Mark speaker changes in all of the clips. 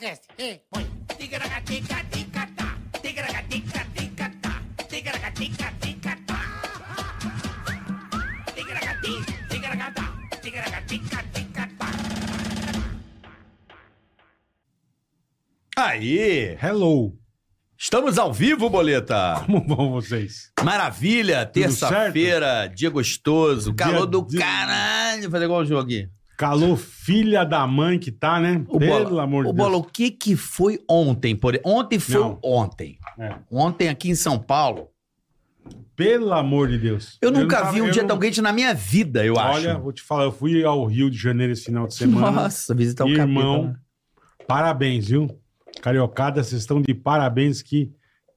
Speaker 1: Cresce, e põe. Tigaragatica-ticatá, tigaragatica-ticatá, tigaragatica-ticatá. Tigaragati, tigaragatá, tigaragatica-ticatá.
Speaker 2: Aí!
Speaker 3: Hello,
Speaker 2: Estamos ao vivo, Boleta!
Speaker 3: como vão vocês?
Speaker 2: Maravilha! Terça-feira, dia gostoso,
Speaker 3: Dia-
Speaker 2: calor do
Speaker 3: dia-
Speaker 2: caralho! Fazer igual o jogo aqui.
Speaker 3: Calor filha da mãe que tá, né?
Speaker 2: O
Speaker 3: Pelo
Speaker 2: Bola,
Speaker 3: amor de
Speaker 2: o
Speaker 3: Deus.
Speaker 2: Bola, o que que foi ontem? Por... Ontem foi
Speaker 3: Não.
Speaker 2: ontem.
Speaker 3: É.
Speaker 2: Ontem aqui em São Paulo,
Speaker 3: Pelo amor de Deus.
Speaker 2: eu, nunca
Speaker 3: não tava-
Speaker 2: vi um
Speaker 3: eu
Speaker 2: dia
Speaker 3: não-
Speaker 2: tão quente na minha vida, eu acho.
Speaker 3: Olha, vou te falar, eu fui ao Rio de Janeiro esse final de semana.
Speaker 2: Nossa, visitar o
Speaker 3: Irmão.
Speaker 2: capeta. né?
Speaker 3: Parabéns, viu? Cariocada, vocês estão de parabéns que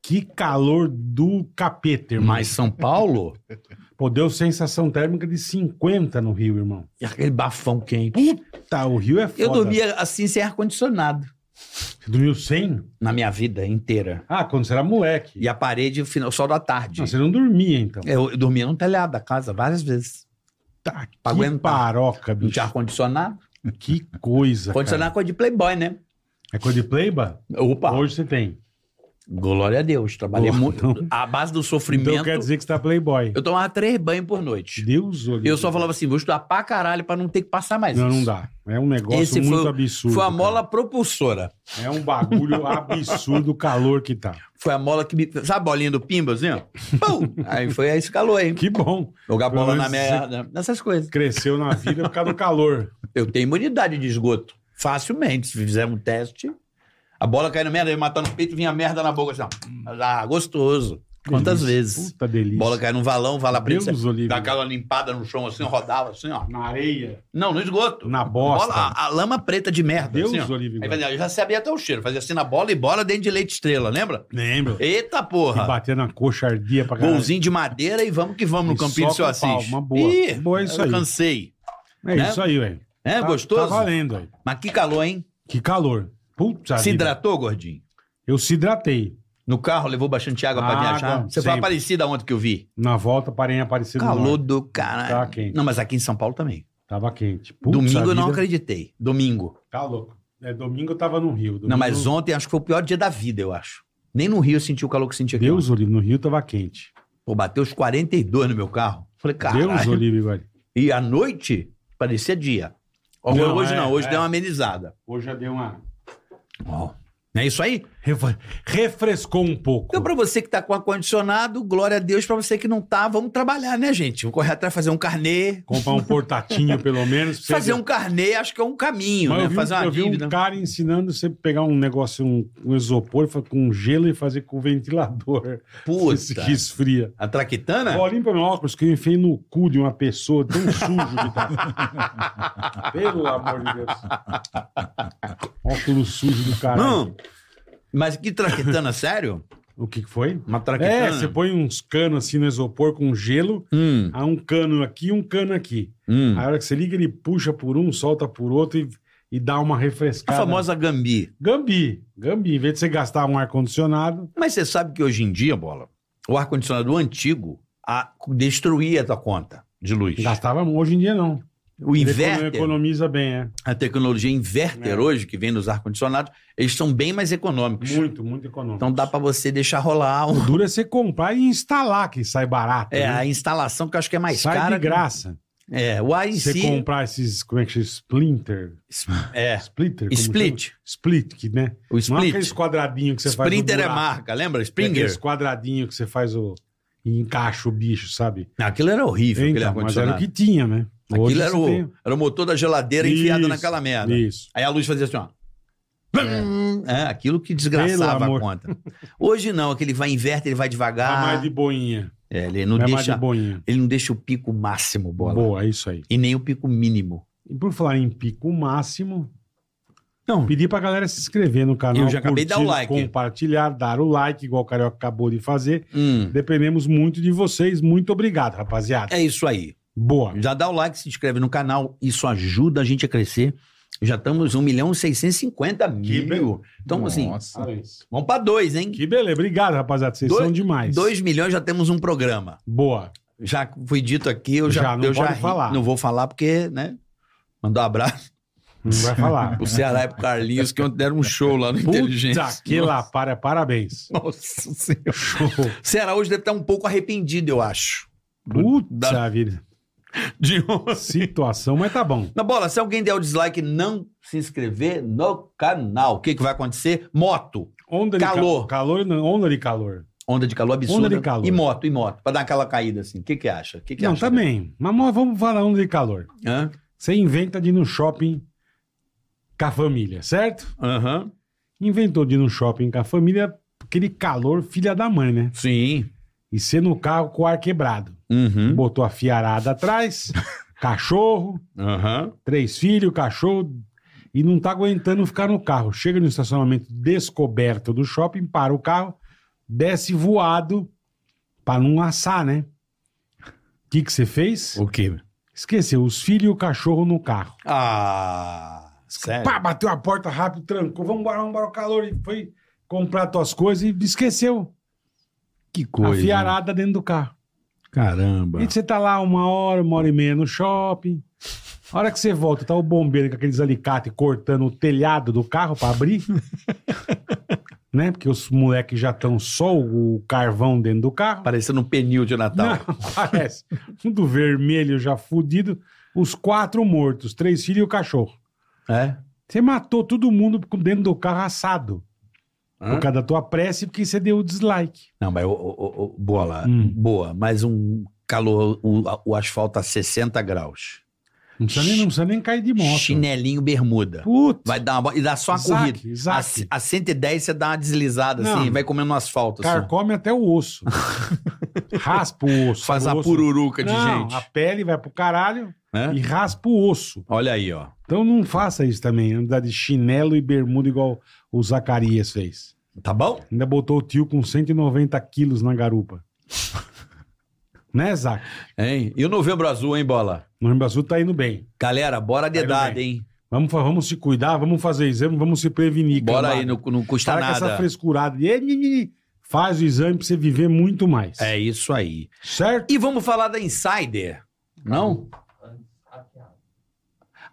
Speaker 3: que calor do capeta, irmão.
Speaker 2: né? Mas São Paulo,
Speaker 3: Pô, deu sensação térmica de 50 no Rio, irmão.
Speaker 2: e aquele bafão quente.
Speaker 3: Tá, o Rio é foda.
Speaker 2: Eu dormia assim sem ar-condicionado
Speaker 3: Você dormiu 100?
Speaker 2: na minha vida inteira.
Speaker 3: Ah, quando você era moleque.
Speaker 2: E a parede, o final, sol da tarde.
Speaker 3: Não, você não dormia, então.
Speaker 2: Eu, eu dormia no telhado da casa várias vezes.
Speaker 3: Tá,
Speaker 2: Pra
Speaker 3: que
Speaker 2: aguentar.
Speaker 3: paroca,
Speaker 2: Não
Speaker 3: bicho.
Speaker 2: tinha ar-condicionado.
Speaker 3: Que coisa,
Speaker 2: Condicionado é coisa de playboy, né?
Speaker 3: cara. É coisa de playba?
Speaker 2: Opa,
Speaker 3: Hoje você tem.
Speaker 2: glória a Deus. Trabalhei
Speaker 3: Boa,
Speaker 2: muito.
Speaker 3: então.
Speaker 2: A base do
Speaker 3: Então
Speaker 2: sofrimento.
Speaker 3: quer dizer que você tá playboy.
Speaker 2: Eu tomava três banhos por noite.
Speaker 3: Deus olha.
Speaker 2: Eu só falava assim, vou estudar pra caralho pra não ter que passar mais
Speaker 3: Não,
Speaker 2: isso.
Speaker 3: não dá. É um negócio
Speaker 2: Esse foi
Speaker 3: muito
Speaker 2: o-
Speaker 3: absurdo.
Speaker 2: Foi a
Speaker 3: cara.
Speaker 2: mola propulsora.
Speaker 3: É um bagulho absurdo o calor que tá.
Speaker 2: Foi a mola que me... Sabe a bolinha do pimba, assim, ó? Pum! Aí foi esse calor aí.
Speaker 3: Que bom.
Speaker 2: Jogar
Speaker 3: Pelo
Speaker 2: bola na
Speaker 3: menos
Speaker 2: merda. Nessas coisas.
Speaker 3: Cresceu na vida por causa do calor.
Speaker 2: Eu tenho imunidade de esgoto. Facilmente. Se fizer um teste, a bola cai na merda, eu ia matar no peito, vinha merda na boca, assim, ó. Ah, gostoso. Quantas
Speaker 3: Delícia.
Speaker 2: vezes?
Speaker 3: Puta delícia.
Speaker 2: Bola cai num valão, vala preta,
Speaker 3: Deus, Olívio.
Speaker 2: dá aquela limpada no chão, assim, rodava, assim, ó.
Speaker 3: Na areia.
Speaker 2: Não, no esgoto.
Speaker 3: Na bosta.
Speaker 2: Bola, a, a lama preta de merda,
Speaker 3: Deus,
Speaker 2: assim, ó.
Speaker 3: Olívio.
Speaker 2: Aí fazia, eu já sabia até o cheiro. Fazia assim na bola e bola dentro de leite estrela, lembra?
Speaker 3: Lembro.
Speaker 2: Eita
Speaker 3: E
Speaker 2: porra!
Speaker 3: bater na coxa ardia pra caralho.
Speaker 2: Golzinho de madeira e vamos que vamos no
Speaker 3: E
Speaker 2: campinho do
Speaker 3: só
Speaker 2: seu
Speaker 3: com pau,
Speaker 2: Assis.
Speaker 3: uma boa.
Speaker 2: Ih,
Speaker 3: Boa, é isso
Speaker 2: eu
Speaker 3: aí.
Speaker 2: cansei.
Speaker 3: É
Speaker 2: né?
Speaker 3: isso aí, velho.
Speaker 2: É,
Speaker 3: Tá-
Speaker 2: gostoso?
Speaker 3: Tá valendo, Tá velho.
Speaker 2: Mas que calor, hein?
Speaker 3: Que calor. Putz,
Speaker 2: Se
Speaker 3: vida.
Speaker 2: hidratou, gordinho?
Speaker 3: Eu se hidratei.
Speaker 2: No carro levou bastante água pra
Speaker 3: Água,
Speaker 2: viajar? Você foi
Speaker 3: sempre.
Speaker 2: aparecida ontem que eu vi.
Speaker 3: Na volta, parei em Aparecida do
Speaker 2: calor
Speaker 3: Norte.
Speaker 2: do caralho.
Speaker 3: Tá quente.
Speaker 2: Não, mas aqui em São Paulo também.
Speaker 3: Tava quente. Putz, a
Speaker 2: domingo eu não
Speaker 3: vida.
Speaker 2: acreditei. Domingo.
Speaker 3: Tá louco. É, domingo eu tava no Rio.
Speaker 2: Não,
Speaker 3: Domingo-
Speaker 2: mas ontem acho que foi o pior dia da vida, eu acho. Nem no Rio eu senti o calor que eu senti aqui.
Speaker 3: Deus, Olívio, no Rio tava quente.
Speaker 2: Pô, bateu os 42 no meu carro. Falei, caralho.
Speaker 3: Deus, Olívio, velho.
Speaker 2: E à noite, parecia dia. Ó,
Speaker 3: Não,
Speaker 2: hoje
Speaker 3: é,
Speaker 2: não, hoje
Speaker 3: é.
Speaker 2: deu uma amenizada.
Speaker 3: Hoje já deu uma...
Speaker 2: Ó. Não é isso aí?
Speaker 3: Refre- Refrescou um pouco.
Speaker 2: Então, pra você que tá com ar-condicionado, glória a Deus. Pra você que não tá, vamos trabalhar, né, gente? Vou correr atrás, fazer um carnê.
Speaker 3: Comprar um portatinho, pelo menos. pra você
Speaker 2: Fazer
Speaker 3: ver.
Speaker 2: um carnê, acho que é um caminho,
Speaker 3: Mas
Speaker 2: né?
Speaker 3: eu vi,
Speaker 2: fazer
Speaker 3: um,
Speaker 2: uma
Speaker 3: eu vi
Speaker 2: dívida.
Speaker 3: um cara ensinando você pegar um negócio, um, um isopor fa- com gelo e fazer com ventilador. Esse
Speaker 2: Puta. É.
Speaker 3: que esfria.
Speaker 2: A traquitana?
Speaker 3: Ó, limpa meu óculos que eu enfiei no cu de uma pessoa tão sujo que tá. Pelo amor de Deus. Óculos sujo do cara.
Speaker 2: Não. Hum. Mas que traquitana, sério?
Speaker 3: O que que foi?
Speaker 2: Uma traquitana?
Speaker 3: É, você põe uns canos assim no isopor com gelo,
Speaker 2: Hum,
Speaker 3: há um cano aqui e um cano aqui.
Speaker 2: hum.
Speaker 3: Aí A hora que você liga, ele puxa por um, solta por outro e, e dá uma
Speaker 2: A
Speaker 3: refrescada.
Speaker 2: famosa Gambi.
Speaker 3: Gambi. Gambi, em vez de você gastar um ar-condicionado,
Speaker 2: Mas você sabe que hoje em dia, bola, o ar-condicionado antigo a, destruía a tua conta de luz.
Speaker 3: gastava hoje em dia não.
Speaker 2: O
Speaker 3: Ele
Speaker 2: inverter,
Speaker 3: economiza bem, é.
Speaker 2: a tecnologia inverter
Speaker 3: É.
Speaker 2: hoje, que vem nos ar-condicionados, eles são bem mais econômicos.
Speaker 3: Muito, muito econômico.
Speaker 2: Então dá pra você deixar rolar. um-
Speaker 3: O duro é você comprar e instalar, que sai barato.
Speaker 2: É,
Speaker 3: né?
Speaker 2: a instalação que eu acho que é mais
Speaker 3: sai
Speaker 2: cara.
Speaker 3: de graça.
Speaker 2: É, o ar em
Speaker 3: Você
Speaker 2: si.
Speaker 3: comprar esses, como é que chama? Splinter.
Speaker 2: É.
Speaker 3: Splitter? como chama?
Speaker 2: Split.
Speaker 3: Split, que, né?
Speaker 2: O
Speaker 3: Não é
Speaker 2: split.
Speaker 3: aqueles quadradinhos que você faz. no
Speaker 2: Sprinter é
Speaker 3: buraco.
Speaker 2: marca, lembra?
Speaker 3: É aqueles
Speaker 2: Springer.
Speaker 3: quadradinhos que você faz o... E encaixa o bicho, sabe?
Speaker 2: Aquilo era horrível, aquele
Speaker 3: Então, mas era o
Speaker 2: ar-condicionado.
Speaker 3: que tinha, né? Hoje
Speaker 2: Aquilo era
Speaker 3: você
Speaker 2: o,
Speaker 3: tem-
Speaker 2: era o motor da geladeira enfiado
Speaker 3: Isso,
Speaker 2: naquela merda.
Speaker 3: Isso.
Speaker 2: Aí a luz fazia assim, ó. É, aquilo que
Speaker 3: Pelo
Speaker 2: desgraçava a
Speaker 3: amor.
Speaker 2: conta. Hoje não, aquele vai inverte, ele vai
Speaker 3: Tá
Speaker 2: devagar.
Speaker 3: mais de boinha.
Speaker 2: É, ele Ah, não
Speaker 3: Não é mais de
Speaker 2: deixa, né?
Speaker 3: boinha.
Speaker 2: ele não deixa o pico máximo, bola.
Speaker 3: Boa, é isso aí.
Speaker 2: E nem o pico mínimo.
Speaker 3: E por falar em pico máximo,
Speaker 2: Não.
Speaker 3: pedir pra galera se inscrever no canal.
Speaker 2: Eu já acabei de dar o like.
Speaker 3: Compartilhar, dar o like, igual o Carioca acabou de fazer.
Speaker 2: Hum,
Speaker 3: Dependemos muito de vocês. Muito obrigado, rapaziada.
Speaker 2: é isso aí.
Speaker 3: Boa.
Speaker 2: Já dá o like, se inscreve no canal. Isso ajuda a gente a crescer. Já estamos 1 milhão e 650
Speaker 3: Que
Speaker 2: mil.
Speaker 3: be-
Speaker 2: Então, assim,
Speaker 4: Nossa.
Speaker 2: vamos para dois, hein?
Speaker 3: Que beleza. Obrigado, rapaziada. Vocês
Speaker 2: Dois-
Speaker 3: são demais.
Speaker 2: 2 milhões já temos um programa.
Speaker 3: Boa.
Speaker 2: Já foi dito aqui, eu já,
Speaker 3: Já, não
Speaker 2: eu
Speaker 3: pode
Speaker 2: ri-
Speaker 3: falar.
Speaker 2: Não vou falar porque, né? Mandar um abraço.
Speaker 3: Não vai falar.
Speaker 4: O Ceará é pro Carlinhos que ontem deram um show lá no Inteligência.
Speaker 3: Puta que lá, para, parabéns.
Speaker 2: Nossa senhora.
Speaker 3: Show.
Speaker 2: O Ceará hoje deve estar um pouco arrependido, eu acho.
Speaker 3: Puta vida.
Speaker 4: De ontem.
Speaker 3: Situação, mas tá bom.
Speaker 2: Na bola, se alguém der o dislike e não se inscrever no canal, o que, que vai acontecer? Moto.
Speaker 3: Onda de ca-
Speaker 2: Calor.
Speaker 3: calor, não, onda de calor.
Speaker 2: Onda de calor absurda.
Speaker 3: Onda de calor.
Speaker 2: E moto, e moto. Pra dar aquela caída assim. O que que acha? O que que
Speaker 3: não,
Speaker 2: acha?
Speaker 3: também. Mas mo- vamos falar onda de calor.
Speaker 2: Hã?
Speaker 3: Você inventa de ir no shopping com a família, certo?
Speaker 2: Aham.
Speaker 3: Inventou de ir no shopping com a família, aquele calor, filha da mãe, né?
Speaker 2: Sim.
Speaker 3: E você no carro com o ar quebrado.
Speaker 2: Uhum.
Speaker 3: Botou a fiarada atrás, cachorro,
Speaker 2: Aham.
Speaker 3: três filhos, cachorro, e não tá aguentando ficar no carro. Chega no estacionamento descoberto do shopping, para o carro, desce voado para não assar, né? O que que você fez?
Speaker 4: O quê?
Speaker 3: Esqueceu os filhos e o cachorro no carro.
Speaker 2: Ah, sério?
Speaker 3: Pá, bateu a porta rápido, trancou, vamos embora, vamos embora, o calor, e foi comprar tuas coisas e esqueceu
Speaker 4: Que
Speaker 2: é.
Speaker 3: a
Speaker 4: coisa.
Speaker 3: fiarada dentro do carro.
Speaker 4: Caramba.
Speaker 3: E você tá lá uma hora, uma hora e meia no shopping. A hora que você volta, tá o bombeiro com aqueles alicates cortando o telhado do carro pra abrir. né? Porque os moleques já estão só o carvão dentro do carro.
Speaker 2: Parecendo um penil de Natal.
Speaker 3: Não, parece. Um do vermelho já fudido. Os quatro mortos, três filhos e o cachorro.
Speaker 2: É?
Speaker 3: Você matou todo mundo dentro do carro assado.
Speaker 2: Hã?
Speaker 3: Por causa da tua prece, porque você deu o dislike.
Speaker 2: Não, mas, ô, ô, ô, ô, bola,
Speaker 3: Hum.
Speaker 2: boa, mas um calor, o, a- o asfalto a 60 graus.
Speaker 3: Não precisa nem, não precisa nem cair de moto.
Speaker 2: Chinelinho bermuda.
Speaker 3: Putz.
Speaker 2: Vai dar uma, bo- e dá só uma
Speaker 3: Zaque,
Speaker 2: corrida. Assim.
Speaker 3: zaque.
Speaker 2: A, c- a 110 você dá uma deslizada
Speaker 3: Não.
Speaker 2: assim, vai comendo no asfalto assim.
Speaker 3: Carcome até o osso. Raspa o osso.
Speaker 2: Faz
Speaker 3: o
Speaker 2: a
Speaker 3: osso.
Speaker 2: pururuca de
Speaker 3: Não,
Speaker 2: gente.
Speaker 3: A pele vai pro caralho
Speaker 2: né?
Speaker 3: e raspa o osso.
Speaker 2: Olha aí, ó.
Speaker 3: Então não faça isso também. Andar de chinelo e bermuda igual o Zacarias fez.
Speaker 2: Tá bom?
Speaker 3: Ainda botou o tio com 190 quilos na garupa. né, Zac?
Speaker 2: Hein? E o novembro azul, hein, bola?
Speaker 3: O Rio Azul tá indo bem.
Speaker 2: Galera, bora
Speaker 3: Tá indo
Speaker 2: dedada,
Speaker 3: bem.
Speaker 2: hein?
Speaker 3: Vamos, fa- vamos se cuidar, vamos fazer exame, vamos se prevenir.
Speaker 2: Bora
Speaker 3: cambada.
Speaker 2: aí, não, não custa
Speaker 3: Para com essa
Speaker 2: nada.
Speaker 3: frescurada. de, "Ih, ih, ih", Faz o exame pra você viver muito mais.
Speaker 2: É isso aí.
Speaker 3: Certo?
Speaker 2: E vamos falar da Insider, não?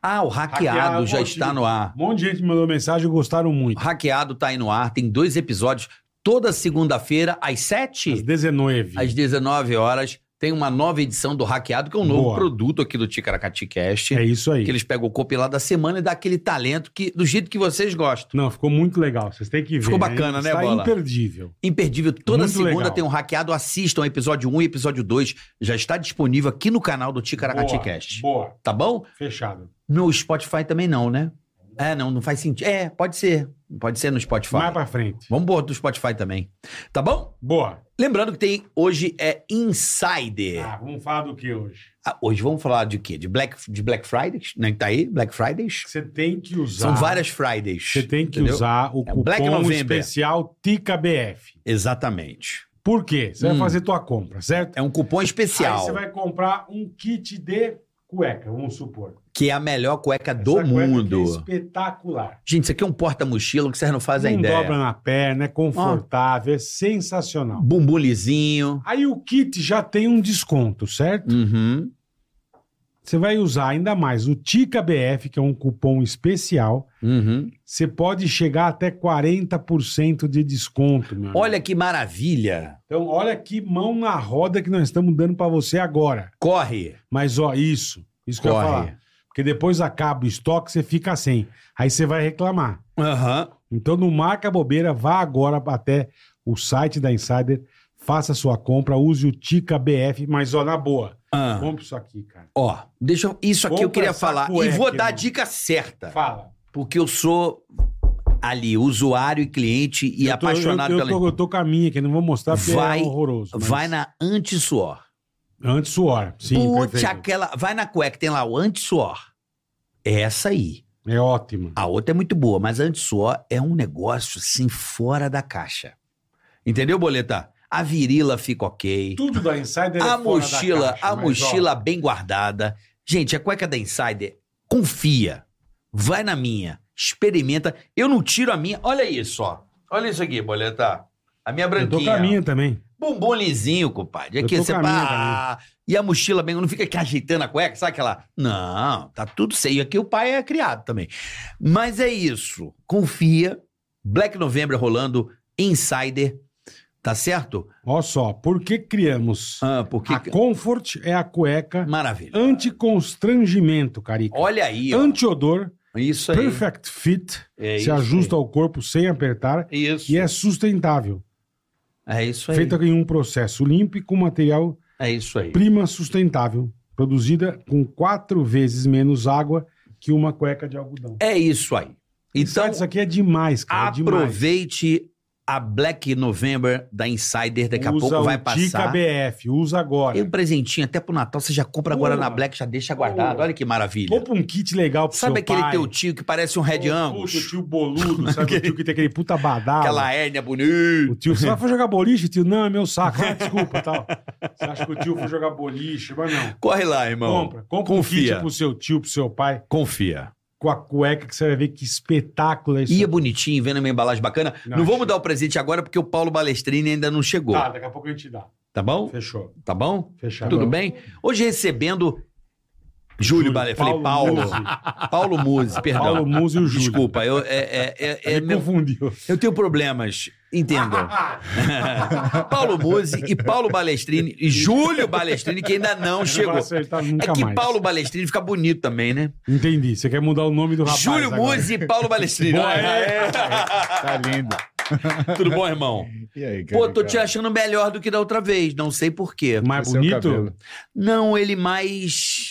Speaker 2: Ah, o hackeado,
Speaker 3: Hackeado,
Speaker 2: já
Speaker 3: bom
Speaker 2: está
Speaker 3: dia.
Speaker 2: no ar.
Speaker 3: Um monte de gente me mandou mensagem e gostaram muito.
Speaker 2: Hackeado tá aí no ar, tem dois episódios. Toda segunda-feira, às
Speaker 3: Às
Speaker 2: 7
Speaker 3: 19.
Speaker 2: às 19 horas, tem uma nova edição do Hackeado, que é um novo
Speaker 3: Boa.
Speaker 2: produto aqui do Ticaracati Cast.
Speaker 3: É isso aí.
Speaker 2: Que eles pegam o compilado da semana e dá aquele talento que, do jeito que vocês gostam.
Speaker 3: Não, ficou muito legal. Vocês têm que ver.
Speaker 2: Ficou bacana, né,
Speaker 3: Está
Speaker 2: Bola?
Speaker 3: imperdível.
Speaker 2: Imperdível, toda
Speaker 3: Muito
Speaker 2: segunda
Speaker 3: legal.
Speaker 2: tem um hackeado. Assistam episódio 1 e episódio 2. Já está disponível aqui no canal do Ticaracati
Speaker 3: Boa,
Speaker 2: Cast.
Speaker 3: Boa.
Speaker 2: Tá bom?
Speaker 3: Fechado.
Speaker 2: No Spotify também não, né? É, não, não faz sentido. É, pode ser. Pode ser no Spotify.
Speaker 3: Mais pra frente.
Speaker 2: Vamos botar do Spotify também. Tá bom?
Speaker 3: Boa.
Speaker 2: Lembrando que tem hoje é Insider.
Speaker 3: Ah, vamos falar do que hoje?
Speaker 2: Ah, hoje vamos falar de quê? De Black, de Black Fridays, né? Que tá aí? Black Fridays?
Speaker 3: Você tem que usar.
Speaker 2: São várias Fridays.
Speaker 3: Você tem que
Speaker 2: entendeu?
Speaker 3: usar o
Speaker 2: É
Speaker 3: cupom
Speaker 2: Black November.
Speaker 3: especial TICABF.
Speaker 2: Exatamente.
Speaker 3: Por quê? Você
Speaker 2: Hum.
Speaker 3: vai fazer tua compra, certo?
Speaker 2: É um cupom especial,
Speaker 3: Aí você vai comprar um kit de cueca, vamos supor.
Speaker 2: que é a melhor cueca do
Speaker 3: Essa cueca aqui
Speaker 2: mundo.
Speaker 3: É espetacular.
Speaker 2: Gente, isso aqui é um porta-mochila que vocês não fazem
Speaker 3: não
Speaker 2: ideia.
Speaker 3: dobra na perna, é confortável, é sensacional.
Speaker 2: Bumbum lisinho.
Speaker 3: Aí o kit já tem um desconto, certo?
Speaker 2: Uhum.
Speaker 3: Você vai usar ainda mais o Tica BF, que é um cupom especial.
Speaker 2: Uhum.
Speaker 3: Você pode chegar até 40% de desconto, meu amigo.
Speaker 2: Olha que maravilha.
Speaker 3: Então, olha que mão na roda que nós estamos dando para você agora.
Speaker 2: Corre.
Speaker 3: Mas, ó, isso. Isso que eu ia
Speaker 2: Corre.
Speaker 3: falar. Porque depois acaba o estoque, você fica sem. Aí você vai reclamar.
Speaker 2: Aham.
Speaker 3: Então, não marca bobeira, vá agora até o site da Insider, faça sua compra, use o Tica BF, mas, ó, na boa.
Speaker 2: Ah.
Speaker 3: Compre isso aqui, cara.
Speaker 2: Ó, deixa eu... Isso aqui eu
Speaker 3: Compra
Speaker 2: queria
Speaker 3: essa
Speaker 2: falar. e
Speaker 3: cueca,
Speaker 2: vou dar a
Speaker 3: irmão.
Speaker 2: dica certa.
Speaker 3: Fala.
Speaker 2: Porque eu sou ali, usuário e cliente e
Speaker 3: Eu tô-
Speaker 2: apaixonado
Speaker 3: eu, eu
Speaker 2: pela
Speaker 3: tô, eu tô com a minha aqui, não vou mostrar porque
Speaker 2: Vai-
Speaker 3: é horroroso. mas-
Speaker 2: Vai na anti-suor.
Speaker 3: Anti-suor. Sim,
Speaker 2: Putz,
Speaker 3: perfeito.
Speaker 2: aquela. Vai na cueca, tem lá o anti-suor. É essa aí.
Speaker 3: É ótima.
Speaker 2: A outra é muito boa, mas a anti-suor é um negócio assim fora da caixa. Entendeu, boleta? A virila fica ok.
Speaker 3: Tudo da Insider é
Speaker 2: A
Speaker 3: fora da
Speaker 2: mochila,
Speaker 3: caixa,
Speaker 2: a
Speaker 3: mas,
Speaker 2: mochila bem guardada. Gente, a cueca da Insider, confia. Vai na minha, experimenta. Eu não tiro a minha. Olha isso, ó. Olha isso aqui, boleta. A minha
Speaker 3: ó, Eu tô com
Speaker 2: branquinha.
Speaker 3: a minha também.
Speaker 2: Bumbum lisinho, compadre.
Speaker 3: Eu
Speaker 2: Aqui,
Speaker 3: tô
Speaker 2: você
Speaker 3: com a minha,
Speaker 2: pá. E a mochila bem, não fica aqui ajeitando a cueca, sabe aquela? Não, tá tudo certo. E aqui o pai é criado também. Mas é isso. Confia. Black November rolando, Insider. Tá certo?
Speaker 3: Olha só, por que criamos?
Speaker 2: Ah, porque.
Speaker 3: A Comfort é a cueca
Speaker 2: Maravilha.
Speaker 3: anticonstrangimento, Carica.
Speaker 2: Olha aí, ó.
Speaker 3: Antiodor,
Speaker 2: Isso aí.
Speaker 3: perfect fit,
Speaker 2: É
Speaker 3: se
Speaker 2: isso
Speaker 3: ajusta ao corpo sem apertar
Speaker 2: aí. Isso.
Speaker 3: e é sustentável.
Speaker 2: É isso aí.
Speaker 3: Feita em um processo limpo e com material
Speaker 2: É isso aí.
Speaker 3: prima sustentável, produzida com quatro vezes menos água que uma cueca de algodão.
Speaker 2: É isso aí. Então,
Speaker 3: Então, isso aqui é demais, cara. é demais.
Speaker 2: aproveite a Black November da Insider. Daqui a
Speaker 3: Usa
Speaker 2: pouco vai
Speaker 3: o Tica
Speaker 2: passar.
Speaker 3: BF, usa agora.
Speaker 2: Tem um presentinho até pro Natal. Você já compra agora
Speaker 3: Porra.
Speaker 2: na Black, já deixa guardado.
Speaker 3: Porra.
Speaker 2: Olha que maravilha.
Speaker 3: Compra um kit legal pro
Speaker 2: Sabe
Speaker 3: seu
Speaker 2: aquele
Speaker 3: pai.
Speaker 2: teu tio que parece um Red
Speaker 3: Ô,
Speaker 2: Angus?
Speaker 3: puta, o tio boludo, sabe? o tio que tem aquele puta badalo.
Speaker 2: Aquela hérnia bonita.
Speaker 3: O tio, você vai foi jogar boliche, tio? Não, é meu saco. Ah, desculpa, tal. Você acha que o tio foi jogar boliche, mas não.
Speaker 2: Corre lá, irmão.
Speaker 3: Compra, compra um
Speaker 2: confia.
Speaker 3: kit pro seu tio, pro seu pai,
Speaker 2: Confia.
Speaker 3: com a cueca que você vai ver que espetáculo é isso.
Speaker 2: Ia bonitinho, vendo uma embalagem bacana. Não, vou
Speaker 3: Não, achei.
Speaker 2: vamos dar o presente agora porque o Paulo Balestrini ainda não chegou.
Speaker 3: Tá, daqui a pouco a gente dá.
Speaker 2: Tá bom?
Speaker 3: Fechou.
Speaker 2: Tá bom?
Speaker 3: Fechado.
Speaker 2: Tudo bem? Hoje recebendo Júlio Balé. Falei Paulo.
Speaker 3: Musi.
Speaker 2: Paulo Muzi, perdão.
Speaker 3: Paulo Muzi e o Júlio.
Speaker 2: Desculpa, eu, é- é- é- é
Speaker 3: Me
Speaker 2: meu- Ah,
Speaker 3: confundiu.
Speaker 2: eu tenho problemas, entendam. Paulo Muzi e Paulo Balestrini, e Júlio Balestrini, que ainda não
Speaker 3: Não
Speaker 2: chegou.
Speaker 3: vai acertar nunca
Speaker 2: É que
Speaker 3: mais.
Speaker 2: Paulo Balestrini fica bonito também, né?
Speaker 3: Entendi. Você quer mudar o nome do rapaz
Speaker 2: Júlio
Speaker 3: agora.
Speaker 2: Muzi e Paulo Balestrini.
Speaker 3: Boa, é.
Speaker 2: Olha,
Speaker 5: Tá lindo.
Speaker 2: Tudo bom, irmão?
Speaker 5: E aí, cara?
Speaker 2: Pô, tô te achando melhor do que da outra vez, não sei porquê.
Speaker 3: Mais
Speaker 5: Seu
Speaker 3: bonito?
Speaker 5: cabelo.
Speaker 2: Não, ele mais.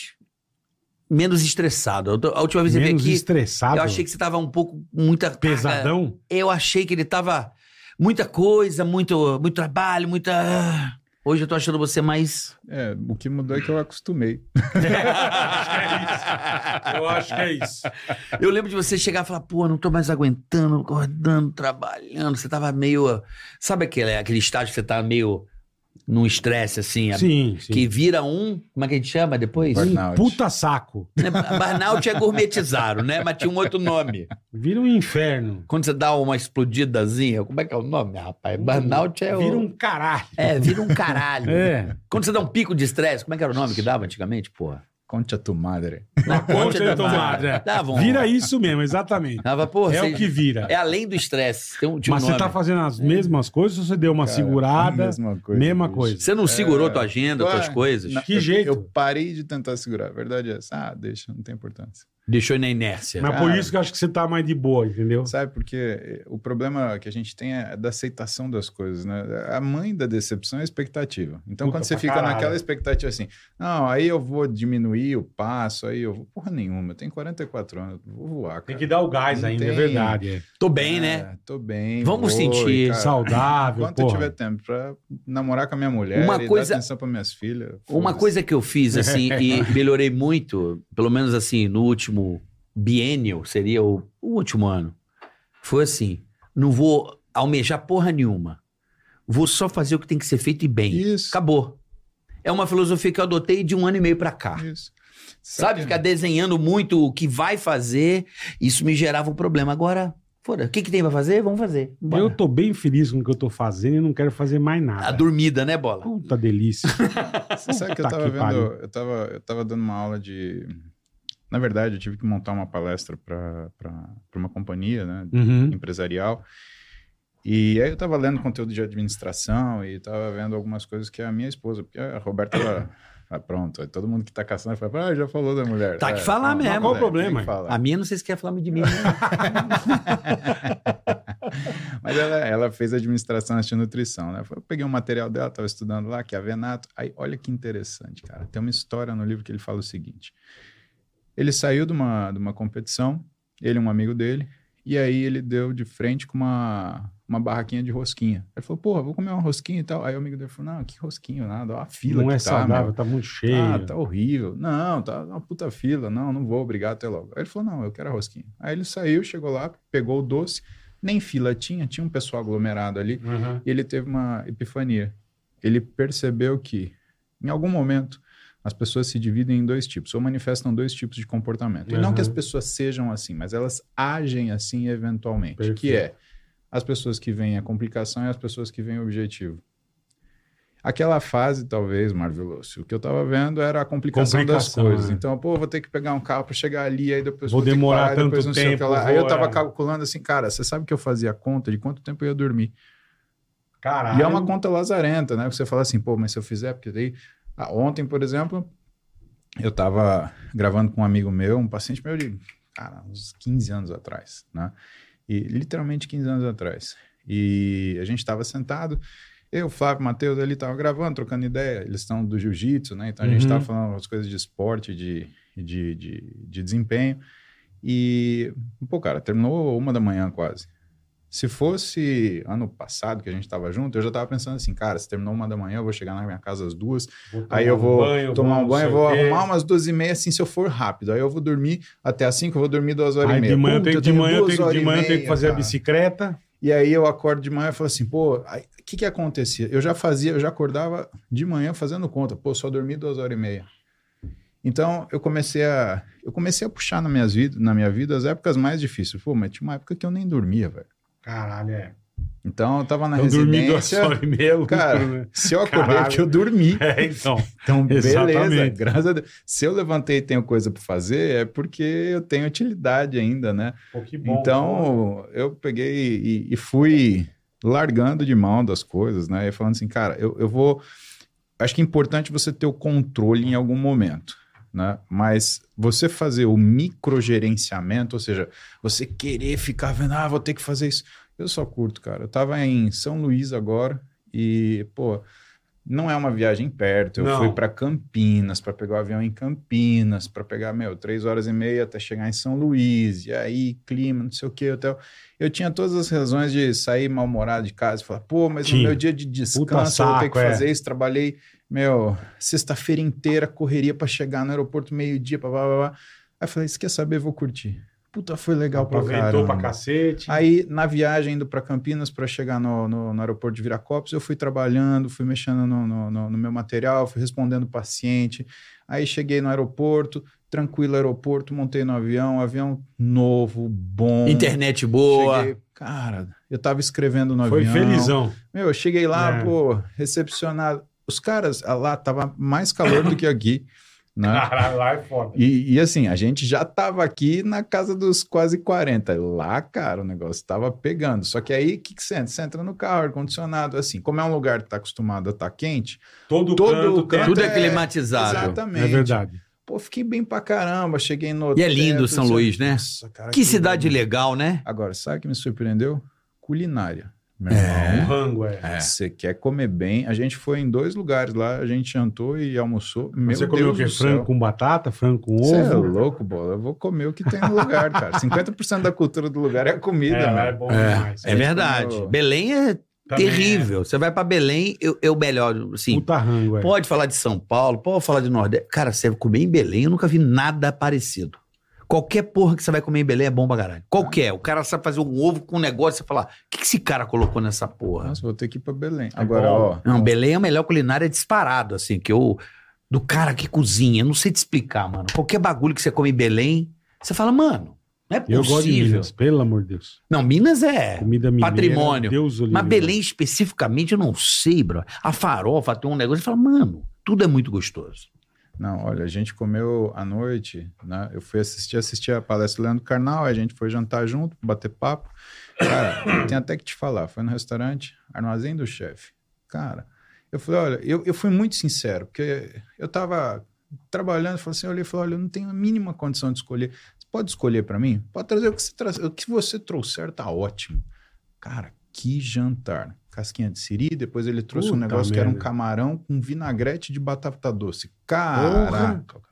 Speaker 2: menos estressado. Eu tô- A última vez ele veio
Speaker 3: Menos
Speaker 2: aqui,
Speaker 3: estressado?
Speaker 2: eu achei que você tava um pouco. muita. carga-
Speaker 3: Pesadão?
Speaker 2: Eu achei que ele tava. muita coisa, muito, muito trabalho, muita. ah. Hoje eu tô achando você mais.
Speaker 5: É, o que mudou é que eu acostumei.
Speaker 2: Ah,
Speaker 3: Eu acho que é isso.
Speaker 2: eu lembro de você chegar e falar, pô, não tô mais aguentando, acordando, trabalhando. Você tava meio. Sabe aquele, aquele estágio que você tava meio. num estresse, assim?
Speaker 3: Sim, sim.
Speaker 2: Que vira um. Como é que a gente chama depois?
Speaker 5: Burnout.
Speaker 3: Um puta saco.
Speaker 2: Né? Burnout é gourmetizaram, né? Mas tinha um outro nome.
Speaker 3: Vira um inferno.
Speaker 2: Quando você dá uma explodidazinha, como é que é o nome, rapaz? Burnout é o.
Speaker 3: Vira um caralho.
Speaker 2: É, vira um caralho.
Speaker 3: É.
Speaker 2: Quando você dá um pico de estresse, como é que era o nome que dava antigamente, porra?
Speaker 5: Conte a tu madre.
Speaker 2: Na
Speaker 3: Conte de
Speaker 2: da
Speaker 3: tomada. é.
Speaker 2: Dava um...
Speaker 3: Vira isso mesmo, exatamente.
Speaker 2: Dava, porra,
Speaker 3: é
Speaker 2: você-
Speaker 3: o que vira.
Speaker 2: é além do estresse. Tem um, tinha um
Speaker 3: Mas você
Speaker 2: nome.
Speaker 3: tá fazendo as mesmas coisas ou você deu uma
Speaker 5: Cara,
Speaker 3: segurada?
Speaker 5: Mesma coisa.
Speaker 3: mesma
Speaker 5: bicho.
Speaker 3: coisa.
Speaker 2: Você não segurou
Speaker 5: É.
Speaker 2: tua agenda, tuas
Speaker 5: Ué,
Speaker 2: coisas.
Speaker 5: Não,
Speaker 3: Que
Speaker 5: eu-
Speaker 3: jeito.
Speaker 5: Eu parei de tentar segurar. A verdade é essa. Ah, deixa, não tem importância.
Speaker 2: Deixou na inércia.
Speaker 3: Mas por
Speaker 5: Cara.
Speaker 3: isso que eu acho que você tá mais de boa, entendeu?
Speaker 5: Sabe, porque eh, o problema que a gente tem é da aceitação das coisas, né? A mãe da decepção é a expectativa. Então,
Speaker 3: Puta
Speaker 5: quando você
Speaker 3: pra
Speaker 5: fica
Speaker 3: caralho.
Speaker 5: naquela expectativa assim, não, aí eu vou diminuir o passo, aí eu vou. Porra nenhuma, eu tenho 44 anos, vou voar. Cara.
Speaker 3: Tem que dar o gás
Speaker 5: Não
Speaker 3: ainda, é
Speaker 5: tem.
Speaker 3: verdade. é.
Speaker 2: Tô bem, né?
Speaker 5: É, Tô bem.
Speaker 2: Vamos
Speaker 5: vou,
Speaker 2: sentir
Speaker 5: e, cara,
Speaker 3: Saudável,
Speaker 5: É. Enquanto
Speaker 3: pô.
Speaker 5: eu tiver tempo pra namorar com a minha mulher
Speaker 2: Uma
Speaker 5: e
Speaker 2: coisa-
Speaker 5: dar atenção pra minhas filhas.
Speaker 2: Uma
Speaker 5: foda-se.
Speaker 2: coisa que eu fiz, assim, e melhorei muito, pelo menos assim, no último bienio, seria o, o último ano, foi assim: não vou almejar porra nenhuma. Vou só fazer o que tem que ser feito e bem.
Speaker 5: Isso.
Speaker 2: Acabou. É uma filosofia que eu adotei de um ano e meio pra cá.
Speaker 5: Isso.
Speaker 2: Sabe? Ficar desenhando muito o que vai fazer, isso me gerava um problema. Agora, foda, o que, que tem pra fazer? Vamos fazer. Bora.
Speaker 3: Eu tô bem feliz com o que eu tô fazendo e não quero fazer mais
Speaker 2: A
Speaker 3: nada.
Speaker 2: dormida, né, bola?
Speaker 3: Puta delícia.
Speaker 5: Você sabe que eu
Speaker 3: Puta
Speaker 5: tava
Speaker 3: que
Speaker 5: vendo,
Speaker 3: pariu.
Speaker 5: eu tava, eu tava dando uma aula de. Na verdade, eu tive que montar uma palestra para uma companhia né,
Speaker 3: Uhum.
Speaker 5: empresarial. E aí eu tava lendo conteúdo de administração e tava vendo algumas coisas que a minha esposa, porque a Roberta, ela. Ah, pronto, aí todo mundo que tá caçando fala, ah, já falou da mulher.
Speaker 2: Tá que
Speaker 5: É,
Speaker 2: falar
Speaker 5: não,
Speaker 2: mesmo.
Speaker 5: não,
Speaker 3: Qual o
Speaker 5: é,
Speaker 3: problema?
Speaker 5: tem que falar.
Speaker 2: A minha, não sei se quer falar muito de mim. né?
Speaker 5: Mas ela, ela fez administração antes de nutrição, né? Eu peguei um material dela, estava estudando lá, que é a Venato. Aí, olha que interessante, cara. Tem uma história no livro que ele fala o seguinte. Ele saiu de uma, de uma competição, ele e um amigo dele, e aí ele deu de frente com uma, uma barraquinha de rosquinha. Ele falou, porra, vou comer uma rosquinha e tal. Aí o amigo dele falou, não, que rosquinho, nada, ó, a fila
Speaker 3: Não
Speaker 5: que
Speaker 3: é
Speaker 5: tá, meu.
Speaker 3: saudável, tá muito cheio.
Speaker 5: Ah, tá horrível. Não, tá uma puta fila. Não, não vou, obrigado, até logo. Aí ele falou, não, eu quero a rosquinha. Aí ele saiu, chegou lá, pegou o doce, nem fila tinha, tinha um pessoal aglomerado ali.
Speaker 3: Uhum.
Speaker 5: E ele teve uma epifania. Ele percebeu que, em algum momento, as pessoas se dividem em dois tipos, ou manifestam dois tipos de comportamento. E não
Speaker 3: Aham.
Speaker 5: que as pessoas sejam assim, mas elas agem assim eventualmente,
Speaker 3: Perfeito.
Speaker 5: que é as pessoas que veem a complicação e as pessoas que veem o objetivo. Aquela fase, talvez, Marveloso, o que eu tava vendo era a complicação,
Speaker 3: Complicação,
Speaker 5: das coisas.
Speaker 3: né?
Speaker 5: Então, pô, vou ter que pegar um carro pra chegar ali, aí depois
Speaker 3: Vou
Speaker 5: ter que
Speaker 3: demorar tanto
Speaker 5: depois não sei o que
Speaker 3: tempo,
Speaker 5: lá. Aí eu
Speaker 3: vou,
Speaker 5: tava
Speaker 3: é.
Speaker 5: calculando assim, cara, você sabe que eu fazia conta de quanto tempo eu ia dormir.
Speaker 3: Caralho.
Speaker 5: E é uma conta lazarenta, né? Você fala assim, pô, mas se eu fizer, porque daí. Ah, ontem, por exemplo, eu tava gravando com um amigo meu, um paciente meu de, cara, uns 15 anos atrás, né? E literalmente 15 anos atrás. E a gente tava sentado, eu, Flávio, Matheus, ele tava gravando, trocando ideia. Eles estão do jiu-jitsu, né? Então a gente
Speaker 3: Uhum.
Speaker 5: tava falando umas coisas de esporte, de, de, de, de desempenho. E, pô, cara, terminou uma da manhã quase. Se fosse ano passado que a gente tava junto, eu já tava pensando assim, cara, se terminou uma da manhã, eu vou chegar na minha casa às duas, aí eu vou tomar um banho, eu vou arrumar umas duas e meia, assim, se eu for rápido. Aí eu vou dormir até as cinco, eu vou dormir duas horas
Speaker 3: Aí
Speaker 5: e meia.
Speaker 3: de manhã eu
Speaker 5: Puta,
Speaker 3: tenho, de manhã eu
Speaker 5: duas
Speaker 3: tenho,
Speaker 5: horas
Speaker 3: de
Speaker 5: e
Speaker 3: manhã eu tenho que
Speaker 5: meia,
Speaker 3: fazer a
Speaker 5: cara.
Speaker 3: bicicleta.
Speaker 5: E aí eu acordo de manhã e falo assim, pô, o que que acontecia? Eu já fazia, eu já acordava de manhã fazendo conta, pô, só dormi duas horas e meia. Então eu comecei a, eu comecei a puxar na, minhas vida, na minha vida as épocas mais difíceis. Pô, mas tinha uma época que eu nem dormia, velho.
Speaker 3: Caralho, é.
Speaker 5: Então eu tava na
Speaker 3: Eu dormi duas
Speaker 5: residência,
Speaker 3: horas e meia. lucro,
Speaker 5: Cara.
Speaker 3: né?
Speaker 5: se eu acordei
Speaker 3: Caralho.
Speaker 5: é que eu dormi.
Speaker 3: É, então.
Speaker 5: Então, beleza,
Speaker 3: Exatamente.
Speaker 5: graças a Deus. Se eu levantei e tenho coisa para fazer, é porque eu tenho utilidade ainda, né?
Speaker 3: Pô, que bom.
Speaker 5: Então, eu peguei e, e fui largando de mão das coisas, né? E falando assim, cara, eu, eu vou. Acho que é importante você ter o controle em algum momento, né? Mas você fazer o microgerenciamento, ou seja, você querer ficar vendo, ah, vou ter que fazer isso. Eu só curto, cara. Eu tava em São Luís agora e, pô. Não é uma viagem perto. Eu
Speaker 3: Não.
Speaker 5: fui para Campinas para pegar o avião em Campinas, para pegar, meu, três horas e meia até chegar em São Luís, e aí clima, não sei o que, hotel. Eu tinha todas as razões de sair mal-humorado de casa e falar, pô, mas
Speaker 3: Tinha.
Speaker 5: no meu dia de descanso eu vou ter
Speaker 3: saco,
Speaker 5: que
Speaker 3: é.
Speaker 5: fazer isso. Trabalhei, meu, sexta-feira inteira, correria para chegar no aeroporto meio-dia, blá, blá, blá, blá. Aí eu falei, isso quer saber? Vou curtir. Puta, foi legal pra
Speaker 3: Aproveitou pra
Speaker 5: caramba.
Speaker 3: cacete.
Speaker 5: Aí, na viagem indo para Campinas para chegar no, no- no aeroporto de Viracopos, eu fui trabalhando, fui mexendo no, no- no- no meu material, fui respondendo paciente. Aí cheguei no aeroporto, tranquilo aeroporto, montei no avião, avião novo, bom.
Speaker 3: Ah.
Speaker 2: Internet boa.
Speaker 5: Cheguei, cara, eu tava escrevendo no
Speaker 3: Foi
Speaker 5: avião.
Speaker 3: felizão.
Speaker 5: Meu, eu cheguei lá,
Speaker 3: É.
Speaker 5: pô, recepcionado. Os caras ah, lá tava mais calor do que aqui, né?
Speaker 3: Caralho, lá é foda.
Speaker 5: E, e, assim, a gente já tava aqui na casa dos quase 40. Lá, cara, o negócio tava pegando. Só que aí, o que, que você entra? Você entra no carro, ar-condicionado, assim. Como é um lugar que tá acostumado a estar quente,
Speaker 3: Todo,
Speaker 5: Todo
Speaker 3: canto,
Speaker 5: canto
Speaker 3: tem-
Speaker 2: Tudo é,
Speaker 5: é-
Speaker 2: climatizado.
Speaker 3: É
Speaker 5: exatamente.
Speaker 3: verdade.
Speaker 5: Pô, fiquei bem pra caramba. Cheguei no.
Speaker 2: E é lindo São
Speaker 5: tudo
Speaker 2: Luís,
Speaker 5: certo.
Speaker 2: né?
Speaker 5: Nossa, cara,
Speaker 2: Que cidade
Speaker 5: lindo.
Speaker 2: legal, né?
Speaker 5: Agora, sabe o que me surpreendeu? Culinária. Meu
Speaker 3: O
Speaker 5: irmão.
Speaker 3: rango, é.
Speaker 5: Você quer comer bem? A gente foi em dois lugares lá, a gente jantou e almoçou. Meu
Speaker 3: Você
Speaker 5: Deus
Speaker 3: comeu o quê?
Speaker 5: do céu.
Speaker 3: Frango com batata, frango com
Speaker 5: Você é
Speaker 3: ovo?
Speaker 5: louco, bola. Eu vou comer o que tem no lugar, cara. 50% da cultura do lugar é a comida,
Speaker 3: É, lá é
Speaker 5: né?
Speaker 3: bom
Speaker 2: É,
Speaker 3: demais.
Speaker 2: É verdade.
Speaker 5: quando-
Speaker 2: Belém é
Speaker 3: Também é.
Speaker 2: terrível. Você vai pra Belém, eu, eu melhor, assim.
Speaker 3: Puta rango, é.
Speaker 2: Pode falar de São Paulo, pode falar de Nordeste. Cara, você comer em Belém, eu nunca vi nada parecido. Qualquer porra que você vai comer em Belém é bom pra caralho. Qualquer. O cara sabe fazer um ovo com um negócio e fala: o que, que esse cara colocou nessa porra?
Speaker 5: Nossa, vou ter que ir pra Belém.
Speaker 3: É
Speaker 5: Agora,
Speaker 3: bom.
Speaker 5: ó.
Speaker 2: Não, Belém é a melhor culinária disparado, assim, que eu. Do cara que cozinha, eu não sei te explicar, mano. Qualquer bagulho que você come em Belém, você fala, mano, não é
Speaker 3: Eu gosto de
Speaker 2: possível.
Speaker 3: Minas, pelo amor de Deus.
Speaker 2: não, Minas é.
Speaker 3: Comida mineira.
Speaker 2: Patrimônio.
Speaker 3: Deus o
Speaker 2: Mas
Speaker 3: livre.
Speaker 2: Belém especificamente, eu não sei, bro. A farofa tem um negócio, você fala, mano, tudo é muito gostoso.
Speaker 5: Não, olha, a gente comeu à noite, né? Eu fui assistir, assistir a palestra do Leandro Carnal, aí a gente foi jantar junto, bater papo. Cara, tem até que te falar. Foi no restaurante, armazém do chefe. Cara, eu falei, olha, eu, eu fui muito sincero, porque eu tava trabalhando, falei assim, eu olhei e falei, olha, eu não tenho a mínima condição de escolher. Você pode escolher para mim? Pode trazer o que você traz, o que você trouxer, tá ótimo. Cara, que jantar. Casquinha de siri, depois ele trouxe um
Speaker 3: Puta
Speaker 5: negócio que era um
Speaker 3: merda.
Speaker 5: camarão com vinagrete de batata doce. Caraca. O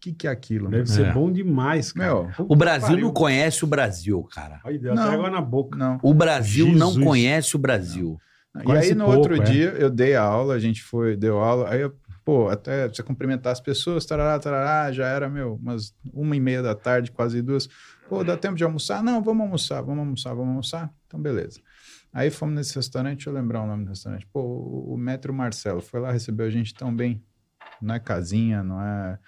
Speaker 5: que que é aquilo?
Speaker 3: Deve
Speaker 5: meu?
Speaker 3: ser
Speaker 2: É.
Speaker 3: bom demais, cara.
Speaker 5: Meu,
Speaker 2: O Brasil
Speaker 3: Pariu.
Speaker 2: não conhece o Brasil, cara.
Speaker 3: Aí deu até
Speaker 5: Não.
Speaker 3: água na boca.
Speaker 5: não.
Speaker 2: O Brasil não
Speaker 3: Jesus.
Speaker 2: conhece o Brasil.
Speaker 5: E
Speaker 3: Conhece
Speaker 5: aí, no
Speaker 3: pouco,
Speaker 5: outro
Speaker 3: é.
Speaker 5: dia, eu dei a aula, a gente foi, deu aula, aí eu, pô, até você cumprimentar as pessoas, tarará, tarará, já era, meu, umas uma e meia da tarde, quase duas. Pô, dá tempo de almoçar? Não, vamos almoçar, vamos almoçar, vamos almoçar? Então, beleza. Aí fomos nesse restaurante, deixa eu lembrar o nome do restaurante. Pô, o, o Metro Marcelo foi lá, recebeu a gente tão bem. Não é casinha, não é.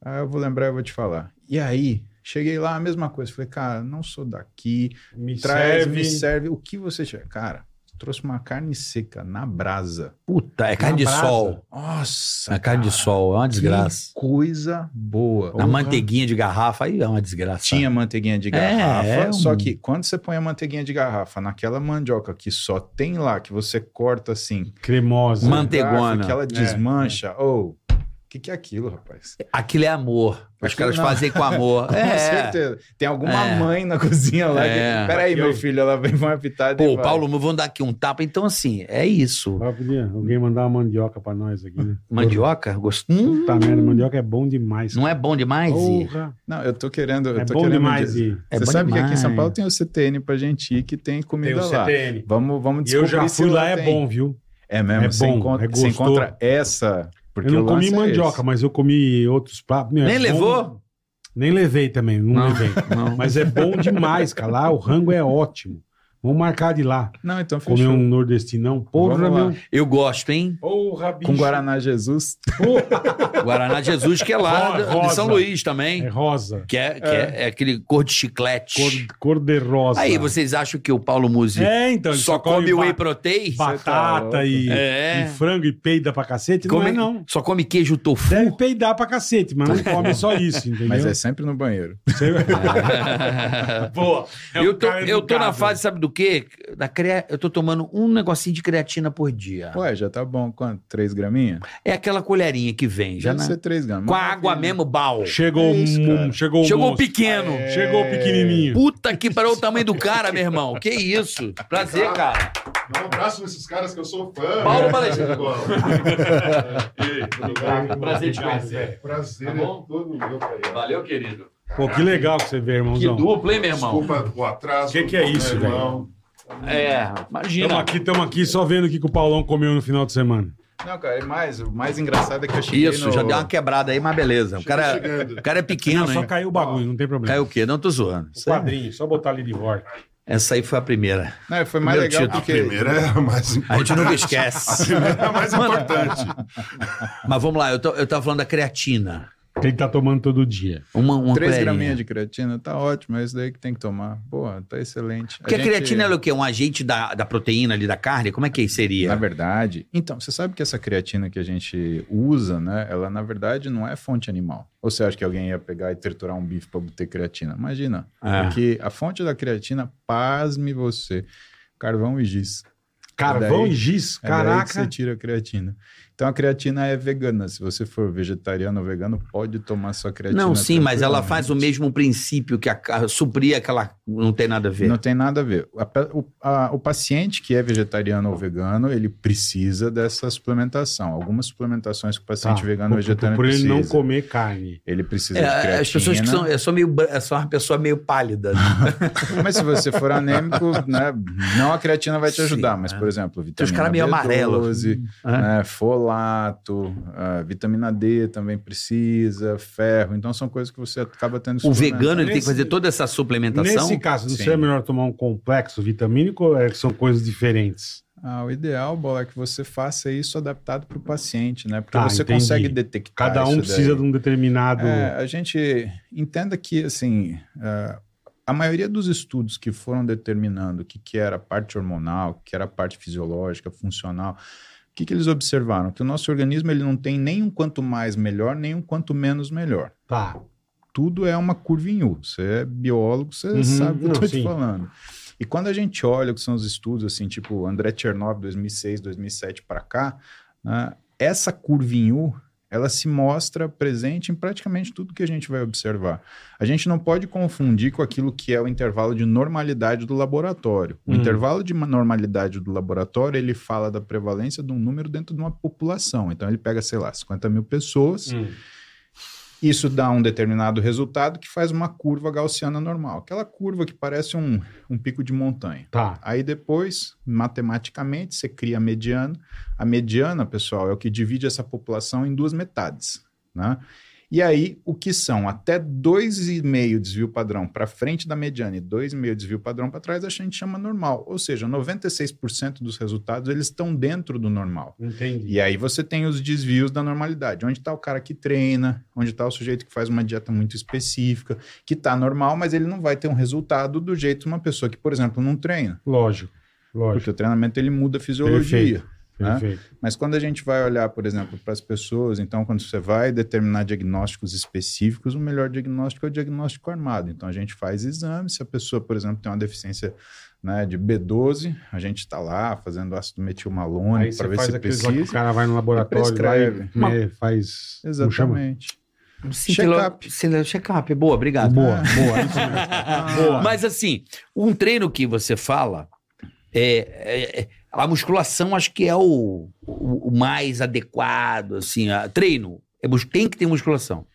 Speaker 5: Ah, eu vou lembrar e vou te falar. E aí, cheguei lá, a mesma coisa. Falei, cara, não sou daqui,
Speaker 3: Me
Speaker 5: traz,
Speaker 3: serve.
Speaker 5: me serve o que você tiver. Cara, Trouxe uma carne seca na brasa.
Speaker 2: Puta, é carne de
Speaker 3: Na brasa.
Speaker 2: sol.
Speaker 5: Nossa!
Speaker 2: É carne de
Speaker 5: cara,
Speaker 2: sol, é uma
Speaker 5: que
Speaker 2: desgraça.
Speaker 5: Coisa boa.
Speaker 2: A manteiguinha de garrafa aí é uma desgraça.
Speaker 5: Tinha manteiguinha de
Speaker 2: É,
Speaker 5: garrafa,
Speaker 2: é um-
Speaker 5: só que quando você põe a manteiguinha de garrafa naquela mandioca que só tem lá, que você corta assim,
Speaker 3: Cremosa.
Speaker 2: Mano, Mantegona.
Speaker 5: garfo, que
Speaker 3: É,
Speaker 5: ela desmancha, ou o que, que é aquilo, rapaz?
Speaker 2: Aquilo é amor. Os
Speaker 5: Aquilo
Speaker 2: caras
Speaker 5: não.
Speaker 2: fazem com amor.
Speaker 5: Com
Speaker 2: é.
Speaker 5: certeza. Tem alguma
Speaker 2: É.
Speaker 5: mãe na cozinha lá
Speaker 2: É.
Speaker 5: que. Peraí, meu
Speaker 3: Eu-
Speaker 5: filho, ela vem uma pitada. e
Speaker 2: Pô,
Speaker 5: vai."
Speaker 2: Paulo, vamos dar aqui um tapa. Então, assim, é isso.
Speaker 3: Ah, podia alguém mandar uma mandioca pra nós aqui, né?
Speaker 2: Mandioca? Gosto. Hum,
Speaker 3: Puta merda, mandioca é bom demais.
Speaker 2: não é bom demais? E-
Speaker 3: Porra,
Speaker 5: Não, eu tô querendo. Eu
Speaker 3: é
Speaker 5: tô
Speaker 3: bom
Speaker 5: querendo
Speaker 3: demais. E...
Speaker 5: dizer-
Speaker 2: É
Speaker 5: Você
Speaker 2: bom
Speaker 5: sabe que aqui em
Speaker 2: demais.
Speaker 5: São Paulo tem o CTN pra gente ir, que tem comida lá.
Speaker 3: CTN.
Speaker 5: Vamos, vamos
Speaker 3: E eu
Speaker 5: descobrir
Speaker 3: já
Speaker 5: se
Speaker 3: fui lá, é
Speaker 5: tem.
Speaker 3: bom, viu?
Speaker 5: É mesmo,
Speaker 3: É
Speaker 5: você,
Speaker 3: bom,
Speaker 5: encontra,
Speaker 3: é
Speaker 5: você
Speaker 3: gostoso.
Speaker 5: encontra essa. Porque
Speaker 3: eu
Speaker 5: o
Speaker 3: não comi
Speaker 5: lance é
Speaker 3: mandioca,
Speaker 5: esse.
Speaker 3: mas eu comi outros pratos. Meu, é
Speaker 2: Nem
Speaker 3: bom-
Speaker 2: levou?
Speaker 3: Nem levei também, não,
Speaker 2: Não.
Speaker 3: levei.
Speaker 2: Não.
Speaker 3: Mas é bom demais, cara. Lá o rango é ótimo. Vamos marcar de lá.
Speaker 5: Não, então
Speaker 3: Comer
Speaker 5: fechou.
Speaker 3: um nordestinão. Porra,
Speaker 5: Vamos lá.
Speaker 3: meu.
Speaker 2: Eu gosto, hein?
Speaker 3: Porra, bicho.
Speaker 5: Com Guaraná Jesus.
Speaker 3: Porra.
Speaker 2: Guaraná Jesus, que é lá
Speaker 3: Rosa.
Speaker 2: de São Luís também.
Speaker 3: É rosa.
Speaker 2: Que, é, que é- é aquele cor de chiclete.
Speaker 3: Cor, cor de rosa.
Speaker 2: Aí, vocês acham que o Paulo Musi
Speaker 3: É, então. ele
Speaker 2: só come
Speaker 3: ba-
Speaker 2: whey protein?
Speaker 3: Batata
Speaker 5: Você tá
Speaker 3: e,
Speaker 2: É.
Speaker 3: e frango e peida pra cacete?
Speaker 2: Come-
Speaker 3: Não é, não.
Speaker 2: Só come queijo tofu?
Speaker 3: Deve peidar pra cacete, mas não come só isso, entendeu?
Speaker 5: Mas é sempre no banheiro.
Speaker 3: Boa.
Speaker 2: eu tô, eu tô na fase, sabe do quê? Da crea... Eu tô tomando um negocinho de creatina por dia.
Speaker 5: Ué, já tá bom. Quanto? Três graminhas?
Speaker 2: É aquela colherinha que vem, já
Speaker 5: Deve
Speaker 2: né?
Speaker 5: ser três gramas.
Speaker 2: Com a água
Speaker 5: Maravilha.
Speaker 2: mesmo, bal.
Speaker 3: Chegou,
Speaker 5: É isso,
Speaker 3: um-
Speaker 5: cara.
Speaker 3: chegou o
Speaker 2: Chegou o
Speaker 3: monstro.
Speaker 2: pequeno.
Speaker 5: É.
Speaker 3: Chegou o pequenininho.
Speaker 2: Puta que parou o tamanho do cara, meu irmão. Que isso. Prazer, cara.
Speaker 6: Dá um abraço nesses caras que eu sou fã.
Speaker 2: Paulo
Speaker 6: É,
Speaker 2: Palestina.
Speaker 6: Paulo. Ei, tudo bem?
Speaker 2: Prazer te conhecer.
Speaker 6: Prazer
Speaker 2: Tá bom?
Speaker 6: é todo meu, cara.
Speaker 2: Valeu, querido.
Speaker 3: Pô, que legal que você vê,
Speaker 2: Que
Speaker 3: irmãozão.
Speaker 2: dupla, hein, meu irmão?
Speaker 6: Desculpa o atraso.
Speaker 3: Que que é isso,
Speaker 6: meu irmão.
Speaker 2: É,
Speaker 3: Estamos
Speaker 2: imagina.
Speaker 3: aqui, estamos aqui só vendo o que, que o Paulão comeu no final de semana.
Speaker 5: Não, cara, e mais, o mais engraçado é que eu cheguei
Speaker 2: Isso,
Speaker 5: no...
Speaker 2: já deu uma quebrada aí, mas beleza. O cara,
Speaker 6: chegando.
Speaker 2: o cara é pequeno,
Speaker 3: não, só
Speaker 2: hein?
Speaker 3: caiu o bagulho, não tem problema.
Speaker 2: Caiu o quê? Não, tô zoando.
Speaker 3: o
Speaker 2: Isso aí-
Speaker 3: quadrinho, só botar ali de volta.
Speaker 2: Essa aí foi a primeira.
Speaker 5: Não, foi mais
Speaker 2: Primeiro
Speaker 5: legal
Speaker 6: A
Speaker 5: porque...
Speaker 6: primeira é a mais
Speaker 2: A gente
Speaker 6: importante.
Speaker 2: nunca
Speaker 6: A
Speaker 2: esquece.
Speaker 6: primeira é a mais importante.
Speaker 2: Mas vamos lá, eu, tô- eu tava falando da creatina.
Speaker 3: Que ele tá tomando todo dia.
Speaker 2: Uma, uma
Speaker 5: Três
Speaker 2: colherinha.
Speaker 5: graminhas de creatina, tá ótimo, é isso daí que tem que tomar. Boa, tá excelente.
Speaker 2: Porque a,
Speaker 5: gente-
Speaker 2: creatina ela é o quê? Um agente da, da proteína ali da carne? Como é que seria?
Speaker 5: Na verdade, então, você sabe que essa creatina que a gente usa, né? Ela, na verdade, não é fonte animal. Ou você acha que alguém ia pegar e triturar um bife para obter creatina? Imagina.
Speaker 2: Ah.
Speaker 5: Porque a fonte da creatina, pasme você, carvão e giz.
Speaker 3: Carvão
Speaker 5: Daí-
Speaker 3: e giz,
Speaker 5: É daí que
Speaker 3: caraca.
Speaker 5: você tira a creatina. Então a creatina é vegana. Se você for vegetariano ou vegano, pode tomar sua creatina.
Speaker 2: Não, sim, mas ela
Speaker 5: tranquilamente.
Speaker 2: faz o mesmo princípio que a ca- suprir aquela. Não tem nada a ver.
Speaker 5: Não tem nada a ver. A pe- o, a- o paciente que é vegetariano ou vegano, ele precisa dessa suplementação. Algumas suplementações que o paciente
Speaker 3: Tá.
Speaker 5: vegano ou
Speaker 3: Por-
Speaker 5: vegetariano
Speaker 3: Por ele
Speaker 5: precisa.
Speaker 3: não comer carne.
Speaker 5: Ele precisa de
Speaker 2: É,
Speaker 5: creatina.
Speaker 2: as pessoas que são. É só, meio, bran- é só uma pessoa meio pálida. né?
Speaker 5: Mas se você for anêmico, né, não a creatina vai te
Speaker 2: Sim,
Speaker 5: ajudar. mas,
Speaker 2: né?
Speaker 5: por exemplo,
Speaker 2: Tem
Speaker 5: vitamina
Speaker 2: uns caras meio assim. amarelos.
Speaker 5: B12,
Speaker 3: É.
Speaker 5: né, folato, ah, vitamina D também precisa, ferro. Então são coisas que você acaba tendo que
Speaker 2: O
Speaker 5: suplementar.
Speaker 2: vegano ele tem que
Speaker 3: Nesse-
Speaker 2: fazer toda essa suplementação.
Speaker 3: Nesse caso, não
Speaker 5: Sim.
Speaker 3: seria melhor tomar um complexo vitamínico ou é que são coisas diferentes?
Speaker 5: Ah, o ideal, Bola, é que você faça isso adaptado para o paciente, né? Porque
Speaker 3: Tá,
Speaker 5: você
Speaker 3: entendi.
Speaker 5: consegue detectar
Speaker 3: Cada um
Speaker 5: Ah, isso
Speaker 3: precisa
Speaker 5: daí.
Speaker 3: de um determinado.
Speaker 5: É, a gente entenda que, assim, ah, a maioria dos estudos que foram determinando o que, que era a parte hormonal, o que que era a parte fisiológica, funcional, o que, que eles observaram? Que o nosso organismo ele não tem nem um quanto mais melhor, nem um quanto menos melhor.
Speaker 3: Tá.
Speaker 5: Tudo é uma curva em U. Você é biólogo, você
Speaker 3: Uhum,
Speaker 5: sabe o que eu
Speaker 3: não,
Speaker 5: estou
Speaker 3: sim.
Speaker 5: te falando. E quando a gente olha o que são os estudos, assim, tipo André Chernoff, 2006, 2007 para cá, né, essa curva em U, ela se mostra presente em praticamente tudo que a gente vai observar. A gente não pode confundir com aquilo que é o intervalo de normalidade do laboratório. O
Speaker 3: Hum.
Speaker 5: intervalo de ma- normalidade do laboratório, ele fala da prevalência de um número dentro de uma população. Então, ele pega, sei lá, 50 mil pessoas, isso dá um determinado resultado que faz uma curva gaussiana normal, aquela curva que parece um, um pico de montanha.
Speaker 3: Tá.
Speaker 5: Aí depois, matematicamente, você cria a mediana. A mediana, pessoal, é o que divide essa população em duas metades, né? E aí, o que são até 2,5 desvio padrão para frente da mediana e 2,5 desvio padrão para trás, a gente chama normal. Ou seja, 96% dos resultados eles estão dentro do normal.
Speaker 3: Entendi.
Speaker 5: E é aí você tem os desvios da normalidade. Onde está o cara que treina, onde está o sujeito que faz uma dieta muito específica, tá que está normal, mas ele não vai ter um resultado do jeito de uma pessoa que, por exemplo, não treina.
Speaker 3: Lógico.
Speaker 5: Porque
Speaker 3: Lógico.
Speaker 5: o treinamento ele muda a fisiologia. né?
Speaker 3: Perfeito.
Speaker 5: Mas quando a gente vai olhar, por exemplo, para as pessoas, então quando você vai determinar diagnósticos específicos, o melhor diagnóstico é o diagnóstico armado. Então a gente faz exame, se a pessoa, por exemplo, tem uma deficiência né, de B12, a gente está lá fazendo ácido
Speaker 3: Aí
Speaker 5: metilmalônico para
Speaker 3: você
Speaker 5: ver
Speaker 3: faz
Speaker 5: se
Speaker 3: aqueles lá que o
Speaker 5: precisa.
Speaker 3: cara vai no laboratório,
Speaker 5: prescreve.
Speaker 3: vai, né, faz. como chama?
Speaker 5: Exatamente.
Speaker 2: Check-up. Check-up. Boa, obrigado.
Speaker 3: Boa, boa. isso mesmo.
Speaker 5: Boa.
Speaker 2: Mas assim, um treino que você fala, é, é- é- a musculação acho que é o, o- o mais adequado, assim, a- treino. É mus- tem que ter musculação.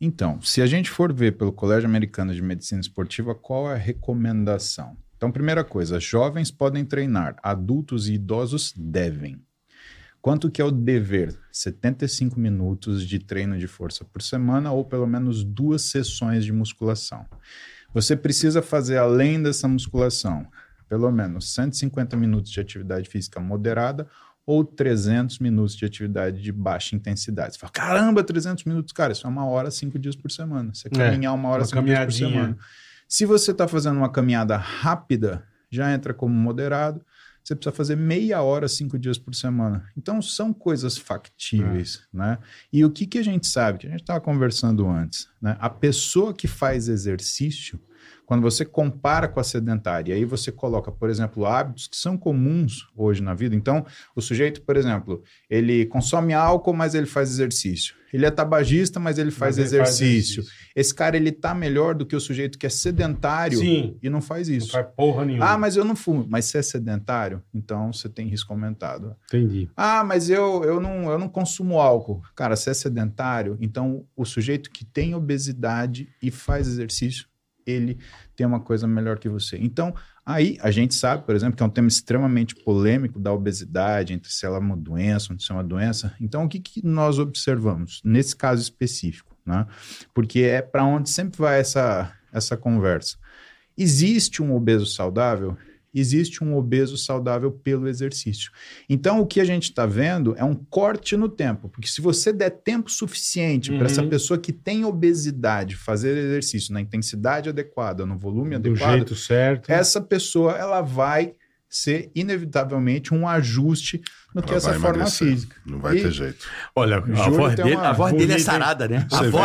Speaker 5: Então, se a gente for ver pelo Colégio Americano de Medicina Esportiva, qual é a recomendação? Então, primeira coisa, jovens podem treinar, adultos e idosos devem. Quanto que é o dever? 75 minutos de treino de força por semana ou pelo menos duas sessões de musculação. Você precisa fazer além dessa musculação, pelo menos 150 minutos de atividade física moderada ou 300 minutos de atividade de baixa intensidade. Você fala, caramba, 300 minutos, cara, isso é uma hora, cinco dias por semana. Você caminhar uma hora,
Speaker 3: uma
Speaker 5: cinco dias por
Speaker 3: caminhadinha.
Speaker 5: semana. Se você está fazendo uma caminhada rápida, já entra como moderado. Você precisa fazer meia hora, cinco dias por semana. Então, são coisas factíveis, né? E o que, que a gente sabe? Que a gente estava conversando antes, né? A pessoa que faz exercício, quando você compara com a sedentária, aí você coloca, por exemplo, hábitos que são comuns hoje na vida. Então, o sujeito, por exemplo, ele consome álcool, mas ele faz exercício. Ele é tabagista, mas ele faz
Speaker 3: Mas ele faz
Speaker 5: exercício. Esse cara, ele tá melhor do que o sujeito que é sedentário
Speaker 3: Sim.
Speaker 5: e não faz
Speaker 3: Não
Speaker 5: isso.
Speaker 3: faz porra nenhuma.
Speaker 5: Ah, mas eu não fumo. Mas se é sedentário, então você tem risco aumentado.
Speaker 3: Entendi.
Speaker 5: Ah, mas eu, eu, não, eu não consumo álcool. Cara, se é sedentário, então o sujeito que tem obesidade e faz exercício, ele tem uma coisa melhor que você. Então, aí a gente sabe, por exemplo, que é um tema extremamente polêmico da obesidade, entre se ela é uma doença, ou se é uma doença. Então, o que, que nós observamos nesse caso específico? Né? Porque é para onde sempre vai essa, essa conversa. Existe um obeso saudável? Existe um obeso saudável pelo exercício. Então, o que a gente está vendo é um corte no tempo, porque se você der tempo suficiente
Speaker 3: Uhum.
Speaker 5: para essa pessoa que tem obesidade fazer exercício na intensidade adequada, no volume
Speaker 3: Do
Speaker 5: adequado,
Speaker 3: jeito certo.
Speaker 5: essa pessoa ela vai ser inevitavelmente um ajuste no que é
Speaker 6: Ela
Speaker 5: essa
Speaker 6: vai
Speaker 5: forma
Speaker 6: emagrecer.
Speaker 5: física.
Speaker 6: Não vai
Speaker 5: E-
Speaker 6: ter jeito.
Speaker 4: Olha,
Speaker 5: Júlio tem uma
Speaker 3: bonita,
Speaker 2: né?
Speaker 3: hein?
Speaker 2: A
Speaker 6: Você
Speaker 2: voz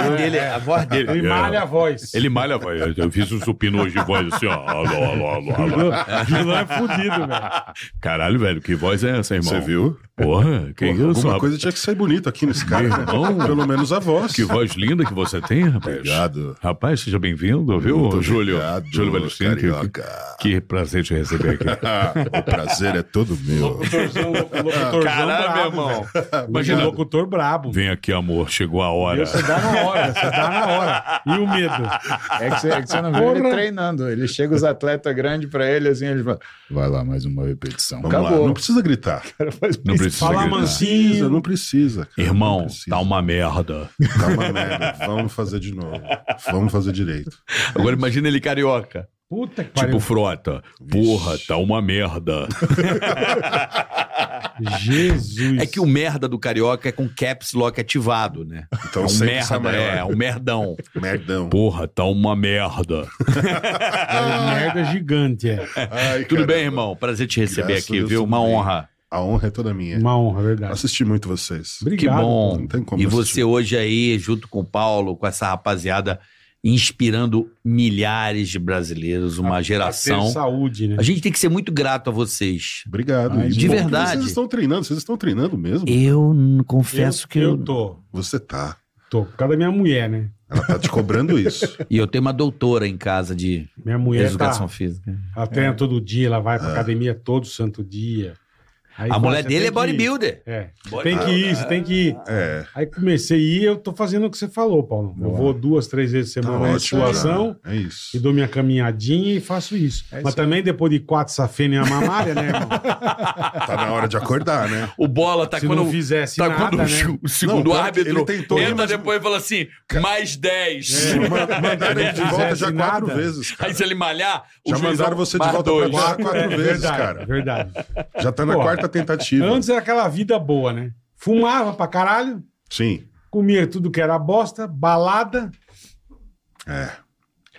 Speaker 6: viu?
Speaker 2: dele, é- a voz dele.
Speaker 3: Ele malha a voz.
Speaker 4: Ele malha, vai. Eu fiz um supino hoje de voz assim, ó. Alô, alô, alô, alô.
Speaker 3: Julão é fudido, velho.
Speaker 4: Caralho, velho, que voz é essa, irmão?
Speaker 6: Você viu?
Speaker 4: Porra, que
Speaker 6: Pô,
Speaker 4: isso?
Speaker 6: alguma
Speaker 4: rapaz?
Speaker 6: coisa tinha que sair bonito aqui nesse cara. né? Pelo menos a voz.
Speaker 4: Que voz linda que você tem, rapaz.
Speaker 6: Obrigado.
Speaker 4: Rapaz, seja bem-vindo, viu,
Speaker 6: Muito
Speaker 4: Júlio?
Speaker 6: obrigado,
Speaker 4: Júlio Balestrini, que,
Speaker 6: Carioca.
Speaker 4: que prazer te receber aqui.
Speaker 6: o prazer é todo meu.
Speaker 3: Locutorzão, locutorzão brabo, velho.
Speaker 4: Imagina.
Speaker 3: Locutor brabo.
Speaker 4: Vem aqui, amor, chegou a hora.
Speaker 3: Deus, Você dá na hora, você dá na hora. E o medo?
Speaker 5: É que você, é que você não vê ele
Speaker 3: Porra.
Speaker 5: treinando. Ele chega os atletas grandes para ele, assim, ele fala, vai lá, mais uma repetição.
Speaker 6: Vamos lá, não precisa gritar.
Speaker 4: Não
Speaker 3: Falar
Speaker 4: precisa gritar.
Speaker 6: Precisa,
Speaker 3: mansinho.
Speaker 6: não precisa. cara, não
Speaker 4: Irmão,
Speaker 6: precisa.
Speaker 4: tá uma merda.
Speaker 6: Tá uma merda. Vamos fazer de novo. Vamos fazer direito.
Speaker 4: Agora imagina ele carioca.
Speaker 3: Puta que
Speaker 4: Tipo
Speaker 3: pariu.
Speaker 4: frota. Porra, tá uma merda.
Speaker 3: Jesus.
Speaker 2: É que o merda do carioca é com caps lock ativado, né?
Speaker 6: Então,
Speaker 2: é um
Speaker 6: sempre essa
Speaker 2: merda,
Speaker 6: maior.
Speaker 2: é, um merdão.
Speaker 6: Merdão. Ah,
Speaker 4: Porra, tá uma merda.
Speaker 3: É merda gigante, é.
Speaker 6: Ai,
Speaker 2: Tudo
Speaker 6: cara,
Speaker 2: bem, irmão? Prazer te receber
Speaker 6: Graças a
Speaker 2: aqui,
Speaker 6: Deus,
Speaker 2: viu?
Speaker 6: tudo
Speaker 2: Uma
Speaker 6: bem.
Speaker 2: honra.
Speaker 6: A honra é toda minha.
Speaker 3: Uma honra, é verdade.
Speaker 6: Assisti muito vocês.
Speaker 3: Obrigado.
Speaker 2: Que bom.
Speaker 6: Não tem como
Speaker 2: E
Speaker 6: assistir.
Speaker 2: você hoje aí, junto com o Paulo, com essa rapaziada, inspirando milhares de brasileiros, uma
Speaker 3: Ter
Speaker 2: geração.
Speaker 3: saúde, né?
Speaker 2: A gente tem que ser muito grato a vocês.
Speaker 6: Obrigado.
Speaker 3: Ai,
Speaker 6: E
Speaker 2: de
Speaker 6: bom que
Speaker 2: verdade.
Speaker 6: Vocês estão treinando, vocês estão treinando mesmo?
Speaker 2: Eu n- confesso que eu...
Speaker 3: tô.
Speaker 6: Você tá.
Speaker 3: Tô. Por causa da minha mulher, né?
Speaker 6: Ela tá te cobrando isso.
Speaker 2: E eu tenho uma doutora em casa de
Speaker 3: Minha mulher
Speaker 2: educação
Speaker 3: tá,
Speaker 2: física. É.
Speaker 3: ela treina todo dia, ela vai pra academia todo santo dia. Aí
Speaker 2: a
Speaker 3: fala,
Speaker 2: mulher
Speaker 3: "Você
Speaker 2: dele
Speaker 3: tem
Speaker 2: é
Speaker 3: que ir."
Speaker 2: bodybuilder.
Speaker 3: É,
Speaker 2: Body-
Speaker 3: tem que ir, você tem que ir.
Speaker 6: É.
Speaker 3: Aí comecei a ir, eu tô fazendo o que você falou, Paulo. Eu
Speaker 5: Boa.
Speaker 3: vou duas, três vezes por
Speaker 6: Tá
Speaker 3: semana na
Speaker 6: ótimo,
Speaker 3: musculação
Speaker 6: cara. É isso.
Speaker 3: e dou minha caminhadinha e faço isso.
Speaker 5: É isso
Speaker 3: Mas
Speaker 5: aí.
Speaker 3: também depois de quatro safena e a mamária, né, irmão?
Speaker 6: Tá na hora de acordar, né?
Speaker 2: O Bola tá
Speaker 3: Se
Speaker 2: quando...
Speaker 3: não fizesse
Speaker 2: Tá
Speaker 3: nada,
Speaker 2: quando o
Speaker 3: né?
Speaker 2: ju- o segundo
Speaker 6: claro que
Speaker 2: árbitro
Speaker 6: ele tentou,
Speaker 2: entra
Speaker 6: mas-
Speaker 2: depois e fala assim, mais 10.
Speaker 6: Ma- Mandaram ele de
Speaker 3: Não
Speaker 6: volta
Speaker 3: fizesse
Speaker 6: já quatro
Speaker 3: nada.
Speaker 6: vezes, cara.
Speaker 2: Aí se ele malhar, o
Speaker 6: Já
Speaker 2: juizão
Speaker 6: mandaram você de
Speaker 2: mais
Speaker 6: volta pra
Speaker 2: dois.
Speaker 6: lá quatro
Speaker 3: É,
Speaker 6: vezes,
Speaker 3: verdade,
Speaker 6: cara.
Speaker 3: Verdade.
Speaker 6: Já tá na
Speaker 3: Pô, é,
Speaker 6: quarta tentativa.
Speaker 3: Antes era aquela vida boa, né? Fumava pra caralho,
Speaker 6: Sim.
Speaker 3: comia tudo que era bosta, balada.
Speaker 6: É.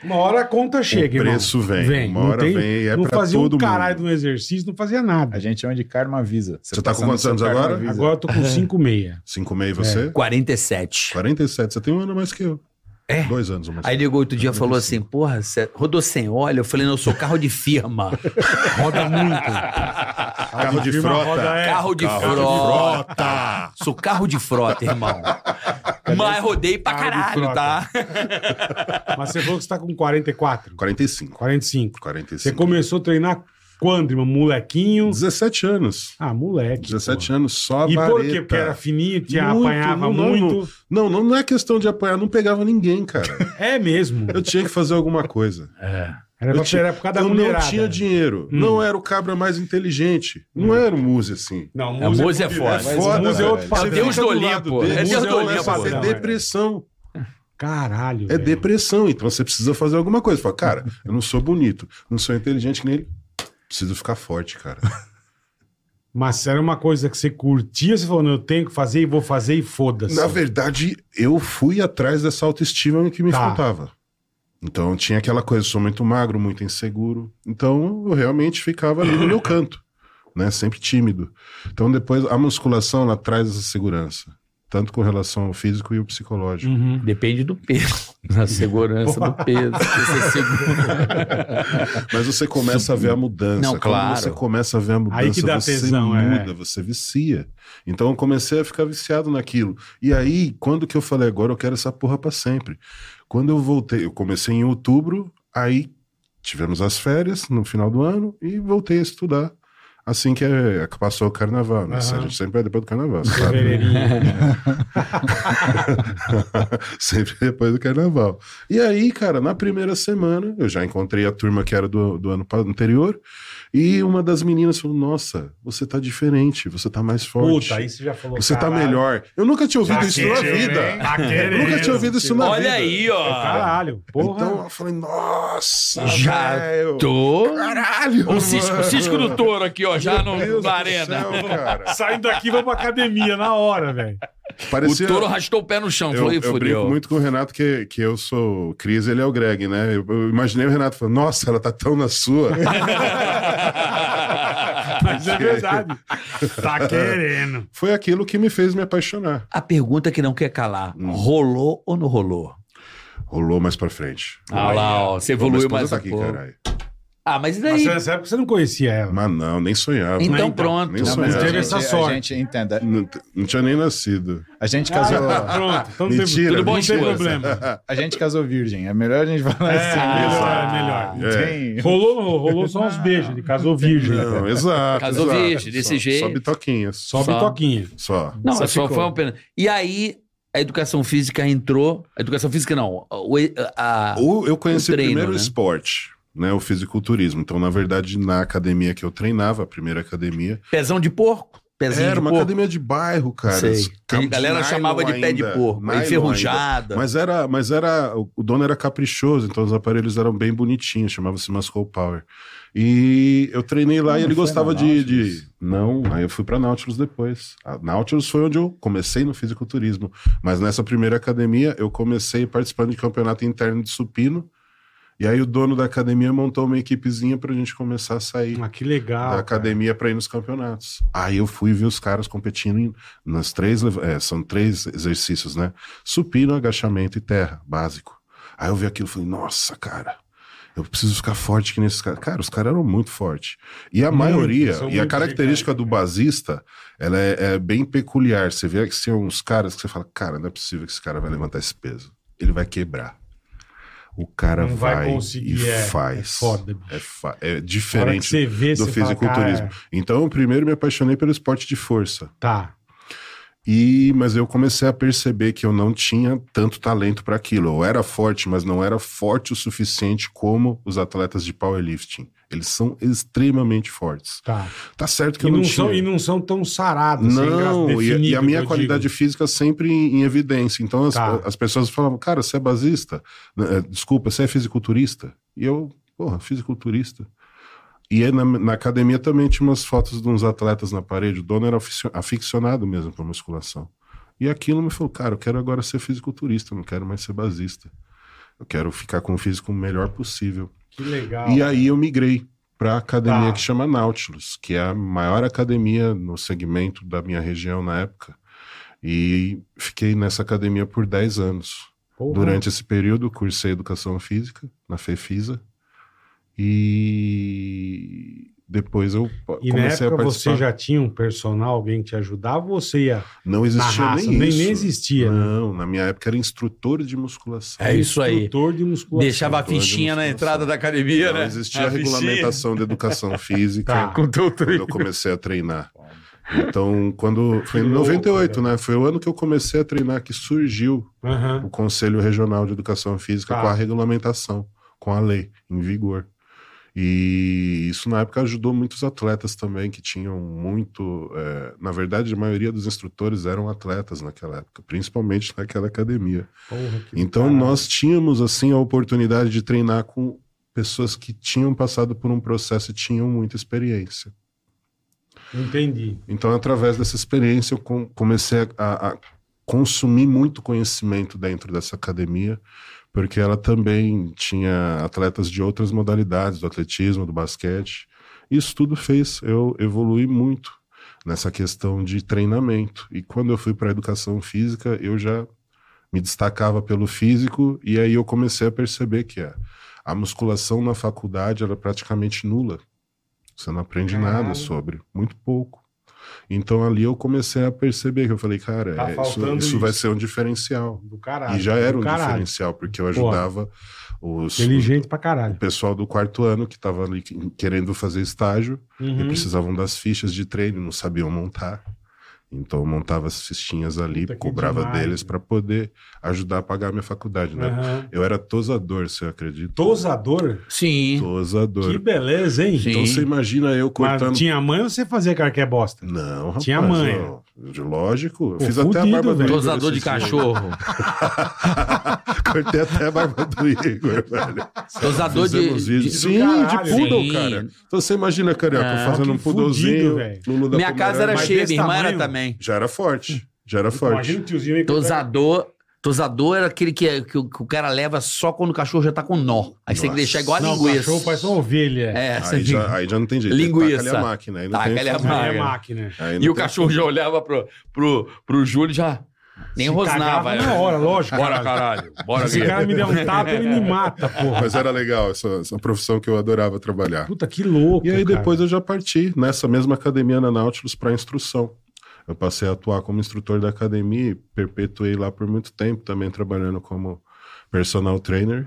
Speaker 3: Uma hora a conta chega,
Speaker 6: o
Speaker 3: irmão.
Speaker 6: preço vem, uma
Speaker 3: não
Speaker 6: hora vem e é
Speaker 3: Não
Speaker 6: pra
Speaker 3: fazia
Speaker 6: todo
Speaker 3: um caralho
Speaker 6: mundo.
Speaker 3: de um exercício, não fazia nada.
Speaker 5: A gente chama de karma visa.
Speaker 6: Você tá com
Speaker 5: passando
Speaker 6: quantos
Speaker 5: seu
Speaker 6: anos
Speaker 5: karma
Speaker 6: agora?
Speaker 5: visa.
Speaker 3: Agora eu tô com
Speaker 6: é.
Speaker 3: 5,6.
Speaker 6: 5 meio você?
Speaker 3: É.
Speaker 2: 47.
Speaker 6: 47. Você tem um ano a mais que eu.
Speaker 2: É?
Speaker 6: Dois anos a mais.
Speaker 2: Aí
Speaker 6: que eu.
Speaker 2: ligou outro dia e falou assim: Porra, você rodou sem óleo? Eu falei: Não, eu sou carro de firma. Roda muito.
Speaker 6: Carro de
Speaker 3: é.
Speaker 6: frota.
Speaker 2: É, Carro de
Speaker 6: Carro de
Speaker 2: frota.
Speaker 6: frota.
Speaker 2: Sou carro de frota, irmão. Mas rodei pra
Speaker 3: Carro de
Speaker 2: caralho,
Speaker 3: frota.
Speaker 2: tá?
Speaker 3: Mas você falou que você tá com 44.
Speaker 6: 45.
Speaker 3: 45. Você
Speaker 6: 45.
Speaker 3: começou a treinar quando, irmão? Molequinho?
Speaker 6: 17 anos.
Speaker 3: Ah, moleque.
Speaker 6: 17
Speaker 3: pô.
Speaker 6: anos, só
Speaker 3: E por quê?
Speaker 6: vareta.
Speaker 3: Porque era fininho, tinha,
Speaker 6: Muito,
Speaker 3: apanhava
Speaker 6: não, não,
Speaker 3: muito.
Speaker 6: Não, não, não é questão de apanhar, não pegava ninguém, cara.
Speaker 3: É mesmo.
Speaker 6: Eu tinha que fazer alguma coisa.
Speaker 3: Era, pra,
Speaker 6: Eu tinha-
Speaker 3: era por causa da
Speaker 6: eu
Speaker 3: mulherada.
Speaker 6: não tinha dinheiro.
Speaker 3: Hum.
Speaker 6: Não era o cabra mais inteligente. Não era o Muse assim.
Speaker 3: Não,
Speaker 2: É,
Speaker 3: Muzi
Speaker 2: Muzi é
Speaker 3: fudido.
Speaker 2: foda.
Speaker 3: Mas Muzi
Speaker 6: Foda,
Speaker 3: é outro
Speaker 6: velho.
Speaker 3: padrão.
Speaker 2: Deus
Speaker 6: Fica
Speaker 2: do
Speaker 6: do lado
Speaker 2: Olimpo,
Speaker 6: dele,
Speaker 2: é Deus
Speaker 6: você
Speaker 2: do
Speaker 6: começa a
Speaker 2: Olimpo.
Speaker 6: ter
Speaker 3: Não, é.
Speaker 6: depressão.
Speaker 3: Caralho.
Speaker 6: É
Speaker 3: velho.
Speaker 6: depressão. Então você precisa fazer alguma coisa. Fala, cara, eu não sou bonito, não sou inteligente que nem ele. Preciso ficar forte, cara.
Speaker 3: Tá Mas era uma coisa que você curtia, você falou, não, eu tenho que fazer e vou fazer e foda-se.
Speaker 6: Na verdade, eu fui atrás dessa autoestima que me
Speaker 3: Tá.
Speaker 6: faltava. Então tinha aquela coisa, sou muito magro, muito inseguro. Então eu realmente ficava ali no meu canto, né? Sempre tímido. Então depois a musculação ela traz essa segurança, tanto com relação ao físico e o psicológico.
Speaker 3: Uhum.
Speaker 2: Depende do peso. Na segurança do peso. se você segura.
Speaker 6: Mas você começa a ver a mudança.
Speaker 2: Não,
Speaker 6: Quando
Speaker 2: claro.
Speaker 6: você começa a ver a mudança,
Speaker 3: Aí que dá
Speaker 6: você
Speaker 3: tesão, é.
Speaker 6: muda, você vicia. Então eu comecei a ficar viciado naquilo. E aí, quando que eu falei, agora eu quero essa porra pra sempre. Quando eu voltei, eu comecei em outubro, aí tivemos as férias no final do ano e voltei a estudar. Assim que é, que passou o carnaval, né?
Speaker 3: Aham.
Speaker 6: A gente sempre é depois do carnaval, sabe?
Speaker 3: Fevereirinho.
Speaker 6: Sempre depois do carnaval. E aí, cara, na primeira semana, eu já encontrei a turma que era do, do ano pa- anterior, e uma das meninas falou: Nossa, você tá diferente, você tá mais forte.
Speaker 3: Puta, aí você já falou.
Speaker 6: você tá
Speaker 3: caralho.
Speaker 6: melhor. Eu nunca tinha ouvido
Speaker 3: Tá
Speaker 6: isso na
Speaker 3: querendo, hein?
Speaker 6: vida.
Speaker 3: Tá
Speaker 6: Eu nunca tinha
Speaker 3: querendo.
Speaker 6: ouvido isso na vida.
Speaker 2: Olha aí, ó.
Speaker 3: É Caralho, porra.
Speaker 6: Então eu falei, nossa,
Speaker 2: Já
Speaker 6: velho.
Speaker 2: Tô.
Speaker 6: Caralho!
Speaker 2: O cisco, o cisco do touro aqui, ó, já
Speaker 6: Meu
Speaker 2: no,
Speaker 6: Deus do
Speaker 2: na arena.
Speaker 6: céu, cara.
Speaker 3: Saindo daqui, vou pra academia na hora, velho.
Speaker 2: O
Speaker 6: Parecia,
Speaker 2: touro arrastou o pé no chão.
Speaker 6: é- Eu,
Speaker 2: Falou, "Ih,
Speaker 6: eu brinco
Speaker 2: fudeu.
Speaker 6: muito com o Renato que, que eu sou o Cris, ele é o Greg, né? Eu, eu imaginei o Renato falando, nossa, ela tá tão na sua.
Speaker 3: Mas é verdade. Tá querendo.
Speaker 6: Foi aquilo que me fez me apaixonar.
Speaker 2: A pergunta que não quer calar:
Speaker 6: Hum.
Speaker 2: rolou ou não rolou?
Speaker 6: Rolou mais pra frente.
Speaker 2: Ah lá, ó, você
Speaker 6: Pô, minha
Speaker 2: evoluiu
Speaker 6: esposa
Speaker 2: mais
Speaker 6: tá
Speaker 2: um
Speaker 6: aqui,
Speaker 2: pouco.
Speaker 6: caralho. é-
Speaker 2: Ah, mas e
Speaker 3: Mas
Speaker 2: daí?
Speaker 3: nessa época você não conhecia ela.
Speaker 6: Mas não, nem sonhava.
Speaker 2: Então,
Speaker 3: Então,
Speaker 2: pronto.
Speaker 6: nem
Speaker 5: Não,
Speaker 6: sonhava.
Speaker 5: mas
Speaker 3: Teve
Speaker 5: a gente, é-
Speaker 3: essa
Speaker 5: a
Speaker 3: sorte.
Speaker 5: gente entenda.
Speaker 6: Não, t- não tinha nem nascido.
Speaker 5: A gente casou,
Speaker 3: Pronto, então não tem,
Speaker 6: Mentira,
Speaker 3: tudo bom, não tem
Speaker 2: mentira.
Speaker 3: problema.
Speaker 5: a gente casou virgem. É melhor a gente falar
Speaker 3: É, melhor, é
Speaker 5: assim.
Speaker 3: melhor.
Speaker 5: Não
Speaker 6: É.
Speaker 5: tem-
Speaker 3: Rolou, rolou, rolou só uns beijos, ele casou virgem. né,
Speaker 6: Não, exato.
Speaker 2: Casou
Speaker 6: exato.
Speaker 2: virgem, desse
Speaker 6: Só-
Speaker 2: jeito.
Speaker 6: Só bitoquinhas. Só.
Speaker 3: Sobe
Speaker 2: Só.
Speaker 3: toquinha.
Speaker 6: só.
Speaker 2: Não,
Speaker 3: Só
Speaker 2: só,
Speaker 3: ficou.
Speaker 2: foi uma pena. E aí, a educação física entrou. A educação física não. o- a-
Speaker 6: Ou eu conheci
Speaker 2: Ah, o treino,
Speaker 6: primeiro
Speaker 2: né?
Speaker 6: o esporte, né? O fisiculturismo. Então, na verdade, na academia que eu treinava, a primeira academia,
Speaker 2: pezão de porco. Pezinho
Speaker 6: Era
Speaker 2: de
Speaker 6: uma
Speaker 2: porco.
Speaker 6: academia de bairro, cara.
Speaker 2: Sei.
Speaker 6: Os campos
Speaker 2: A galera
Speaker 6: nylon
Speaker 2: chamava de pé de
Speaker 6: ainda,
Speaker 2: porco,
Speaker 6: nylon
Speaker 2: enferrujada.
Speaker 6: ainda. Mas era, mas era, o dono era caprichoso, então os aparelhos eram bem bonitinhos, chamava-se Muscle Power. E eu treinei lá
Speaker 5: Não,
Speaker 6: e ele
Speaker 5: não foi
Speaker 6: gostava
Speaker 5: na
Speaker 6: de,
Speaker 5: Nautilus?
Speaker 6: de- Não, aí eu fui pra Nautilus depois. A Nautilus foi onde eu comecei no fisiculturismo. Mas nessa primeira academia, eu comecei participando de campeonato interno de supino. E aí o dono da academia montou uma equipezinha pra gente começar a sair
Speaker 3: Ah, que legal.
Speaker 6: da
Speaker 3: cara.
Speaker 6: academia pra ir nos campeonatos. Aí eu fui ver os caras competindo em- nas três, leva- é, são três exercícios, né? Supino, agachamento e terra, básico. Aí eu vi aquilo e falei, nossa, cara, eu preciso ficar forte que nesses caras. Cara, os caras eram muito fortes. E a
Speaker 3: Muito,
Speaker 6: maioria,
Speaker 3: são
Speaker 6: e a
Speaker 3: muito
Speaker 6: característica
Speaker 3: gigantes,
Speaker 6: do basista, ela é, é bem peculiar. Você vê que são uns caras que você fala, cara, não é possível que esse cara vai levantar esse peso. Ele vai quebrar. O cara
Speaker 3: Não vai
Speaker 6: vai,
Speaker 3: conseguir,
Speaker 6: e
Speaker 3: é.
Speaker 6: faz.
Speaker 3: É foda, bicho.
Speaker 6: É, fa- é
Speaker 3: Na hora que
Speaker 6: diferente
Speaker 3: você vê,
Speaker 6: do
Speaker 3: você fala,
Speaker 6: fisiculturismo.
Speaker 3: cara,
Speaker 6: Então, eu primeiro me apaixonei pelo esporte de força.
Speaker 3: Tá.
Speaker 6: E, mas eu comecei a perceber que eu não tinha tanto talento para aquilo. Eu era forte, mas não era forte o suficiente como os atletas de powerlifting. Eles são extremamente fortes.
Speaker 3: Tá.
Speaker 6: Tá certo que
Speaker 3: E
Speaker 6: eu não,
Speaker 3: não,
Speaker 6: tinha.
Speaker 3: são, e não são tão sarados. assim,
Speaker 6: Não,
Speaker 3: engra-
Speaker 6: e, a- e
Speaker 3: definido,
Speaker 6: a
Speaker 3: que
Speaker 6: minha
Speaker 3: eu
Speaker 6: qualidade física sempre em, em evidência. Então as,
Speaker 3: Tá.
Speaker 6: as pessoas falavam, cara, você é basista? Eh, Desculpa, você é fisiculturista? E eu, porra, fisiculturista. E aí na, na academia também tinha umas fotos de uns atletas na parede. O dono era aficio- aficionado mesmo por musculação. E aquilo me falou, cara, eu quero agora ser fisiculturista, eu não quero mais ser basista. Eu quero ficar com o físico o melhor possível.
Speaker 3: Que legal.
Speaker 6: E aí eu migrei para a academia
Speaker 3: Tá.
Speaker 6: que chama Nautilus, que é a maior academia no segmento da minha região na época. E fiquei nessa academia por 10 anos.
Speaker 3: Porra.
Speaker 6: Durante esse período, cursei Educação Física na FEFISA. E depois eu po-
Speaker 3: E na
Speaker 6: comecei a
Speaker 3: época
Speaker 6: participar.
Speaker 3: você já tinha um personal, alguém que te ajudava, ou você ia
Speaker 6: Não
Speaker 3: na
Speaker 6: existia
Speaker 3: raça?
Speaker 6: nem
Speaker 3: Nem,
Speaker 6: isso.
Speaker 3: nem existia. né?
Speaker 6: Não, na minha época era instrutor de musculação.
Speaker 2: É isso aí.
Speaker 3: Instrutor de musculação.
Speaker 2: Deixava a
Speaker 6: Doutor de
Speaker 2: fichinha na
Speaker 6: musculação.
Speaker 2: entrada da academia,
Speaker 6: Não
Speaker 2: né?
Speaker 6: existia
Speaker 2: A
Speaker 6: regulamentação de educação
Speaker 3: Tá.
Speaker 6: física
Speaker 2: fichinha. Com teu
Speaker 6: quando
Speaker 2: treino.
Speaker 6: eu comecei a treinar. Então, quando. Foi em
Speaker 3: Que louco,
Speaker 6: 98, né? Foi o ano que eu comecei a treinar que surgiu
Speaker 3: Aham.
Speaker 6: o Conselho Regional de Educação Física
Speaker 3: Tá.
Speaker 6: com a regulamentação, com a lei em vigor. E isso na época ajudou muitos atletas também que tinham muito. eh, na verdade, a maioria dos instrutores eram atletas naquela época, principalmente naquela academia.
Speaker 3: Porra, que
Speaker 6: Então
Speaker 3: caralho.
Speaker 6: nós tínhamos assim a oportunidade de treinar com pessoas que tinham passado por um processo e tinham muita experiência.
Speaker 3: Entendi.
Speaker 6: Então, através dessa experiência, eu com- comecei a, a consumir muito conhecimento dentro dessa academia, porque ela também tinha atletas de outras modalidades, do atletismo, do basquete. Isso tudo fez eu evoluir muito nessa questão de treinamento. E quando eu fui para a educação física, eu já me destacava pelo físico, e aí eu comecei a perceber que a, a musculação na faculdade era praticamente nula. Você não aprende nada
Speaker 3: Caralho.
Speaker 6: sobre, muito pouco. Então ali eu comecei a perceber que eu falei, cara,
Speaker 3: Tá
Speaker 6: é, isso,
Speaker 3: faltando
Speaker 6: isso vai
Speaker 3: isso.
Speaker 6: ser um diferencial.
Speaker 3: Do caralho.
Speaker 6: e já era
Speaker 3: do
Speaker 6: um
Speaker 3: caralho.
Speaker 6: diferencial, porque eu ajudava os,
Speaker 3: Inteligente pra
Speaker 6: o
Speaker 3: caralho.
Speaker 6: pessoal do quarto ano que estava ali que- querendo fazer estágio e
Speaker 3: Uhum.
Speaker 6: precisavam das fichas de treino, não sabiam montar. Então eu montava as fichinhas ali,
Speaker 3: Puta, que
Speaker 6: cobrava
Speaker 3: demais,
Speaker 6: deles
Speaker 3: né?
Speaker 6: para poder ajudar a pagar a minha faculdade, né?
Speaker 3: Aham.
Speaker 6: Eu era tosador, você acredita?
Speaker 3: Tosador?
Speaker 2: Sim.
Speaker 6: Tosador.
Speaker 3: Que beleza, hein?
Speaker 2: Sim.
Speaker 6: Então você imagina eu cortando
Speaker 3: Mas tinha mãe ou você fazia cara que é bosta?
Speaker 6: Não, rapaz.
Speaker 3: Tinha manha.
Speaker 6: não. De- Lógico. Eu
Speaker 3: Pô,
Speaker 6: fiz até a
Speaker 3: fudido,
Speaker 6: barba do
Speaker 3: velho.
Speaker 6: Igor.
Speaker 2: Tosador de
Speaker 6: esses dias.
Speaker 2: cachorro.
Speaker 6: Cortei até a barba do Igor, velho.
Speaker 2: Tosador de.
Speaker 6: Fizemos vídeo.
Speaker 2: de-
Speaker 6: Sim,
Speaker 3: caralho.
Speaker 6: de poodle,
Speaker 2: Sim.
Speaker 6: cara. Então você imagina, carioca,
Speaker 2: Ah,
Speaker 6: eu fazendo um
Speaker 3: que fudido,
Speaker 6: poodlezinho.
Speaker 3: velho.
Speaker 6: Lulu da
Speaker 2: Minha casa era
Speaker 6: Pomerânia.
Speaker 3: Mas
Speaker 2: cheia,
Speaker 3: desse
Speaker 2: minha irmã era
Speaker 3: tamanho?
Speaker 2: também.
Speaker 6: Já era forte. Já era forte.
Speaker 3: Então, Imagina o tiozinho aí. tá
Speaker 2: Tosador. Tosador era aquele que, é, que o que o cara leva só quando o cachorro já tá com nó. Aí você tem que
Speaker 6: Nossa.
Speaker 2: deixar igual a
Speaker 3: Não, o
Speaker 2: linguiça.
Speaker 3: cachorro parece uma ovelha.
Speaker 2: É, você
Speaker 6: Aí
Speaker 2: fica-
Speaker 6: já, aí já não tem jeito. Aí
Speaker 2: Linguiça.
Speaker 6: taca-lhe a máquina. Aí não
Speaker 2: Taca-lhe
Speaker 6: tem
Speaker 2: a
Speaker 6: como-
Speaker 3: Mas é
Speaker 2: Magra.
Speaker 3: máquina.
Speaker 6: aí não
Speaker 2: E o
Speaker 6: tem-
Speaker 2: cachorro já olhava pro, pro, pro Júlio e já nem
Speaker 3: Se
Speaker 2: rosnava. é. né?
Speaker 3: cagava Na hora, lógico.
Speaker 2: Bora, caralho. Bora,
Speaker 3: Se o cara
Speaker 2: guerreiro.
Speaker 3: me der um tapa, ele me mata, porra.
Speaker 6: Mas era legal, essa, essa profissão que eu adorava trabalhar.
Speaker 3: Puta, que louco.
Speaker 6: E aí
Speaker 3: cara.
Speaker 6: depois eu já parti nessa mesma academia na Nautilus para instrução. Eu passei a atuar como instrutor da academia e perpetuei lá por muito tempo, também trabalhando como personal trainer.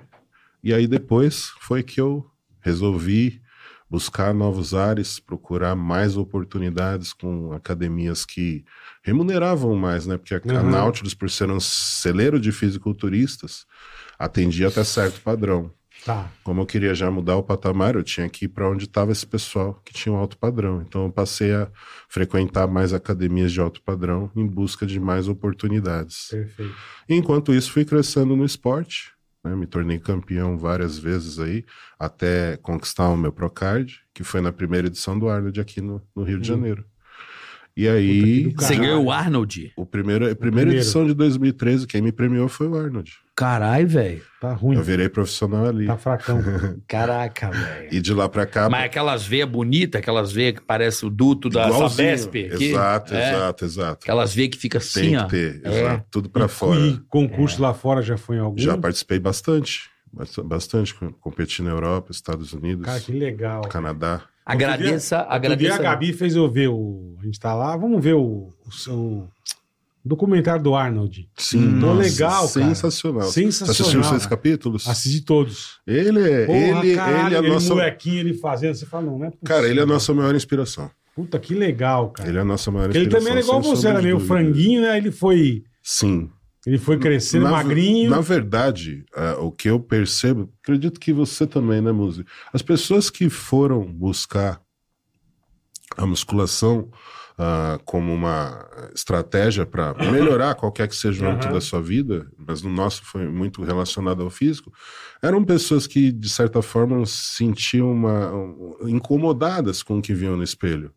Speaker 6: E aí depois foi que eu resolvi buscar novos ares, procurar mais oportunidades com academias que remuneravam mais, né? Porque a, a
Speaker 3: Uhum.
Speaker 6: Nautilus, por ser um celeiro de fisiculturistas, atendia até certo padrão
Speaker 3: Tá.
Speaker 6: como eu queria já mudar o patamar, eu tinha que ir para onde estava esse pessoal que tinha um alto padrão. Então eu passei a frequentar mais academias de alto padrão em busca de mais oportunidades.
Speaker 3: Perfeito.
Speaker 6: Enquanto isso, fui crescendo no esporte, né? me tornei campeão várias vezes aí, até conquistar o meu Procard, que foi na primeira edição do Arnold aqui no, no Rio de
Speaker 3: Hum.
Speaker 6: Janeiro. E
Speaker 3: Puta
Speaker 6: aí,
Speaker 3: que do
Speaker 2: Você
Speaker 3: Caralho.
Speaker 2: ganhou o Arnold.
Speaker 6: o primeiro, a primeira
Speaker 3: primeiro.
Speaker 6: edição de 2013, quem me premiou foi o Arnold.
Speaker 2: Caralho, velho.
Speaker 3: Tá ruim.
Speaker 6: Eu virei profissional ali.
Speaker 3: Tá fracão.
Speaker 2: Caraca, velho.
Speaker 6: E de lá para cá,
Speaker 2: Mas aquelas veias bonitas, aquelas veias que parece o duto da
Speaker 6: Igualzinho.
Speaker 2: Sabesp. que-
Speaker 6: Exato,
Speaker 2: é,
Speaker 6: exato, exato.
Speaker 2: Aquelas veias que fica assim,
Speaker 6: Tem
Speaker 2: ó.
Speaker 6: que ter,
Speaker 2: É.
Speaker 6: exato. Tudo pra fora.
Speaker 3: E concurso lá fora É. já foi em algum?
Speaker 6: Já participei bastante, bast- bastante. com- Competi na Europa, Estados Unidos,
Speaker 3: Cara, que legal.
Speaker 6: Canadá.
Speaker 2: Agradeça,
Speaker 3: Outro dia
Speaker 2: agradeça.
Speaker 3: a Gabi fez eu ver o... A gente tá lá, vamos ver o, o seu documentário do Arnold.
Speaker 6: Sim,
Speaker 3: Pô, legal, cara. tá
Speaker 6: Sensacional. Você assistiu
Speaker 3: Sensacional.
Speaker 6: os seis
Speaker 3: cara.
Speaker 6: capítulos?
Speaker 3: Assisti todos.
Speaker 6: Ele é,
Speaker 3: Porra,
Speaker 6: ele,
Speaker 3: caralho,
Speaker 6: ele é a nossa.
Speaker 3: molequinho, ele fazendo, você fala, não, não é possível.
Speaker 6: Cara, ele é a nossa maior inspiração.
Speaker 3: Puta, que legal, cara.
Speaker 6: Ele é a nossa maior
Speaker 3: Porque Ele,
Speaker 6: inspiração.
Speaker 3: também era igual
Speaker 6: sem
Speaker 3: você, era
Speaker 6: sombra de
Speaker 3: meio
Speaker 6: dúvida.
Speaker 3: franguinho, né? Ele foi,
Speaker 6: Sim.
Speaker 3: ele foi crescendo,
Speaker 6: Na-
Speaker 3: magrinho.
Speaker 6: Na verdade, ah, o que eu percebo, acredito que você também, né, Muzi? As pessoas que foram buscar a musculação ah, como uma estratégia para melhorar qualquer que seja o âmbito
Speaker 3: Aham.
Speaker 6: da sua vida, mas no nosso foi muito relacionado ao físico, eram pessoas que, de certa forma, sentiam uma, um- incomodadas com o que viam no espelho.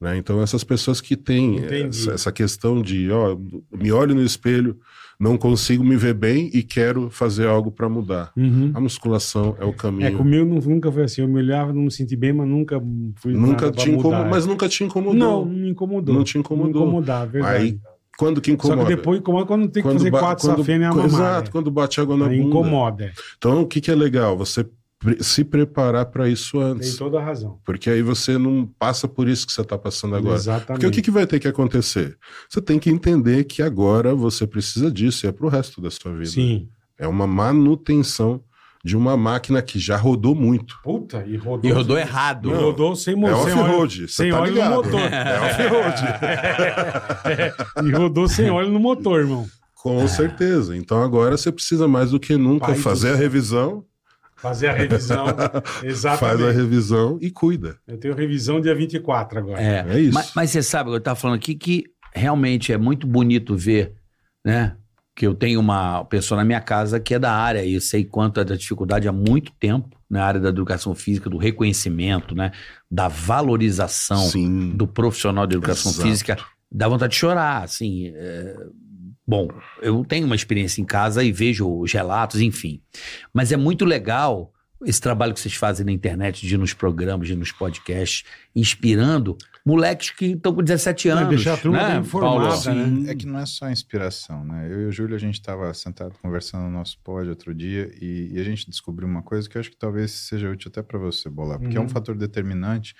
Speaker 6: né? Então, essas pessoas que têm eh,
Speaker 3: Entendi.
Speaker 6: essa, essa questão de, ó, me olho no espelho, não consigo me ver bem e quero fazer algo para mudar.
Speaker 3: Uhum.
Speaker 6: A musculação é o caminho.
Speaker 3: É, comigo nu- nunca foi assim. Eu me olhava, não me senti bem, mas nunca fui
Speaker 6: Nunca
Speaker 3: nada pra
Speaker 6: te
Speaker 3: mudar. é.
Speaker 6: incomodou, mas nunca te
Speaker 3: Não,
Speaker 6: incomodou.
Speaker 3: não me incomodou.
Speaker 6: Não te incomodou.
Speaker 3: Não incomodava, é verdade.
Speaker 6: Aí, quando que
Speaker 3: Só
Speaker 6: incomoda?
Speaker 3: que depois incomoda quando tem que fazer
Speaker 6: ba-
Speaker 3: quatro
Speaker 6: quando-
Speaker 3: safena e uma
Speaker 6: Exato,
Speaker 3: mamada.
Speaker 6: quando bate água na
Speaker 3: Aí
Speaker 6: bunda.
Speaker 3: incomoda. é.
Speaker 6: Então, o que, que é legal? Você pre- se preparar para isso
Speaker 3: Tem
Speaker 6: antes.
Speaker 3: toda a razão.
Speaker 6: Porque aí você não passa por isso que você está passando agora.
Speaker 3: Exatamente.
Speaker 6: Porque o que, que vai ter que acontecer? Você tem que entender que agora você precisa disso e é para o resto da sua vida.
Speaker 3: Sim.
Speaker 6: É uma manutenção de uma máquina que já rodou muito.
Speaker 3: Puta, e rodou.
Speaker 2: E rodou errado.
Speaker 3: E rodou sem
Speaker 6: É
Speaker 3: motor. sem óleo,
Speaker 6: off-road, você
Speaker 3: sem
Speaker 6: tá
Speaker 3: óleo no
Speaker 6: ligado.
Speaker 3: motor.
Speaker 6: É off-road.
Speaker 3: E rodou sem óleo no motor, irmão. É.
Speaker 6: Com certeza. Então agora você precisa mais do que nunca
Speaker 3: Pai do
Speaker 6: fazer a
Speaker 3: céu.
Speaker 6: revisão,
Speaker 3: Fazer a revisão.
Speaker 6: faz a
Speaker 3: Exatamente.
Speaker 6: revisão e cuida.
Speaker 3: Eu tenho revisão dia 24 agora.
Speaker 2: É,
Speaker 6: É isso.
Speaker 2: Mas, mas você sabe, eu estava falando aqui que realmente é muito bonito ver, né? Que eu tenho uma pessoa na minha casa que é da área e eu sei quanto é da dificuldade há muito tempo na área da educação física, do reconhecimento, né? Da valorização
Speaker 6: Sim.
Speaker 2: então, do profissional de educação
Speaker 6: Exato.
Speaker 2: física. Dá vontade de chorar, assim. é, Bom, eu tenho uma experiência em casa e vejo os relatos, enfim. Mas é muito legal esse trabalho que vocês fazem na internet, de ir nos programas, de ir nos podcasts, inspirando moleques que estão com 17
Speaker 3: Não,
Speaker 2: anos.
Speaker 3: deixar a turma
Speaker 2: né,
Speaker 3: bem informada,
Speaker 2: Paulo?
Speaker 3: Sim. né?
Speaker 5: É que não é só inspiração, né? Eu e o Júlio, a gente estava sentado conversando no nosso pod outro dia e, e a gente descobriu uma coisa que eu acho que talvez seja útil até para você, Bolar, porque é
Speaker 3: Uhum.
Speaker 5: um fator determinante,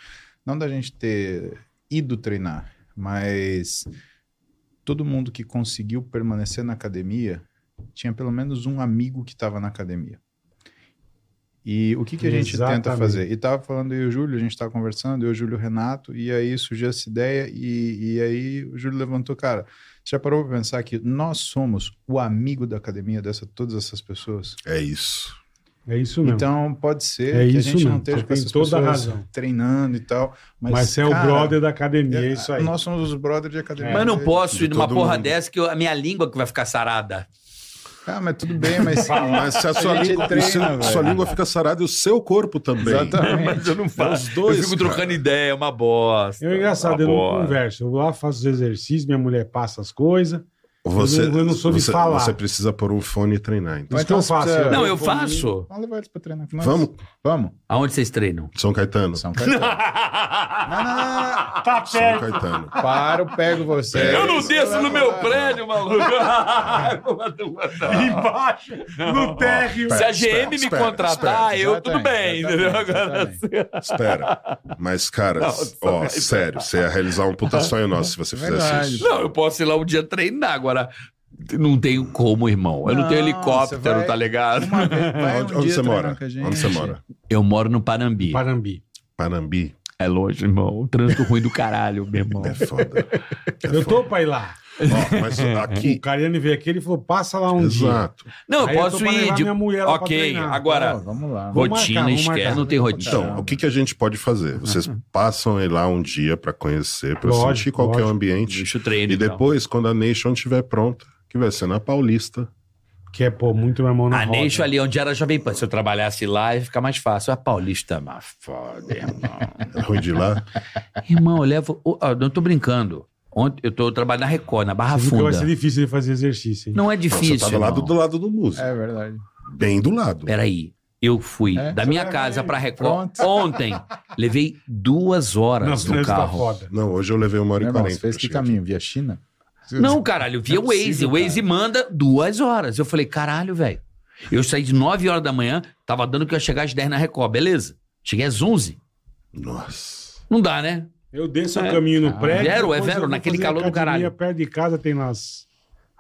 Speaker 5: não da gente ter ido treinar, mas todo mundo que conseguiu permanecer na academia tinha pelo menos um amigo que estava na academia. E o que, que a gente tenta
Speaker 3: Exatamente.
Speaker 5: fazer? E tava falando eu e o Júlio, a gente tava conversando, eu, o Júlio e o Renato, e aí surgiu essa ideia, e, e aí o Júlio levantou, cara, você já parou pra pensar que nós somos o amigo da academia dessa todas essas pessoas?
Speaker 6: É isso.
Speaker 3: É isso mesmo.
Speaker 5: Então pode ser
Speaker 3: É
Speaker 5: que a
Speaker 3: isso
Speaker 5: gente
Speaker 3: mesmo,
Speaker 5: não esteja
Speaker 3: você
Speaker 5: com
Speaker 3: tem
Speaker 5: essas
Speaker 3: toda a
Speaker 5: pessoas
Speaker 3: razão.
Speaker 5: treinando e tal, mas,
Speaker 3: mas você é o
Speaker 5: cara,
Speaker 3: brother da academia, é
Speaker 5: é-
Speaker 3: isso aí.
Speaker 5: Nós somos os brothers de academia.
Speaker 2: Mas não
Speaker 5: É-
Speaker 2: posso
Speaker 6: De
Speaker 2: ir numa
Speaker 6: todo
Speaker 2: porra
Speaker 6: mundo.
Speaker 2: dessa que eu- a minha língua que vai ficar sarada.
Speaker 5: Ah, mas tudo bem, mas...
Speaker 6: Mas se a sua,
Speaker 5: A gente
Speaker 6: língua,
Speaker 5: treina,
Speaker 6: se a
Speaker 5: velho.
Speaker 6: sua língua fica sarada e o seu corpo também. É
Speaker 5: Exatamente. Então
Speaker 2: eu não
Speaker 6: os dois,
Speaker 2: eu fico
Speaker 6: cara.
Speaker 2: trocando ideia, é uma bosta.
Speaker 3: Eu é engraçado,
Speaker 2: Uma
Speaker 3: eu não
Speaker 2: bosta.
Speaker 3: converso. Eu vou lá, faço os exercícios, minha mulher passa as coisas.
Speaker 6: Você,
Speaker 3: Eu não- eu não soube
Speaker 6: você,
Speaker 3: falar.
Speaker 6: Você precisa pôr um fone e treinar. Então.
Speaker 3: Mas
Speaker 5: então
Speaker 3: eu
Speaker 5: você
Speaker 3: faço.
Speaker 5: precisa-
Speaker 2: Não, eu
Speaker 3: vou-
Speaker 2: faço.
Speaker 5: Vamos levar eles pra treinar.
Speaker 6: Vamos,
Speaker 5: Vamos.
Speaker 2: Aonde vocês treinam?
Speaker 6: São Caetano.
Speaker 5: São
Speaker 6: São
Speaker 5: Caetano. Não, não, não, não, não.
Speaker 3: Tá perto.
Speaker 6: Caetano.
Speaker 5: Paro, pego você.
Speaker 2: Eu não desço no meu prédio, maluco.
Speaker 3: Embaixo, no térreo.
Speaker 2: Se a GM
Speaker 6: espera,
Speaker 2: me
Speaker 6: espera,
Speaker 2: contratar,
Speaker 5: espera.
Speaker 2: Ah, eu tudo bem,
Speaker 5: Exatamente,
Speaker 2: entendeu? Agora, assim.
Speaker 5: exatamente.
Speaker 6: Espera. Mas, cara,
Speaker 2: Não, São
Speaker 6: ó,
Speaker 2: Caetano.
Speaker 6: sério, você ia realizar um puta sonho nosso se você fizesse
Speaker 5: Verdade.
Speaker 6: isso.
Speaker 2: Não, eu posso ir lá um dia treinar, agora não tenho como, irmão. Eu não,
Speaker 5: Não,
Speaker 2: tenho
Speaker 5: você
Speaker 2: helicóptero,
Speaker 5: vai-
Speaker 2: tá ligado?
Speaker 5: Uma vez, vai
Speaker 6: onde,
Speaker 5: um
Speaker 6: onde
Speaker 5: dia
Speaker 6: você
Speaker 5: treinar
Speaker 6: mora?
Speaker 5: com a gente.
Speaker 6: Onde você mora?
Speaker 2: Eu moro no Parambi.
Speaker 3: Parambi.
Speaker 6: Panambi
Speaker 2: É longe, irmão. O trânsito ruim do caralho, meu irmão.
Speaker 6: é foda. É
Speaker 3: Eu tô
Speaker 6: foda.
Speaker 3: pra ir lá.
Speaker 6: Ó, mas
Speaker 3: O
Speaker 6: aqui.
Speaker 3: Cariani veio aqui, ele falou, passa lá um dia.
Speaker 6: Exato.
Speaker 2: Não, É. eu
Speaker 3: Aí
Speaker 2: posso
Speaker 3: tô pra
Speaker 2: ir.
Speaker 3: levar
Speaker 2: De...
Speaker 3: minha mulher lá pra
Speaker 2: Ok,
Speaker 3: treinar.
Speaker 2: agora,
Speaker 5: Não, Ah, vamos lá.
Speaker 3: Vou
Speaker 2: rotina
Speaker 3: marcar, vou
Speaker 2: esquece,
Speaker 3: marcar.
Speaker 2: não tem rotina.
Speaker 3: Tá.
Speaker 6: Então, o que, que a gente pode fazer? Vocês passam aí lá um dia pra conhecer, pra
Speaker 3: Lógico,
Speaker 6: sentir qual que é o
Speaker 3: lógico.
Speaker 6: ambiente.
Speaker 2: Deixa o treino.
Speaker 6: E
Speaker 2: então.
Speaker 6: depois, quando a Nation estiver pronta, que vai ser na Paulista.
Speaker 3: Que é, pô, muito minha mão na
Speaker 2: A
Speaker 3: roda.
Speaker 2: Neixo Ah, ali onde era Jovem Pan. Se eu trabalhasse lá, ia ficar mais fácil. A Paulista é uma foda, irmão.
Speaker 6: É ruim de lá.
Speaker 2: irmão, eu levo. Ó, eu não tô brincando. Ontem eu tô trabalhando na Record, na Barra
Speaker 3: Porque vai ser
Speaker 2: Funda.
Speaker 3: difícil ele fazer exercício, hein?
Speaker 2: Não é difícil.
Speaker 6: Você tava lá do,
Speaker 2: irmão.
Speaker 6: do lado do músico.
Speaker 5: É verdade.
Speaker 6: Bem do lado.
Speaker 3: É.
Speaker 2: Peraí, eu fui
Speaker 5: É,
Speaker 2: da
Speaker 5: você
Speaker 2: minha
Speaker 5: vai
Speaker 2: casa
Speaker 5: aí,
Speaker 2: pra Record
Speaker 5: pronto.
Speaker 2: ontem. Levei duas horas
Speaker 3: Não,
Speaker 2: no
Speaker 3: tá
Speaker 2: carro.
Speaker 3: foda.
Speaker 6: Não, hoje eu levei uma hora
Speaker 5: Meu
Speaker 6: e
Speaker 5: irmão,
Speaker 6: quarenta. é
Speaker 5: você fez
Speaker 6: pra
Speaker 5: que
Speaker 6: chegar.
Speaker 5: caminho? Via China?
Speaker 2: Não, caralho, eu via
Speaker 5: Não
Speaker 2: o
Speaker 5: é
Speaker 2: Waze.
Speaker 5: possível,
Speaker 2: o Waze
Speaker 5: cara.
Speaker 2: manda duas horas. Eu falei, caralho, velho. Eu saí de 9 horas da manhã, tava dando que eu ia chegar às 10 na Record, beleza. Cheguei às 11.
Speaker 6: Nossa.
Speaker 2: Não dá, né?
Speaker 3: Eu desço
Speaker 2: É.
Speaker 3: o caminho no
Speaker 5: Ah.
Speaker 3: prédio.
Speaker 2: Vero, é
Speaker 3: depois eu
Speaker 2: Vero,
Speaker 3: vou
Speaker 2: naquele
Speaker 3: fazer
Speaker 2: calor do
Speaker 3: academia
Speaker 2: caralho.
Speaker 3: Perto de casa tem as,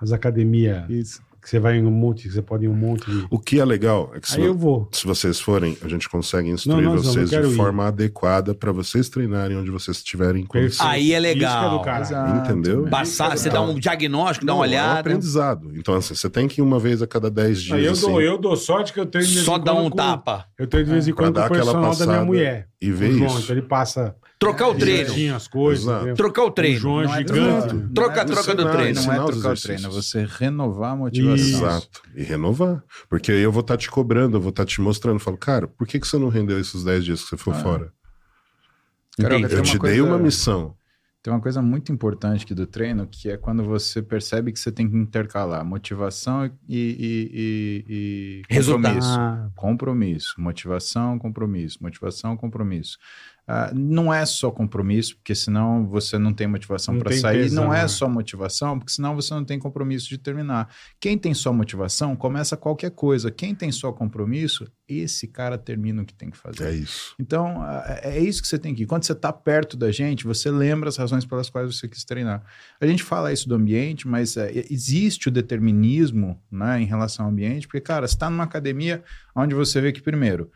Speaker 3: as academias
Speaker 5: Isso.
Speaker 3: que você vai em um monte, que você pode ir em um monte de...
Speaker 6: O que é legal é que se,
Speaker 3: Aí eu vou.
Speaker 6: se vocês forem, a gente consegue instruir
Speaker 3: Não, nós vamos,
Speaker 6: vocês
Speaker 3: eu quero
Speaker 6: de
Speaker 3: ir.
Speaker 6: forma adequada pra vocês treinarem onde vocês estiverem. em
Speaker 3: Perfeito.
Speaker 6: condição.
Speaker 2: Aí é
Speaker 3: Isso que é
Speaker 2: legal.
Speaker 3: do caralho.
Speaker 5: Exato. é
Speaker 6: Entendeu?
Speaker 2: Passar, você dá um diagnóstico, dá uma
Speaker 6: Não, É um
Speaker 2: olhada.
Speaker 6: aprendizado. Então, assim, você tem que ir uma vez a cada dez
Speaker 3: Aí
Speaker 6: dias.
Speaker 3: eu,
Speaker 6: assim,
Speaker 3: dou, eu dou sorte que eu treino de vez
Speaker 2: Só
Speaker 3: em
Speaker 2: dá
Speaker 5: é
Speaker 3: quando
Speaker 2: um
Speaker 3: com-
Speaker 2: tapa. É.
Speaker 3: Eu treino de vez em
Speaker 6: Pra
Speaker 3: quando com
Speaker 6: dar
Speaker 3: o
Speaker 6: aquela
Speaker 3: personal da minha
Speaker 6: passada
Speaker 3: mulher.
Speaker 6: E ver
Speaker 3: o João,
Speaker 6: isso.
Speaker 3: então ele passa
Speaker 5: é?
Speaker 2: Trocar o treino.
Speaker 3: direitinho as coisas.
Speaker 6: Exato.
Speaker 3: entendeu?
Speaker 2: Trocar o
Speaker 3: O
Speaker 2: treino.
Speaker 3: João é
Speaker 5: Não é
Speaker 3: gigante.
Speaker 5: trocar.
Speaker 2: Troca,
Speaker 6: Não é
Speaker 2: troca do
Speaker 6: ensinar,
Speaker 2: treino.
Speaker 5: Não
Speaker 6: ensinar
Speaker 5: é trocar
Speaker 6: os
Speaker 5: o
Speaker 6: exercícios.
Speaker 5: treino, é você renovar a motivação.
Speaker 3: Isso.
Speaker 6: Exato. E renovar. Porque aí eu vou estar te cobrando, eu vou estar te mostrando. Eu falo, cara,
Speaker 3: Ah.
Speaker 6: por que, que você não rendeu esses 10 dias que você foi fora?
Speaker 5: Carol,
Speaker 2: Entendi.
Speaker 5: quer dizer
Speaker 6: Eu
Speaker 5: uma
Speaker 6: te
Speaker 5: coisa-
Speaker 6: dei uma missão.
Speaker 5: Tem uma coisa muito importante aqui do treino, que é quando você percebe que você tem que intercalar motivação e, e, e, e compromisso.
Speaker 3: Ah,
Speaker 5: Compromisso, motivação, compromisso, motivação, compromisso. Ah, não é só compromisso, porque senão você não tem motivação
Speaker 3: Não
Speaker 5: para
Speaker 3: tem
Speaker 5: sair.
Speaker 3: tesão,
Speaker 5: não
Speaker 3: né?
Speaker 5: é só motivação, porque senão você não tem compromisso de terminar. Quem tem só motivação, começa qualquer coisa. Quem tem só compromisso, esse cara termina o que tem que fazer.
Speaker 6: É isso.
Speaker 5: Então, a- é isso que você tem que. Quando você está perto da gente, você lembra as razões pelas quais você quis treinar. A gente fala isso do ambiente, mas é, existe o determinismo né, em relação ao ambiente, porque, cara, você está numa academia onde você vê que, primeiro,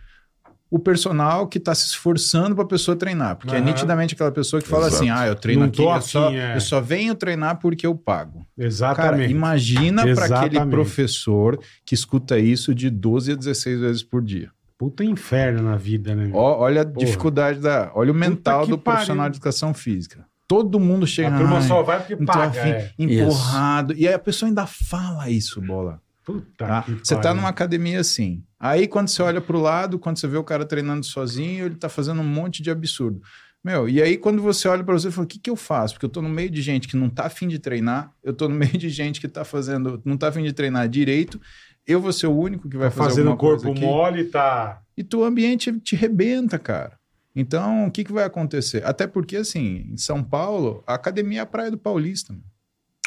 Speaker 5: o personal que está se esforçando para a pessoa treinar, porque é
Speaker 3: Aham.
Speaker 5: nitidamente aquela pessoa que fala
Speaker 6: Exato.
Speaker 5: assim: ah, eu treino
Speaker 3: Não
Speaker 5: aqui,
Speaker 3: tô
Speaker 5: eu, só,
Speaker 3: afim, é."
Speaker 5: eu só venho treinar porque eu pago. Cara,
Speaker 3: exatamente.
Speaker 5: imagina para aquele
Speaker 3: Exatamente.
Speaker 5: professor que escuta isso de 12 a 16 vezes por dia.
Speaker 3: Puta inferno na vida, né?
Speaker 5: Ó, olha a
Speaker 3: Porra.
Speaker 5: dificuldade da. Olha o mental
Speaker 3: que
Speaker 5: do
Speaker 3: pariu.
Speaker 5: profissional de educação física. Todo mundo chega.
Speaker 3: a turma
Speaker 5: "Ai,
Speaker 3: só vai porque
Speaker 2: Então
Speaker 5: não tô
Speaker 3: paga.
Speaker 5: afim",
Speaker 3: é.
Speaker 5: empurrado. E aí a pessoa ainda fala isso, bola.
Speaker 3: Puta
Speaker 5: tá?
Speaker 3: que
Speaker 5: Você tá
Speaker 3: pariu.
Speaker 5: numa academia assim. Aí quando você olha pro lado, quando você vê o cara treinando sozinho, ele tá fazendo um monte de absurdo. Meu, e aí quando você olha pra você e fala, o que, que eu faço? Porque eu tô no meio de gente que não tá afim de treinar, eu tô no meio de gente que tá fazendo, não tá afim de treinar direito, eu vou ser o único que vai
Speaker 3: Tá
Speaker 5: fazer
Speaker 3: fazendo
Speaker 5: alguma
Speaker 3: o corpo
Speaker 5: coisa aqui
Speaker 3: mole, tá.
Speaker 5: e teu ambiente te rebenta, cara. Então, o que, que vai acontecer? Até porque, assim, em São Paulo, a academia é a Praia do Paulista. mano.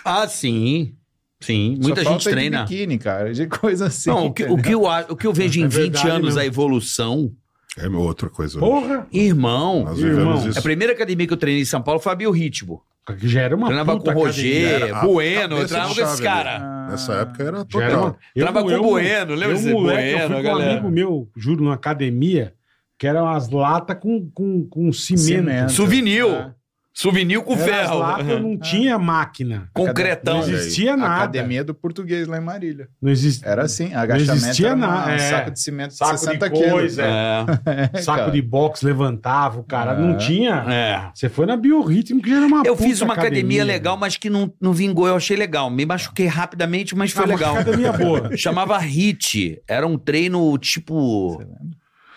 Speaker 2: Ah, sim. Sim.
Speaker 5: Só
Speaker 2: Muita
Speaker 5: falta
Speaker 2: gente
Speaker 5: de
Speaker 2: treina.
Speaker 5: biquíni, cara, de coisa assim.
Speaker 2: Não, o que, o,
Speaker 5: entendeu?
Speaker 2: que eu, a- o que eu vejo em
Speaker 3: É
Speaker 2: 20
Speaker 3: verdade
Speaker 2: anos
Speaker 3: mesmo.
Speaker 2: a evolução,
Speaker 6: É outra coisa. hoje.
Speaker 3: Porra!
Speaker 2: irmão. É
Speaker 6: Nós
Speaker 3: Irmão.
Speaker 6: vivemos
Speaker 2: A
Speaker 6: isso.
Speaker 2: primeira academia que eu treinei em São Paulo foi a Biorritmo.
Speaker 3: Gera uma
Speaker 2: Treinava com
Speaker 3: puta
Speaker 2: o
Speaker 3: academia.
Speaker 2: Roger,
Speaker 6: Era a
Speaker 2: Bueno,
Speaker 6: cabeça
Speaker 2: eu treinava
Speaker 6: de
Speaker 2: com esses
Speaker 6: chave
Speaker 2: caras.
Speaker 3: Ah,
Speaker 6: Nessa época
Speaker 3: Já era
Speaker 6: era
Speaker 3: uma-
Speaker 6: total.
Speaker 3: É. Eu-
Speaker 2: Trava com
Speaker 3: eu-
Speaker 2: o Bueno, lembra
Speaker 3: eu,
Speaker 2: desse
Speaker 3: moleque, eu
Speaker 2: Bueno,
Speaker 3: fui com um
Speaker 2: galera?
Speaker 3: amigo meu, juro, numa academia, que eram as latas com, com, com cimento.
Speaker 5: Cimento.
Speaker 2: Souvenir.
Speaker 5: Ah.
Speaker 2: Souvenir com
Speaker 3: né? É. Era
Speaker 2: ferro.
Speaker 3: As latas não tinha máquina.
Speaker 2: Concretão.
Speaker 5: Não
Speaker 3: Não existia
Speaker 5: A
Speaker 3: nada.
Speaker 5: academia do português lá em Marília.
Speaker 3: Não existia.
Speaker 5: Era assim, agachamento
Speaker 3: existia
Speaker 5: era uma-
Speaker 3: nada,
Speaker 5: um
Speaker 3: é.
Speaker 5: saco de cimento de
Speaker 3: Saco de
Speaker 5: 60
Speaker 3: coisa,
Speaker 5: quilos.
Speaker 2: É.
Speaker 5: É,
Speaker 3: Saco
Speaker 5: cara.
Speaker 3: de boxe levantava, o cara. Não
Speaker 5: É.
Speaker 3: tinha.
Speaker 2: é.
Speaker 3: Você foi na biorritmo, que já era uma
Speaker 2: Eu
Speaker 3: puta
Speaker 2: fiz uma academia, legal, mas que não, não vingou. Eu achei legal. Me machuquei rapidamente, mas foi
Speaker 3: Olha,
Speaker 2: legal.
Speaker 3: Ah, academia é boa.
Speaker 2: Chamava HIT. Era um treino, tipo,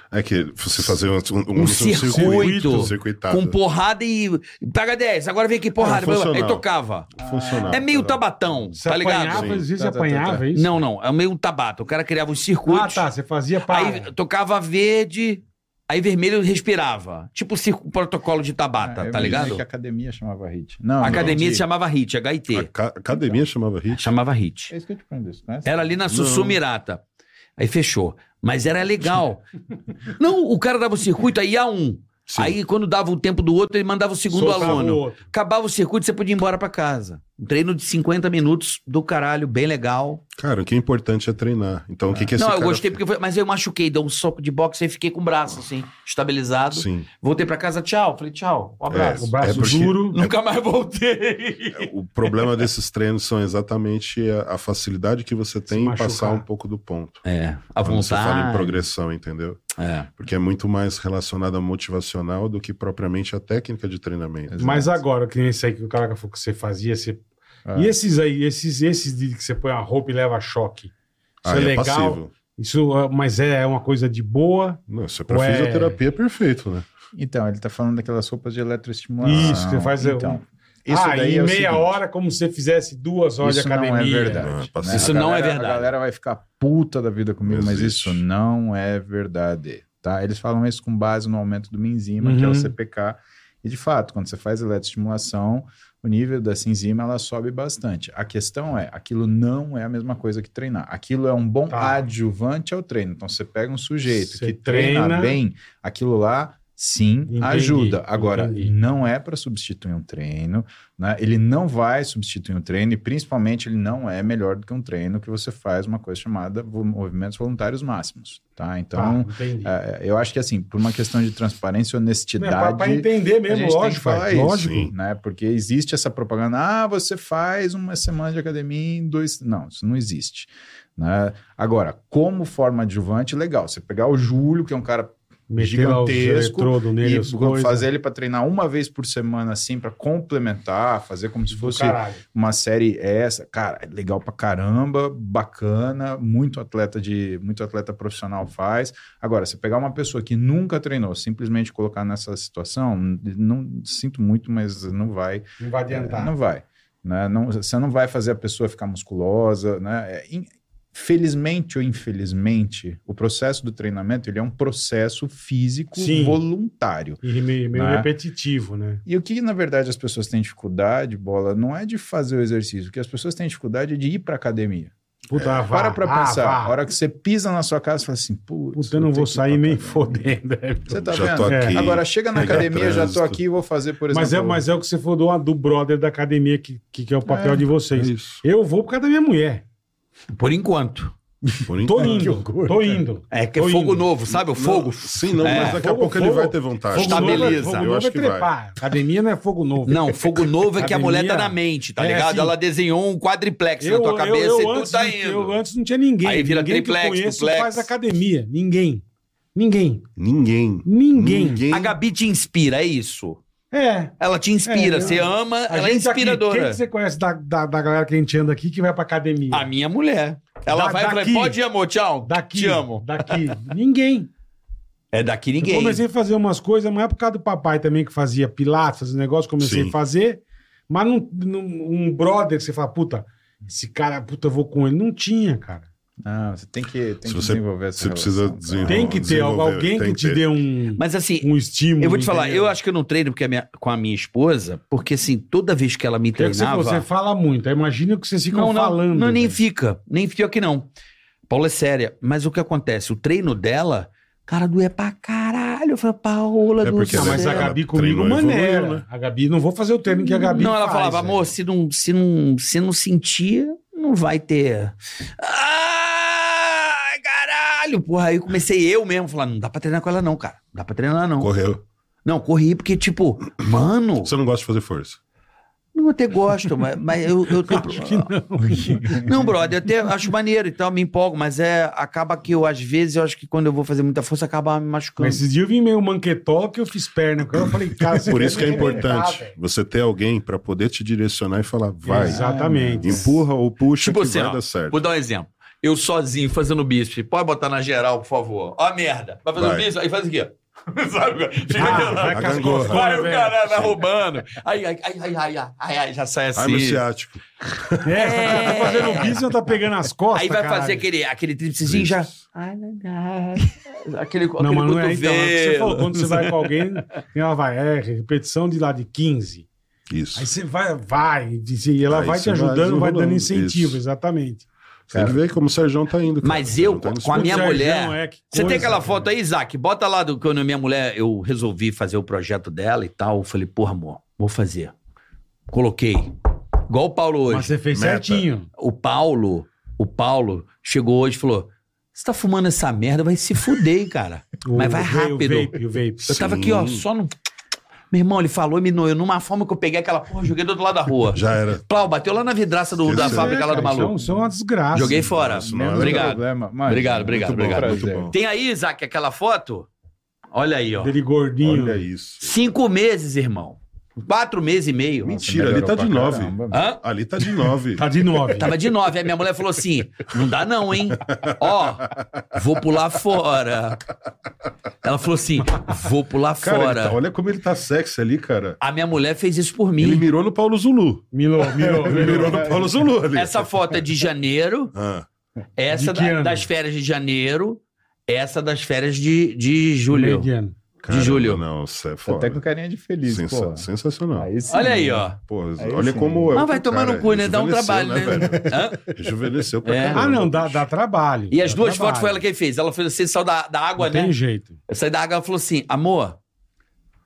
Speaker 6: É que você fazer um,
Speaker 2: Um circuito.
Speaker 6: um circuitado.
Speaker 2: com porrada e... Pega 10, agora vem aqui, porrada.
Speaker 6: É, funcional.
Speaker 2: Aí tocava.
Speaker 6: Funcionava.
Speaker 2: É meio
Speaker 6: Era-
Speaker 2: tabatão,
Speaker 3: Você
Speaker 2: tá ligado?
Speaker 3: apanhava, às vezes
Speaker 5: Tá, tá, tá,
Speaker 3: apanhava,
Speaker 5: tá.
Speaker 3: é isso?
Speaker 2: Não, não. É meio um tabato. O cara criava os circuitos.
Speaker 3: Ah, tá. Você fazia para.
Speaker 2: Aí tocava verde, aí vermelho respirava. Tipo o circo- protocolo de Tabata,
Speaker 3: Ah,
Speaker 5: É, eu
Speaker 2: tá
Speaker 5: imaginei
Speaker 2: ligado?
Speaker 5: que a academia chamava hit. Ah, Não,
Speaker 2: A academia
Speaker 5: entendi.
Speaker 2: se chamava HIT, HIT.
Speaker 6: A ca- academia chamava Hit.
Speaker 2: Chamava HIT.
Speaker 5: É isso que eu te pergunto. isso, né?
Speaker 2: Era ali na Sussumirata. Aí fechou. Mas era legal. Não, o cara dava o circuito, aí ia um.
Speaker 6: Sim.
Speaker 2: Aí quando dava o tempo do outro, ele mandava o segundo
Speaker 3: Soltava
Speaker 2: aluno.
Speaker 3: o outro.
Speaker 2: Acabava o circuito, você podia ir embora pra casa. Um treino de 50 minutos do caralho, bem legal.
Speaker 6: Cara, o que é importante é treinar. Então, o que, que esse
Speaker 2: Não, eu
Speaker 6: cara
Speaker 3: é
Speaker 2: gostei
Speaker 6: fez?
Speaker 2: porque foi, mas eu machuquei, dei um soco de boxe e fiquei com o braço assim, estabilizado.
Speaker 6: Sim.
Speaker 2: Voltei pra casa, tchau. Falei, tchau, um abraço.
Speaker 3: O braço
Speaker 6: É porque-
Speaker 3: duro.
Speaker 2: Nunca mais voltei.
Speaker 6: O problema desses treinos são exatamente a, a facilidade que você tem em
Speaker 3: machucar.
Speaker 6: passar um pouco do ponto.
Speaker 2: É, a
Speaker 6: Quando Você fala em
Speaker 2: vontade.
Speaker 6: progressão, entendeu?
Speaker 2: É.
Speaker 6: Porque é muito mais relacionado a motivacional do que propriamente a técnica de treinamento.
Speaker 5: Exato.
Speaker 3: Mas agora, que nem esse aí que o cara falou que você fazia, você...
Speaker 5: É.
Speaker 3: E esses aí, esses, esses de que você põe a roupa e leva choque? Isso
Speaker 6: Aí
Speaker 3: é legal?
Speaker 6: passível.
Speaker 3: Isso, é- mas é uma coisa de boa?
Speaker 6: Não, isso é pra
Speaker 3: Ué.
Speaker 6: fisioterapia perfeito, né?
Speaker 5: Então, ele tá falando daquelas roupas de eletroestimulação.
Speaker 3: Isso, você faz-
Speaker 5: Então, isso
Speaker 3: ah,
Speaker 5: daí
Speaker 3: e
Speaker 5: é o
Speaker 3: meia
Speaker 5: seguinte.
Speaker 3: hora, como se você fizesse duas horas
Speaker 5: isso
Speaker 3: de academia.
Speaker 5: não é
Speaker 6: Não, é
Speaker 5: verdade.
Speaker 6: passível.
Speaker 5: né?
Speaker 2: Isso
Speaker 5: A
Speaker 2: não é
Speaker 5: galera-
Speaker 2: verdade.
Speaker 5: A galera vai ficar puta da vida comigo,
Speaker 6: Não
Speaker 5: mas
Speaker 6: existe.
Speaker 5: isso não é verdade. Tá? Eles falam isso com base no aumento do minzima, que é
Speaker 3: Uhum.
Speaker 5: o CPK. E de fato, quando você faz eletroestimulação, o nível dessa enzima ela sobe bastante. A questão é, aquilo não é a mesma coisa que treinar. Aquilo é um bom
Speaker 3: Tá.
Speaker 5: adjuvante ao treino. Então você pega um sujeito
Speaker 3: Você
Speaker 5: que treina,
Speaker 3: treina.
Speaker 5: bem, aquilo lá sim
Speaker 3: Entendi,
Speaker 5: ajuda. Agora,
Speaker 3: entendi.
Speaker 5: não é para substituir um treino, né? Ele não vai substituir um treino e principalmente ele não é melhor do que um treino que você faz uma coisa chamada vo- movimentos voluntários máximos, tá?
Speaker 3: Tá,
Speaker 5: Então,
Speaker 3: entendi.
Speaker 5: é, eu acho que assim, por uma questão de transparência e
Speaker 3: Não, é pra, pra
Speaker 5: honestidade,
Speaker 3: entender
Speaker 5: a
Speaker 3: mesmo,
Speaker 5: gente tem que
Speaker 3: lógico.
Speaker 5: falar
Speaker 3: pai,
Speaker 5: isso,
Speaker 3: lógico.
Speaker 6: sim.
Speaker 5: né? Porque existe essa propaganda, ah, você faz uma semana de academia em dois... Não, isso não existe, né? Agora, como forma adjuvante, legal. Você pegar o Júlio, que é um cara
Speaker 3: Meter lá os
Speaker 5: gigantesco
Speaker 3: eletrodos nele,
Speaker 5: e
Speaker 3: as coisas.
Speaker 5: fazer ele para treinar uma vez por semana, assim, para complementar, fazer como se
Speaker 3: Do
Speaker 5: fosse
Speaker 3: caralho.
Speaker 5: uma série essa. Cara, é legal pra caramba, bacana, muito atleta de muito atleta profissional faz. Agora, se pegar uma pessoa que nunca treinou, simplesmente colocar nessa situação, não sinto muito, mas não vai
Speaker 3: Não vai
Speaker 5: é,
Speaker 3: adiantar.
Speaker 5: Não vai. né? Não- você não vai fazer a pessoa ficar musculosa. Né? É, in- felizmente ou infelizmente, o processo do treinamento ele é um processo físico
Speaker 3: Sim.
Speaker 5: voluntário.
Speaker 3: E meio, meio
Speaker 5: Né?
Speaker 3: repetitivo, né?
Speaker 5: E o que, na verdade, as pessoas têm dificuldade, bola, não é de fazer o exercício. O que as pessoas têm dificuldade é de ir para academia.
Speaker 3: Puta, ah, vá,
Speaker 5: É, para para
Speaker 3: ah,
Speaker 5: pensar.
Speaker 3: vá.
Speaker 5: A hora que você pisa na sua casa, você fala assim: putz,
Speaker 3: Puta, eu não
Speaker 5: tenho
Speaker 3: vou
Speaker 5: que ir
Speaker 3: sair
Speaker 5: pra
Speaker 3: nem
Speaker 5: academia."
Speaker 3: fodendo. é.
Speaker 5: Você tá
Speaker 6: Já
Speaker 5: vendo?
Speaker 6: tô aqui.
Speaker 5: Agora, chega na
Speaker 6: Pegar
Speaker 5: academia, já tô
Speaker 6: trânsito.
Speaker 5: aqui e vou fazer, por exemplo.
Speaker 3: Mas é, mas é o que você falou do, do brother da academia, que, que, que é o papel
Speaker 5: É,
Speaker 3: de vocês.
Speaker 6: isso.
Speaker 3: Eu vou por causa da minha mulher.
Speaker 2: Por enquanto.
Speaker 6: Por
Speaker 3: Tô
Speaker 6: enquanto.
Speaker 3: indo, tô indo.
Speaker 2: É que é
Speaker 3: Tô
Speaker 2: fogo
Speaker 3: indo.
Speaker 2: novo, sabe? O fogo.
Speaker 6: Não, sim, não,
Speaker 2: É.
Speaker 6: mas daqui
Speaker 3: Fogo,
Speaker 6: a pouco ele
Speaker 3: fogo.
Speaker 6: vai ter vontade.
Speaker 3: Fogo novo é-
Speaker 2: Estabeliza.
Speaker 3: Fogo
Speaker 6: Eu
Speaker 3: novo
Speaker 6: acho
Speaker 3: é
Speaker 6: que vai.
Speaker 3: trepar. Academia não é fogo novo.
Speaker 2: Não, fogo novo é que a mulher tá
Speaker 3: Academia.
Speaker 2: na mente, tá
Speaker 3: É,
Speaker 2: ligado?
Speaker 3: assim,
Speaker 2: Ela desenhou um quadriplex na tua cabeça
Speaker 3: eu
Speaker 2: e tu
Speaker 3: antes
Speaker 2: tá
Speaker 3: não-
Speaker 2: indo.
Speaker 3: Eu antes não tinha ninguém.
Speaker 2: Aí vira
Speaker 3: ninguém
Speaker 2: triplex,
Speaker 3: que eu conheço
Speaker 2: duplex.
Speaker 3: faz academia. Ninguém. Ninguém.
Speaker 6: Ninguém.
Speaker 3: Ninguém.
Speaker 2: A Gabi te inspira, é isso?
Speaker 3: É.
Speaker 2: Ela te inspira,
Speaker 3: É,
Speaker 2: você ama,
Speaker 3: A
Speaker 2: ela é
Speaker 3: gente aqui,
Speaker 2: inspiradora.
Speaker 3: quem que você conhece da, da, da galera que a gente anda aqui que vai pra academia?
Speaker 2: A minha mulher. Ela
Speaker 3: Da-
Speaker 2: vai e
Speaker 3: daqui.
Speaker 2: fala, pode ir, amor, tchau.
Speaker 3: Daqui.
Speaker 2: Te amo.
Speaker 3: Daqui. ninguém.
Speaker 2: É daqui
Speaker 3: Eu
Speaker 2: ninguém.
Speaker 3: comecei a fazer umas coisas, mas é por causa do papai também que fazia pilates, fazia negócio, comecei
Speaker 6: Sim.
Speaker 3: a fazer. Mas não, não- um brother que você fala, puta, esse cara, puta, eu vou com ele. Não tinha, cara.
Speaker 5: Não, Ah, você tem que, tem que
Speaker 6: Se você-
Speaker 5: desenvolver essa
Speaker 6: você precisa
Speaker 5: relação, tá?
Speaker 6: desenvolver.
Speaker 3: Tem que ter
Speaker 6: desenvolveu,
Speaker 3: alguém
Speaker 6: tem
Speaker 3: que
Speaker 6: que
Speaker 3: te
Speaker 6: ter.
Speaker 3: dê um,
Speaker 2: Mas assim,
Speaker 3: um estímulo.
Speaker 2: eu vou te falar,
Speaker 3: entendeu?
Speaker 2: eu acho que eu não treino porque a minha- com a minha esposa, porque assim, toda vez que ela me
Speaker 3: É que você,
Speaker 2: treinava...
Speaker 3: você fala muito, aí imagina o que vocês ficam
Speaker 2: não, não,
Speaker 3: falando. né?
Speaker 2: Não, é nem
Speaker 3: velho.
Speaker 2: fica. Nem fica que não. Paula é séria. Mas o que acontece? O treino dela, cara, doer pra caralho. Eu falei, Paula,
Speaker 6: É
Speaker 2: do
Speaker 6: porque
Speaker 3: Ah,
Speaker 2: céu.
Speaker 3: mas a
Speaker 6: Ela
Speaker 3: Gabi comigo
Speaker 6: treinou e
Speaker 3: maneira.
Speaker 6: evoluiu, né?
Speaker 3: A Gabi, não vou fazer o treino que a Gabi
Speaker 2: não, ela
Speaker 3: faz,
Speaker 2: falava,
Speaker 3: velho.
Speaker 2: amor, se não, se, não, se não sentir, não vai ter. Ah, caralho! Porra, aí comecei eu mesmo falar, não dá pra treinar com ela não, cara. Não dá pra treinar não.
Speaker 6: Correu.
Speaker 2: Não, corri porque, tipo, mano,
Speaker 6: Você não gosta de fazer força.
Speaker 2: eu até gosto, mas, mas eu, eu tenho...
Speaker 3: Acho que não.
Speaker 2: Não, brother, eu até acho maneiro, então eu me empolgo, mas é. Acaba que eu, às vezes, eu acho que quando eu vou fazer muita força, acaba me machucando.
Speaker 3: Mas esses dias eu vim meio manquetola que eu fiz perna. com ela, Eu falei, cara, você
Speaker 6: Por
Speaker 3: quer
Speaker 6: isso que é
Speaker 3: me arrebentar,
Speaker 6: importante
Speaker 3: velho?
Speaker 6: você ter alguém pra poder te direcionar e falar, vai.
Speaker 3: Exatamente.
Speaker 6: Empurra ou puxa
Speaker 2: Tipo
Speaker 6: que
Speaker 2: assim,
Speaker 6: vai
Speaker 2: ó,
Speaker 6: dar
Speaker 3: é-
Speaker 6: certo.
Speaker 2: Vou dar um exemplo. Eu sozinho fazendo bíceps, pode botar na geral, por favor. Ó, a merda. Vai fazer o
Speaker 6: Vai.
Speaker 2: bíceps, aí faz o quê? Sabe? cara? Fica
Speaker 3: Ah,
Speaker 2: aqui, ó.
Speaker 3: vai com as
Speaker 6: Agangorra.
Speaker 3: costonas,
Speaker 2: Vai, o
Speaker 3: velho.
Speaker 2: cara vai roubando. Aí, ai, ai, ai, ai, ai, ai, ai, já sai
Speaker 6: Ai, meu
Speaker 2: assim.
Speaker 6: ciático.
Speaker 3: É, você tá fazendo o bis e tá pegando as costas.
Speaker 2: Aí vai
Speaker 3: caralho.
Speaker 2: fazer aquele, aquele tríplicezinho já. Ai, ai, ai. Aquele, aquele
Speaker 3: Não, mas não é então. é o que Você falou,
Speaker 2: cotovelo.
Speaker 3: quando você vai com alguém, ela vai, é, repetição de lá de 15.
Speaker 6: Isso.
Speaker 3: Aí você vai, vai, e ela
Speaker 6: Aí
Speaker 3: vai te
Speaker 6: você vai
Speaker 3: ajudando, vai, dando
Speaker 6: desenrolando.
Speaker 3: incentivo,
Speaker 6: Isso.
Speaker 3: exatamente.
Speaker 6: Tem que ver como o Sérgio tá indo. cara.
Speaker 2: Mas eu,
Speaker 6: Não tá indo
Speaker 2: com a
Speaker 6: super-
Speaker 2: minha
Speaker 3: O
Speaker 2: mulher-
Speaker 3: é, que
Speaker 2: Você tem
Speaker 3: coisa,
Speaker 2: aquela
Speaker 3: velho.
Speaker 2: foto aí, Isaac? Bota lá do quando minha mulher, eu resolvi fazer o projeto dela e tal. Eu falei, porra, amor, vou fazer. Coloquei. Igual o Paulo hoje.
Speaker 3: Mas é você fez
Speaker 6: Meta.
Speaker 3: certinho.
Speaker 2: O Paulo, o Paulo chegou hoje e falou: Você tá fumando essa merda? Vai se fuder, hein, cara. Mas vai
Speaker 3: va-
Speaker 2: rápido.
Speaker 3: O vape, o vape.
Speaker 2: Eu tava aqui, ó,
Speaker 6: Sim.
Speaker 2: só no. Meu irmão, ele falou, me noiou numa forma que eu peguei aquela porra, joguei do outro lado da rua.
Speaker 6: Já era.
Speaker 2: Plau, bateu lá na vidraça do, da
Speaker 6: Isso é,
Speaker 2: fábrica lá do
Speaker 3: cara, isso é um-
Speaker 2: maluco.
Speaker 3: Isso é uma desgraça.
Speaker 2: Joguei fora.
Speaker 6: Isso não é
Speaker 5: Menos
Speaker 2: Obrigado.
Speaker 5: problema. Imagina,
Speaker 2: Obrigado, obrigado,
Speaker 5: muito bom,
Speaker 2: obrigado.
Speaker 5: prazer.
Speaker 6: Muito bom.
Speaker 2: Tem aí, Isaac, aquela foto? Olha aí, ó.
Speaker 3: Dele gordinho.
Speaker 6: Olha isso.
Speaker 2: Cinco meses, irmão. Quatro meses e meio.
Speaker 6: Mentira. ali tá de nove.
Speaker 2: Hã?
Speaker 6: Ali tá de nove.
Speaker 3: Tá de nove.
Speaker 2: Tava de nove. Aí minha mulher falou assim: não dá, não, hein? Ó, vou pular fora. Ela falou assim: vou pular
Speaker 6: Cara, ele tá-
Speaker 2: fora.
Speaker 6: olha como ele tá sexy ali, cara.
Speaker 2: A minha mulher fez isso por
Speaker 6: Ele
Speaker 2: mim.
Speaker 6: mirou no Paulo Zulu.
Speaker 3: Milou, milou,
Speaker 6: Ele mirou
Speaker 3: milou.
Speaker 6: no Paulo Zulu ali.
Speaker 2: É Essa foto é de janeiro,
Speaker 6: Ah,
Speaker 2: essa
Speaker 3: De que
Speaker 2: da-
Speaker 3: ano?
Speaker 2: das férias de janeiro, essa das férias de, de julho.
Speaker 3: Mediano.
Speaker 6: caramba,
Speaker 2: julho.
Speaker 6: Não, isso é
Speaker 5: Até com
Speaker 6: foda.
Speaker 5: carinha de feliz,
Speaker 6: Sensa-
Speaker 5: pô.
Speaker 6: sensacional.
Speaker 5: sim,
Speaker 2: Olha aí,
Speaker 5: né?
Speaker 2: ó.
Speaker 6: Pô,
Speaker 5: Aí
Speaker 6: olha
Speaker 5: sim.
Speaker 6: como é.
Speaker 2: Mas
Speaker 6: o
Speaker 2: vai
Speaker 6: que o
Speaker 2: tomar
Speaker 6: cara
Speaker 2: no cu, né? Dá um
Speaker 6: rejuvenesceu,
Speaker 2: trabalho, né?
Speaker 6: velho?
Speaker 2: Hã?
Speaker 6: Rejuvenesceu pra
Speaker 2: É.
Speaker 6: caramba.
Speaker 3: Ah, não, dá, dá trabalho.
Speaker 2: E as
Speaker 3: Dá
Speaker 2: duas fotos
Speaker 3: trabalho.
Speaker 2: foi ela quem fez. Ela fez assim, saiu da, da água,
Speaker 3: Não
Speaker 2: né?
Speaker 3: tem jeito.
Speaker 2: Eu saí da água e falou assim: amor,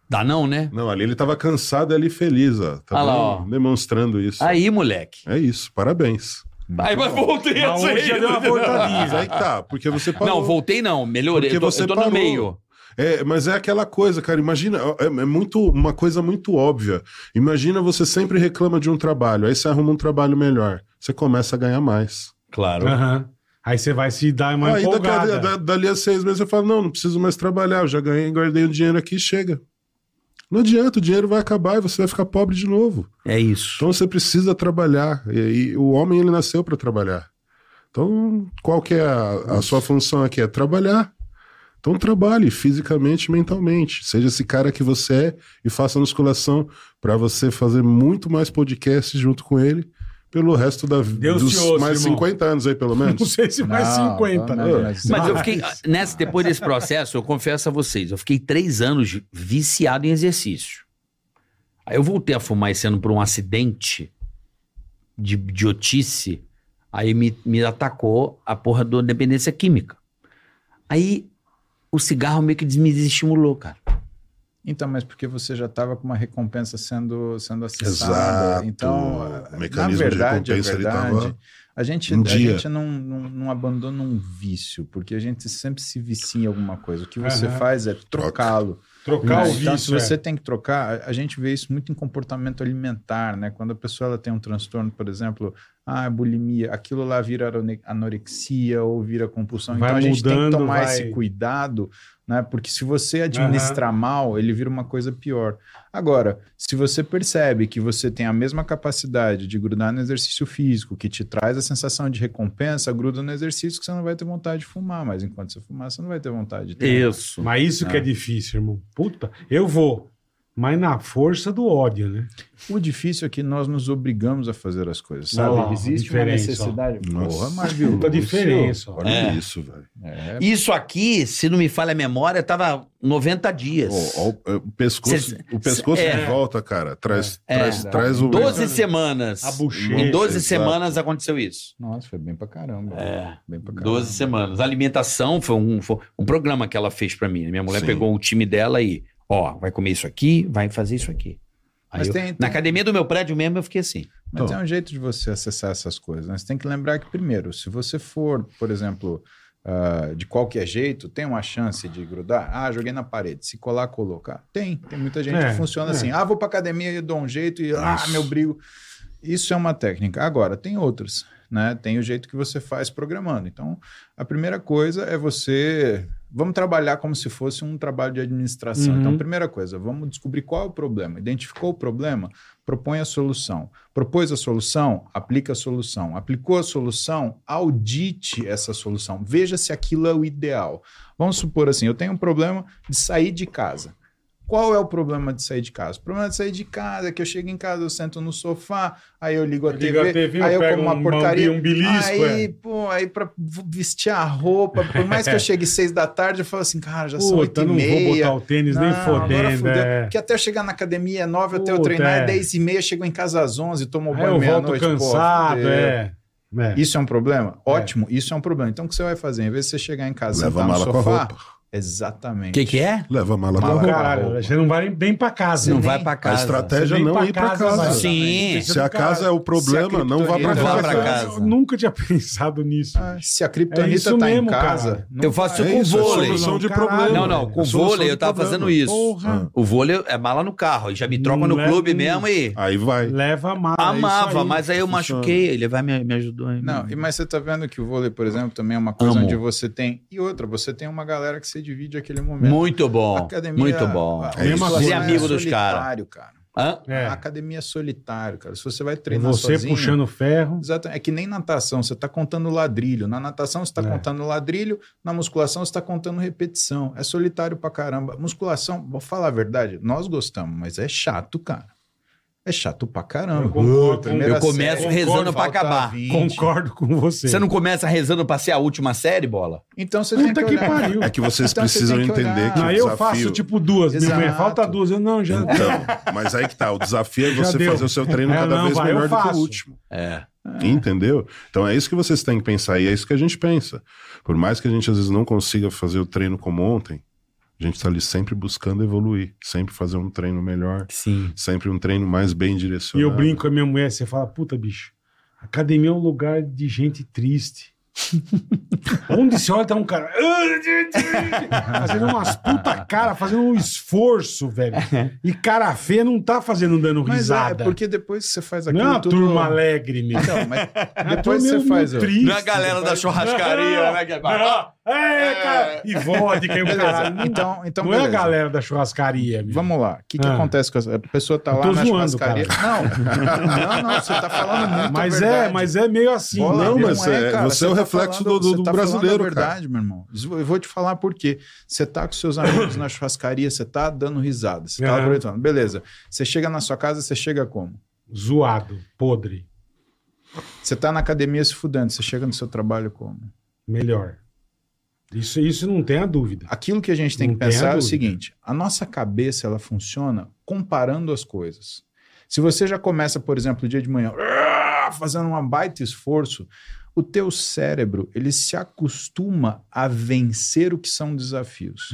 Speaker 2: dá não, né?
Speaker 6: Não, ali ele tava cansado e ali feliz, ó. Tá
Speaker 2: Olha lá,
Speaker 6: bem
Speaker 2: ó.
Speaker 6: demonstrando isso.
Speaker 2: Aí, moleque.
Speaker 6: É isso, parabéns.
Speaker 2: Aí, mas voltei a
Speaker 3: Mas hoje já
Speaker 2: sair. né?
Speaker 3: deu uma
Speaker 6: Mas
Speaker 3: voltadinha.
Speaker 6: aí que tá, porque você parou.
Speaker 2: Não, voltei não, melhorei.
Speaker 6: Porque
Speaker 2: Eu tô,
Speaker 6: você
Speaker 2: eu tô no
Speaker 6: parou.
Speaker 2: meio.
Speaker 6: É, mas é aquela coisa, cara. Imagina, é, é muito uma coisa muito óbvia. Imagina você sempre reclama de um trabalho, aí você arruma um trabalho melhor, você começa a ganhar mais.
Speaker 2: Claro.
Speaker 3: Aham. Aí você vai se dar uma
Speaker 6: Aí daqui a-
Speaker 3: empolgada.
Speaker 6: da- dali a seis meses eu falo, não, não preciso mais trabalhar, eu já ganhei, guardei o dinheiro aqui, chega. Não adianta, o dinheiro vai acabar e você vai ficar pobre de novo.
Speaker 2: É isso.
Speaker 6: Então você precisa trabalhar. E aí o homem ele nasceu para trabalhar. Então, qual que é a, a sua função aqui? É trabalhar. Então trabalhe fisicamente e mentalmente. Seja esse cara que você é e faça musculação para você fazer muito mais podcasts junto com ele pelo resto da vida.
Speaker 3: Deus
Speaker 6: Dos
Speaker 3: te ouça,
Speaker 6: mais
Speaker 3: irmão.
Speaker 6: 50 anos aí, pelo
Speaker 3: Não
Speaker 6: menos.
Speaker 3: sei se mais
Speaker 5: Não,
Speaker 3: 50.
Speaker 5: não, não, mas-
Speaker 2: Mas eu fiquei. Nessa, depois desse processo, eu confesso a vocês, eu fiquei três anos viciado em exercício. Aí eu voltei a fumar esse ano por um acidente de idiotice. Aí me, me atacou a porra da dependência química. Aí o cigarro meio que des- me desestimulou, cara.
Speaker 5: Então, mas porque você já estava com uma recompensa sendo, sendo acessada.
Speaker 6: Exato.
Speaker 5: Então,
Speaker 6: O mecanismo de
Speaker 5: na verdade,
Speaker 6: recompensa,
Speaker 5: a
Speaker 6: ele
Speaker 5: verdade,
Speaker 6: tava
Speaker 5: a gente,
Speaker 6: um
Speaker 5: a
Speaker 6: dia.
Speaker 5: gente não, não, não abandona um vício, porque a gente sempre se vicia em alguma coisa. O que você
Speaker 3: Aham.
Speaker 5: faz é trocá-lo.
Speaker 3: Trocar o
Speaker 5: Né? Então,
Speaker 3: vício. é.
Speaker 5: se você tem que trocar, a- a gente vê isso muito em comportamento alimentar, né? Quando a pessoa ela tem um transtorno, por exemplo, ah, bulimia, aquilo lá vira arone- anorexia ou vira compulsão.
Speaker 3: Vai
Speaker 5: então a gente tem que
Speaker 3: mudando,
Speaker 5: tomar
Speaker 3: vai-
Speaker 5: esse cuidado, né? Porque se você administrar mal, ele vira uma coisa pior. Agora, se você percebe que você tem a mesma capacidade de grudar no exercício físico, que te traz a sensação de recompensa, gruda no exercício que você não vai ter vontade de fumar, mas enquanto você fumar, você não vai ter vontade de ter.
Speaker 3: é.
Speaker 2: Isso.
Speaker 3: Mas isso
Speaker 5: Ah.
Speaker 3: que é difícil, irmão. Puta, eu vou. Mas na força do ódio, né?
Speaker 5: O difícil é que nós nos obrigamos a fazer as coisas, sabe?
Speaker 3: Ó,
Speaker 5: Existe uma
Speaker 3: diferença,
Speaker 5: necessidade.
Speaker 6: ó.
Speaker 5: Porra,
Speaker 6: Nossa.
Speaker 5: Marvio.
Speaker 3: Puta
Speaker 5: Lúcio.
Speaker 3: diferença. ó.
Speaker 6: Olha
Speaker 2: É.
Speaker 6: isso, velho.
Speaker 5: É,
Speaker 2: Isso aqui, se não me falha a memória, tava 90 dias.
Speaker 6: Ó, ó, o- o pescoço,
Speaker 2: Cê-
Speaker 6: o pescoço
Speaker 2: é.
Speaker 6: de volta, cara. Traz,
Speaker 2: É.
Speaker 6: traz, traz o.
Speaker 2: 12 semanas.
Speaker 3: A bochecha.
Speaker 2: Em 12
Speaker 6: Exato.
Speaker 2: semanas aconteceu isso.
Speaker 5: Nossa, foi bem pra caramba.
Speaker 2: É,
Speaker 5: Bem pra caramba.
Speaker 2: 12 semanas. A alimentação foi um, foi um programa que ela fez pra mim. né? Minha mulher
Speaker 6: Sim.
Speaker 2: pegou o time dela e, ó, vai comer isso aqui, vai fazer isso aqui. Aí
Speaker 5: Mas
Speaker 2: eu-
Speaker 5: tem- tem-
Speaker 2: Na academia do meu prédio mesmo, eu fiquei assim.
Speaker 5: Mas
Speaker 6: Então.
Speaker 5: é um jeito de você acessar essas coisas. Né? Você tem que lembrar que, primeiro, se você for, por exemplo, ah, de qualquer jeito, tem uma chance de grudar. Ah, joguei na parede. Se colar, colocar. Tem. Tem muita gente
Speaker 3: É,
Speaker 5: que funciona
Speaker 3: é.
Speaker 5: assim. Ah, vou pra academia e dou um jeito e ah,
Speaker 6: Isso.
Speaker 5: meu brigo. Isso é uma técnica. Agora, tem outras. Né? Tem o jeito que você faz programando. Então, a primeira coisa é você. Vamos trabalhar como se fosse um trabalho de administração.
Speaker 3: Uhum.
Speaker 5: Então, primeira coisa, vamos descobrir qual é o problema. Identificou o problema, propõe a solução. Propôs a solução, aplica a solução. Aplicou a solução, audite essa solução. Veja se aquilo é o ideal. Vamos supor assim: eu tenho um problema de sair de casa. Qual é o problema de sair de casa? O problema de sair de casa é que eu chego em casa, eu sento no sofá, aí eu ligo a,
Speaker 3: Liga
Speaker 5: TV,
Speaker 3: a TV,
Speaker 5: aí
Speaker 3: eu
Speaker 5: eu,
Speaker 3: pego
Speaker 5: como uma
Speaker 3: um
Speaker 5: porcaria.
Speaker 3: bambi- um belisco,
Speaker 5: aí, pô, aí pra vestir a roupa, por mais que eu chegue seis da tarde, eu falo assim, cara, já são oito
Speaker 3: É. Puta,
Speaker 5: e
Speaker 3: não vou
Speaker 5: meia.
Speaker 3: botar o tênis nem
Speaker 5: Não, agora
Speaker 3: fodendo.
Speaker 5: fudeu.
Speaker 3: É.
Speaker 5: Porque até eu chegar na academia é nove, até eu
Speaker 3: Puta,
Speaker 5: treinar
Speaker 3: é.
Speaker 5: é dez e meia, chego em casa às onze, tomo
Speaker 3: Aí eu
Speaker 5: banho
Speaker 3: volto
Speaker 5: meia-noite. pô,
Speaker 3: cansado,
Speaker 5: fudeu.
Speaker 3: é. É.
Speaker 5: Isso é um problema? Ótimo, isso é um problema. Então o que você vai fazer? Em vez de você chegar em casa e
Speaker 6: Leva a
Speaker 5: sentar no
Speaker 6: mala com a
Speaker 5: sofá,
Speaker 6: roupa.
Speaker 2: O
Speaker 5: exatamente.
Speaker 2: que, que é?
Speaker 6: Leva a mala com a
Speaker 5: Mala
Speaker 6: roupa.
Speaker 5: com a
Speaker 3: Caralho,
Speaker 5: roupa.
Speaker 3: você não vai nem pra casa.
Speaker 2: Não
Speaker 5: nem-
Speaker 2: vai pra
Speaker 6: A
Speaker 2: casa.
Speaker 6: estratégia
Speaker 3: nem
Speaker 6: é não
Speaker 3: pra
Speaker 6: ir pra
Speaker 3: casa vai.
Speaker 6: casa.
Speaker 2: Sim.
Speaker 6: Se a casa é o
Speaker 5: Se
Speaker 6: problema,
Speaker 5: a
Speaker 6: não vá pra
Speaker 5: criptonita-
Speaker 2: Não
Speaker 6: casa.
Speaker 2: vá pra casa.
Speaker 3: Eu nunca tinha pensado nisso.
Speaker 5: Ah,
Speaker 3: bicho.
Speaker 5: se a
Speaker 3: É
Speaker 5: criptonita
Speaker 3: isso
Speaker 5: tá
Speaker 3: mesmo,
Speaker 5: em casa...
Speaker 3: cara.
Speaker 5: não
Speaker 2: Eu faço
Speaker 5: vai.
Speaker 2: com
Speaker 6: É isso, é
Speaker 2: vôlei.
Speaker 6: solução de
Speaker 3: Caralho,
Speaker 6: problema.
Speaker 2: Não, não, com
Speaker 6: É solução
Speaker 2: vôlei
Speaker 6: de
Speaker 2: eu tava
Speaker 6: problema.
Speaker 2: fazendo isso.
Speaker 3: Porra.
Speaker 2: O vôlei é mala no carro, e já me troca no
Speaker 3: Não
Speaker 2: clube
Speaker 3: leva-
Speaker 2: mesmo e.
Speaker 6: Ah, Aí vai.
Speaker 3: Leva a mala. é isso
Speaker 2: Amava,
Speaker 3: aí.
Speaker 2: mas aí eu
Speaker 6: funciona.
Speaker 2: machuquei, ele vai me, me ajudou. aí,
Speaker 5: Não,
Speaker 2: né?
Speaker 5: e- mas você tá vendo que o vôlei, por exemplo, também é uma coisa
Speaker 2: Amo.
Speaker 5: onde você tem... E outra, você tem uma galera que você divide aquele momento.
Speaker 2: Muito bom.
Speaker 5: Academia,
Speaker 2: muito bom.
Speaker 5: a- a-
Speaker 6: É isso.
Speaker 5: musculação
Speaker 6: Fazer
Speaker 2: amigo
Speaker 5: é
Speaker 2: dos
Speaker 5: solitário, cara.
Speaker 2: Hã?
Speaker 3: É.
Speaker 5: A academia é solitário, cara. Se você vai
Speaker 3: E
Speaker 5: treinar
Speaker 3: Você
Speaker 5: sozinho...
Speaker 3: puxando ferro.
Speaker 5: Exatamente. É que nem natação, você está contando ladrilho. Na natação você está
Speaker 3: É.
Speaker 5: contando ladrilho, na musculação você está contando repetição. É solitário pra caramba. Musculação, vou falar a verdade, nós gostamos, mas é chato, cara. É chato pra caramba.
Speaker 3: Eu concordo.
Speaker 5: primeira
Speaker 2: Eu começo
Speaker 5: série,
Speaker 2: rezando
Speaker 5: concordo,
Speaker 2: pra
Speaker 5: falta
Speaker 2: acabar.
Speaker 5: 20.
Speaker 3: Concordo com você.
Speaker 2: Você não começa rezando pra ser a última série, bola?
Speaker 5: Então você
Speaker 3: Puta
Speaker 5: tem
Speaker 3: que,
Speaker 5: que, olhar.
Speaker 3: pariu.
Speaker 6: É que vocês
Speaker 5: Então você
Speaker 6: precisam
Speaker 5: tem que
Speaker 6: entender
Speaker 5: olhar.
Speaker 6: que
Speaker 3: Não,
Speaker 6: o
Speaker 3: eu
Speaker 6: desafio...
Speaker 3: faço tipo duas. Minha mulher
Speaker 5: Exato.
Speaker 3: falta duas. Eu não, já.
Speaker 6: Então, mas aí que tá. O desafio é
Speaker 3: Já
Speaker 6: você
Speaker 3: deu.
Speaker 6: fazer o seu treino
Speaker 3: É,
Speaker 6: cada
Speaker 3: não,
Speaker 6: vez
Speaker 3: vai, eu
Speaker 6: melhor do que o
Speaker 3: faço.
Speaker 6: último.
Speaker 2: É.
Speaker 6: Entendeu? Então é isso que vocês têm que pensar e é isso que a gente pensa. Por mais que a gente às vezes não consiga fazer o treino como ontem, a gente tá ali sempre buscando evoluir, sempre fazer um treino melhor,
Speaker 2: Sim.
Speaker 6: sempre um treino mais bem
Speaker 3: E
Speaker 6: direcionado.
Speaker 3: eu brinco com a minha mulher. Você fala, puta, bicho. Academia é um lugar de gente triste. Onde se olha, tá um cara. Fazendo umas puta cara, fazendo um esforço, velho. E cara feia não tá fazendo dando
Speaker 5: Mas
Speaker 3: risada.
Speaker 5: é, porque depois que você faz
Speaker 3: Não
Speaker 5: aquilo
Speaker 3: é uma
Speaker 5: tudo...
Speaker 3: turma alegre, meu.
Speaker 5: Então, mas
Speaker 3: É uma
Speaker 5: depois
Speaker 3: turma
Speaker 5: você
Speaker 3: meio
Speaker 5: faz... ó,
Speaker 3: triste,
Speaker 7: Não é a galera da
Speaker 3: depois-
Speaker 7: churrascaria, né? Que é-
Speaker 3: Não. É, cara. E vodka e o
Speaker 5: Beleza.
Speaker 3: caralho. Não-
Speaker 5: Então, então
Speaker 3: não é a
Speaker 5: beleza.
Speaker 3: galera da churrascaria, meu.
Speaker 5: Vamos lá. O que, que
Speaker 3: Ah.
Speaker 5: acontece com essa... A pessoa tá
Speaker 3: Eu
Speaker 5: lá
Speaker 3: tô
Speaker 5: na
Speaker 3: zoando,
Speaker 5: churrascaria... Não. não, não, você tá falando muito a
Speaker 3: Mas é,
Speaker 5: verdade.
Speaker 3: mas é meio assim.
Speaker 5: Bola,
Speaker 6: não,
Speaker 3: né?
Speaker 6: mas é-
Speaker 5: cara. tá
Speaker 6: você é o reflexo do- do-
Speaker 5: você
Speaker 6: do
Speaker 5: falando
Speaker 6: brasileiro,
Speaker 5: a verdade, meu irmão. Eu vou te falar por quê. Você tá com seus amigos na churrascaria, você tá dando risada, você tá
Speaker 3: Aham.
Speaker 5: aproveitando. Beleza. Você chega na sua casa, você chega como?
Speaker 3: Zoado, podre.
Speaker 5: Você tá na academia se fudendo, você chega no seu trabalho como?
Speaker 3: Melhor. Isso, isso não tem a dúvida.
Speaker 5: Aquilo que a gente tem
Speaker 3: Não
Speaker 5: que
Speaker 3: tenha
Speaker 5: pensar é o
Speaker 3: dúvida.
Speaker 5: seguinte: a nossa cabeça ela funciona comparando as coisas. Se você já começa, por exemplo, o dia de manhã "Ah", fazendo um baita esforço, o teu cérebro ele se acostuma a vencer o que são desafios.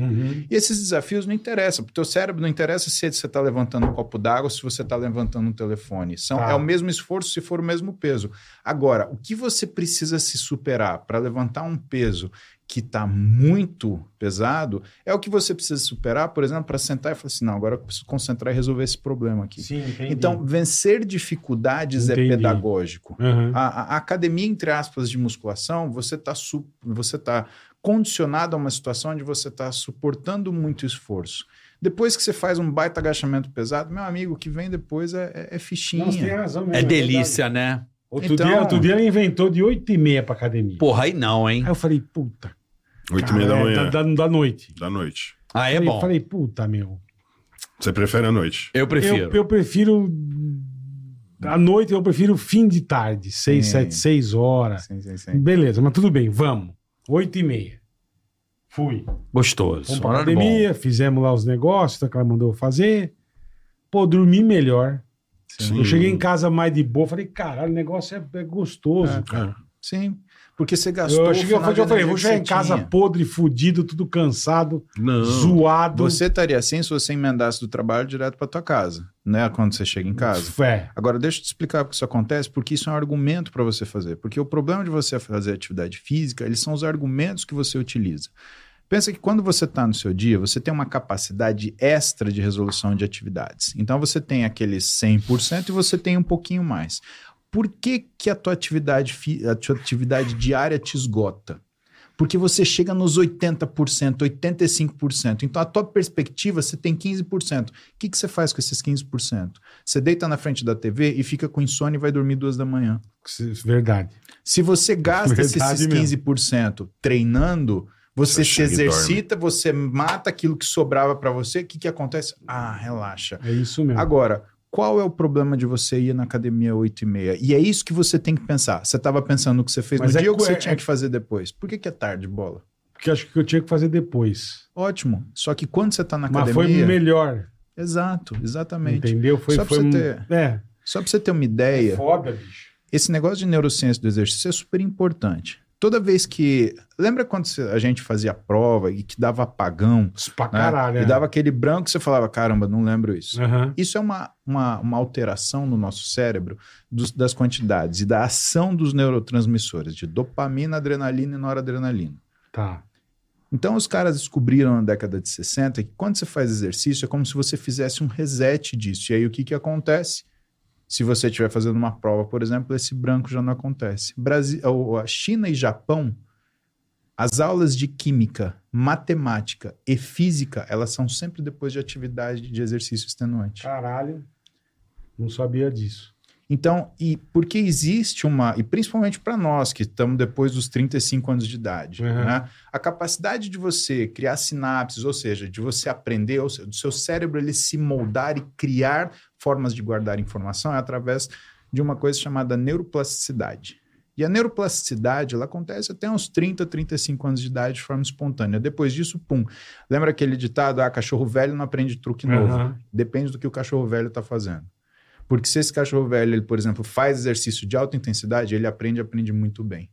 Speaker 5: E esses desafios não interessam, porque o teu cérebro não interessa se você está levantando um copo d'água ou se você está levantando um telefone. São,
Speaker 3: Tá.
Speaker 5: É o mesmo esforço se for o mesmo peso. Agora, o que você precisa se superar para levantar um peso que está muito pesado é o que você precisa superar, por exemplo, para sentar e falar assim: não, agora eu preciso concentrar e resolver esse problema aqui.
Speaker 3: Sim, entendi.
Speaker 5: Então, vencer dificuldades
Speaker 3: Entendi.
Speaker 5: é pedagógico.
Speaker 3: Aham.
Speaker 5: A, a- a academia, entre aspas, de musculação, você está você tá condicionado a uma situação onde você está suportando muito esforço. Depois que você faz um baita agachamento pesado, meu amigo, o que vem depois é, é- é fichinha.
Speaker 3: Não, você tem razão mesmo,
Speaker 2: É
Speaker 3: verdade.
Speaker 2: delícia, né?
Speaker 3: Outro,
Speaker 5: Então-
Speaker 3: dia, outro dia ela inventou de 8 e meia pra academia.
Speaker 2: Porra, aí não, hein?
Speaker 3: Aí eu falei, puta.
Speaker 6: Oito e meia da
Speaker 3: cara, é,
Speaker 6: manhã,
Speaker 3: Da, da- da noite.
Speaker 6: da noite.
Speaker 2: Ah, é
Speaker 3: Aí
Speaker 2: bom.
Speaker 3: Eu falei, puta, meu.
Speaker 6: Você prefere a noite?
Speaker 2: Eu
Speaker 3: Eu,
Speaker 2: prefiro.
Speaker 3: eu prefiro. À noite eu prefiro fim de tarde, 6,
Speaker 5: Sim.
Speaker 3: 7, 6 horas.
Speaker 5: Sim, sim, sim.
Speaker 3: Beleza, mas tudo bem, vamos. 8 e meia. Fui.
Speaker 2: Gostoso.
Speaker 3: Fomos pra
Speaker 2: Horário bom.
Speaker 3: academia, fizemos lá os negócios tá, que ela mandou eu fazer. Pô, dormi melhor.
Speaker 6: Sim.
Speaker 3: Eu cheguei em casa mais de boa, falei, caralho, o negócio é, é gostoso.
Speaker 6: É.
Speaker 5: Sim, porque você gastou.
Speaker 3: Eu cheguei,
Speaker 5: o
Speaker 3: eu
Speaker 5: final
Speaker 3: falei, eu
Speaker 5: de
Speaker 3: falei,
Speaker 5: energia
Speaker 3: vou
Speaker 5: que
Speaker 3: chegar em
Speaker 5: você
Speaker 3: casa
Speaker 5: tinha.
Speaker 3: podre, fudido, tudo cansado,
Speaker 6: Não.
Speaker 3: zoado.
Speaker 5: Você estaria assim se você emendasse do trabalho direto para tua casa, né? Quando você chega em casa.
Speaker 3: É.
Speaker 5: Agora, deixa eu te explicar por que isso acontece, porque isso é um argumento para você fazer. Porque o problema de você fazer atividade física, eles são os argumentos que você utiliza. Pensa que quando você está no seu dia, você tem uma capacidade extra de resolução de atividades. Então, você tem aqueles 100% e você tem um pouquinho mais. Por que, que a, tua atividade, fi- a tua atividade diária te esgota? Porque você chega nos 80%, 85%. Então, a tua perspectiva, você tem 15%. O que, que você faz com esses 15%? Você deita na frente da TV e fica com insônia e vai dormir duas da manhã.
Speaker 3: Verdade.
Speaker 5: Se você gasta
Speaker 3: Verdade
Speaker 5: esses
Speaker 3: mesmo.
Speaker 5: 15% treinando, você
Speaker 6: Você
Speaker 5: se
Speaker 6: chega e
Speaker 5: exercita, você mata aquilo que sobrava pra você. O que, que acontece? Ah, relaxa.
Speaker 3: É isso mesmo.
Speaker 5: Agora, qual é o problema de você ir na academia 8 e meia? E é isso que você tem que pensar. Você estava pensando no que você fez
Speaker 3: Mas
Speaker 5: no
Speaker 3: é
Speaker 5: dia ou que
Speaker 3: co-
Speaker 5: você
Speaker 3: é-
Speaker 5: tinha
Speaker 3: é-
Speaker 5: que fazer depois? Por que, que é tarde, bola?
Speaker 3: Porque eu acho que eu tinha que fazer depois.
Speaker 5: Ótimo. Só que quando você está na
Speaker 3: Mas
Speaker 5: academia.
Speaker 3: foi melhor.
Speaker 5: Exato, exatamente.
Speaker 3: Entendeu? Foi,
Speaker 5: Só pra
Speaker 3: foi
Speaker 5: você
Speaker 3: um-
Speaker 5: ter
Speaker 3: É.
Speaker 5: Só para você ter uma ideia.
Speaker 3: Foda, bicho.
Speaker 5: esse negócio de neurociência do exercício é super importante. Toda vez que. Lembra quando cê- a gente fazia prova e que dava apagão?
Speaker 3: Isso pra
Speaker 5: né?
Speaker 3: caralho.
Speaker 5: E
Speaker 3: é.
Speaker 5: dava aquele branco que você falava: caramba, não lembro isso.
Speaker 3: Aham.
Speaker 5: Isso é uma, uma, uma alteração no nosso cérebro dos- das quantidades e da ação dos neurotransmissores, de dopamina, adrenalina e noradrenalina.
Speaker 3: Tá.
Speaker 5: Então, os caras descobriram na década de 60 que quando você faz exercício é como se você fizesse um reset disso. E aí, o que, que acontece? Se você estiver fazendo uma prova, por exemplo, esse branco já não acontece. Brasi- ou- a China e Japão, as aulas de química, matemática e física, elas são sempre depois de atividade de exercício extenuante.
Speaker 3: Caralho. Não sabia disso.
Speaker 5: Então, e porque existe uma, e principalmente para nós que estamos depois dos 35 anos de idade,
Speaker 3: Uhum.
Speaker 5: né? a capacidade de você criar sinapses, ou seja, de você aprender, ou seja, do seu cérebro ele se moldar e criar formas de guardar informação é através de uma coisa chamada neuroplasticidade. E a neuroplasticidade, ela acontece até uns 30, 35 anos de idade de forma espontânea. Depois disso, pum. Lembra aquele ditado, ah, cachorro velho não aprende truque novo.
Speaker 3: Aham.
Speaker 5: Depende do que o cachorro velho está fazendo. Porque se esse cachorro velho, ele, por exemplo, faz exercício de alta intensidade, ele aprende, aprende muito bem.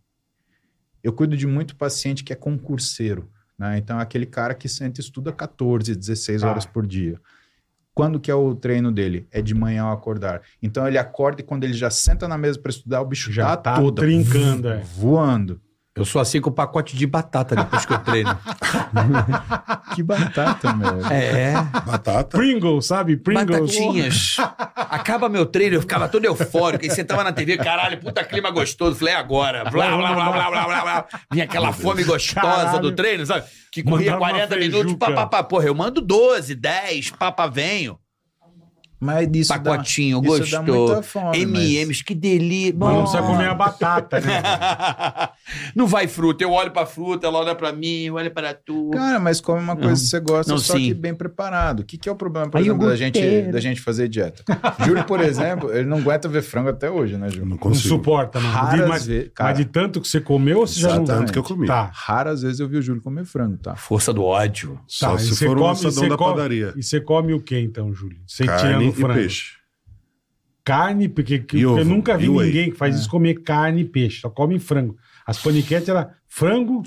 Speaker 5: Eu cuido de muito paciente que é concurseiro, né? Então, é aquele cara que senta e estuda 14, 16
Speaker 3: Tá.
Speaker 5: horas por dia. Quando que é o treino dele? É de manhã ao acordar. Então, ele acorda e quando ele já senta na mesa para estudar, o bicho
Speaker 3: Já
Speaker 5: já
Speaker 3: tá
Speaker 5: todo
Speaker 3: trincando, é.
Speaker 5: voando.
Speaker 2: Eu sou assim com o pacote de batata depois que eu treino.
Speaker 5: Que batata, meu.
Speaker 2: É.
Speaker 6: Batata.
Speaker 3: Pringles, sabe? Pringles.
Speaker 2: Batatinhas. Acaba meu treino, eu ficava todo eufórico. Aí sentava na TV, caralho, puta clima gostoso. Falei, é agora. Blá, blá, blá, blá, blá, blá, blá. Vinha aquela fome gostosa
Speaker 3: Caralho.
Speaker 2: do treino, sabe? Que corria
Speaker 3: Mandava
Speaker 2: 40
Speaker 3: uma
Speaker 2: minutos,
Speaker 3: feijuca.
Speaker 2: papapá. Porra, eu mando 12, 10, papá, venho.
Speaker 5: Mas isso dá-
Speaker 2: Pacotinho,
Speaker 5: isso dá muita
Speaker 2: gostou.
Speaker 5: fome,
Speaker 2: MMs, que delícia.
Speaker 3: Mas não
Speaker 2: Nossa.
Speaker 3: precisa comer a batata, né?
Speaker 2: não vai fruta. Eu olho pra fruta, ela olha pra mim, olha pra tu.
Speaker 5: Cara, mas come uma coisa que você gosta,
Speaker 2: Não,
Speaker 5: só
Speaker 2: sim.
Speaker 5: que bem preparado. O que, que é o problema, por
Speaker 2: Aí
Speaker 5: exemplo,
Speaker 2: o
Speaker 5: da gente, da gente fazer dieta? Júlio, por exemplo, ele não aguenta ver frango até hoje, né,
Speaker 6: Eu
Speaker 5: Júlio?
Speaker 6: não
Speaker 3: Tá, Não
Speaker 6: consigo.
Speaker 3: suporta, mano. De-
Speaker 5: Raras
Speaker 3: mas,
Speaker 5: vezes, cara.
Speaker 3: mas de tanto que você comeu, você já não...
Speaker 6: tanto que eu comi.
Speaker 3: Tá.
Speaker 5: Raras vezes eu vi o Júlio comer frango, tá?
Speaker 2: Força do ódio.
Speaker 6: Só
Speaker 3: Tá, e
Speaker 6: se
Speaker 3: você
Speaker 6: for um
Speaker 3: come-
Speaker 6: assadão
Speaker 3: você
Speaker 6: da
Speaker 3: come-
Speaker 6: padaria.
Speaker 3: E você come o que então, Júlio? Você
Speaker 6: Carne
Speaker 3: tirando
Speaker 6: e
Speaker 3: frango.
Speaker 6: peixe.
Speaker 3: Carne, porque que-
Speaker 6: E
Speaker 3: porque eu
Speaker 6: ovo,
Speaker 3: nunca vi
Speaker 6: e whey. É.
Speaker 3: ninguém que faz isso comer carne e peixe, só come frango. As paniquetes era frango,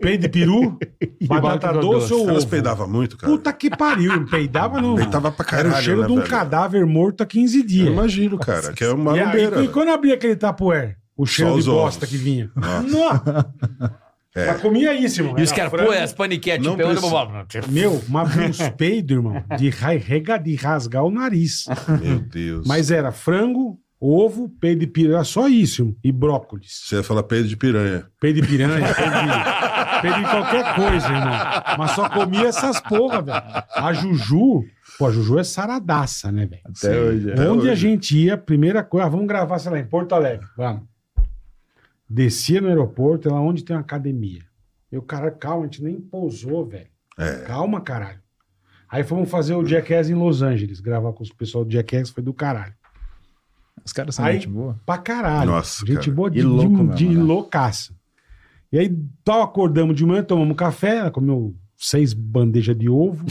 Speaker 3: peito de peru, batata
Speaker 2: batata
Speaker 3: doce
Speaker 2: doce.
Speaker 3: ou
Speaker 6: Elas
Speaker 3: ovo.
Speaker 6: peidavam muito, cara.
Speaker 3: Puta que pariu, peidava não.
Speaker 6: Peidava pra caralho,
Speaker 3: Era o cheiro
Speaker 6: né,
Speaker 3: de um
Speaker 6: velho?
Speaker 3: cadáver morto há 15 dias.
Speaker 6: Eu imagino, cara, que é uma
Speaker 3: E aí,
Speaker 6: lumbeira.
Speaker 3: e quando abria aquele tapuér, o cheiro
Speaker 6: Só
Speaker 3: de
Speaker 6: os
Speaker 3: bosta
Speaker 6: ovos. É.
Speaker 3: que vinha. Nossa. Mas comia isso, irmão.
Speaker 2: E os
Speaker 3: Era
Speaker 2: caras,
Speaker 3: frango-
Speaker 2: pô, é as paniquetes.
Speaker 6: Não
Speaker 2: pegando-
Speaker 3: Meu, mas vinha uns peidos, irmão, de, ra- rega- de rasgar o nariz.
Speaker 6: Meu Deus.
Speaker 3: Mas era frango, ovo, peido de piranha, era só isso, irmão, e brócolis.
Speaker 6: Você ia falar peido de piranha.
Speaker 3: Peido de piranha, peido de, peido de qualquer coisa, irmão. Mas só comia essas porra, velho. A Juju, pô, a Juju é saradaça, né, velho?
Speaker 5: Até hoje. até
Speaker 3: Onde a
Speaker 5: hoje.
Speaker 3: gente ia, primeira coisa, ah, vamos gravar, sei lá, em Porto Alegre. Vamos. Descia no aeroporto, é lá onde tem uma academia. E o cara, calma, a gente nem pousou, velho.
Speaker 6: É.
Speaker 3: Calma, caralho. Aí fomos fazer o Jackass em Los Angeles, gravar com os pessoal do Jackass, foi do caralho.
Speaker 5: Os caras são
Speaker 3: Aí-
Speaker 5: gente boa.
Speaker 3: Pra caralho.
Speaker 6: Nossa,
Speaker 3: Gente
Speaker 6: cara.
Speaker 3: boa de,
Speaker 5: E louco
Speaker 3: de,
Speaker 5: mesmo,
Speaker 3: de
Speaker 5: né?
Speaker 3: loucaça. E aí, tal, acordamos de manhã, tomamos um café, ela comeu seis bandejas de ovo,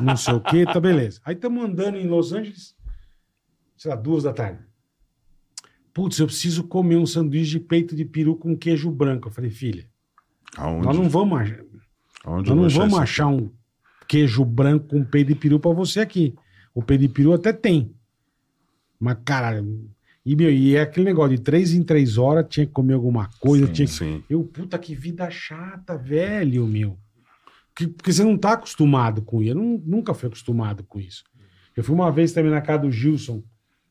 Speaker 3: não sei o que, tá beleza. Aí estamos andando em Los Angeles, sei lá, duas da tarde. Putz, eu preciso comer um sanduíche de peito de peru com queijo branco. Eu falei, filha,
Speaker 6: Aonde?
Speaker 3: nós não vamos achar, nós
Speaker 6: Aonde
Speaker 3: não
Speaker 6: eu vou achar
Speaker 3: vamos
Speaker 6: isso?
Speaker 3: achar um queijo branco com peito de peru pra você aqui. O peito de peru até tem. Mas, caralho. E, meu, e é aquele negócio de três em três horas, tinha que comer alguma coisa. tinha que...
Speaker 6: Sim.
Speaker 3: Eu, puta, que vida chata, velho, meu. Que- porque você não tá acostumado com isso. Eu não- nunca fui acostumado com isso. Eu fui uma vez também na casa do Gilson,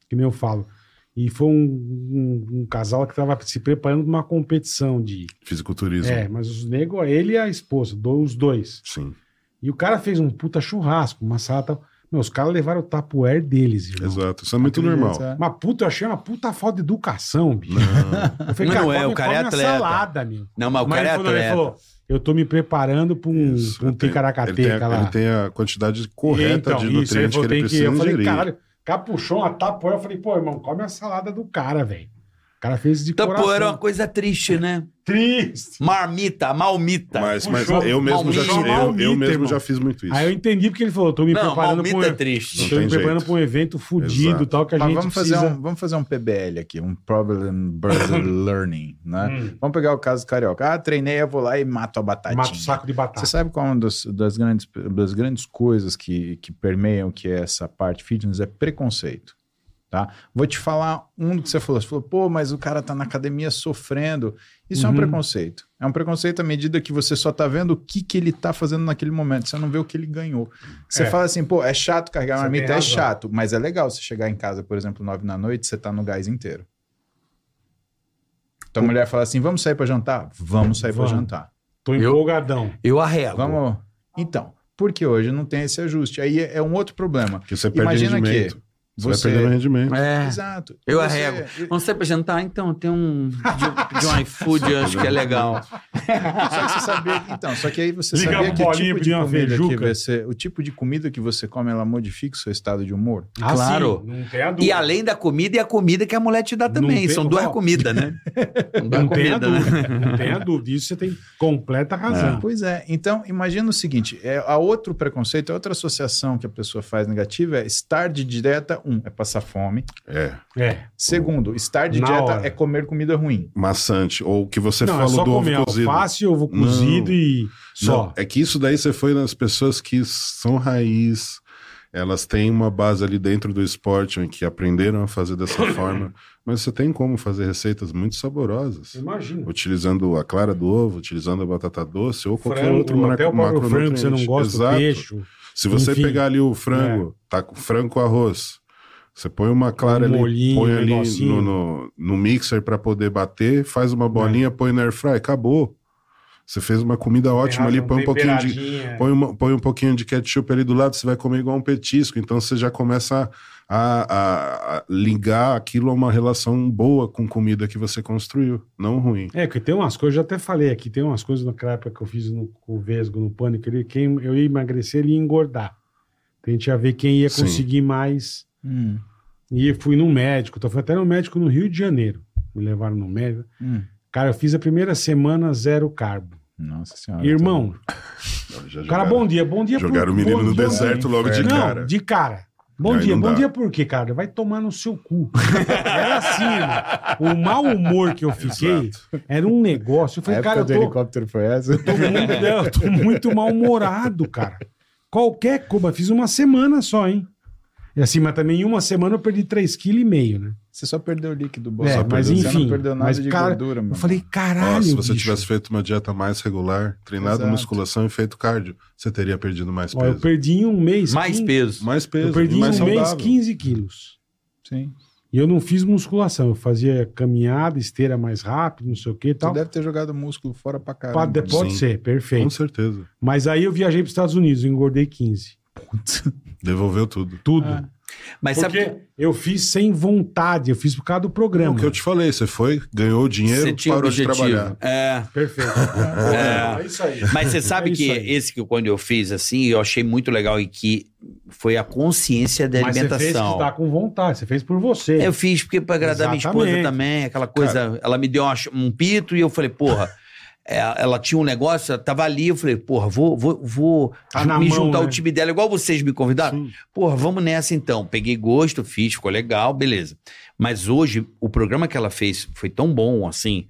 Speaker 3: que nem eu falo. E foi um, um- um casal que tava se preparando pra uma competição de.
Speaker 6: Fisiculturismo.
Speaker 3: É, mas os negros, ele e a esposa, do- os dois.
Speaker 6: Sim.
Speaker 3: E o cara fez um puta churrasco, uma sala. tal. Meu, os caras levaram o tapuér deles, irmão.
Speaker 6: Exato. Isso é muito
Speaker 5: Aquele
Speaker 6: normal.
Speaker 5: jeito, é.
Speaker 3: Uma puta, eu achei uma puta falta de educação, bicho. Eu falei,
Speaker 2: Mas
Speaker 3: cara,
Speaker 2: não é,
Speaker 3: come-
Speaker 2: o cara é
Speaker 3: come a
Speaker 2: atleta.
Speaker 3: salada, meu.
Speaker 2: Não, mas o
Speaker 3: Mas
Speaker 2: cara é
Speaker 3: ele falou, ele
Speaker 2: atleta.
Speaker 3: falou, eu tô me preparando pra um,
Speaker 6: Isso,
Speaker 3: pra um
Speaker 6: ele tem- ele tem
Speaker 3: ticaracateca
Speaker 6: a-
Speaker 3: lá.
Speaker 6: Ele tem a quantidade
Speaker 3: E,
Speaker 6: correta de
Speaker 3: Então, isso, ele falou,
Speaker 6: nutrientes que ele
Speaker 3: tem
Speaker 6: precisa
Speaker 3: Eu falei,
Speaker 6: ingerir.
Speaker 3: caralho, o cara puxou uma tapuér, eu falei, pô, irmão, come a salada do cara, velho. O cara fez de
Speaker 2: Então, pô,
Speaker 3: coração.
Speaker 2: era uma coisa triste, né?
Speaker 3: Triste.
Speaker 2: Marmita, malmita.
Speaker 6: Mas, mas
Speaker 3: Puxou
Speaker 6: eu mesmo, já,
Speaker 2: malmita.
Speaker 6: eu, eu
Speaker 3: Malmita,
Speaker 6: mesmo
Speaker 3: irmão.
Speaker 6: já fiz muito isso.
Speaker 3: Aí eu entendi porque ele falou, tô me
Speaker 2: não,
Speaker 3: preparando pra
Speaker 2: malmita
Speaker 3: um...
Speaker 2: é
Speaker 3: Eu
Speaker 2: triste.
Speaker 6: Não
Speaker 3: tô me
Speaker 6: tem
Speaker 3: preparando
Speaker 6: jeito.
Speaker 3: pra um evento fudido
Speaker 6: Exato.
Speaker 3: e tal, que a
Speaker 5: Mas
Speaker 3: gente
Speaker 5: vamos fazer,
Speaker 3: precisa...
Speaker 5: um, vamos fazer um PBL aqui, um Problem Based Learning, né?
Speaker 3: Hum.
Speaker 5: Vamos pegar o caso do Carioca. Ah, treinei, eu vou lá e mato a batatinha.
Speaker 3: Mata o saco de batata.
Speaker 5: Você sabe qual é uma das, das grandes, das grandes coisas que, que permeiam que é essa parte fitness é preconceito. Tá? Vou te falar um que você falou. Você falou, pô, mas o cara tá na academia sofrendo. Isso é um
Speaker 3: Uhum.
Speaker 5: preconceito. É um preconceito à medida que você só tá vendo o que, que ele tá fazendo naquele momento. Você não vê o que ele ganhou. Você
Speaker 3: É.
Speaker 5: fala assim, pô, é chato carregar uma
Speaker 3: Você tem
Speaker 5: marmita, é
Speaker 3: razão.
Speaker 5: chato. Mas é legal você chegar em casa, por exemplo, nove da noite, você tá no gás inteiro. Tua mulher fala assim, vamos sair pra jantar? Vamos sair pra
Speaker 3: Hum. Vamos.
Speaker 5: jantar.
Speaker 3: Tô
Speaker 2: Eu-
Speaker 3: empolgadão.
Speaker 2: Eu arrego.
Speaker 5: Vamos. Então, porque hoje não tem esse ajuste. Aí é é um outro problema.
Speaker 6: Porque você perde
Speaker 5: Imagina
Speaker 6: rendimento. Você,
Speaker 5: Você-
Speaker 6: vai perdendo rendimento.
Speaker 2: É.
Speaker 5: Exato.
Speaker 2: Eu
Speaker 5: Você- é,
Speaker 2: arrego. Vamos sair pra jantar? Então, tem um. De, um iFood, acho que é legal.
Speaker 5: Só que você sabia. Então, só que aí você
Speaker 3: Liga
Speaker 5: sabia
Speaker 3: uma
Speaker 5: que o
Speaker 3: bolinha,
Speaker 5: tipo de
Speaker 3: pedir uma
Speaker 5: comida que
Speaker 3: feijuca.
Speaker 5: você, o tipo de comida que você come ela modifica o seu estado de humor.
Speaker 3: Ah,
Speaker 2: Claro.
Speaker 3: sim, não tem a dúvida.
Speaker 2: E além da comida, e a comida que a mulher te dá também.
Speaker 3: tem-
Speaker 2: São duas
Speaker 3: Ó.
Speaker 2: comidas, né? São duas
Speaker 3: Não tem a
Speaker 2: comidas, né?
Speaker 3: dúvida, não tem a dúvida. Isso você tem completa razão.
Speaker 5: Pois é. Então, imagina o seguinte: é, a outro preconceito, a outra associação que a pessoa faz negativa é estar de dieta um é passar fome.
Speaker 6: É.
Speaker 3: É.
Speaker 5: Segundo, estar de
Speaker 3: Na
Speaker 5: dieta
Speaker 3: hora.
Speaker 5: é comer comida ruim.
Speaker 6: Maçante. Ou o que você
Speaker 3: não, é
Speaker 6: falou
Speaker 3: só
Speaker 6: do
Speaker 3: comer
Speaker 6: ovo cozido.
Speaker 3: alface, ovo
Speaker 6: Não.
Speaker 3: cozido e
Speaker 6: Não,
Speaker 3: só.
Speaker 6: é que isso daí você foi nas pessoas que são raiz, Elas têm uma base ali dentro do esporte em que aprenderam a fazer dessa forma, mas você tem como fazer receitas muito saborosas.
Speaker 3: Imagina.
Speaker 6: Utilizando a clara do ovo, utilizando a batata doce ou qualquer
Speaker 3: Frango,
Speaker 6: outro
Speaker 3: até o próprio frango que você não gosta,
Speaker 6: Exato.
Speaker 3: peixe.
Speaker 6: Se você
Speaker 3: Enfim. né?
Speaker 6: pegar ali o frango, tá com frango com arroz. Você põe uma clara
Speaker 3: Um
Speaker 6: ali,
Speaker 3: molhinho,
Speaker 6: põe
Speaker 3: um
Speaker 6: ali
Speaker 3: negocinho. É.
Speaker 6: no, no, no mixer para poder bater, faz uma bolinha, põe no air fry, acabou. Você fez uma comida ótima ali, põe um pouquinho de
Speaker 3: né?
Speaker 6: põe, uma- põe um pouquinho de ketchup ali do lado, você vai comer igual um petisco. Então você já começa a, a- a ligar aquilo a uma relação boa com comida que você construiu, não ruim.
Speaker 3: É, que tem umas coisas, eu já até falei aqui, tem umas coisas naquela época que eu fiz no, com o Vesgo, no Pânico, ele, quem, eu ia emagrecer, ele ia engordar. Então a gente ia ver quem ia
Speaker 6: Sim.
Speaker 3: conseguir mais. Hum, E eu fui num médico, então fui até no médico no Rio de Janeiro. Me levaram no médico. Cara, eu fiz a primeira semana zero carbo.
Speaker 5: Nossa senhora. então,
Speaker 3: Irmão, cara,
Speaker 6: Já Ah, então jogaram-
Speaker 3: bom dia, bom dia. por-
Speaker 6: Jogaram o menino
Speaker 3: bom
Speaker 6: no
Speaker 3: dia. né? É,
Speaker 6: deserto logo de
Speaker 5: Não,
Speaker 6: cara.
Speaker 3: Não, de cara. Bom
Speaker 6: Aí
Speaker 3: dia,
Speaker 6: não
Speaker 3: bom
Speaker 6: dá.
Speaker 3: dia por quê, cara? Vai tomar no seu cu. Era assim, mano. O mau humor que eu fiquei era um negócio. Eu
Speaker 5: A
Speaker 3: falei,
Speaker 5: época
Speaker 3: cara, eu tô,
Speaker 5: do helicóptero foi essa?
Speaker 3: tô muito, não, eu tô muito mal-humorado, cara. Qualquer coisa, fiz uma semana só, hein? E assim, mas também em uma semana eu perdi 3,5 kg, né?
Speaker 5: Você só perdeu o líquido bom.
Speaker 3: É,
Speaker 5: Só
Speaker 3: mas
Speaker 5: perdeu- Você
Speaker 3: enfim,
Speaker 5: não perdeu nada
Speaker 3: mas,
Speaker 5: de
Speaker 3: cara,
Speaker 5: gordura, mano.
Speaker 3: Eu falei,
Speaker 6: Ó,
Speaker 3: caralho,
Speaker 6: se você
Speaker 3: bicho.
Speaker 6: tivesse feito uma dieta mais regular, treinado
Speaker 5: Exato.
Speaker 6: musculação e feito cardio, você teria perdido mais
Speaker 3: Ó, eu
Speaker 6: peso.
Speaker 3: perdi em um mês.
Speaker 2: Mais
Speaker 3: 15
Speaker 2: peso.
Speaker 6: Mais peso,
Speaker 3: Eu perdi
Speaker 6: e
Speaker 3: em um
Speaker 6: mais
Speaker 3: mês
Speaker 6: saudável.
Speaker 3: 15 quilos.
Speaker 5: Sim.
Speaker 3: E eu não fiz musculação. Eu fazia caminhada, esteira mais rápido, não sei o que e
Speaker 5: Você
Speaker 3: tal.
Speaker 5: deve ter jogado músculo fora pra caramba.
Speaker 3: Pode,
Speaker 5: mano.
Speaker 3: pode
Speaker 6: é Sim.
Speaker 3: ser,
Speaker 6: Com
Speaker 3: perfeito.
Speaker 6: certeza.
Speaker 3: Mas aí eu viajei para os Estados Unidos, eu engordei 15.
Speaker 6: Devolveu tudo.
Speaker 3: Tudo.
Speaker 5: Ah,
Speaker 2: Mas
Speaker 3: Porque
Speaker 2: sabe
Speaker 3: eu fiz sem vontade, eu fiz por causa do
Speaker 6: É
Speaker 3: programa.
Speaker 6: o que eu te falei, você foi, ganhou o
Speaker 2: que
Speaker 6: dinheiro, parou de trabalhar.
Speaker 2: um É.
Speaker 3: Perfeito.
Speaker 2: É.
Speaker 3: É isso aí.
Speaker 2: Mas você
Speaker 3: É
Speaker 2: sabe
Speaker 3: isso
Speaker 2: que
Speaker 3: aí.
Speaker 2: esse que quando eu fiz assim, eu achei muito legal e que foi a consciência da
Speaker 3: Mas você fez que
Speaker 2: alimentação. É
Speaker 3: tá com vontade, você fez por você.
Speaker 2: Eu fiz porque pra agradar minha esposa
Speaker 3: Exatamente.
Speaker 2: também, aquela coisa. Ela me deu uma ch- um pito e eu falei, porra. é, Ela tinha um negócio, ela tava ali, eu falei, porra, vou, vou, vou
Speaker 3: Tá na
Speaker 2: me
Speaker 3: mão,
Speaker 2: juntar
Speaker 3: né?
Speaker 2: ao time dela, igual vocês me convidaram.
Speaker 6: Sim.
Speaker 2: Porra, vamos nessa então. Peguei gosto, fiz, ficou legal, beleza. Mas hoje, o programa que ela fez foi tão bom assim.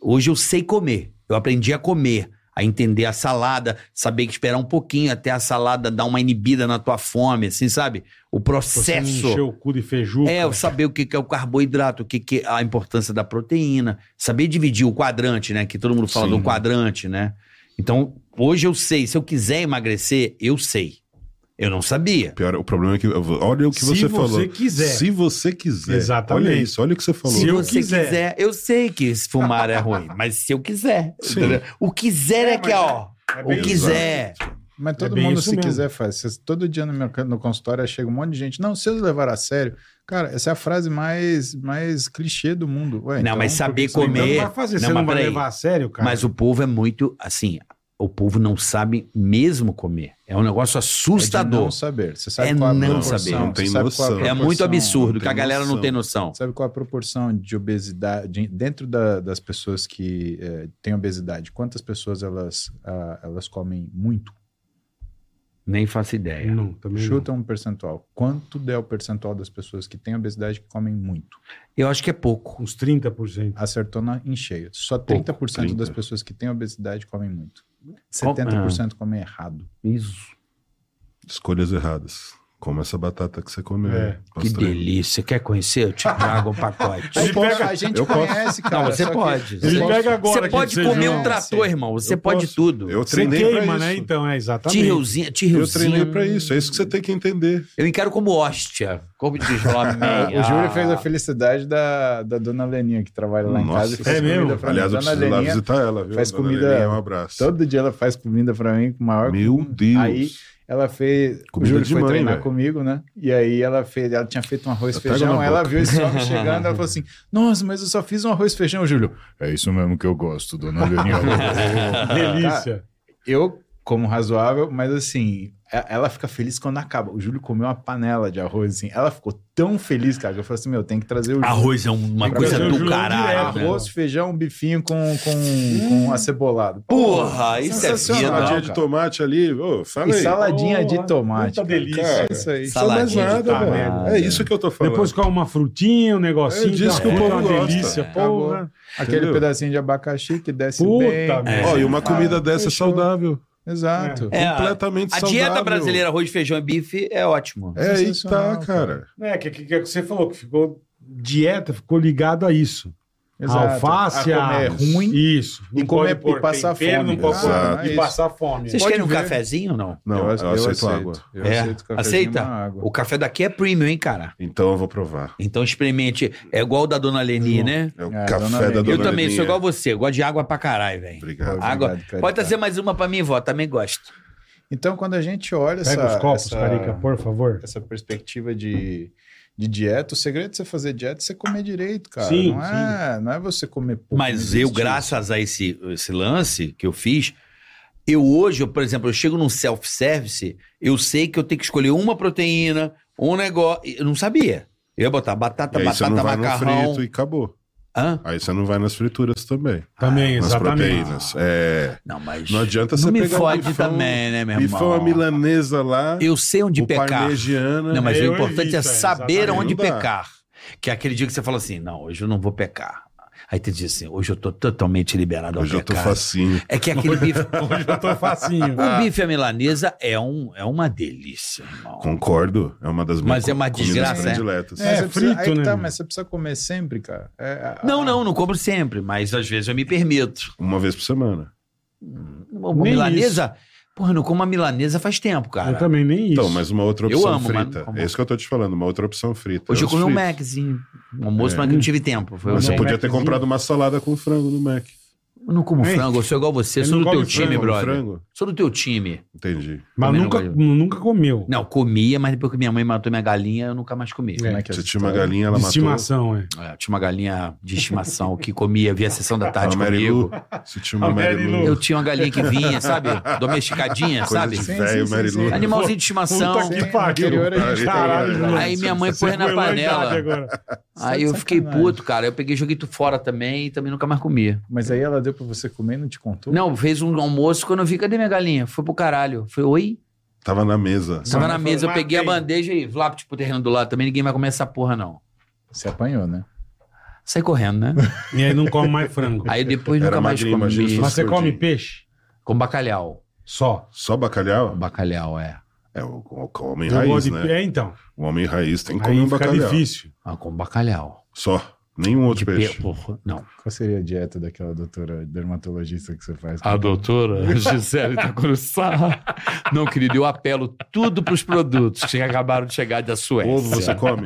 Speaker 2: Hoje eu sei comer. Eu aprendi a comer, a entender a salada, saber que esperar um pouquinho até a salada dar uma inibida na tua fome, assim, sabe? O
Speaker 3: Você não
Speaker 2: processo.
Speaker 3: encheu o cu de feijuca.
Speaker 2: É, eu saber o que que é o carboidrato, o que que é a importância da proteína, saber dividir o quadrante, né? Que todo mundo fala
Speaker 6: Sim.
Speaker 2: do quadrante, né? Então, hoje eu sei, se eu quiser emagrecer, eu sei. Eu não sabia.
Speaker 6: Pior, o problema é que. Olha o que
Speaker 3: Se você
Speaker 6: você, falou.
Speaker 3: quiser.
Speaker 6: Se você quiser.
Speaker 3: Exatamente.
Speaker 6: Olha isso, olha o que você falou.
Speaker 3: Se
Speaker 2: Se
Speaker 3: eu
Speaker 2: você
Speaker 3: quiser.
Speaker 2: quiser. eu sei que fumar é ruim, mas se eu quiser.
Speaker 6: Sim.
Speaker 2: entendeu? O quiser é,
Speaker 3: É,
Speaker 2: que é,
Speaker 3: mas
Speaker 2: ó.
Speaker 3: É
Speaker 2: o
Speaker 3: bem isso.
Speaker 2: quiser.
Speaker 5: Mas todo
Speaker 3: É bem
Speaker 5: mundo,
Speaker 3: isso
Speaker 5: se
Speaker 3: mesmo.
Speaker 5: quiser, faz. Vocês- todo dia no, meu, can- no consultório chega um monte de gente. Não, se eles levar a sério. Cara, essa é a frase mais, mais clichê do mundo. Ué,
Speaker 2: Não,
Speaker 5: então,
Speaker 2: mas saber
Speaker 5: por que que você
Speaker 3: Então
Speaker 2: comer- é
Speaker 3: Não vai fazer,
Speaker 2: Não,
Speaker 3: você não
Speaker 2: mas
Speaker 3: vai
Speaker 2: peraí.
Speaker 3: levar a sério, cara.
Speaker 2: Mas o povo é muito assim. O povo não sabe mesmo comer. É um negócio
Speaker 5: não- é de
Speaker 2: assustador.
Speaker 5: Não saber. Você sabe
Speaker 2: É
Speaker 5: qual a
Speaker 2: não
Speaker 5: proporção,
Speaker 2: saber.
Speaker 6: Não tem
Speaker 5: você sabe qual a
Speaker 6: noção.
Speaker 2: é muito
Speaker 5: proporção,
Speaker 2: absurdo
Speaker 6: não
Speaker 2: que a
Speaker 6: tem
Speaker 2: galera não
Speaker 6: noção.
Speaker 2: tem noção.
Speaker 5: Sabe qual a proporção de obesidade de- dentro da- das pessoas que eh, têm obesidade? Quantas pessoas elas, ah, elas comem muito?
Speaker 2: Nem faço ideia.
Speaker 3: Não, também não.
Speaker 5: Chuta um percentual. Quanto é o percentual das pessoas que têm obesidade que comem muito?
Speaker 2: Eu acho que é pouco.
Speaker 3: Uns 30%.
Speaker 5: Acertou na, em cheio. Só
Speaker 2: Pouco,
Speaker 5: 30% das
Speaker 6: 30.
Speaker 5: pessoas que têm obesidade comem muito. 70% comem errado.
Speaker 2: Isso.
Speaker 6: Escolhas erradas. Como essa batata que você comeu.
Speaker 3: É.
Speaker 6: aí.
Speaker 2: Que
Speaker 6: Mostrei.
Speaker 2: delícia. Quer conhecer? Eu te trago um pacote.
Speaker 3: Ele
Speaker 5: Pô,
Speaker 3: pega-
Speaker 5: a gente
Speaker 6: eu posso-
Speaker 5: conhece, cara.
Speaker 2: Não, você
Speaker 5: só que-
Speaker 2: pode.
Speaker 5: Eu
Speaker 3: Ele
Speaker 5: posso-
Speaker 3: pega agora
Speaker 2: Você
Speaker 3: aqui
Speaker 2: pode
Speaker 3: pra
Speaker 2: comer
Speaker 3: jogar.
Speaker 2: um trator, irmão. Você
Speaker 6: Eu
Speaker 2: pode
Speaker 6: posso.
Speaker 2: tudo.
Speaker 6: Eu
Speaker 3: Você
Speaker 6: treinei
Speaker 3: queima,
Speaker 6: pra
Speaker 3: né?
Speaker 6: isso.
Speaker 3: Então, é exatamente.
Speaker 2: Tirreuzinho,
Speaker 6: Eu
Speaker 2: tirreuzinho.
Speaker 6: treinei pra isso. É isso que você tem que entender.
Speaker 2: Eu encaro como hóstia. Corpo de desdobramento.
Speaker 5: Ah, O Júlio fez a felicidade da, da dona Leninha, que trabalha lá em
Speaker 6: Nossa.
Speaker 5: casa. e faz
Speaker 3: É mesmo?
Speaker 5: comida pra mim.
Speaker 6: Aliás, eu
Speaker 5: Dona
Speaker 6: preciso ir lá
Speaker 5: Leninha,
Speaker 6: visitar ela, viu?
Speaker 5: faz
Speaker 6: Dona
Speaker 5: comida-
Speaker 6: Leninha, um abraço.
Speaker 5: Todo dia ela faz comida pra mim com o maior.
Speaker 6: Meu Deus.
Speaker 5: Aí ela fez.
Speaker 6: Comida
Speaker 5: o Júlio
Speaker 6: de
Speaker 5: foi
Speaker 6: mãe,
Speaker 5: treinar
Speaker 6: velho.
Speaker 5: comigo, né? E aí ela fez. Ela tinha feito
Speaker 2: Tá
Speaker 5: um arroz e
Speaker 6: Até água
Speaker 5: feijão.
Speaker 6: na
Speaker 5: Ela
Speaker 6: boca.
Speaker 5: viu esse homem chegando. Ela falou assim: Nossa, mas eu só fiz um arroz e feijão, Júlio. É isso mesmo que eu gosto, dona Leninha.
Speaker 3: Delícia.
Speaker 5: eu como razoável, mas assim. e- Ela fica feliz quando acaba. O Júlio comeu uma panela de arroz, assim. Ela ficou tão feliz, cara, que eu falei assim: meu, tem que trazer o Júlio.
Speaker 2: Arroz é uma coisa
Speaker 3: trazer o
Speaker 2: do
Speaker 3: Júlio
Speaker 2: caralho.
Speaker 3: direto,
Speaker 2: né?
Speaker 3: né?
Speaker 5: Arroz, feijão, bifinho com, com, com acebolado.
Speaker 2: Porra, isso é
Speaker 5: Sensacional,
Speaker 2: vida.
Speaker 6: Saladinha
Speaker 5: não,
Speaker 6: de
Speaker 5: cara.
Speaker 6: tomate ali. Ô, fala
Speaker 5: E
Speaker 6: aí.
Speaker 5: saladinha
Speaker 3: Porra,
Speaker 5: de tomate.
Speaker 3: puta
Speaker 5: cara.
Speaker 3: delícia.
Speaker 5: Cara, isso aí.
Speaker 6: Não precisa mais
Speaker 2: Saladinha de
Speaker 6: nada,
Speaker 2: tomate.
Speaker 6: velho. É isso que eu tô falando.
Speaker 3: Depois com uma frutinha, um negocinho.
Speaker 6: É disso
Speaker 3: tá
Speaker 6: que o
Speaker 3: bom,
Speaker 6: povo
Speaker 3: uma
Speaker 6: gosta.
Speaker 3: delícia,
Speaker 5: É. Acabou.
Speaker 3: porra.
Speaker 5: Aquele
Speaker 6: Entendeu?
Speaker 5: pedacinho de abacaxi que desce
Speaker 3: Puta
Speaker 5: bem.
Speaker 3: merda.
Speaker 6: Ó, e uma comida
Speaker 5: Ah,
Speaker 6: dessa é
Speaker 5: fechou.
Speaker 6: saudável.
Speaker 5: Exato.
Speaker 2: É,
Speaker 6: completamente
Speaker 2: a
Speaker 6: saudável.
Speaker 2: dieta brasileira, arroz, feijão e bife, é ótimo.
Speaker 6: É aí que tá,
Speaker 5: Sensacional,
Speaker 6: cara.
Speaker 3: É, que, que, que você falou que ficou dieta, ficou ligado a isso.
Speaker 5: Exato.
Speaker 3: Alface, ah,
Speaker 5: A comer
Speaker 3: a-
Speaker 5: ruim.
Speaker 3: Isso.
Speaker 5: E
Speaker 3: Não
Speaker 5: comer
Speaker 3: pode pôr
Speaker 5: e passar
Speaker 3: tempero,
Speaker 5: fome.
Speaker 3: Não pode pôr-
Speaker 6: Exato.
Speaker 3: e passar fome.
Speaker 2: Vocês
Speaker 5: Pode
Speaker 2: querem um
Speaker 5: ver.
Speaker 2: cafezinho ou não?
Speaker 6: Não, eu, aceito, água.
Speaker 5: Eu
Speaker 2: É.
Speaker 5: aceito cafezinho
Speaker 2: Aceita?
Speaker 5: na água.
Speaker 2: O café daqui é premium, hein, cara?
Speaker 6: Então eu vou provar.
Speaker 2: Então experimente. É igual o da dona Leni, né?
Speaker 6: É o
Speaker 5: É,
Speaker 6: café
Speaker 5: dona
Speaker 6: da
Speaker 5: Leni.
Speaker 6: dona é.
Speaker 2: eu também
Speaker 6: Leninha.
Speaker 2: sou igual você. Eu gosto de água pra caralho, velho.
Speaker 6: Obrigado.
Speaker 5: Ah,
Speaker 2: Água.
Speaker 5: obrigado, Carica.
Speaker 2: Pode trazer mais uma pra mim, vó. Também gosto.
Speaker 5: Então, quando a gente olha
Speaker 3: Pega
Speaker 5: essa,
Speaker 3: os copos,
Speaker 5: essa-
Speaker 3: Carica, por favor.
Speaker 5: essa perspectiva de, de dieta, o segredo de você fazer dieta é você comer direito, cara.
Speaker 3: Sim,
Speaker 5: não, É, não é você comer pouco. não
Speaker 2: Mas
Speaker 5: existe
Speaker 2: eu,
Speaker 5: isso.
Speaker 2: graças a esse, esse lance que eu fiz, eu hoje, eu, por exemplo, eu chego num self-service, eu sei que eu tenho que escolher uma proteína, um negócio. Eu não sabia. Eu ia botar batata,
Speaker 6: E aí você
Speaker 2: batata,
Speaker 6: não vai no
Speaker 2: macarrão.
Speaker 6: frito e acabou.
Speaker 2: Hã?
Speaker 6: Aí você não vai nas frituras também.
Speaker 5: Ah,
Speaker 3: Também,
Speaker 6: Nas
Speaker 3: exatamente.
Speaker 6: proteínas. É.
Speaker 2: Não, mas.
Speaker 6: Não adianta você
Speaker 2: Não me
Speaker 6: pegar
Speaker 2: fode
Speaker 6: um bifão,
Speaker 2: também, né, meu
Speaker 6: bifão
Speaker 2: irmão?
Speaker 6: à milanesa lá,
Speaker 2: Eu sei onde
Speaker 6: o
Speaker 2: pecar.
Speaker 6: parmegiana.
Speaker 2: Não, mas
Speaker 3: Eu
Speaker 2: o importante
Speaker 3: evito,
Speaker 2: é
Speaker 3: é,
Speaker 2: saber
Speaker 3: exatamente.
Speaker 2: onde
Speaker 6: Não dá.
Speaker 2: pecar. Que é aquele dia que você fala assim: não, hoje eu não vou pecar. Aí tu diz assim: hoje eu tô totalmente liberado ao
Speaker 6: Hoje eu tô
Speaker 2: pecar.
Speaker 6: facinho.
Speaker 2: É que aquele bife.
Speaker 3: Hoje eu tô facinho.
Speaker 2: O
Speaker 5: Ah.
Speaker 2: bife à milanesa é, um, é uma delícia, irmão.
Speaker 6: Concordo. É uma das
Speaker 2: Mas é uma
Speaker 6: comidas
Speaker 2: desgraça, né?
Speaker 6: prediletas.
Speaker 5: É,
Speaker 3: É,
Speaker 5: você precisa-
Speaker 3: frito,
Speaker 5: aí que
Speaker 3: né?
Speaker 5: tá, mas você precisa comer sempre, cara. É, a-
Speaker 2: Não, não, não como sempre, mas às vezes eu me permito.
Speaker 6: Uma vez por semana.
Speaker 2: Uma
Speaker 3: Nem
Speaker 2: milanesa. Porra, eu não como uma milanesa faz tempo,
Speaker 3: Eu
Speaker 2: cara.
Speaker 3: também nem isso.
Speaker 6: Então, mas uma outra opção
Speaker 2: amo, mas não
Speaker 6: frita.
Speaker 2: como.
Speaker 6: É isso que eu tô te falando, uma outra opção frita.
Speaker 2: Hoje
Speaker 6: É
Speaker 2: eu
Speaker 6: os
Speaker 2: comi um
Speaker 6: fritos.
Speaker 2: Maczinho. Um almoço,
Speaker 6: É.
Speaker 2: mas não tive tempo. Foi um
Speaker 6: Mas você
Speaker 3: um
Speaker 2: Mac.
Speaker 6: podia ter
Speaker 3: Maczinho.
Speaker 6: comprado uma salada com frango no Mac.
Speaker 2: Eu não como
Speaker 3: Hein?
Speaker 2: frango, eu sou igual você,
Speaker 3: Ele
Speaker 2: sou
Speaker 3: não
Speaker 2: do teu
Speaker 3: come
Speaker 2: time,
Speaker 3: frango,
Speaker 2: brother.
Speaker 6: frango?
Speaker 2: Sou do teu time.
Speaker 6: Entendi.
Speaker 3: Mas
Speaker 2: também
Speaker 3: nunca,
Speaker 2: não gosto.
Speaker 3: nunca comeu.
Speaker 2: Não, comia, mas depois que minha mãe matou minha galinha, eu nunca mais comi.
Speaker 5: Como é que é
Speaker 6: Você
Speaker 5: a
Speaker 6: tinha uma
Speaker 5: história?
Speaker 6: galinha, ela
Speaker 3: De
Speaker 6: matou.
Speaker 3: estimação, é.
Speaker 2: É, eu tinha uma galinha de estimação que comia, via a sessão da
Speaker 6: A
Speaker 2: tarde
Speaker 6: Mary Lou.
Speaker 2: comigo.
Speaker 6: Você tinha uma
Speaker 3: A
Speaker 6: Mary
Speaker 3: Mary Lou.
Speaker 6: Lou.
Speaker 2: Eu tinha uma galinha que vinha, sabe? Domesticadinha,
Speaker 6: Coisa
Speaker 2: sabe?
Speaker 6: de
Speaker 5: Sim,
Speaker 6: velho,
Speaker 5: sim,
Speaker 6: Mary
Speaker 5: sim, sim.
Speaker 6: Lou.
Speaker 2: Animalzinho de estimação.
Speaker 3: Puta que pariu.
Speaker 5: Anterior a gente-
Speaker 3: Caralho,
Speaker 5: Aí
Speaker 3: Lúcio.
Speaker 2: é minha mãe
Speaker 3: Você
Speaker 2: põe na
Speaker 3: foi lá em
Speaker 2: panela.
Speaker 3: idade
Speaker 6: então,
Speaker 3: agora.
Speaker 2: Aí
Speaker 5: Tá
Speaker 2: eu
Speaker 5: de
Speaker 2: fiquei
Speaker 5: sacanagem.
Speaker 2: puto, cara. Eu peguei, joguei tu fora também e também nunca mais comia.
Speaker 5: Mas aí ela deu pra você comer e não te contou?
Speaker 2: Não, fez um almoço quando eu vi, cadê minha galinha? Foi pro caralho. Foi, oi?
Speaker 6: Tava na mesa.
Speaker 2: Tava na
Speaker 3: foi,
Speaker 2: mesa, eu
Speaker 3: matei.
Speaker 2: peguei a bandeja e lá, tipo, terreno do lado também, ninguém vai comer essa porra, não.
Speaker 5: Você apanhou, né?
Speaker 2: Sai correndo, né?
Speaker 3: E aí não come mais frango.
Speaker 2: Aí depois
Speaker 6: Era
Speaker 2: nunca mais
Speaker 6: magrinho, imagina
Speaker 2: comi.
Speaker 6: se
Speaker 3: Mas
Speaker 6: fosse-
Speaker 3: você come
Speaker 6: escondido.
Speaker 3: peixe?
Speaker 2: Com bacalhau.
Speaker 3: Só.
Speaker 6: Só bacalhau?
Speaker 2: Bacalhau, é.
Speaker 6: É o, o- o homem
Speaker 3: Eu gosto
Speaker 6: raiz,
Speaker 3: de
Speaker 6: né?
Speaker 3: pe- É, então.
Speaker 6: O homem raiz tem que comer
Speaker 3: Aí
Speaker 6: um
Speaker 3: fica
Speaker 6: bacalhau.
Speaker 3: difícil.
Speaker 2: Ah, com bacalhau.
Speaker 6: Só. Nenhum outro
Speaker 2: De pe-
Speaker 6: peixe.
Speaker 2: porra, Não.
Speaker 5: Qual seria a dieta daquela doutora dermatologista que você faz?
Speaker 2: doutora Gisele
Speaker 6: tá
Speaker 2: Tacuruçá. Não, querido, eu apelo tudo pros produtos que acabaram de chegar da
Speaker 6: Ovo
Speaker 2: Suécia.
Speaker 6: você come?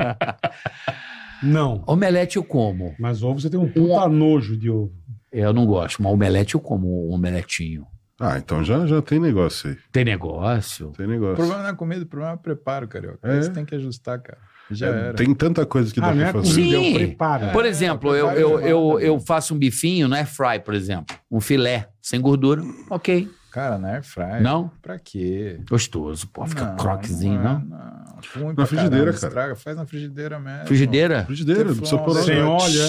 Speaker 3: Não.
Speaker 2: Omelete eu como.
Speaker 3: Mas ovo você tem um puta nojo de ovo.
Speaker 2: Eu não gosto, mas omelete eu como um omeletinho.
Speaker 6: Ah, então já, já tem negócio aí.
Speaker 2: Tem negócio?
Speaker 6: Tem
Speaker 5: O
Speaker 6: negócio.
Speaker 5: problema não é comida, o problema é o preparo, carioca.
Speaker 6: É.
Speaker 5: Aí Você tem que ajustar, cara. Já
Speaker 6: É,
Speaker 5: era. né?
Speaker 6: tem tanta coisa que dá
Speaker 3: Ah, não
Speaker 6: pra
Speaker 3: é
Speaker 6: fazer.
Speaker 3: comida, eu
Speaker 2: Sim.
Speaker 3: preparo.
Speaker 2: Por exemplo, eu, eu, eu, eu faço um bifinho no air fry, por exemplo. Um filé, sem gordura. Ok.
Speaker 5: Cara, na air fry.
Speaker 2: Não?
Speaker 5: Pra quê?
Speaker 2: Gostoso, pô. Fica
Speaker 5: É. Não,
Speaker 2: croquezinho,
Speaker 5: é,
Speaker 2: não?
Speaker 5: Não. Ruim pra
Speaker 6: frigideira,
Speaker 5: caramba,
Speaker 6: cara.
Speaker 5: Estraga, faz na frigideira mesmo.
Speaker 2: Frigideira,
Speaker 6: Frigideira, não precisa pôr
Speaker 3: Sem
Speaker 6: nada.
Speaker 3: óleo, é?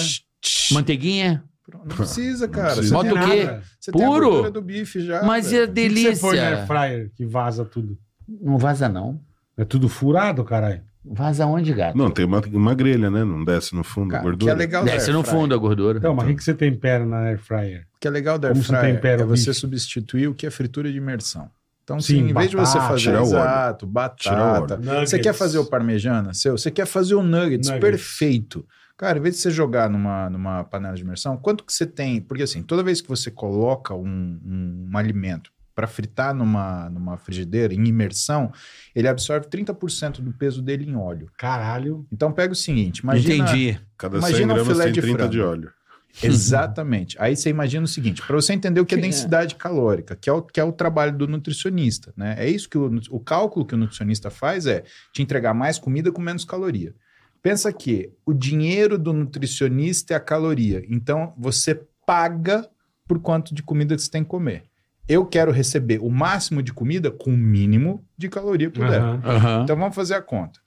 Speaker 2: manteiguinha.
Speaker 5: Não precisa,
Speaker 6: Não
Speaker 5: cara.
Speaker 6: precisa.
Speaker 5: Você, tem,
Speaker 2: Bota o
Speaker 5: a-
Speaker 2: quê?
Speaker 3: nada.
Speaker 5: você tem a
Speaker 2: Puro?
Speaker 5: gordura do bife já.
Speaker 2: Mas é
Speaker 5: velho.
Speaker 3: O que que Você né? põe no
Speaker 2: delícia.
Speaker 3: air fryer que vaza tudo.
Speaker 2: Não vaza, não.
Speaker 3: É tudo furado, caralho.
Speaker 2: Vaza onde, gato?
Speaker 6: Não, tem uma, uma grelha, né? Não desce no fundo,
Speaker 5: Cara,
Speaker 6: gordura.
Speaker 5: Que é legal
Speaker 2: Desce
Speaker 5: do
Speaker 2: no
Speaker 5: air fryer.
Speaker 2: fundo a gordura.
Speaker 3: Então, mas o que que você tempera na air fryer?
Speaker 5: O que é legal da air
Speaker 3: Como você
Speaker 5: fryer
Speaker 3: tempera
Speaker 5: é
Speaker 3: o
Speaker 5: você
Speaker 3: bife?
Speaker 5: substituir o que é fritura de imersão. Então,
Speaker 3: Sim,
Speaker 5: sim, em vez de você
Speaker 3: batata,
Speaker 5: fazer
Speaker 6: tirar o óleo.
Speaker 5: exato,
Speaker 6: Tirar o
Speaker 5: batata,
Speaker 6: óleo.
Speaker 5: você quer fazer o parmejana seu? Você quer fazer o nuggets,
Speaker 3: Nuggets.
Speaker 5: perfeito. Cara, em vez de você jogar numa, numa panela de imersão, quanto que você tem? Porque assim, toda vez que você coloca um, um- um alimento para fritar numa, numa frigideira em imersão, ele absorve 30% do peso dele em óleo.
Speaker 3: Caralho.
Speaker 5: Então pega o seguinte, imagina
Speaker 2: Entendi.
Speaker 6: Cada 100
Speaker 5: Imagina um
Speaker 6: gramas
Speaker 5: filé
Speaker 6: tem
Speaker 5: de
Speaker 6: 30
Speaker 5: frango.
Speaker 6: de óleo.
Speaker 5: Exatamente. Aí você imagina o seguinte, para você entender o que é
Speaker 2: Sim, é.
Speaker 5: densidade calórica, que é, o, que é o trabalho do nutricionista, né? É isso que o, nu- o cálculo que o nutricionista faz é te entregar mais comida com menos caloria. Pensa que o dinheiro do nutricionista é a caloria. Então você paga por quanto de comida que você tem que comer. Eu quero receber o máximo de comida com o mínimo de caloria
Speaker 6: é.
Speaker 5: que puder.
Speaker 3: Aham.
Speaker 2: Aham.
Speaker 5: Então vamos fazer a conta.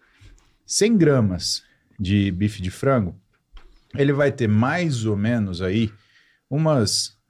Speaker 5: 100 gramas de bife de frango, ele vai ter mais ou menos aí umas...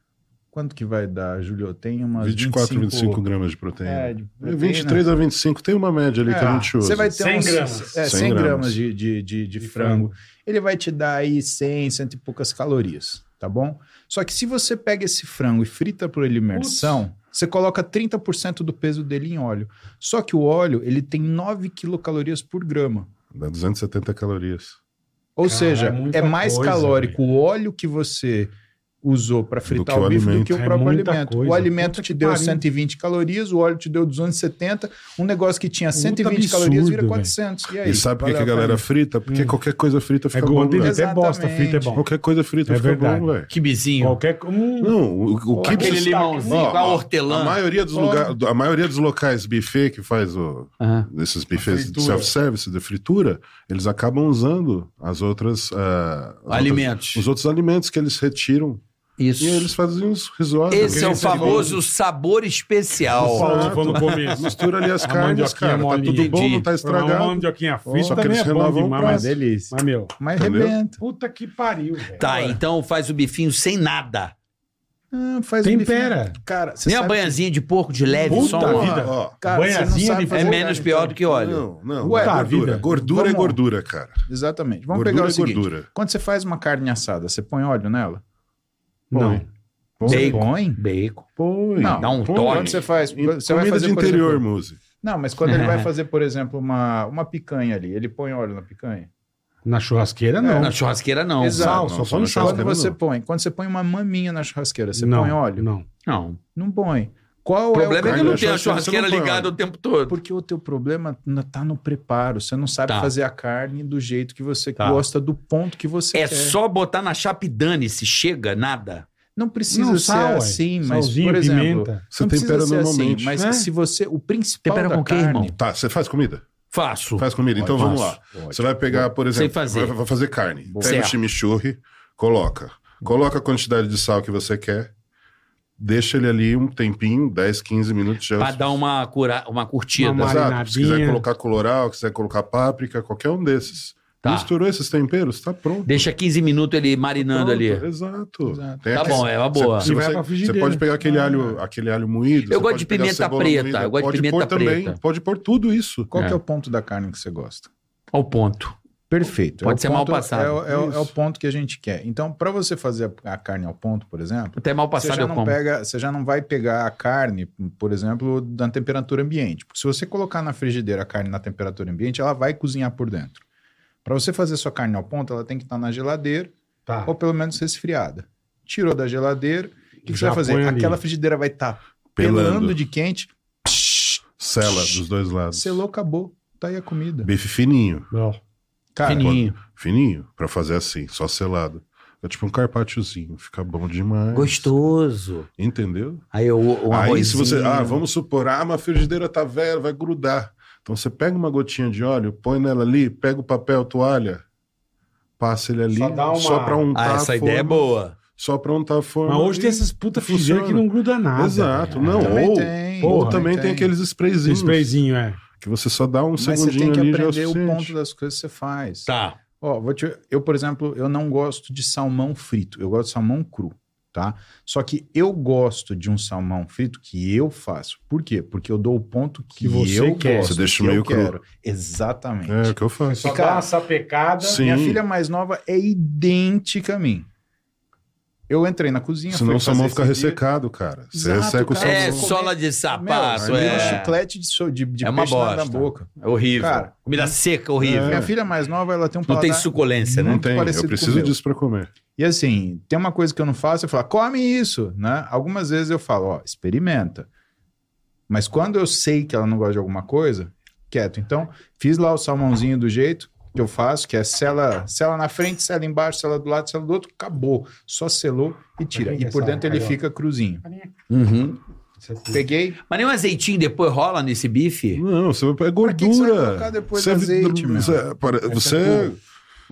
Speaker 5: Quanto que vai dar, Julio? Tem umas
Speaker 6: 24, 25
Speaker 5: 25
Speaker 6: gramas de proteína.
Speaker 5: É,
Speaker 6: É,
Speaker 5: de proteína.
Speaker 6: 23 a 25, tem uma média ali tá que
Speaker 5: É,
Speaker 6: a gente usa.
Speaker 5: Você vai ter
Speaker 3: 100
Speaker 5: uns,
Speaker 3: gramas.
Speaker 5: É, 100,
Speaker 6: 100
Speaker 5: gramas,
Speaker 6: gramas
Speaker 5: de, de, de, de frango. Ele vai te dar aí 100, cento e poucas calorias, tá bom? Só que se você pega esse frango e frita por ele imersão, Você coloca 30% do peso dele em óleo. Só que o óleo, ele tem 9 quilocalorias por grama.
Speaker 6: Dá 270 calorias.
Speaker 5: Ou
Speaker 3: Cara,
Speaker 5: seja,
Speaker 3: é muita
Speaker 5: é mais
Speaker 3: coisa,
Speaker 5: calórico o óleo que você usou para fritar
Speaker 6: que
Speaker 5: o
Speaker 6: o
Speaker 5: bife do
Speaker 6: alimento.
Speaker 5: que o
Speaker 3: É
Speaker 5: próprio
Speaker 3: muita
Speaker 5: alimento.
Speaker 3: coisa.
Speaker 5: O alimento
Speaker 3: Puta que
Speaker 5: te deu
Speaker 3: pariu.
Speaker 5: 120 calorias, o óleo te deu 270, um negócio que tinha 120 calorias
Speaker 3: absurdo,
Speaker 5: vira
Speaker 3: velho.
Speaker 5: 400. E, aí,
Speaker 6: e sabe por que que a
Speaker 5: valeu
Speaker 6: galera
Speaker 5: pena?
Speaker 6: frita? Porque
Speaker 3: Hum.
Speaker 6: qualquer coisa frita
Speaker 3: É
Speaker 6: fica Um bom,
Speaker 3: gordura,
Speaker 6: velho.
Speaker 3: até bosta,
Speaker 5: Exatamente.
Speaker 3: frita é bom.
Speaker 6: Qualquer coisa frita
Speaker 3: É
Speaker 6: fica
Speaker 3: verdade.
Speaker 6: bom, velho.
Speaker 2: Que bizinho.
Speaker 3: Qualquer... Hum,
Speaker 6: Não, o, é o que
Speaker 2: Aquele
Speaker 6: precisa-
Speaker 2: limãozinho
Speaker 6: Ó,
Speaker 2: com a
Speaker 6: ó,
Speaker 2: hortelã.
Speaker 6: A maioria dos, lugar, a maioria dos locais buffet que faz o,
Speaker 2: Aham.
Speaker 6: desses
Speaker 5: A
Speaker 6: buffets de
Speaker 5: fritura.
Speaker 6: self-service, de fritura, eles acabam usando as outras. ah, as
Speaker 2: Alimentos.
Speaker 6: outras- os outros alimentos que eles retiram
Speaker 2: Isso.
Speaker 6: e eles fazem uns risotos.
Speaker 2: Esse é o
Speaker 3: Esse é
Speaker 2: famoso sabor
Speaker 3: o
Speaker 2: especial.
Speaker 3: Paulo falou no começo.
Speaker 6: Mistura ali as
Speaker 3: A
Speaker 6: carnes,
Speaker 3: mandioquinha
Speaker 6: cara. Tá
Speaker 3: molinha.
Speaker 6: tudo bom,
Speaker 2: Entendi.
Speaker 6: não tá
Speaker 5: um
Speaker 3: Uma
Speaker 6: estragado.
Speaker 3: mandioquinha frita
Speaker 6: Só que
Speaker 3: também
Speaker 6: eles
Speaker 3: é bom
Speaker 6: renovam o
Speaker 3: demais.
Speaker 5: Uma
Speaker 6: prazo.
Speaker 3: Mas,
Speaker 5: delícia.
Speaker 3: mas, meu,
Speaker 5: Mas
Speaker 6: Entendeu?
Speaker 5: rebenta.
Speaker 3: puta que pariu, velho.
Speaker 2: Tá, então faz o bifinho sem nada.
Speaker 5: Ah, faz um
Speaker 3: Tempera.
Speaker 5: bife- Cara, você
Speaker 2: Nem a
Speaker 5: sabe que-
Speaker 2: banhazinha de porco de leve,
Speaker 3: Puta
Speaker 2: só uma.
Speaker 6: Ó,
Speaker 3: vida.
Speaker 6: ó,
Speaker 5: Cara, você não
Speaker 3: Banhazinha
Speaker 5: sabe
Speaker 3: de-
Speaker 5: fazer
Speaker 2: É menos
Speaker 5: carne,
Speaker 2: pior
Speaker 5: então.
Speaker 2: do que óleo.
Speaker 6: Não, não.
Speaker 5: Ué,
Speaker 6: não
Speaker 3: tá,
Speaker 6: é gordura.
Speaker 3: vida.
Speaker 6: Gordura é
Speaker 5: Vamos lá.
Speaker 6: gordura, cara.
Speaker 5: Exatamente. Vamos
Speaker 6: Gordura
Speaker 5: pegar
Speaker 6: é
Speaker 5: o seguinte.
Speaker 6: gordura.
Speaker 5: Quando você faz uma carne assada, você põe óleo nela?
Speaker 3: Não.
Speaker 5: Você
Speaker 2: Bacon.
Speaker 5: põe?
Speaker 2: Bacon.
Speaker 6: Põe.
Speaker 5: Não.
Speaker 2: Dá um
Speaker 6: põe.
Speaker 2: toque.
Speaker 5: Quando você faz...
Speaker 6: E
Speaker 5: Você vai
Speaker 6: comida
Speaker 5: fazer,
Speaker 6: de
Speaker 5: por
Speaker 6: interior,
Speaker 5: exemplo-
Speaker 6: Muzi.
Speaker 5: Não, mas quando ele vai fazer, por exemplo, uma, uma picanha ali, ele põe óleo na picanha?
Speaker 3: Na churrasqueira, não.
Speaker 2: Na churrasqueira, não.
Speaker 5: Exato.
Speaker 3: Sal,
Speaker 6: Não,
Speaker 3: só põe
Speaker 6: só na
Speaker 3: sal.
Speaker 5: Quando
Speaker 6: churrasqueira,
Speaker 5: você
Speaker 6: não.
Speaker 5: põe? Quando você põe uma maminha na churrasqueira, você
Speaker 3: não,
Speaker 5: põe óleo?
Speaker 3: Não.
Speaker 2: Não.
Speaker 5: Não põe. Qual
Speaker 2: O problema é que
Speaker 5: é
Speaker 6: cara,
Speaker 5: o...
Speaker 2: não
Speaker 6: eu
Speaker 2: tem a
Speaker 6: acho que você
Speaker 2: churrasqueira
Speaker 6: não põe
Speaker 2: ligada
Speaker 6: óleo.
Speaker 2: o tempo todo.
Speaker 5: Porque o teu problema na- tá no preparo. Você não sabe
Speaker 2: Tá.
Speaker 5: fazer a carne do jeito que você
Speaker 2: Tá.
Speaker 5: gosta, do ponto que você
Speaker 2: É
Speaker 5: quer.
Speaker 2: só botar na chapa e dane-se, chega, nada.
Speaker 5: Não precisa
Speaker 3: Não,
Speaker 5: ser
Speaker 3: sal, ué.
Speaker 5: assim, mas,
Speaker 3: Salzinho,
Speaker 5: por exemplo...
Speaker 3: pimenta.
Speaker 6: Você
Speaker 5: não precisa
Speaker 6: tempera
Speaker 5: ser
Speaker 6: normalmente. É.
Speaker 5: Assim, mas
Speaker 3: né?
Speaker 5: se você... O principal
Speaker 2: Tempera
Speaker 5: da
Speaker 2: com quê,
Speaker 5: carne...
Speaker 2: irmão?
Speaker 6: Tá, você faz comida?
Speaker 2: Faço.
Speaker 6: Faz comida. Então vamos lá.
Speaker 5: Ótimo.
Speaker 6: Você vai pegar, por
Speaker 2: Sei
Speaker 6: exemplo,
Speaker 2: fazer.
Speaker 6: Vai, vai fazer carne. Pega
Speaker 2: Certo.
Speaker 6: o chimichurri, coloca. Coloca a quantidade de sal que você quer. Deixa ele ali um tempinho, 10, 15 minutos. Já...
Speaker 2: Pra dar uma, cura, uma curtida.
Speaker 3: Uma
Speaker 6: Exato. Se quiser
Speaker 3: marinadinha.
Speaker 6: colocar coloral, quiser colocar páprica, qualquer um desses.
Speaker 2: Tá.
Speaker 6: Misturou esses temperos, tá pronto.
Speaker 2: Deixa 15 minutos ele
Speaker 6: Pronto,
Speaker 2: marinando ali.
Speaker 6: Exato.
Speaker 5: Exato.
Speaker 6: Tem
Speaker 2: Tá
Speaker 6: aquele-
Speaker 2: bom, é uma boa.
Speaker 6: Você,
Speaker 3: E vai
Speaker 6: você-
Speaker 3: pra
Speaker 6: você
Speaker 3: frigideira.
Speaker 6: pode pegar aquele alho, aquele alho moído.
Speaker 2: Eu
Speaker 6: você
Speaker 2: gosto
Speaker 6: pode
Speaker 2: de
Speaker 6: pegar
Speaker 2: pimenta
Speaker 6: cebola
Speaker 2: preta,
Speaker 6: moída,
Speaker 2: eu gosto de
Speaker 6: pode
Speaker 2: pimenta
Speaker 6: pôr também,
Speaker 2: preta.
Speaker 6: Pode pôr tudo isso.
Speaker 5: Qual
Speaker 2: É.
Speaker 5: que é o ponto da carne que você gosta?
Speaker 2: Olha o ponto.
Speaker 5: Perfeito.
Speaker 2: Pode
Speaker 5: o
Speaker 2: ser mal
Speaker 5: ponto-
Speaker 2: passado.
Speaker 5: É, o- é o- é o
Speaker 6: Isso.
Speaker 5: ponto que a gente quer. Então, para você fazer a a carne ao ponto, por exemplo,
Speaker 2: Até mal
Speaker 5: você
Speaker 2: passado
Speaker 5: já,
Speaker 2: eu
Speaker 5: não
Speaker 2: como.
Speaker 5: pega, você já não vai pegar a carne, por exemplo, na temperatura ambiente. Porque se você colocar na frigideira a carne na temperatura ambiente, ela vai cozinhar por dentro. Para você fazer sua carne ao ponto, ela tem que estar na geladeira
Speaker 3: Tá.
Speaker 5: ou pelo menos resfriada. Tirou da geladeira, o que, que você
Speaker 3: Já
Speaker 5: vai fazer?
Speaker 3: põe ali.
Speaker 5: Aquela frigideira vai estar pelando.
Speaker 6: Pelando,
Speaker 5: de quente,
Speaker 6: sela dos dois lados.
Speaker 5: selou, acabou. Tá aí a comida.
Speaker 6: Bife fininho.
Speaker 3: Não.
Speaker 5: Cara,
Speaker 2: Fininho.
Speaker 6: Ah, Fininho, pra fazer assim, só selado. É tipo um carpacciozinho, fica bom demais.
Speaker 2: Gostoso.
Speaker 6: Entendeu?
Speaker 2: Aí eu, um
Speaker 6: Aí se
Speaker 2: arrozinho.
Speaker 6: você, ah, vamos supor, ah, mas a frigideira tá velha, vai grudar. Então você pega uma gotinha de óleo, põe nela ali, pega o papel, toalha, passa ele ali,
Speaker 3: Só
Speaker 6: só,
Speaker 3: dá uma-
Speaker 6: pra untar
Speaker 2: Ah,
Speaker 6: a
Speaker 2: essa
Speaker 6: forma,
Speaker 2: ideia é boa.
Speaker 6: Só pra untar a forma.
Speaker 3: Mas hoje
Speaker 6: ali.
Speaker 3: tem essas puta frigideira que
Speaker 6: Funciona.
Speaker 3: não gruda nada.
Speaker 6: Exato,
Speaker 3: velho.
Speaker 6: não,
Speaker 5: também
Speaker 6: ou,
Speaker 5: tem,
Speaker 6: ou
Speaker 3: porra,
Speaker 6: também tem, aqueles
Speaker 3: Esse
Speaker 6: sprayzinhos,
Speaker 3: sprayzinho, é.
Speaker 6: que você só dá um
Speaker 5: Mas você
Speaker 6: segundinho
Speaker 5: tem que
Speaker 6: ali já é o
Speaker 5: aprender o ponto
Speaker 6: suficiente.
Speaker 5: das coisas que você faz.
Speaker 2: Tá.
Speaker 5: Ó, vou te- eu, por exemplo, eu não gosto de salmão frito, eu gosto de salmão cru, tá? Só que eu gosto de um salmão frito que eu faço. Por quê? Porque eu dou o ponto que,
Speaker 3: Que você
Speaker 5: eu
Speaker 3: quer.
Speaker 5: gosto.
Speaker 6: Você deixa
Speaker 5: que eu
Speaker 6: meio cru.
Speaker 5: quero. Exatamente.
Speaker 6: É, o que eu faço.
Speaker 3: Só
Speaker 5: Cara,
Speaker 3: dá uma sapecada.
Speaker 6: Sim.
Speaker 5: Minha filha mais nova é idêntica a mim. Eu entrei na cozinha,
Speaker 6: Senão o
Speaker 5: fui fazer
Speaker 6: salmão fica
Speaker 5: esse dia-
Speaker 6: ressecado, cara. Você
Speaker 5: Exato,
Speaker 6: resseca o
Speaker 5: cara.
Speaker 2: É,
Speaker 6: salmão.
Speaker 5: comer-
Speaker 2: sola de sapato,
Speaker 5: Meu,
Speaker 6: é.
Speaker 5: um chiclete de, so- de, de
Speaker 2: É uma
Speaker 5: peixe na- na
Speaker 2: bosta.
Speaker 5: boca.
Speaker 2: é. Horrível.
Speaker 5: Cara, É.
Speaker 2: Comida seca,
Speaker 6: É.
Speaker 2: horrível.
Speaker 5: Minha filha mais nova, ela tem um
Speaker 2: Não tem
Speaker 5: paladar...
Speaker 2: suculência, né?
Speaker 6: Não
Speaker 5: muito
Speaker 6: tem,
Speaker 5: parecido
Speaker 6: eu
Speaker 5: com o
Speaker 6: preciso
Speaker 5: meu.
Speaker 6: disso pra comer.
Speaker 5: E assim, tem uma coisa que eu não faço, eu falo, come isso, né? Algumas vezes eu falo, ó, experimenta. Mas quando eu sei que ela não gosta de alguma coisa, quieto. Então, fiz lá o salmãozinho do jeito que eu faço, que é sela, sela na frente, sela embaixo, sela do lado, sela do outro, acabou. Só selou e tira.
Speaker 3: Pra quem
Speaker 5: E por
Speaker 3: que é
Speaker 5: dentro
Speaker 3: sal,
Speaker 5: ele
Speaker 3: carioca?
Speaker 5: fica cruzinho.
Speaker 2: Uhum.
Speaker 3: Isso é tudo.
Speaker 5: Peguei,
Speaker 2: Mas nem um azeitinho depois rola nesse bife?
Speaker 6: Não, você vai é
Speaker 5: Pra que que você vai colocar
Speaker 6: gordura.
Speaker 5: depois
Speaker 6: Você- é
Speaker 5: azeite, meu?
Speaker 6: você- para-
Speaker 3: é
Speaker 6: Você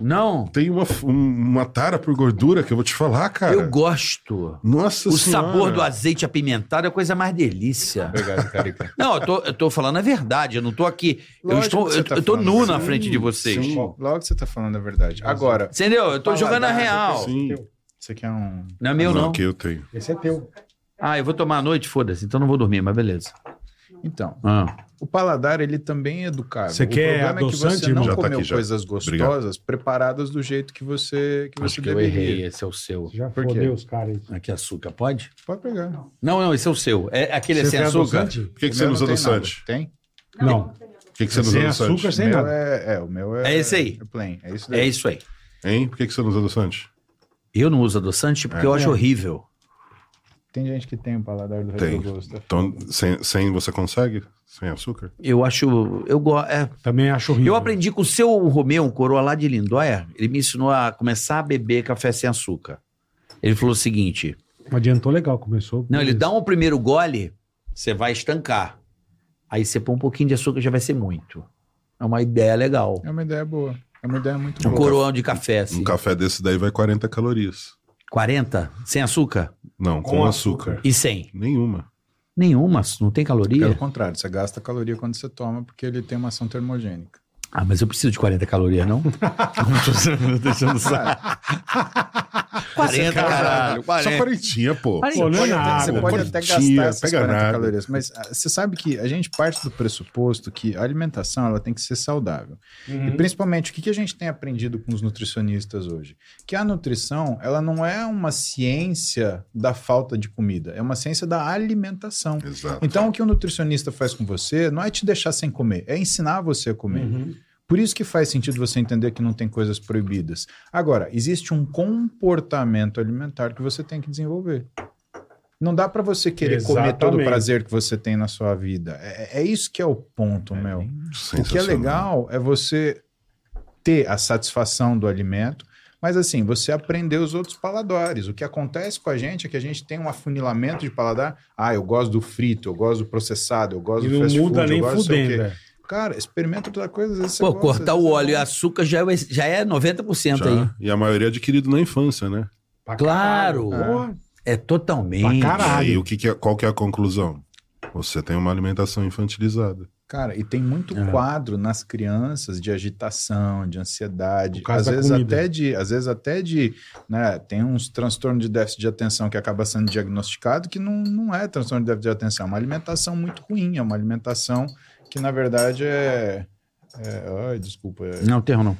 Speaker 2: Não.
Speaker 6: tem uma, um, uma tara por gordura que eu vou te falar, cara.
Speaker 2: Eu gosto.
Speaker 6: Nossa
Speaker 2: O
Speaker 6: Senhora.
Speaker 2: sabor do azeite apimentado é a coisa mais delícia.
Speaker 5: obrigado, Carica.
Speaker 2: Não, eu tô, eu tô falando a verdade, eu não tô aqui. eu
Speaker 5: É. Lógico
Speaker 2: estou,
Speaker 5: que você
Speaker 2: eu,
Speaker 5: tá
Speaker 2: eu tô
Speaker 5: falando
Speaker 2: nu
Speaker 5: a
Speaker 2: na
Speaker 5: verdade.
Speaker 2: frente de vocês.
Speaker 6: Sim.
Speaker 5: Logo que você tá falando a verdade. Agora,
Speaker 2: Entendeu? Eu tô jogando a
Speaker 5: Paladar,
Speaker 2: real.
Speaker 6: Sim.
Speaker 5: você quer um...
Speaker 2: Não é meu,
Speaker 6: não,
Speaker 2: não.
Speaker 6: que eu tenho.
Speaker 3: é Esse é teu.
Speaker 2: Ah, eu vou tomar à noite, foda-se, então não vou dormir, mas beleza.
Speaker 5: Então,
Speaker 2: Ah,
Speaker 5: o paladar, ele também é educável.
Speaker 3: Você
Speaker 5: o
Speaker 3: quer
Speaker 5: problema é que
Speaker 3: adoçante,
Speaker 5: você não
Speaker 6: irmão? Já tá
Speaker 5: comeu
Speaker 6: aqui já.
Speaker 5: coisas gostosas preparadas do jeito que você, que
Speaker 2: acho
Speaker 5: você
Speaker 2: que eu
Speaker 5: deveria.
Speaker 2: errei. Esse é o seu.
Speaker 3: Já
Speaker 5: Por quê?
Speaker 3: fodeu os caras aí.
Speaker 2: Aqui é açúcar, pode?
Speaker 5: Pode pegar.
Speaker 2: Não, não, esse é o seu. É, aquele é
Speaker 3: Você
Speaker 2: sem
Speaker 3: quer
Speaker 2: açúcar?
Speaker 3: adoçante?
Speaker 6: Por que,
Speaker 5: O
Speaker 6: que você
Speaker 5: meu
Speaker 6: não usa
Speaker 5: não tem nada.
Speaker 6: adoçante?
Speaker 5: Tem?
Speaker 3: Não.
Speaker 6: Por que, que você não usa
Speaker 3: Sem
Speaker 6: adoçante?
Speaker 3: açúcar,
Speaker 5: O
Speaker 3: sem
Speaker 5: meu
Speaker 3: nada.
Speaker 5: é, é, o meu é...
Speaker 2: É esse aí.
Speaker 5: É plain, é isso
Speaker 2: É
Speaker 5: daí.
Speaker 2: isso aí.
Speaker 6: Hein? Por que, que você não usa adoçante?
Speaker 2: Eu não uso adoçante porque
Speaker 6: É.
Speaker 2: eu acho horrível.
Speaker 5: Tem gente que tem o paladar do
Speaker 6: Tem.
Speaker 5: retrogosto.
Speaker 6: Então, sem, sem você consegue? Sem açúcar?
Speaker 2: Eu acho. Eu, go- é.
Speaker 3: Também acho horrível.
Speaker 2: eu aprendi com o seu Romeu, um coroa lá de Lindóia. Ele me ensinou a começar a beber café sem açúcar. Ele falou o seguinte:
Speaker 3: Adiantou legal, começou.
Speaker 2: não, ele dá um primeiro gole, você vai estancar. Aí você põe um pouquinho de açúcar, já vai ser muito. É uma ideia legal.
Speaker 5: É uma ideia boa. É uma ideia muito
Speaker 2: Um
Speaker 5: boa.
Speaker 2: coroão de café, assim.
Speaker 6: Um café desse daí vai 40 calorias.
Speaker 2: 40? Sem açúcar?
Speaker 6: Não, com,
Speaker 3: Com
Speaker 6: açúcar.
Speaker 2: E sem?
Speaker 6: Nenhuma.
Speaker 2: Nenhuma, não tem caloria?
Speaker 5: Pelo contrário, você gasta caloria quando você toma, porque ele tem uma ação termogênica.
Speaker 2: Ah, mas eu preciso de 40 calorias, não? Não tô deixando
Speaker 5: Cara,
Speaker 2: 40, caralho.
Speaker 6: Só
Speaker 2: 40.
Speaker 6: quarentinha, pô.
Speaker 2: Quarenta.
Speaker 3: Pô, não é
Speaker 5: pode até-
Speaker 3: nada.
Speaker 5: Ah, você pode até
Speaker 6: Curtia,
Speaker 5: gastar essas
Speaker 6: pega
Speaker 5: 40
Speaker 6: nada.
Speaker 5: calorias, mas ah, você sabe que a gente parte do pressuposto que a alimentação ela tem que ser saudável.
Speaker 3: Uhum.
Speaker 2: Uhum.
Speaker 5: E principalmente, o que que a gente tem aprendido com os nutricionistas hoje? Que a nutrição, ela não é uma ciência da falta de comida, é uma ciência da alimentação.
Speaker 6: Exato.
Speaker 5: Então, o que o nutricionista faz com você não é te deixar sem comer, é ensinar você a comer.
Speaker 3: Uhum.
Speaker 5: Por isso que faz sentido você entender que não tem coisas proibidas. Agora, existe um comportamento alimentar que você tem que desenvolver. Não dá pra você querer comer todo o
Speaker 3: Exatamente.
Speaker 5: prazer que você tem na sua vida. É, é isso que é o ponto, meu. O que é
Speaker 6: Sensacional.
Speaker 5: legal é você ter a satisfação do alimento, mas assim, você aprender os outros paladares. O que acontece com a gente é que a gente tem um afunilamento de paladar. Ah, eu gosto do frito, eu gosto do processado, eu gosto
Speaker 3: E
Speaker 5: do
Speaker 3: não
Speaker 5: fast
Speaker 3: muda
Speaker 5: food, eu
Speaker 3: nem
Speaker 5: gosto do sei o quê.
Speaker 3: fudendo. é.
Speaker 5: Cara, experimenta outra coisa. às vezes você
Speaker 2: Pô,
Speaker 5: gosta,
Speaker 2: cortar
Speaker 5: às vezes
Speaker 2: o
Speaker 5: você
Speaker 2: óleo e
Speaker 5: não.
Speaker 2: açúcar já é, já é 90% aí.
Speaker 6: Já. E a maioria é adquirido na infância, né?
Speaker 3: Pra
Speaker 2: Claro.
Speaker 3: caralho. Porra.
Speaker 2: É totalmente.
Speaker 3: Pra caralho.
Speaker 6: E aí, o que que é, qual que é a conclusão? Você tem uma alimentação infantilizada.
Speaker 5: Cara, e tem muito
Speaker 2: É.
Speaker 5: quadro nas crianças de agitação, de ansiedade,
Speaker 3: Por causa
Speaker 5: às
Speaker 3: da
Speaker 5: vezes
Speaker 3: comida.
Speaker 5: até de, às vezes até de, né, tem uns transtorno de déficit de atenção que acaba sendo diagnosticado que não, não é transtorno de déficit de atenção, é uma alimentação muito ruim, é uma alimentação que na verdade é, é- ai, desculpa, é,
Speaker 2: Não, terro não.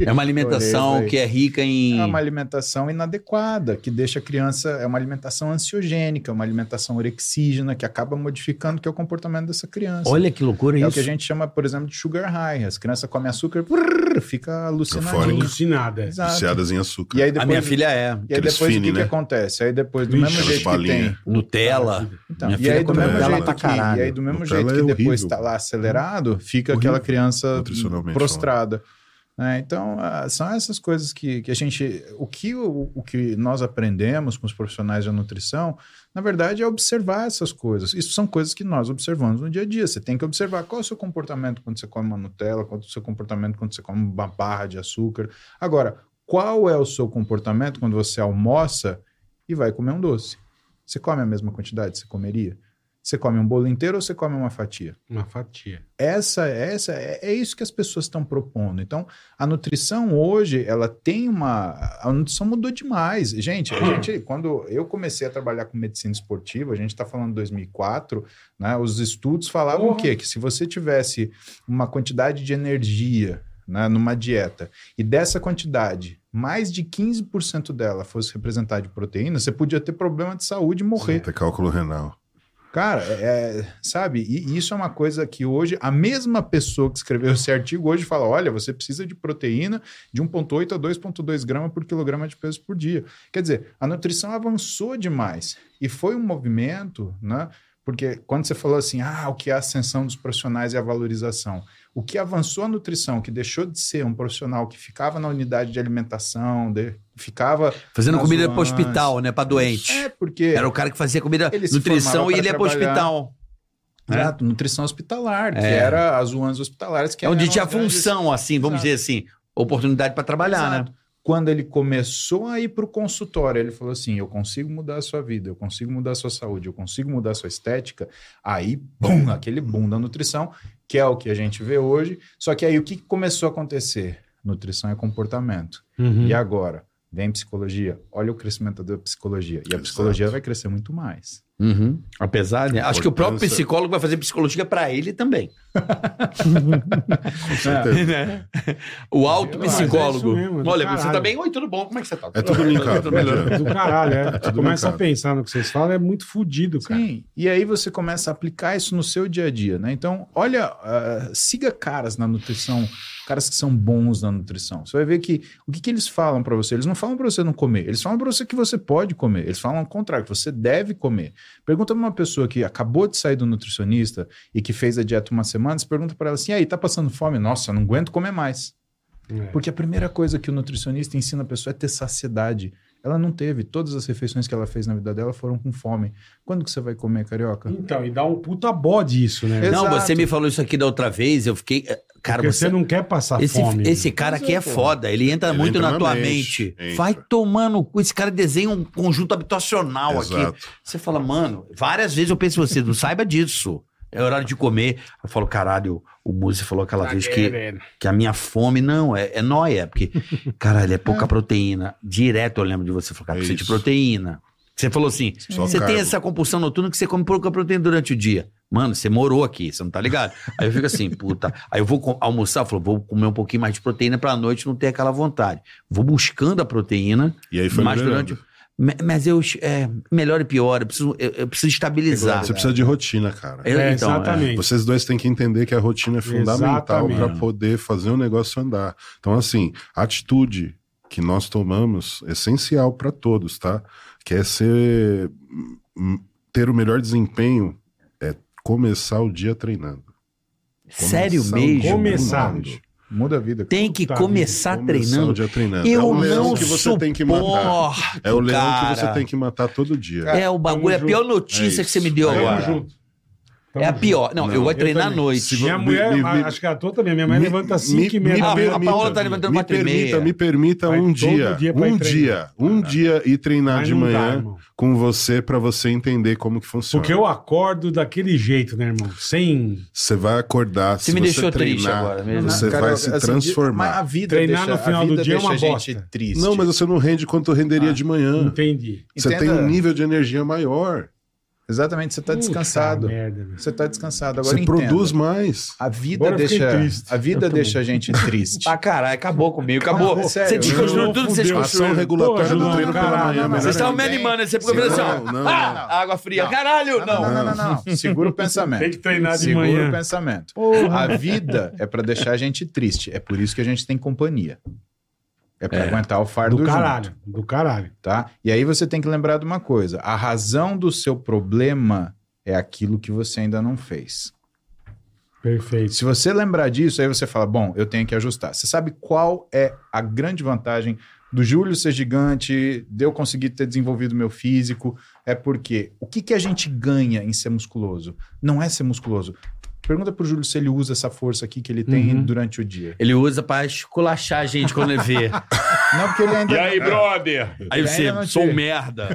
Speaker 2: É uma alimentação
Speaker 5: Adorei,
Speaker 2: que é rica em.
Speaker 5: é uma alimentação inadequada, que deixa a criança, é uma alimentação ansiogênica, uma alimentação orexígena, que acaba modificando que é o comportamento dessa criança.
Speaker 2: Olha que loucura
Speaker 5: É o
Speaker 2: isso.
Speaker 5: que a gente chama, por exemplo, de sugar high. As crianças comem açúcar, brrr, fica alucinadinho.
Speaker 6: Eufórica.
Speaker 3: Alucinada. é.
Speaker 5: Exato.
Speaker 6: Viciadas em açúcar.
Speaker 5: E aí depois,
Speaker 2: A minha filha é.
Speaker 5: e aí
Speaker 6: Aqueles
Speaker 5: depois o
Speaker 6: fine,
Speaker 5: que, que
Speaker 6: né?
Speaker 5: acontece? Aí depois, do
Speaker 3: Vixe,
Speaker 5: mesmo
Speaker 6: Aquelas
Speaker 5: jeito que
Speaker 6: balinhas.
Speaker 5: tem.
Speaker 2: Nutella.
Speaker 5: Então,
Speaker 2: Minha
Speaker 5: e aí
Speaker 2: filha
Speaker 5: do
Speaker 2: come
Speaker 5: mesmo
Speaker 6: Nutella
Speaker 5: jeito
Speaker 6: pra
Speaker 5: que,
Speaker 7: caralho.
Speaker 5: e aí do mesmo
Speaker 6: Nutella
Speaker 5: jeito que
Speaker 6: é
Speaker 5: depois
Speaker 6: horrível.
Speaker 5: está lá acelerado, fica
Speaker 6: Horrível.
Speaker 5: aquela criança
Speaker 6: Nutricionalmente
Speaker 5: prostrada. né? Então, ah, são essas coisas que, que a gente. O que, o, o que nós aprendemos com os profissionais da nutrição, na verdade, é observar essas coisas. Isso são coisas que nós observamos no dia a dia. Você tem que observar qual é o seu comportamento quando você come uma Nutella, qual é o seu comportamento quando você come uma barra de açúcar. Agora, qual é o seu comportamento quando você almoça e vai comer um doce? Você come a mesma quantidade que você comeria? Você come um bolo inteiro ou você come uma fatia?
Speaker 3: Uma fatia.
Speaker 5: essa essa é, é isso que as pessoas estão propondo. Então, a nutrição hoje, ela tem uma a nutrição mudou demais. Gente, a gente quando eu comecei a trabalhar com medicina esportiva, a gente está falando de 2004, né? Os estudos falavam o
Speaker 3: Porra.
Speaker 5: quê? Que se você tivesse uma quantidade de energia né, numa dieta e dessa quantidade, mais de 15% dela fosse representada de proteína, você podia ter problema de saúde e morrer.
Speaker 6: Tem cálculo renal.
Speaker 5: Cara, é- é, sabe, e isso é uma coisa que hoje a mesma pessoa que escreveu esse artigo hoje fala: olha, você precisa de proteína de 1,8 a 2,2 gramas por quilograma de peso por dia. Quer dizer, a nutrição avançou demais e foi um movimento, né? Porque quando você falou assim, ah, o que é a ascensão dos profissionais e a valorização. O que avançou a nutrição, que deixou de ser um profissional que ficava na unidade de alimentação, de- ficava.
Speaker 2: Fazendo
Speaker 5: nas
Speaker 2: comida pro
Speaker 5: zonas.
Speaker 2: hospital, né? Pra doente.
Speaker 5: Tá É, porque.
Speaker 2: Era o cara que fazia comida,
Speaker 5: Ele se
Speaker 2: nutrição
Speaker 5: formava
Speaker 2: e
Speaker 5: pra
Speaker 2: ele ia pro
Speaker 5: trabalhar.
Speaker 2: hospital. né?
Speaker 5: Exato, nutrição hospitalar, que
Speaker 2: É.
Speaker 5: era as UANs hospitalares. Que
Speaker 2: É onde
Speaker 5: eram
Speaker 2: tinha
Speaker 5: as grandes-
Speaker 2: função, assim, vamos
Speaker 5: Exato.
Speaker 2: dizer assim. Oportunidade pra trabalhar,
Speaker 5: Exato.
Speaker 2: né?
Speaker 5: Quando ele começou a ir para o consultório, ele falou assim: Eu consigo mudar a sua vida, eu consigo mudar a sua saúde, eu consigo mudar a sua estética. Aí, bum, aquele boom da nutrição, que é o que a gente vê hoje. Só que aí o que que começou a acontecer? Nutrição é comportamento.
Speaker 2: Uhum. Hum.
Speaker 5: E agora? Vem psicologia, olha o crescimento da psicologia. E a
Speaker 6: Exato.
Speaker 5: psicologia vai crescer muito mais.
Speaker 2: Uhum. Apesar, né? Acho que o próprio
Speaker 6: Importância.
Speaker 2: psicólogo vai fazer psicologia pra ele também.
Speaker 6: Com certeza.
Speaker 2: né? O
Speaker 3: isso
Speaker 2: autopsicólogo.
Speaker 3: mesmo, é do
Speaker 2: Olha, você
Speaker 3: caralho.
Speaker 2: tá bem? Oi, tudo bom? Como é que você tá?
Speaker 6: É tudo linkado.
Speaker 2: Tudo
Speaker 6: não
Speaker 2: melhor.
Speaker 6: adianta.
Speaker 3: Do caralho, é. Você
Speaker 6: Tudo
Speaker 3: começa a
Speaker 6: brincado.
Speaker 3: pensar no que vocês falam, é muito fodido, cara.
Speaker 5: Sim, e aí você começa a aplicar isso no seu dia a dia, né? Então, olha, ah, siga caras na nutrição, caras que são bons na nutrição. Você vai ver que o que, que eles falam pra você? Eles não falam pra você não comer, eles falam pra você que você pode comer, eles falam ao contrário, que você deve comer. Pergunta pra uma pessoa que acabou de sair do nutricionista e que fez a dieta uma semana, você pergunta pra ela assim: "E aí, tá passando fome? Nossa, eu não aguento comer mais".
Speaker 3: É.
Speaker 5: Porque a primeira coisa que o nutricionista ensina a pessoa é ter saciedade. Ela não teve. Todas as refeições que ela fez na vida dela foram com fome. Quando que você vai comer, carioca?
Speaker 3: Então, e dá um puta bode isso, né?
Speaker 5: Exato.
Speaker 2: Não, você me falou isso aqui da outra vez, eu fiquei. eh, Cara,
Speaker 3: Porque
Speaker 2: você.
Speaker 3: você não quer passar
Speaker 2: Esse,
Speaker 3: fome. né?
Speaker 2: esse cara aqui é foda, ele entra
Speaker 6: Ele
Speaker 2: muito
Speaker 6: entra
Speaker 2: na,
Speaker 6: na
Speaker 2: tua
Speaker 6: mente,
Speaker 2: mente.
Speaker 6: entra.
Speaker 2: Vai tomando. cu. Esse cara desenha um conjunto habitacional aqui.
Speaker 6: Exato.
Speaker 2: Você fala, mano, várias vezes eu penso em você, não saiba disso. É horário de comer. Eu falo, caralho, o Muzi falou aquela vez que, que a minha fome não é, é nóia, porque, caralho, é pouca proteína. Direto eu lembro de você falar, cara,
Speaker 6: É
Speaker 2: precisa de
Speaker 6: Ah. isso.
Speaker 2: proteína. Você falou assim,
Speaker 6: Só
Speaker 2: você tem
Speaker 6: carbo.
Speaker 2: essa compulsão noturna que você come pouca proteína durante o dia. Mano, você morou aqui, você não tá ligado? Aí eu fico assim, puta. Aí eu vou co- almoçar, eu falo, vou comer um pouquinho mais de proteína pra noite não ter aquela vontade. Vou buscando a proteína,
Speaker 6: E aí foi
Speaker 2: Mas
Speaker 6: melhorando.
Speaker 2: durante- me- mas eu. É, melhor e pior, eu preciso, eu, eu preciso estabilizar.
Speaker 6: Você precisa de rotina, cara.
Speaker 2: Eu-
Speaker 3: É,
Speaker 2: então, é.
Speaker 3: exatamente.
Speaker 6: Vocês dois têm que entender que a rotina é fundamental
Speaker 3: Exatamente.
Speaker 6: para poder fazer o negócio andar. Então, assim, a atitude que nós tomamos é essencial para todos, tá? Que é ser hum, ter o melhor desempenho é começar o dia treinando. Começar
Speaker 2: Sério
Speaker 6: o
Speaker 2: mesmo.
Speaker 6: dia
Speaker 3: Começar,
Speaker 6: treinando.
Speaker 3: bicho.
Speaker 5: Muda a vida. cara.
Speaker 2: Tem que
Speaker 3: Puta
Speaker 2: começar
Speaker 6: Começar o
Speaker 2: treinando.
Speaker 6: dia treinando.
Speaker 2: Eu
Speaker 6: é o leão
Speaker 2: não
Speaker 6: que você
Speaker 2: suporto,
Speaker 6: tem que matar. É o leão
Speaker 2: cara.
Speaker 6: que você tem que matar todo dia.
Speaker 2: É o bagulho, é a
Speaker 3: junto.
Speaker 2: pior notícia
Speaker 6: É
Speaker 2: que você me
Speaker 6: isso.
Speaker 2: deu
Speaker 6: Tamo
Speaker 2: agora.
Speaker 3: junto. Tamo
Speaker 2: É a
Speaker 3: junto.
Speaker 2: pior. Não,
Speaker 6: Não,
Speaker 2: eu vou
Speaker 3: eu
Speaker 2: treinar à
Speaker 3: também.
Speaker 2: noite.
Speaker 3: Minha
Speaker 6: Me-
Speaker 3: mulher,
Speaker 6: me-
Speaker 3: a-
Speaker 6: me-
Speaker 3: acho que é a tua também. Minha mãe
Speaker 6: Me-
Speaker 3: levanta 5 e meia
Speaker 6: me
Speaker 3: da
Speaker 2: Ah,
Speaker 3: manhã.
Speaker 2: a Paola tá levantando
Speaker 6: Me
Speaker 2: 4 e
Speaker 6: permita,
Speaker 2: meia.
Speaker 6: me permita
Speaker 3: Vai
Speaker 6: um
Speaker 3: todo
Speaker 6: dia,
Speaker 3: dia pra ir
Speaker 6: um
Speaker 3: treinar.
Speaker 6: dia, um dia ir treinar
Speaker 3: Mas
Speaker 6: de
Speaker 3: não dá,
Speaker 6: manhã
Speaker 3: irmão.
Speaker 6: com você pra você entender como que funciona.
Speaker 3: Porque eu acordo daquele jeito, né, irmão? Sem
Speaker 6: Você vai acordar,
Speaker 2: Você
Speaker 6: se
Speaker 2: me
Speaker 6: você
Speaker 2: deixou
Speaker 6: treinar,
Speaker 2: triste agora mesmo.
Speaker 6: você
Speaker 5: Cara,
Speaker 6: vai se
Speaker 5: assim, de- mas a
Speaker 6: transformar.
Speaker 5: vida
Speaker 3: Treinar
Speaker 5: deixa-
Speaker 3: no final
Speaker 5: a vida
Speaker 3: do dia é
Speaker 5: deixa
Speaker 3: uma
Speaker 5: a gente
Speaker 3: bosta.
Speaker 5: triste.
Speaker 6: Não, mas você não rende quanto renderia
Speaker 5: Ah,
Speaker 6: de manhã.
Speaker 3: entendi.
Speaker 6: Você tem
Speaker 5: Entenda-
Speaker 6: um nível de energia maior.
Speaker 5: Exatamente, você tá
Speaker 3: Puta
Speaker 5: descansado.
Speaker 3: merda, meu.
Speaker 5: Você tá descansado. Agora Ah,
Speaker 6: você
Speaker 5: entenda.
Speaker 6: produz mais.
Speaker 5: A vida
Speaker 3: Agora eu fiquei
Speaker 5: deixa
Speaker 3: triste.
Speaker 5: a vida
Speaker 3: Eu também.
Speaker 5: deixa a gente triste.
Speaker 2: Ah, caralho, acabou comigo, acabou.
Speaker 5: Não, é sério,
Speaker 2: você desconstruiu
Speaker 3: não,
Speaker 2: tudo que vocês
Speaker 3: fudeu.
Speaker 2: construíram.
Speaker 6: Ação regulatória
Speaker 3: Pô,
Speaker 6: do
Speaker 3: Juliano,
Speaker 6: treino pela
Speaker 3: caralho,
Speaker 6: manhã.
Speaker 3: não, não,
Speaker 6: melhor
Speaker 2: Vocês
Speaker 5: Vocês
Speaker 6: ainda.
Speaker 2: estavam me
Speaker 5: estavam me Ninguém.
Speaker 2: animando,
Speaker 5: animando,
Speaker 2: você
Speaker 5: você
Speaker 2: ficou
Speaker 5: ficou
Speaker 2: pensando assim,
Speaker 5: pensando assim,
Speaker 2: ó.
Speaker 5: ó, Não, não, ah, não.
Speaker 2: água fria. Caralho, não.
Speaker 5: Não, não, não, não, não. Segura o pensamento.
Speaker 3: Tem que treinar de
Speaker 5: Segura
Speaker 3: manhã.
Speaker 5: o pensamento.
Speaker 3: Porra.
Speaker 5: A vida é pra deixar a gente triste. É por isso que a gente tem companhia. É pra
Speaker 2: É.
Speaker 5: aguentar o fardo
Speaker 3: Do
Speaker 5: junto,
Speaker 3: caralho, do caralho.
Speaker 5: tá? E aí você tem que lembrar de uma coisa. A razão do seu problema é aquilo que você ainda não fez.
Speaker 3: Perfeito.
Speaker 5: Se você lembrar disso, aí você fala, bom, eu tenho que ajustar. Você sabe qual é a grande vantagem do Júlio ser gigante, de eu conseguir ter desenvolvido meu físico? É porque o que, que a gente ganha em ser musculoso? Não é ser musculoso. Pergunta pro Júlio se ele usa essa força aqui que ele tem
Speaker 3: Uhum.
Speaker 5: durante o dia.
Speaker 2: Ele usa pra esculachar a gente quando ele vê.
Speaker 5: Não, porque ele ainda...
Speaker 4: E aí, brother?
Speaker 2: Aí você,
Speaker 5: Ainda não
Speaker 2: sou um
Speaker 5: tive.
Speaker 2: merda.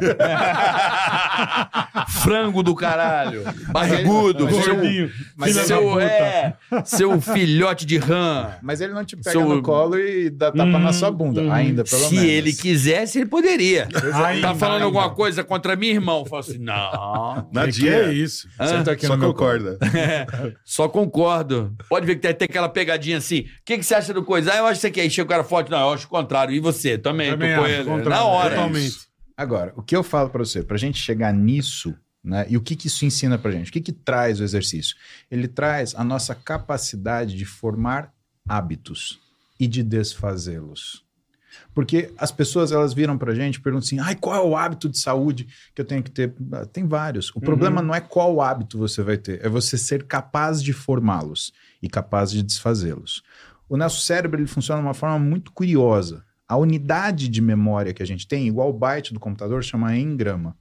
Speaker 2: Frango do caralho. Barrigudo.
Speaker 5: Mas
Speaker 2: Seu,
Speaker 3: Gordinho.
Speaker 5: Mas
Speaker 3: filha da
Speaker 2: seu,
Speaker 3: puta.
Speaker 2: é, seu filhote de rã.
Speaker 5: É, Mas ele não te pega
Speaker 2: Sou- Uhum.
Speaker 5: no colo e dá tapa
Speaker 3: Hum,
Speaker 5: na sua bunda,
Speaker 3: hum.
Speaker 5: ainda, pelo
Speaker 2: Se
Speaker 5: menos.
Speaker 2: ele quisesse, ele poderia.
Speaker 3: Ainda,
Speaker 2: Tá falando
Speaker 3: ainda.
Speaker 2: alguma coisa contra mim, irmão? Fala assim, não.
Speaker 6: Na
Speaker 3: Que que
Speaker 6: dieta.
Speaker 3: é isso?
Speaker 5: Senta tá aqui
Speaker 6: Só
Speaker 5: no meu colo.
Speaker 6: concorda.
Speaker 2: Só concordo. Pode ver que tem, tem aquela pegadinha assim. O que, que você acha do coisa? Ah, eu acho que você quer encher o cara forte. Não, eu acho o contrário. E você? Também,
Speaker 3: Também
Speaker 2: tô com
Speaker 3: acho
Speaker 2: ele.
Speaker 3: o contrário,
Speaker 2: Na hora.
Speaker 3: totalmente.
Speaker 5: Agora, o que eu falo pra você, pra gente chegar nisso, né? E o que, que isso ensina pra gente? O que, que traz o exercício? Ele traz a nossa capacidade de formar hábitos e de desfazê-los. Porque as pessoas elas viram pra gente e perguntam assim: ai, qual é o hábito de saúde que eu tenho que ter? Ah, Tem vários. O problema não é qual hábito você vai ter, é você ser capaz de formá-los e capaz de desfazê-los. O nosso cérebro ele funciona de uma forma muito curiosa. A unidade de memória que a gente tem, igual o byte do computador, chama engrama.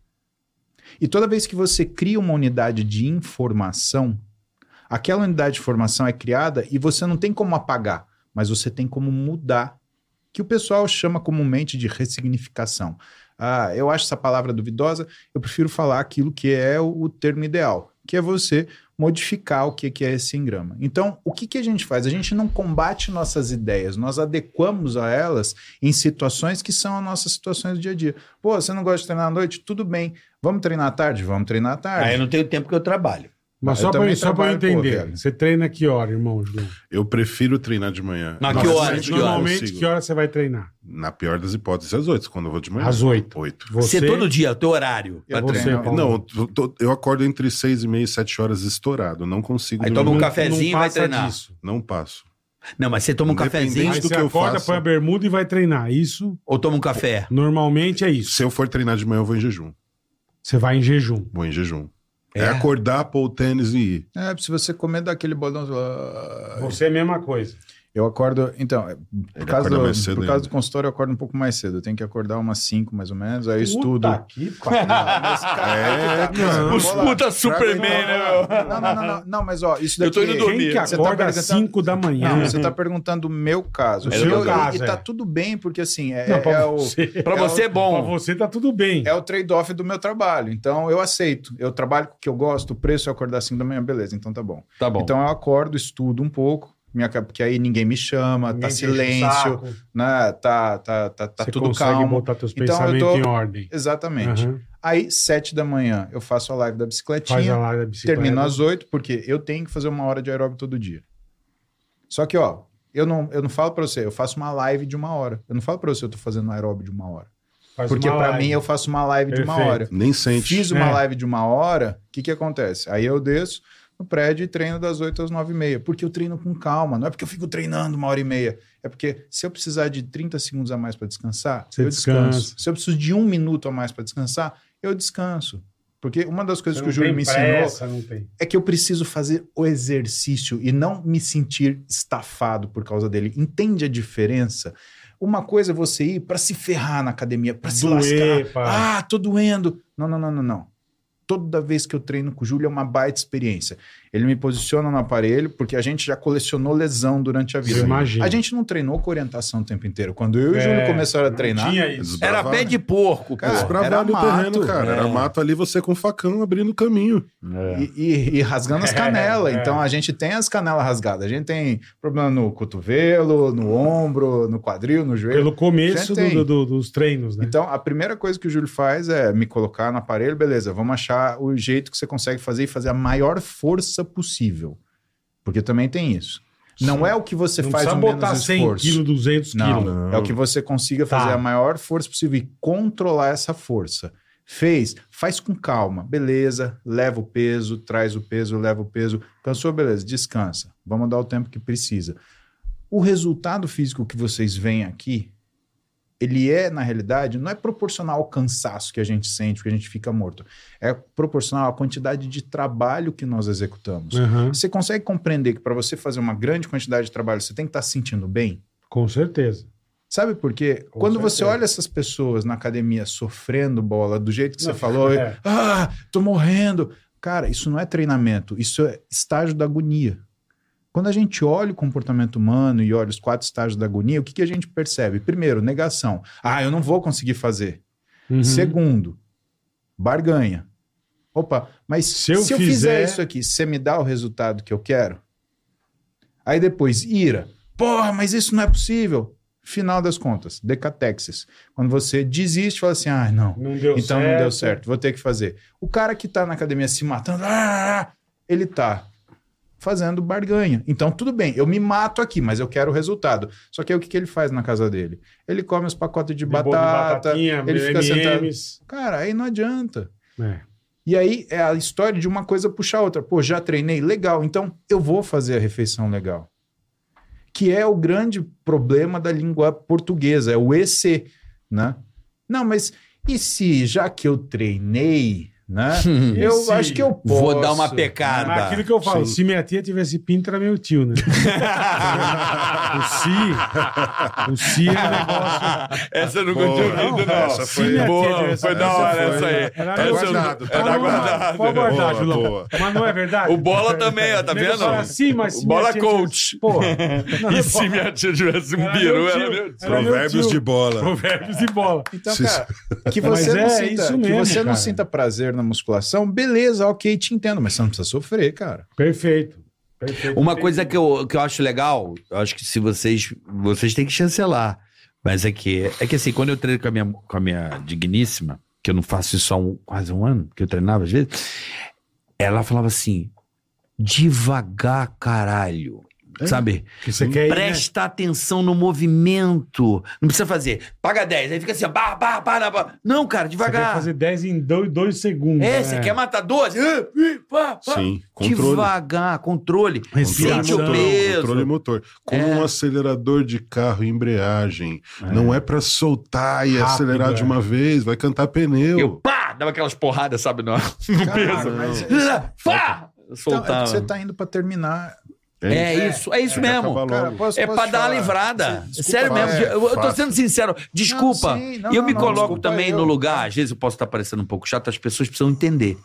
Speaker 5: E toda vez que você cria uma unidade de informação, aquela unidade de informação é criada e você não tem como apagar, mas você tem como mudar, que o pessoal chama comumente de ressignificação. Ah, eu acho essa palavra duvidosa, eu prefiro falar aquilo que é o, o termo ideal, que é você modificar o que que é esse engrama. Então, o que, que a gente faz? A gente não combate nossas ideias, nós adequamos a elas em situações que são as nossas situações do dia a dia. Pô, você não gosta de treinar à noite? Tudo bem. Vamos treinar à tarde? Vamos treinar à tarde.
Speaker 2: Aí eu não tenho tempo que eu trabalho.
Speaker 3: Mas
Speaker 5: Eu
Speaker 3: só pra,
Speaker 5: também
Speaker 3: eu- só pra eu
Speaker 5: trabalho, pô,
Speaker 3: entender.
Speaker 5: velho.
Speaker 3: você treina que hora, irmão, João?
Speaker 6: Eu prefiro treinar de manhã.
Speaker 2: Mas
Speaker 6: Nossa,
Speaker 2: que horas,
Speaker 6: sempre
Speaker 2: que
Speaker 6: eu
Speaker 2: horas?
Speaker 3: Normalmente,
Speaker 6: consigo.
Speaker 3: que hora você vai treinar?
Speaker 6: Na pior das hipóteses, às oito, quando eu vou de manhã.
Speaker 3: Às oito.
Speaker 6: Oito.
Speaker 3: Você,
Speaker 2: Você todo dia, o teu horário.
Speaker 5: Eu
Speaker 2: pra
Speaker 5: vou
Speaker 2: treinar.
Speaker 5: ser-
Speaker 3: você Paulo,
Speaker 6: Não, eu tô- eu acordo entre seis e meia e sete horas estourado. Não consigo
Speaker 2: Aí
Speaker 6: dormir.
Speaker 2: toma um
Speaker 3: não-
Speaker 2: cafezinho e
Speaker 3: não
Speaker 2: vai
Speaker 3: passa
Speaker 2: treinar.
Speaker 3: disso.
Speaker 6: Não passo.
Speaker 2: Não, mas você toma um
Speaker 6: Independente
Speaker 2: cafezinho
Speaker 3: Aí
Speaker 6: do
Speaker 3: você
Speaker 6: que eu
Speaker 3: acorda,
Speaker 6: faço.
Speaker 3: põe a bermuda e vai treinar. Isso,
Speaker 2: ou toma um café?
Speaker 3: normalmente, é isso.
Speaker 6: Se eu for treinar de manhã, eu vou em jejum.
Speaker 3: Você vai em jejum.
Speaker 6: Vou em jejum. É,
Speaker 2: É?
Speaker 6: acordar, pôr o tênis e ir.
Speaker 5: É, se você comer daquele bolão... ah,
Speaker 3: Você é a mesma coisa.
Speaker 5: Eu acordo... Então, é, por
Speaker 6: Ele
Speaker 5: causa,
Speaker 6: acorda
Speaker 5: do,
Speaker 6: mais cedo
Speaker 5: por causa do
Speaker 6: ainda.
Speaker 5: consultório, eu acordo um pouco mais cedo. Eu tenho que acordar umas cinco, mais ou menos. Aí eu estudo.
Speaker 3: Puta que pariu.
Speaker 6: É,
Speaker 5: tá
Speaker 6: cara.
Speaker 5: Os puta né,
Speaker 6: Superman,
Speaker 5: Não, não, não, não, não, mas ó, isso
Speaker 2: né, Eu
Speaker 5: daqui...
Speaker 2: tô indo dormir.
Speaker 3: Quem que
Speaker 5: Você tá
Speaker 3: acorda às
Speaker 5: perguntando-
Speaker 3: 5 da manhã?
Speaker 5: Não, você tá perguntando o meu caso.
Speaker 3: O
Speaker 5: Eu-
Speaker 3: seu
Speaker 5: e-
Speaker 3: caso,
Speaker 5: e tá
Speaker 3: é.
Speaker 5: tudo bem, porque assim, é,
Speaker 3: Não, pra
Speaker 5: é o,
Speaker 3: você-
Speaker 2: Pra
Speaker 5: É o-
Speaker 2: você é
Speaker 3: pra
Speaker 2: bom.
Speaker 3: você tá tudo bem.
Speaker 5: é o trade-off do meu trabalho. Então eu aceito. Eu trabalho com o que eu gosto, o preço é acordar às 5 da manhã, beleza, então tá bom.
Speaker 2: Tá bom.
Speaker 5: Então eu acordo, estudo um pouco. Minha, ca- porque aí ninguém me chama,
Speaker 3: Ninguém
Speaker 5: tá
Speaker 3: te enche o
Speaker 5: silêncio,
Speaker 3: saco,
Speaker 5: né? Tá, tá, tá, tá
Speaker 3: você
Speaker 5: tudo
Speaker 3: consegue
Speaker 5: calmo.
Speaker 3: botar teus
Speaker 5: Então, eu
Speaker 3: pensamentos
Speaker 5: tô-
Speaker 3: em ordem.
Speaker 5: Exatamente.
Speaker 3: Aham.
Speaker 5: Aí, sete da manhã, eu faço a live da
Speaker 3: Faz
Speaker 5: bicicletinha.
Speaker 3: a live da bicicleta.
Speaker 5: Termino às 8, porque eu tenho que fazer uma hora de aeróbico todo dia. Só que, ó, eu não, eu não falo pra você, eu faço uma live de uma hora. Eu não falo pra você eu tô fazendo aeróbico de uma hora.
Speaker 3: Faz
Speaker 5: porque
Speaker 3: uma
Speaker 5: pra
Speaker 3: live.
Speaker 5: mim é eu faço uma live de uma
Speaker 3: Perfeito.
Speaker 5: hora.
Speaker 6: Nem sente.
Speaker 5: Fiz uma
Speaker 3: É.
Speaker 5: live de uma hora, o que que acontece? Aí eu desço no prédio e treino das 8 às 9 e meia. Porque eu treino com calma, não é porque eu fico treinando uma hora e meia. É porque se eu precisar de 30 segundos a mais pra descansar,
Speaker 3: Você
Speaker 5: eu descanso.
Speaker 3: descansa.
Speaker 5: Se eu preciso de um minuto a mais pra descansar, eu descanso. Porque uma das coisas
Speaker 3: Você
Speaker 5: que o
Speaker 3: não
Speaker 5: Júlio
Speaker 3: tem
Speaker 5: me ensinou
Speaker 3: pressa, não tem.
Speaker 5: é que eu preciso fazer o exercício e não me sentir estafado por causa dele. Entende a diferença? Uma coisa é você ir para se ferrar na academia, para se
Speaker 3: Doer,
Speaker 5: lascar.
Speaker 3: pá.
Speaker 5: Ah, tô doendo. Não, não, não, não, não. Toda vez que eu treino com o Júlio é uma baita experiência. Ele me posiciona no aparelho porque a gente já colecionou lesão durante a vida.
Speaker 3: Eu imagino.
Speaker 5: A gente não treinou com orientação o tempo inteiro. Quando eu e o Júlio
Speaker 3: É,
Speaker 5: começaram a
Speaker 3: não
Speaker 5: treinar,
Speaker 3: Tinha isso.
Speaker 2: Era
Speaker 6: Desbravava.
Speaker 2: pé de porco,
Speaker 5: Cara,
Speaker 2: cara.
Speaker 6: Desbravava
Speaker 5: era
Speaker 6: É, o terreno,
Speaker 5: mato.
Speaker 6: cara.
Speaker 2: É.
Speaker 6: Era mato ali, você com facão abrindo o caminho.
Speaker 5: E, e- e rasgando as canelas.
Speaker 3: É, é.
Speaker 5: Então a gente tem as canelas rasgadas. A gente tem problema no cotovelo, no ombro, no quadril, no joelho.
Speaker 3: Pelo começo
Speaker 5: Já tem.
Speaker 3: do- do- dos treinos, né?
Speaker 5: Então a primeira coisa que o Júlio faz é me colocar no aparelho, beleza, vamos achar o jeito que você consegue fazer e fazer a maior força possível. Porque também tem isso. Não é o que você
Speaker 3: não
Speaker 5: faz o
Speaker 3: precisa botar
Speaker 5: menos
Speaker 3: 100
Speaker 5: esforço.
Speaker 3: quilos, 200
Speaker 5: Não,
Speaker 3: quilos.
Speaker 5: é o que você consiga
Speaker 3: Tá.
Speaker 5: fazer a maior força possível e controlar essa força. Fez, faz com calma, beleza, leva o peso, traz o peso, leva o peso, cansou, beleza, descansa, vamos dar o tempo que precisa. O resultado físico que vocês veem aqui, ele é, na realidade, não é proporcional ao cansaço que a gente sente, porque a gente fica morto, é proporcional à quantidade de trabalho que nós executamos.
Speaker 3: Aham,
Speaker 5: Você consegue compreender que para você fazer uma grande quantidade de trabalho, você tem que estar se sentindo bem?
Speaker 3: Com certeza.
Speaker 5: Sabe por quê?
Speaker 3: Com
Speaker 5: Quando você
Speaker 3: certeza.
Speaker 5: olha essas pessoas na academia sofrendo bola do jeito que
Speaker 3: Não,
Speaker 5: você falou,
Speaker 3: é.
Speaker 5: ah, tô morrendo. Cara, isso não é treinamento, isso é estágio da agonia. Quando a gente olha o comportamento humano e olha os quatro estágios da agonia, o que, que a gente percebe? Primeiro, negação. Ah, eu não vou conseguir fazer.
Speaker 3: Uhum.
Speaker 5: Segundo, barganha. Opa, mas
Speaker 3: Se
Speaker 5: se
Speaker 3: eu
Speaker 5: eu,
Speaker 3: fizer-
Speaker 5: fizer isso aqui, você me dá o resultado que eu quero? Aí depois, ira. Porra, mas isso não é possível. Final das contas, decatexis. Quando você desiste, fala assim: ah, não,
Speaker 3: Não deu
Speaker 5: então não deu certo, vou ter que fazer. O cara que tá na academia se matando, ah, ele tá fazendo barganha. Então, tudo bem, eu me mato aqui, mas eu quero o resultado. Só que aí o que, que ele faz na casa dele? Ele come os pacotes
Speaker 3: De
Speaker 5: de,
Speaker 3: bolo de
Speaker 5: batata,
Speaker 3: batatinha,
Speaker 5: ele fica sentado.
Speaker 3: M&Ms.
Speaker 5: Cara, aí não adianta.
Speaker 3: É.
Speaker 5: E aí é a história de uma coisa puxar a outra. Pô, já treinei? Legal, então eu vou fazer a refeição legal. Que é o grande problema da língua portuguesa, é o EC, né? Não, mas e se já que eu treinei, né?
Speaker 2: Hum,
Speaker 5: eu
Speaker 3: E se
Speaker 5: acho que eu posso.
Speaker 2: Vou dar uma
Speaker 3: Mas
Speaker 2: pecada.
Speaker 3: aquilo que eu falo, se minha tia tivesse pinto, era meu tio, né? o si, o si é um negócio...
Speaker 2: Essa eu nunca
Speaker 6: Boa.
Speaker 2: tinha ouvido, não.
Speaker 6: Essa
Speaker 3: Se
Speaker 6: foi-
Speaker 3: minha tia
Speaker 2: Boa,
Speaker 3: tivesse-
Speaker 2: foi da hora essa aí.
Speaker 3: Era
Speaker 6: Tá
Speaker 3: meu-
Speaker 6: guardado, tá
Speaker 3: Ah, não,
Speaker 6: guardado.
Speaker 3: Pode guardar,
Speaker 6: Boa,
Speaker 3: Julão.
Speaker 6: boa.
Speaker 3: Mas não é verdade?
Speaker 2: O Bola também, ó, tá
Speaker 3: Nego
Speaker 2: vendo?
Speaker 3: fala assim, mas
Speaker 2: o
Speaker 3: se minha
Speaker 2: Bola
Speaker 3: tia
Speaker 2: coach.
Speaker 3: tivesse- Porra. Não,
Speaker 2: E se
Speaker 3: porra.
Speaker 2: minha tia tivesse um
Speaker 3: Era
Speaker 2: biru,
Speaker 3: meu
Speaker 2: era
Speaker 3: tio.
Speaker 2: meu tio.
Speaker 3: Era meu
Speaker 6: Provérbios
Speaker 3: tio.
Speaker 6: de bola.
Speaker 3: Provérbios e bola.
Speaker 5: Então,
Speaker 6: Se-
Speaker 5: cara, que
Speaker 3: Mas
Speaker 5: você,
Speaker 3: é
Speaker 5: não, sinta,
Speaker 3: isso
Speaker 5: que
Speaker 3: mesmo,
Speaker 5: você
Speaker 3: cara.
Speaker 5: não sinta prazer na musculação, beleza, ok, te entendo, mas você não precisa sofrer, cara.
Speaker 3: Perfeito. Perfeito.
Speaker 2: Uma coisa que eu, que eu acho legal, eu acho que se vocês. Vocês têm que chancelar. Mas é que, é que assim, quando eu treino com a, minha, com a minha digníssima, que eu não faço isso há um, quase um ano, que eu treinava às vezes, ela falava assim: devagar, caralho.
Speaker 6: É.
Speaker 2: Sabe?
Speaker 3: que você quer ir, né?
Speaker 2: Presta atenção no movimento. Não precisa fazer. Paga 10, aí fica assim, ó, barra, barra, barra, barra. Não, cara,
Speaker 3: Você quer
Speaker 2: devagar.
Speaker 3: fazer 10 em 2 segundos. né?
Speaker 2: É, você quer matar 12? Ah, ih, pá, pá.
Speaker 6: Sim, controle.
Speaker 2: Devagar, controle.
Speaker 3: Respiração.
Speaker 2: Sente o peso.
Speaker 6: Controle motor. Como
Speaker 2: É.
Speaker 6: um acelerador de carro, embreagem. Não é pra soltar e
Speaker 3: Rápido,
Speaker 6: acelerar de
Speaker 3: é.
Speaker 6: uma vez, vai cantar pneu.
Speaker 2: Eu, pá, dava aquelas porradas, sabe? No, no
Speaker 5: Caraca,
Speaker 2: peso.
Speaker 5: mas é-
Speaker 2: Pá!
Speaker 5: Então, é porque
Speaker 2: Soltava.
Speaker 5: você tá indo pra terminar.
Speaker 2: É isso, é isso mesmo.
Speaker 6: acaba
Speaker 5: Cara,
Speaker 6: logo.
Speaker 5: posso-
Speaker 2: É
Speaker 5: posso
Speaker 2: pra dar uma
Speaker 5: falar?
Speaker 2: livrada.
Speaker 5: Desculpa,
Speaker 2: Sério mesmo.
Speaker 6: é,
Speaker 2: eu, eu tô
Speaker 6: fato.
Speaker 2: sendo sincero. Desculpa.
Speaker 5: Não, sim, não,
Speaker 2: e eu
Speaker 5: não,
Speaker 2: me
Speaker 5: não,
Speaker 2: coloco
Speaker 5: desculpa,
Speaker 2: também no
Speaker 5: eu.
Speaker 2: lugar. Às vezes eu posso estar parecendo um pouco chato, as pessoas precisam entender.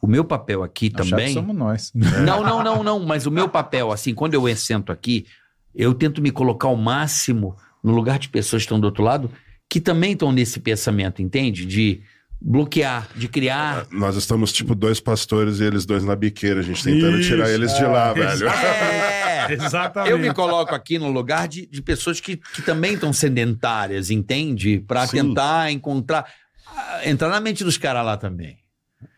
Speaker 2: O meu papel aqui
Speaker 5: Não, chato
Speaker 2: também. É.
Speaker 5: somos nós.
Speaker 2: Não, não, não, não. Mas o meu papel, assim, quando eu sento aqui, eu tento me colocar ao máximo no lugar de pessoas que estão do outro lado, que também estão nesse pensamento, entende? De bloquear, de criar.
Speaker 6: Nós estamos tipo dois pastores e eles dois na biqueira, a gente tentando
Speaker 3: Isso,
Speaker 6: tirar eles de lá, velho.
Speaker 2: É.
Speaker 3: Exatamente.
Speaker 2: Eu me coloco aqui no lugar de, de pessoas que, que também estão sedentárias, entende? Pra
Speaker 6: Sim.
Speaker 2: tentar encontrar. ah, Entrar na mente dos caras lá também.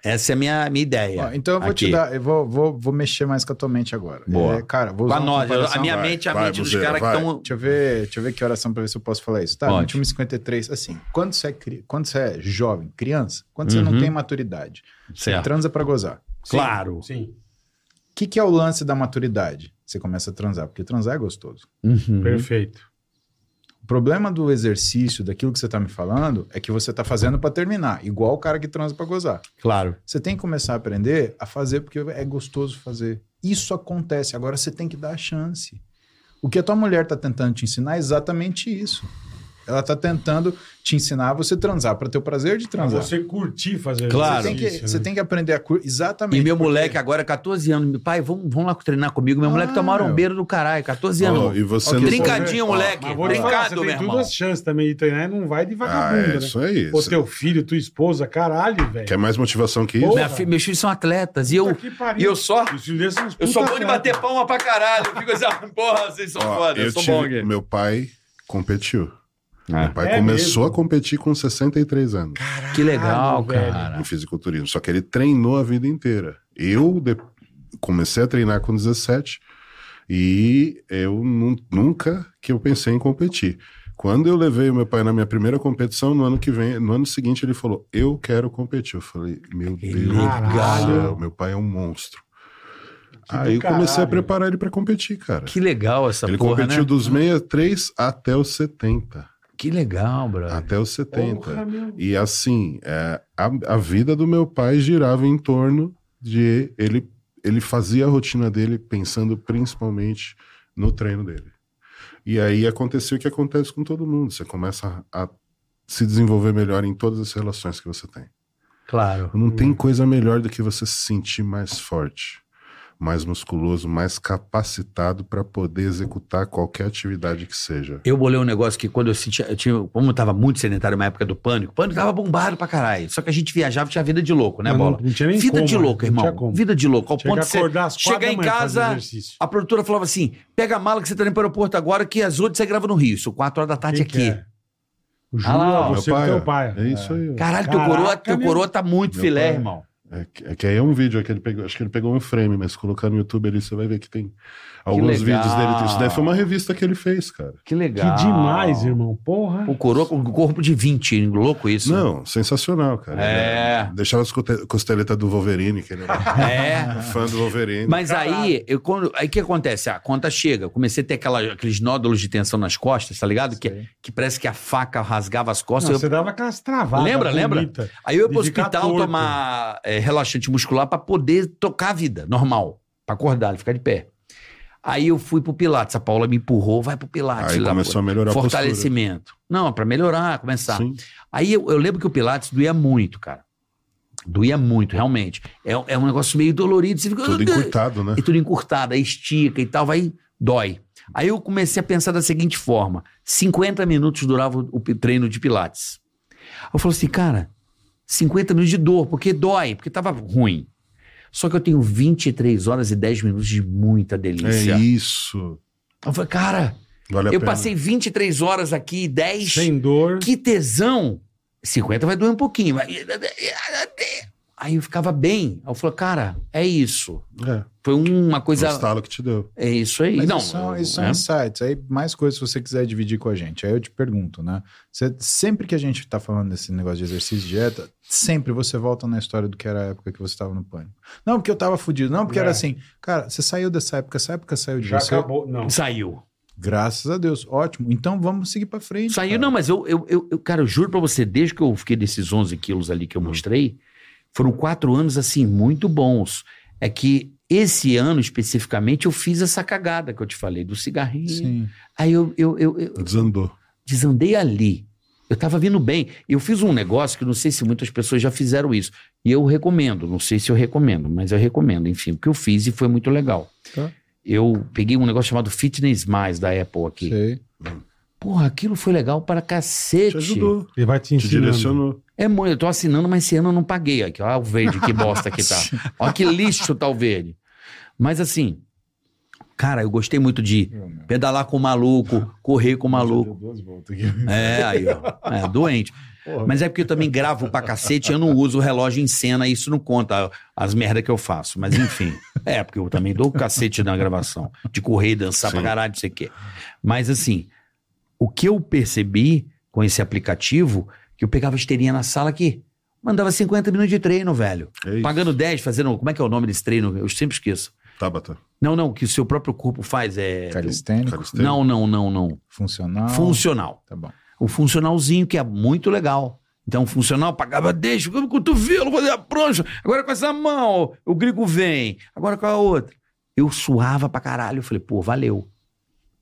Speaker 2: Essa é a minha, minha ideia.
Speaker 5: Ó, então eu vou
Speaker 2: aqui.
Speaker 5: te dar, eu vou, vou, vou mexer mais com a tua mente agora.
Speaker 2: Boa.
Speaker 5: É, cara, vou
Speaker 2: Com
Speaker 5: usar
Speaker 2: a
Speaker 5: uma
Speaker 2: nós, a
Speaker 5: comparação-
Speaker 2: minha
Speaker 6: vai,
Speaker 2: mente, a
Speaker 6: vai,
Speaker 2: mente dos
Speaker 6: Buzeira,
Speaker 2: caras que
Speaker 6: vai.
Speaker 2: estão.
Speaker 5: Deixa eu ver, deixa eu ver que oração pra ver se eu posso falar isso. Tá,
Speaker 2: Pode.
Speaker 5: 21 53. Assim, quando você é, cri- quando você é jovem, criança, quando você
Speaker 2: Uhum.
Speaker 5: não tem maturidade, você
Speaker 2: Certo.
Speaker 5: transa pra gozar.
Speaker 2: Claro.
Speaker 3: Sim.
Speaker 5: O que, que é o lance da maturidade? Você começa a transar, porque transar é gostoso.
Speaker 2: Uhum.
Speaker 3: Perfeito.
Speaker 5: O problema do exercício, daquilo que você tá me falando, é que você tá fazendo pra terminar, igual o cara que transa pra gozar.
Speaker 2: Claro.
Speaker 5: Você tem que começar a aprender a fazer porque é gostoso fazer. Isso acontece, agora você tem que dar a chance. O que a tua mulher tá tentando te ensinar é exatamente isso. Ela tá tentando te ensinar a você transar para ter o prazer de
Speaker 3: Pra
Speaker 5: transar.
Speaker 3: você curtir fazer
Speaker 2: Claro.
Speaker 5: Você tem que,
Speaker 3: exercício,
Speaker 5: você
Speaker 3: né?
Speaker 5: tem que aprender a cur... exatamente.
Speaker 2: E meu
Speaker 5: porque-
Speaker 2: moleque agora, 14 anos, meu pai, vamos, vamos lá treinar comigo. Meu moleque
Speaker 5: Ah,
Speaker 2: tá marombeiro
Speaker 5: meu.
Speaker 2: do caralho, 14 anos.
Speaker 6: Ó, e você
Speaker 5: Ok,
Speaker 6: não
Speaker 5: brincadeira,
Speaker 2: Brincadinho,
Speaker 5: Ó,
Speaker 2: moleque.
Speaker 3: Mas vou te falar,
Speaker 2: Brincado,
Speaker 3: você
Speaker 2: meu
Speaker 3: tem
Speaker 2: irmão.
Speaker 3: todas as chances também de treinar e não vai de
Speaker 6: Ah,
Speaker 3: vagabundo,
Speaker 6: é
Speaker 3: né?
Speaker 6: isso aí.
Speaker 3: Pô,
Speaker 6: Você
Speaker 3: teu filho, tua esposa, caralho, velho.
Speaker 6: Quer mais motivação que isso?
Speaker 3: Porra.
Speaker 2: Minha fi- meus filhos são atletas. E eu,
Speaker 3: Puta que pariu.
Speaker 2: e eu só.
Speaker 3: Os filhos deles são uns
Speaker 2: Eu sou
Speaker 3: puta
Speaker 2: bom de
Speaker 3: atleta.
Speaker 2: bater palma pra caralho. Eu fico assim, porra, vocês são
Speaker 6: Ó,
Speaker 2: foda. Eu
Speaker 6: eu
Speaker 2: sou
Speaker 6: tive-
Speaker 2: bom aqui.
Speaker 6: Meu pai competiu.
Speaker 2: Ah.
Speaker 6: Meu pai
Speaker 3: É
Speaker 6: começou
Speaker 3: mesmo?
Speaker 6: a competir com 63 anos.
Speaker 2: Que legal,
Speaker 3: velho.
Speaker 2: cara.
Speaker 6: no fisiculturismo. Só que ele treinou a vida inteira. Eu de- comecei a treinar com 17 e eu nu- nunca que eu pensei em competir. Quando eu levei o meu pai na minha primeira competição, no ano que vem, no ano seguinte ele falou: "Eu quero competir". Eu falei: "Meu
Speaker 2: Que
Speaker 6: Deus,
Speaker 3: legal.
Speaker 6: do céu, meu pai é um monstro".
Speaker 3: Que do
Speaker 6: Aí eu comecei a
Speaker 3: caralho.
Speaker 6: preparar ele para competir, cara.
Speaker 2: Que legal essa
Speaker 6: ele
Speaker 2: porra,
Speaker 6: competiu
Speaker 2: né?
Speaker 6: dos 63 até os 70.
Speaker 2: Que legal, brother.
Speaker 6: Até os 70.
Speaker 3: É. Porra, meu.
Speaker 6: E assim, é, a, a vida do meu pai girava em torno de ele, ele fazia a rotina dele pensando principalmente no treino dele. E aí aconteceu o que acontece com todo mundo. Você começa a, a se desenvolver melhor em todas as relações que você tem.
Speaker 2: Claro.
Speaker 3: Uhum.
Speaker 6: Não tem coisa melhor do que você se sentir mais forte, mais musculoso, mais capacitado para poder executar qualquer atividade que seja.
Speaker 2: Eu bolei um negócio que quando eu sentia. Eu tinha, como eu tava muito sedentário na época do pânico, o pânico tava bombado pra caralho. Só que a gente viajava, tinha vida de louco, né,
Speaker 3: Mas
Speaker 2: bola?
Speaker 3: Não, não tinha nem
Speaker 2: vida
Speaker 3: como, né?
Speaker 2: de louco,
Speaker 3: não tinha
Speaker 2: irmão.
Speaker 3: como.
Speaker 2: Vida de louco. Ao
Speaker 3: Tinha
Speaker 2: ponto
Speaker 3: que
Speaker 2: de você.
Speaker 3: acordar às quatro
Speaker 2: chegar
Speaker 3: da
Speaker 2: em
Speaker 3: manhã pra fazer
Speaker 2: casa-
Speaker 3: exercício.
Speaker 2: A produtora falava assim: pega a mala que você tá indo para o aeroporto agora, que às 8 você grava no Rio. Isso, 4 horas da tarde
Speaker 3: Quem
Speaker 2: aqui.
Speaker 3: que é? O Júlio,
Speaker 2: Ah lá, ó,
Speaker 6: meu
Speaker 3: você e
Speaker 6: pai,
Speaker 3: teu
Speaker 6: ó.
Speaker 3: pai.
Speaker 6: É isso aí. ó.
Speaker 2: Caralho, teu coroa,
Speaker 3: Caraca,
Speaker 2: teu
Speaker 3: meu.
Speaker 2: coroa tá muito
Speaker 6: Meu
Speaker 2: filé,
Speaker 6: pai.
Speaker 2: irmão.
Speaker 6: É que, é que aí é um vídeo, é que ele pegou, acho que ele pegou um frame, mas colocar no YouTube ali, você vai ver que tem alguns
Speaker 2: legal.
Speaker 6: vídeos dele. Isso daí foi uma revista que ele fez, cara.
Speaker 2: Que legal.
Speaker 3: Que demais, irmão. Porra.
Speaker 2: O coroa com o corpo de 20, louco isso.
Speaker 6: Não, sensacional, cara.
Speaker 2: É.
Speaker 6: Ele Deixava as cote- costeletas do Wolverine, que ele era um
Speaker 2: É.
Speaker 6: fã do Wolverine.
Speaker 2: Mas aí, eu, quando, aí o que acontece? A conta chega. Comecei a ter aquela- aqueles nódulos de tensão nas costas, tá ligado? Que,
Speaker 5: Sei.
Speaker 2: que parece que a faca rasgava as
Speaker 3: Não,
Speaker 2: costas. Eu-
Speaker 3: você dava aquelas travadas.
Speaker 2: Lembra, lembra?
Speaker 3: bonita.
Speaker 2: aí eu ia pro
Speaker 3: de ficar
Speaker 2: hospital
Speaker 3: torto.
Speaker 2: tomar é, relaxante muscular pra poder tocar a vida, normal. Pra acordar, ficar de pé. Aí eu fui pro Pilates. A Paula me empurrou, vai pro Pilates.
Speaker 6: Aí
Speaker 2: filha da
Speaker 6: começou a melhorar
Speaker 2: puta.
Speaker 6: a postura.
Speaker 2: Fortalecimento. Não, pra melhorar, começar.
Speaker 6: Sim.
Speaker 2: Aí eu, eu lembro que o Pilates doía muito, cara. Doía muito, realmente. É, é um negócio meio dolorido. Você fica... "Ah,
Speaker 6: Tudo encurtado, né?
Speaker 2: E tudo encurtado, aí estica e tal, vai dói. Aí eu comecei a pensar da seguinte forma: 50 minutos durava o o pi- treino de Pilates. Eu falei assim, cara, 50 minutos de dor, porque dói, porque tava ruim. Só que eu tenho 23 horas e 10 minutos de muita delícia.
Speaker 6: É isso.
Speaker 2: Eu falei, cara,
Speaker 6: Vale a
Speaker 2: eu
Speaker 6: pena.
Speaker 2: passei 23 horas aqui, 10.
Speaker 3: Sem dor.
Speaker 2: Que tesão! 50 vai doer um pouquinho. mas- Aí eu ficava bem. Aí eu falei, cara, é isso.
Speaker 6: É,
Speaker 2: Foi uma coisa.
Speaker 6: o estalo que te deu.
Speaker 2: É isso aí.
Speaker 5: Mas
Speaker 2: não,
Speaker 5: isso são,
Speaker 2: eu-
Speaker 5: isso é um- são
Speaker 3: É.
Speaker 2: né?
Speaker 5: insights. Aí mais coisas se você quiser dividir com a gente. Aí eu te pergunto, né? Você- sempre que a gente tá falando desse negócio de exercício e dieta, sempre você volta na história do que era a época que você tava no pânico. Não porque eu tava fudido, não porque
Speaker 3: É.
Speaker 5: era assim. Cara, você saiu dessa época, essa época saiu de
Speaker 3: Já
Speaker 5: você.
Speaker 3: acabou. Não.
Speaker 2: Saiu.
Speaker 5: Graças a Deus, ótimo. Então vamos seguir pra frente.
Speaker 2: Saiu,
Speaker 5: cara.
Speaker 2: não, mas eu, eu, eu, eu- cara, eu juro pra você, desde que eu fiquei desses 11 quilos ali que
Speaker 5: Hum.
Speaker 2: eu mostrei, foram quatro anos, assim, muito bons. É que esse ano especificamente eu fiz essa cagada que eu te falei, do cigarrinho.
Speaker 3: né?
Speaker 5: Sim.
Speaker 2: Aí eu, eu, eu, eu
Speaker 6: Desandou.
Speaker 2: desandei ali. Eu tava vindo bem. Eu fiz um negócio que não sei se muitas pessoas já fizeram isso. E eu recomendo, não sei se eu recomendo, mas eu recomendo, enfim, porque eu fiz e foi muito legal.
Speaker 5: Tá.
Speaker 2: Eu peguei um negócio chamado Fitness Mais da Apple aqui.
Speaker 5: Sei.
Speaker 2: Porra, aquilo foi legal para cacete.
Speaker 6: Te ajudou,
Speaker 3: Ele vai te
Speaker 6: te
Speaker 3: ensinando.
Speaker 6: direcionou.
Speaker 2: É muito, eu tô assinando, mas esse ano eu não paguei. Aqui, olha o verde, que bosta que tá. Olha que lixo tá o verde. Mas assim, cara, eu gostei muito de pedalar com o maluco, correr com o maluco.
Speaker 5: Duas voltas aqui.
Speaker 2: É, aí, ó. É, doente.
Speaker 5: Porra.
Speaker 2: Mas é porque eu também gravo pra cacete, eu não uso o relógio em cena, isso não conta as merdas que eu faço. Mas enfim, é, porque eu também dou o cacete na gravação, de correr, dançar pra
Speaker 6: Sim.
Speaker 2: caralho, não sei o quê. Mas assim, o que eu percebi com esse aplicativo, que eu pegava esteirinha na sala aqui, mandava 50 minutos de treino, velho.
Speaker 6: É isso.
Speaker 2: Pagando 10, fazendo. Como é que é o nome desse treino? Eu sempre esqueço.
Speaker 6: Tabata.
Speaker 2: Não, não, que o seu próprio corpo faz é.
Speaker 5: Calistênico,
Speaker 6: Calistenia. Ah.
Speaker 2: Não, não, não, não.
Speaker 5: funcional.
Speaker 2: Funcional
Speaker 5: Tá bom.
Speaker 2: o funcionalzinho, que é muito legal. Então, o funcional pagava, deixa, com o cotovelo, fazer a prancha, agora com essa mão, o grigo vem, agora com a outra. Eu suava pra caralho, eu falei, pô, valeu.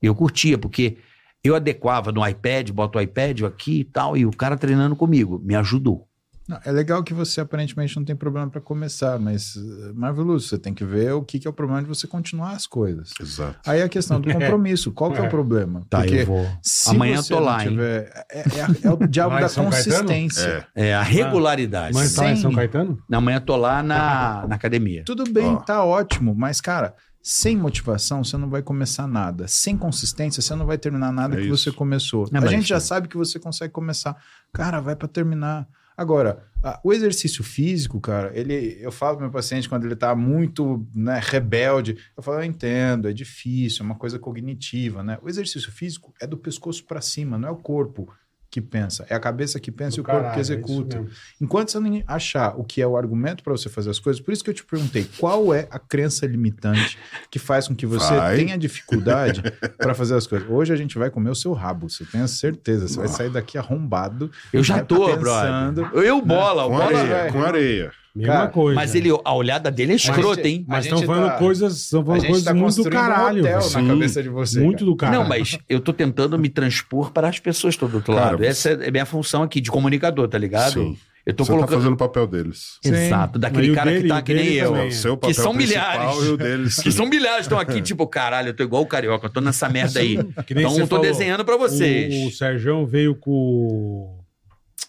Speaker 2: Eu curtia, porque eu adequava no iPad, boto o iPad aqui e tal, e o cara treinando comigo, me ajudou.
Speaker 5: Não, é legal que você aparentemente não tem problema para começar, mas eh, Marvelous, você tem que ver o que, que é o problema de você continuar as coisas.
Speaker 6: Exato.
Speaker 5: Aí é a questão do compromisso, qual que é
Speaker 3: É.
Speaker 5: o problema?
Speaker 2: Tá, vou.
Speaker 5: se
Speaker 2: Amanhã
Speaker 5: você
Speaker 2: eu tô
Speaker 5: não
Speaker 2: lá, hein?
Speaker 5: tiver- é, é- é o diabo
Speaker 3: Lá em
Speaker 5: da
Speaker 3: São Caetano?
Speaker 5: consistência.
Speaker 6: É.
Speaker 2: É, a regularidade.
Speaker 3: Mas tá lá em São
Speaker 5: Sim.
Speaker 3: Caetano?
Speaker 2: Amanhã eu tô lá na, na academia.
Speaker 5: Tudo bem,
Speaker 6: Ó.
Speaker 5: tá ótimo, mas cara, sem motivação você não vai começar nada. Sem consistência você não vai terminar nada
Speaker 6: É
Speaker 5: que
Speaker 6: isso.
Speaker 5: você começou.
Speaker 2: É,
Speaker 5: a
Speaker 2: mas-
Speaker 5: gente já sabe que você consegue começar. Cara, vai pra terminar. Agora, a- o exercício físico, cara, ele, eu falo pro meu paciente quando ele tá muito né, rebelde, eu falo, eu entendo, é difícil, é uma coisa cognitiva, né? O exercício físico é do pescoço pra cima, não é o corpo que pensa, é a cabeça que pensa e o corpo
Speaker 3: Caralho,
Speaker 5: que
Speaker 3: é isso
Speaker 5: executa.
Speaker 3: mesmo.
Speaker 5: Enquanto você não achar o que é o argumento para você fazer as coisas, por isso que eu te perguntei qual é a crença limitante que faz com que você
Speaker 6: Vai.
Speaker 5: tenha dificuldade para fazer as coisas. Hoje a gente vai comer o seu rabo, você tenha certeza. Você vai sair daqui arrombado.
Speaker 2: Eu já
Speaker 5: vai
Speaker 2: tô,
Speaker 5: tá pensando.
Speaker 2: brother. Eu bola, o
Speaker 6: Com
Speaker 2: bola.
Speaker 5: Olha,
Speaker 6: areia,
Speaker 5: velho.
Speaker 6: com areia.
Speaker 3: Mesma
Speaker 5: Cara,
Speaker 3: coisa.
Speaker 2: Mas ele, a olhada dele é escrota, hein?
Speaker 5: A
Speaker 3: Mas
Speaker 5: gente
Speaker 3: estão falando
Speaker 5: tá-
Speaker 3: coisas, estão
Speaker 5: A
Speaker 3: falando
Speaker 5: gente
Speaker 3: coisas
Speaker 5: está
Speaker 3: muito do
Speaker 5: construindo
Speaker 3: caralho.
Speaker 5: um hotel
Speaker 3: velho.
Speaker 5: na
Speaker 6: Sim.
Speaker 5: cabeça de você.
Speaker 3: muito do caralho.
Speaker 2: Não, mas eu tô tentando me transpor para as pessoas que estão do outro
Speaker 6: Cara,
Speaker 2: lado.
Speaker 6: você-
Speaker 2: Essa é a minha função aqui de comunicador, tá ligado?
Speaker 6: Sim.
Speaker 2: Eu tô
Speaker 6: Você tá
Speaker 2: colocando.
Speaker 6: fazendo o papel deles.
Speaker 5: fazendo-
Speaker 2: Exato,
Speaker 3: Mas e
Speaker 2: daquele
Speaker 3: o
Speaker 2: cara
Speaker 3: dele-
Speaker 2: que
Speaker 3: o
Speaker 2: tá que nem
Speaker 3: dele
Speaker 2: eu.
Speaker 3: também.
Speaker 6: É O seu
Speaker 2: Que
Speaker 6: papel
Speaker 2: são
Speaker 6: principal
Speaker 2: milhares.
Speaker 6: e o deles.
Speaker 2: Que são milhares, estão aqui, tipo, caralho, eu tô igual o carioca, eu tô nessa merda aí.
Speaker 3: Que nem
Speaker 2: Então
Speaker 3: você
Speaker 2: eu tô
Speaker 3: falou,
Speaker 2: desenhando pra vocês.
Speaker 3: O, o Serjão veio com, o-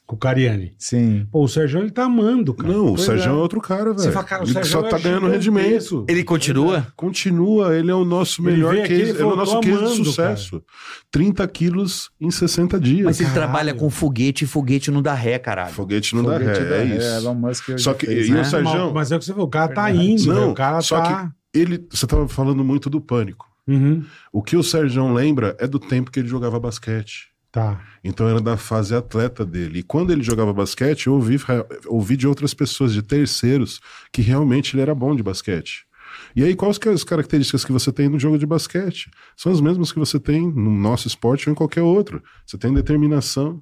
Speaker 3: com o Cariani.
Speaker 5: Sim.
Speaker 3: Pô, o Serjão ele tá amando, cara.
Speaker 6: Não, o
Speaker 5: Pois
Speaker 6: Sérgio é.
Speaker 5: é.
Speaker 6: outro cara,
Speaker 3: Você
Speaker 6: velho.
Speaker 3: fala, cara, o é um
Speaker 6: Ele
Speaker 3: Serjão
Speaker 6: só tá ganhando rendimento.
Speaker 2: Ele continua?
Speaker 6: Continua, ele é o nosso
Speaker 3: Ele
Speaker 6: melhor
Speaker 3: veio aqui,
Speaker 6: case,
Speaker 3: ele
Speaker 6: ele é o
Speaker 3: falou,
Speaker 6: nosso
Speaker 3: "Tô
Speaker 6: case de
Speaker 3: amando,
Speaker 6: sucesso. 30 quilos em 60 dias.
Speaker 2: Mas ele tá-
Speaker 3: Caralho.
Speaker 2: trabalha com foguete e foguete não dá ré, caralho.
Speaker 6: Foguete não
Speaker 5: Foguete
Speaker 6: dá ré,
Speaker 5: da
Speaker 6: é
Speaker 5: ré,
Speaker 6: isso.
Speaker 5: Elon Musk hoje
Speaker 6: Só que
Speaker 5: fez,
Speaker 6: e
Speaker 5: né?
Speaker 6: o Sérgio,
Speaker 3: Mas, mas é o que você falou, o cara tá indo,
Speaker 6: Não,
Speaker 3: velho, o cara
Speaker 6: só
Speaker 3: tá...
Speaker 6: ele, você tava falando muito do pânico.
Speaker 3: Uhum,
Speaker 6: O que o Sérgio lembra é do tempo que ele jogava basquete.
Speaker 3: tá.
Speaker 6: Então era da fase atleta dele. E quando ele jogava basquete, eu ouvi, ouvi de outras pessoas, de terceiros, que realmente ele era bom de basquete. E aí, quais que é as características que você tem no jogo de basquete? São as mesmas que você tem no nosso esporte ou em qualquer outro. Você tem determinação,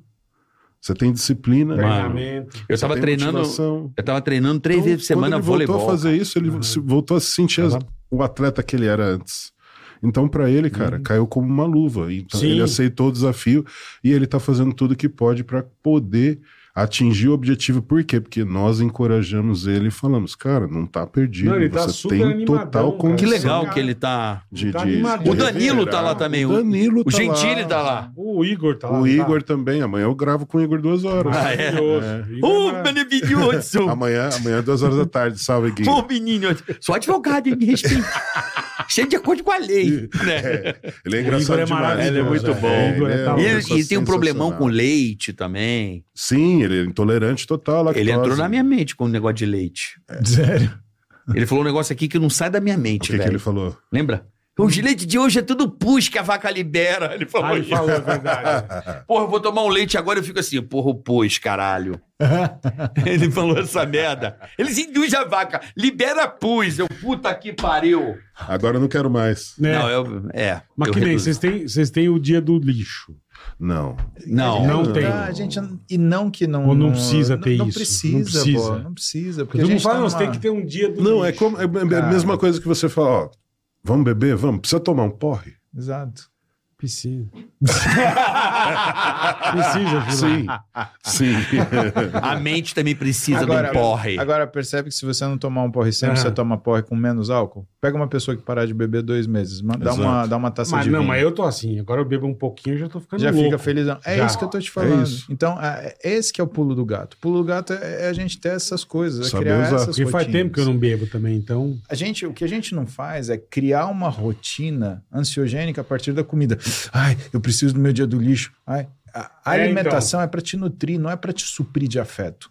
Speaker 6: você tem disciplina,
Speaker 2: Mano,
Speaker 3: Treinamento.
Speaker 2: Eu
Speaker 6: você
Speaker 2: tava
Speaker 6: tem
Speaker 2: treinando.
Speaker 6: motivação.
Speaker 2: Eu tava treinando três
Speaker 6: Então,
Speaker 2: vezes por semana
Speaker 6: quando ele voltou
Speaker 2: voleibol. Uhum.
Speaker 6: a fazer isso, ele se- voltou a se sentir as- o atleta que ele era antes. Então, pra ele,
Speaker 2: Uhum.
Speaker 6: cara, caiu como uma luva. Então,
Speaker 3: Sim.
Speaker 6: ele aceitou o desafio e ele tá fazendo tudo que pode pra poder atingiu o objetivo, por quê? Porque nós encorajamos ele e falamos, cara, não tá perdido,
Speaker 3: Não, ele tá
Speaker 6: você
Speaker 3: super
Speaker 6: tem
Speaker 3: animadão,
Speaker 6: total
Speaker 3: cara.
Speaker 2: Que
Speaker 6: condição.
Speaker 2: legal
Speaker 3: Cara,
Speaker 2: que ele tá.
Speaker 6: de,
Speaker 3: Tá
Speaker 6: de-
Speaker 3: animadão.
Speaker 2: O Danilo tá lá também,
Speaker 6: O Danilo
Speaker 2: O
Speaker 6: tá
Speaker 2: Gentili
Speaker 6: lá.
Speaker 2: tá lá.
Speaker 3: O Igor tá lá.
Speaker 6: O
Speaker 3: tá?
Speaker 6: Igor também. Amanhã eu gravo com o Igor duas horas.
Speaker 2: Ah, é?
Speaker 3: Maravilhoso.
Speaker 2: Ô,
Speaker 3: Igor é maravilhoso.
Speaker 2: Benevidioso!
Speaker 6: Amanhã, amanhã, duas horas da tarde. Salve, Gui.
Speaker 2: Ô, um menino! Só advogado, hein? Me respeita. Cheio de acordo com a lei, né?
Speaker 6: É, ele é
Speaker 3: Igor
Speaker 6: engraçado
Speaker 3: é
Speaker 6: demais.
Speaker 3: maravilhoso,
Speaker 2: Ele é muito bom.
Speaker 3: Igor é
Speaker 6: ele
Speaker 3: da
Speaker 6: uma
Speaker 2: E ele,
Speaker 6: pessoa
Speaker 2: e tem um problemão com
Speaker 6: sensacional.
Speaker 2: leite também.
Speaker 6: Sim, ele é intolerante total à lactose.
Speaker 2: Ele entrou na minha mente com o negócio de leite.
Speaker 5: né? Sério?
Speaker 2: Ele falou um negócio aqui que não sai da minha
Speaker 6: O
Speaker 2: mente,
Speaker 6: que, que
Speaker 2: velho.
Speaker 6: ele falou?
Speaker 2: Lembra? O leite de hoje é tudo pus que a vaca libera. Ele falou
Speaker 3: Ah, ele
Speaker 2: isso.
Speaker 3: falou, é verdade.
Speaker 2: Porra, eu vou tomar um leite agora eu fico assim, porra, o pus, caralho. ele falou essa merda. Eles induzem a vaca, libera pus. Eu, puta que pariu.
Speaker 6: Agora eu não quero mais.
Speaker 3: Né?
Speaker 2: Não, eu. É.
Speaker 3: Mas
Speaker 2: eu
Speaker 3: que nem,
Speaker 2: reduzo.
Speaker 3: vocês têm, vocês têm o dia do lixo.
Speaker 6: Não.
Speaker 2: Não,
Speaker 3: Não tem.
Speaker 5: Ah, gente, e não que não.
Speaker 3: Ou não precisa
Speaker 5: não-
Speaker 3: ter
Speaker 5: não
Speaker 3: isso,
Speaker 5: Precisa,
Speaker 3: não precisa.
Speaker 5: pô, não precisa. Porque
Speaker 3: Todo
Speaker 5: a
Speaker 3: mundo
Speaker 5: gente
Speaker 3: fala,
Speaker 5: tá
Speaker 3: não,
Speaker 5: numa-
Speaker 3: você tem que ter um dia do
Speaker 6: Não,
Speaker 3: lixo.
Speaker 6: é, como, é, é a
Speaker 5: Cara.
Speaker 6: mesma coisa que você fala, ó, vamos beber? Vamos. Precisa tomar um porre?
Speaker 5: Exato.
Speaker 3: Piscina. Precisa, Ah, Gil.
Speaker 6: Sim.
Speaker 2: Ah.
Speaker 6: Sim.
Speaker 2: a mente também precisa de
Speaker 5: agora,
Speaker 2: um porre.
Speaker 5: agora percebe que se você não tomar um porre sempre,
Speaker 3: Ah.
Speaker 5: você toma porre com menos álcool. Pega uma pessoa que parar de beber dois meses, ma- dá
Speaker 6: Exato.
Speaker 5: uma, dá uma taça
Speaker 3: Mas
Speaker 5: de
Speaker 3: não,
Speaker 5: vinho.
Speaker 3: mas eu tô assim. Agora eu bebo um pouquinho e já tô ficando
Speaker 5: já
Speaker 3: louco.
Speaker 5: fica felizão. É
Speaker 3: Já.
Speaker 5: isso que eu tô te falando.
Speaker 6: isso.
Speaker 5: Então, é- é esse que é o pulo do gato. O pulo do gato é, é a gente ter essas coisas, é
Speaker 6: Saber
Speaker 5: criar
Speaker 6: usar.
Speaker 5: essas
Speaker 3: Porque faz
Speaker 5: rotinas.
Speaker 3: tempo que eu não bebo também, então...
Speaker 5: A gente, o que a gente não faz é criar uma rotina ansiogênica a partir da comida. Ai, eu preciso do meu dia do lixo. Ai, a a
Speaker 3: É,
Speaker 5: alimentação é pra te nutrir, não é pra te suprir de afeto.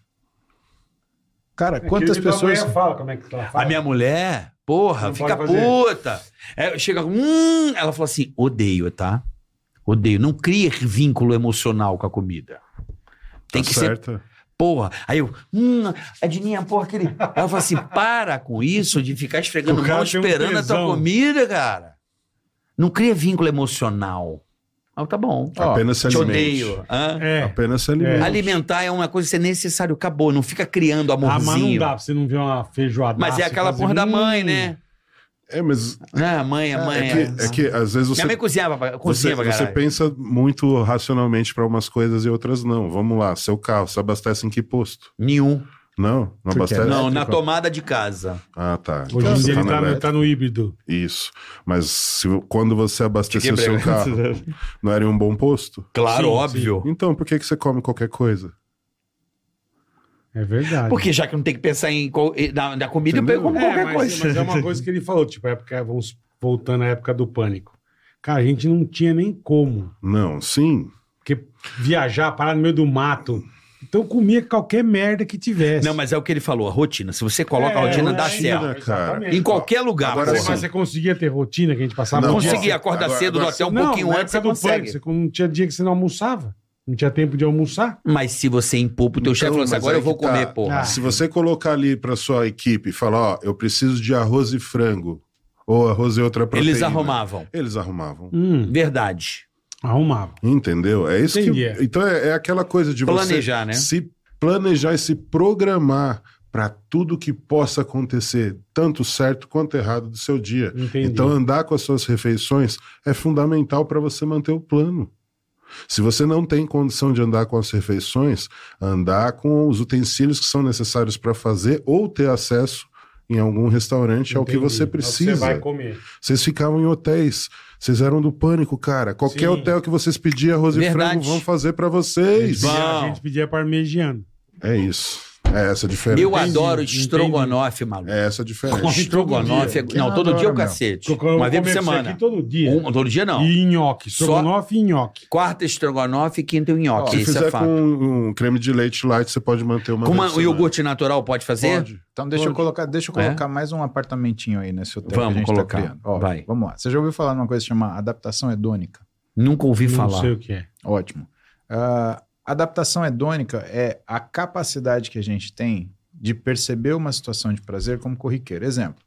Speaker 5: Cara,
Speaker 3: É
Speaker 5: quantas
Speaker 3: que minha
Speaker 5: pessoas
Speaker 3: mulher Fala como é que ela fala.
Speaker 2: A minha mulher, porra,
Speaker 3: Não
Speaker 2: fica
Speaker 3: pode fazer.
Speaker 2: puta. É, chega, hum, ela fala assim: odeio, tá? Odeio. Não cria vínculo emocional com a comida.
Speaker 3: Tá
Speaker 2: Tem
Speaker 6: Tá
Speaker 2: que ser
Speaker 6: certa.
Speaker 2: porra. Aí eu, hum, Edninha, porra, aquele. Ela fala assim: para com isso de ficar esfregando
Speaker 3: O
Speaker 2: a
Speaker 3: cara
Speaker 2: mão
Speaker 3: tem um
Speaker 2: esperando a tua
Speaker 3: tesão.
Speaker 2: comida, cara. Não cria vínculo emocional. Ah, tá bom.
Speaker 5: Ó,
Speaker 6: Apenas se
Speaker 2: Te
Speaker 6: alimente.
Speaker 2: odeio. hã?
Speaker 3: É.
Speaker 6: Apenas se alimente.
Speaker 2: Alimentar é uma coisa que é necessário, acabou. Não fica criando
Speaker 3: Ah, mas não
Speaker 2: amorzinho.
Speaker 3: dá pra você não ver uma feijoada.
Speaker 2: mas é aquela porra da mãe,
Speaker 3: "Hum."
Speaker 2: né?
Speaker 6: É, mas
Speaker 2: Ah, mãe, a mãe.
Speaker 6: é que, é que às vezes você
Speaker 2: Minha mãe cozinhava, pra-
Speaker 6: Você,
Speaker 2: cozinha pra
Speaker 6: você
Speaker 2: caralho.
Speaker 6: pensa muito racionalmente para umas coisas e outras não. Vamos lá, seu carro, você abastece em que posto?
Speaker 2: Nenhum.
Speaker 6: Não, não
Speaker 5: Por quê?
Speaker 6: abastece.
Speaker 2: Não, na
Speaker 5: Elétrico.
Speaker 2: tomada de casa.
Speaker 6: Ah, tá.
Speaker 3: Hoje em
Speaker 6: Você
Speaker 3: dia ele
Speaker 6: na
Speaker 3: tá, no-
Speaker 6: elétrica.
Speaker 3: tá no híbrido.
Speaker 6: Isso. Mas se- quando você abasteceu
Speaker 2: Te quebrei,
Speaker 6: seu carro, não era em um bom posto?
Speaker 2: Claro,
Speaker 3: Sim,
Speaker 2: óbvio.
Speaker 6: Então, por que, que você come qualquer coisa?
Speaker 3: É verdade.
Speaker 2: Porque já que não tem que pensar em co- na, na comida, eu
Speaker 6: Entendeu?
Speaker 2: pego como
Speaker 3: É,
Speaker 2: qualquer
Speaker 3: mas,
Speaker 2: coisa.
Speaker 3: mas é uma coisa que ele falou, tipo, a época, vamos voltando à época do pânico. Cara, a gente não tinha nem como.
Speaker 6: Não, sim.
Speaker 3: Porque viajar, parar no meio do mato. Então comia qualquer merda que tivesse.
Speaker 2: Não, mas é o que ele falou, a rotina. Se você coloca
Speaker 3: É,
Speaker 2: a rotina,
Speaker 3: né?
Speaker 2: dá
Speaker 6: rotina,
Speaker 2: certo.
Speaker 6: cara.
Speaker 3: Exatamente.
Speaker 2: Em qualquer lugar,
Speaker 6: Agora
Speaker 2: porra.
Speaker 3: Mas
Speaker 6: sim.
Speaker 3: você conseguia ter rotina que a gente passava?
Speaker 6: Não,
Speaker 3: um dia?
Speaker 2: Conseguir
Speaker 6: ó,
Speaker 2: acordar
Speaker 6: agora-
Speaker 2: cedo
Speaker 6: agora
Speaker 2: no hotel um
Speaker 3: Não,
Speaker 2: pouquinho
Speaker 3: na
Speaker 2: antes, você
Speaker 3: época do
Speaker 2: consegue.
Speaker 3: pânico, você não tinha dia que você não almoçava. Não tinha tempo de almoçar.
Speaker 2: Mas se você impor pro teu chefe,
Speaker 6: Então,
Speaker 2: falou assim,
Speaker 6: mas
Speaker 2: agora
Speaker 6: aí
Speaker 2: eu vou
Speaker 6: que tá.
Speaker 2: comer, porra.
Speaker 3: Ah.
Speaker 6: Se você colocar ali para sua equipe e falar, ó, eu preciso de arroz e frango, ou arroz e outra proteína.
Speaker 2: Eles arrumavam.
Speaker 6: Eles arrumavam.
Speaker 3: Hum,
Speaker 2: Verdade.
Speaker 3: arrumava.
Speaker 6: Entendeu? É isso
Speaker 3: Entendi.
Speaker 6: que. Então é, é aquela coisa de
Speaker 2: Planejar,
Speaker 6: você
Speaker 2: né?
Speaker 6: se planejar e se programar para tudo que possa acontecer, tanto certo quanto errado do seu dia.
Speaker 3: Entendi.
Speaker 6: Então andar com as suas refeições é fundamental para você manter o plano. Se você não tem condição de andar com as refeições, andar com os utensílios que são necessários para fazer ou ter acesso em algum restaurante ao que
Speaker 3: Entendi. É
Speaker 6: você
Speaker 3: o que
Speaker 6: precisa.
Speaker 3: Você vai comer.
Speaker 6: Vocês ficavam em hotéis. Vocês eram do pânico, cara. Qualquer
Speaker 3: Sim.
Speaker 6: hotel que vocês pedirem arroz
Speaker 2: Verdade.
Speaker 6: e frango vão fazer pra vocês.
Speaker 3: E
Speaker 2: Vão.
Speaker 3: a gente pedia parmegiano.
Speaker 6: É isso. É essa a diferença.
Speaker 2: Eu adoro
Speaker 3: entendi.
Speaker 2: estrogonofe, maluco.
Speaker 6: É essa a diferença.
Speaker 3: Come
Speaker 2: Estrogonofe. é-
Speaker 5: Quem
Speaker 2: Não,
Speaker 5: não
Speaker 2: todo
Speaker 5: adora,
Speaker 2: dia é o
Speaker 5: meu?
Speaker 2: cacete.
Speaker 3: Eu como
Speaker 2: Uma vez por
Speaker 3: esse
Speaker 2: semana.
Speaker 3: aqui todo dia.
Speaker 2: Um- todo dia não.
Speaker 3: E nhoque.
Speaker 2: Só-
Speaker 3: Estrogonofe e nhoque.
Speaker 2: Quarta estrogonofe e quinta um
Speaker 5: Ó,
Speaker 2: nhoque.
Speaker 6: Se
Speaker 2: Isso é
Speaker 6: fizer com
Speaker 2: fato.
Speaker 6: um, um creme de leite light, você pode manter uma. né?
Speaker 2: Com uma-
Speaker 6: vez
Speaker 2: o
Speaker 6: por
Speaker 2: iogurte natural pode fazer?
Speaker 6: semana. Pode.
Speaker 5: Então deixa eu colocar, deixa eu
Speaker 2: É?
Speaker 5: colocar mais um apartamentinho aí nesse hotel
Speaker 2: Vamos
Speaker 5: que a gente
Speaker 2: colocar.
Speaker 5: tá criando. Ó,
Speaker 2: Vai.
Speaker 5: Vamos lá. Você já ouviu falar de uma coisa chamada adaptação hedônica?
Speaker 2: Nunca ouvi
Speaker 3: não
Speaker 2: falar.
Speaker 3: sei o que é.
Speaker 5: Ótimo. Ah, adaptação hedônica é a capacidade que a gente tem de perceber uma situação de prazer como corriqueiro. Exemplo,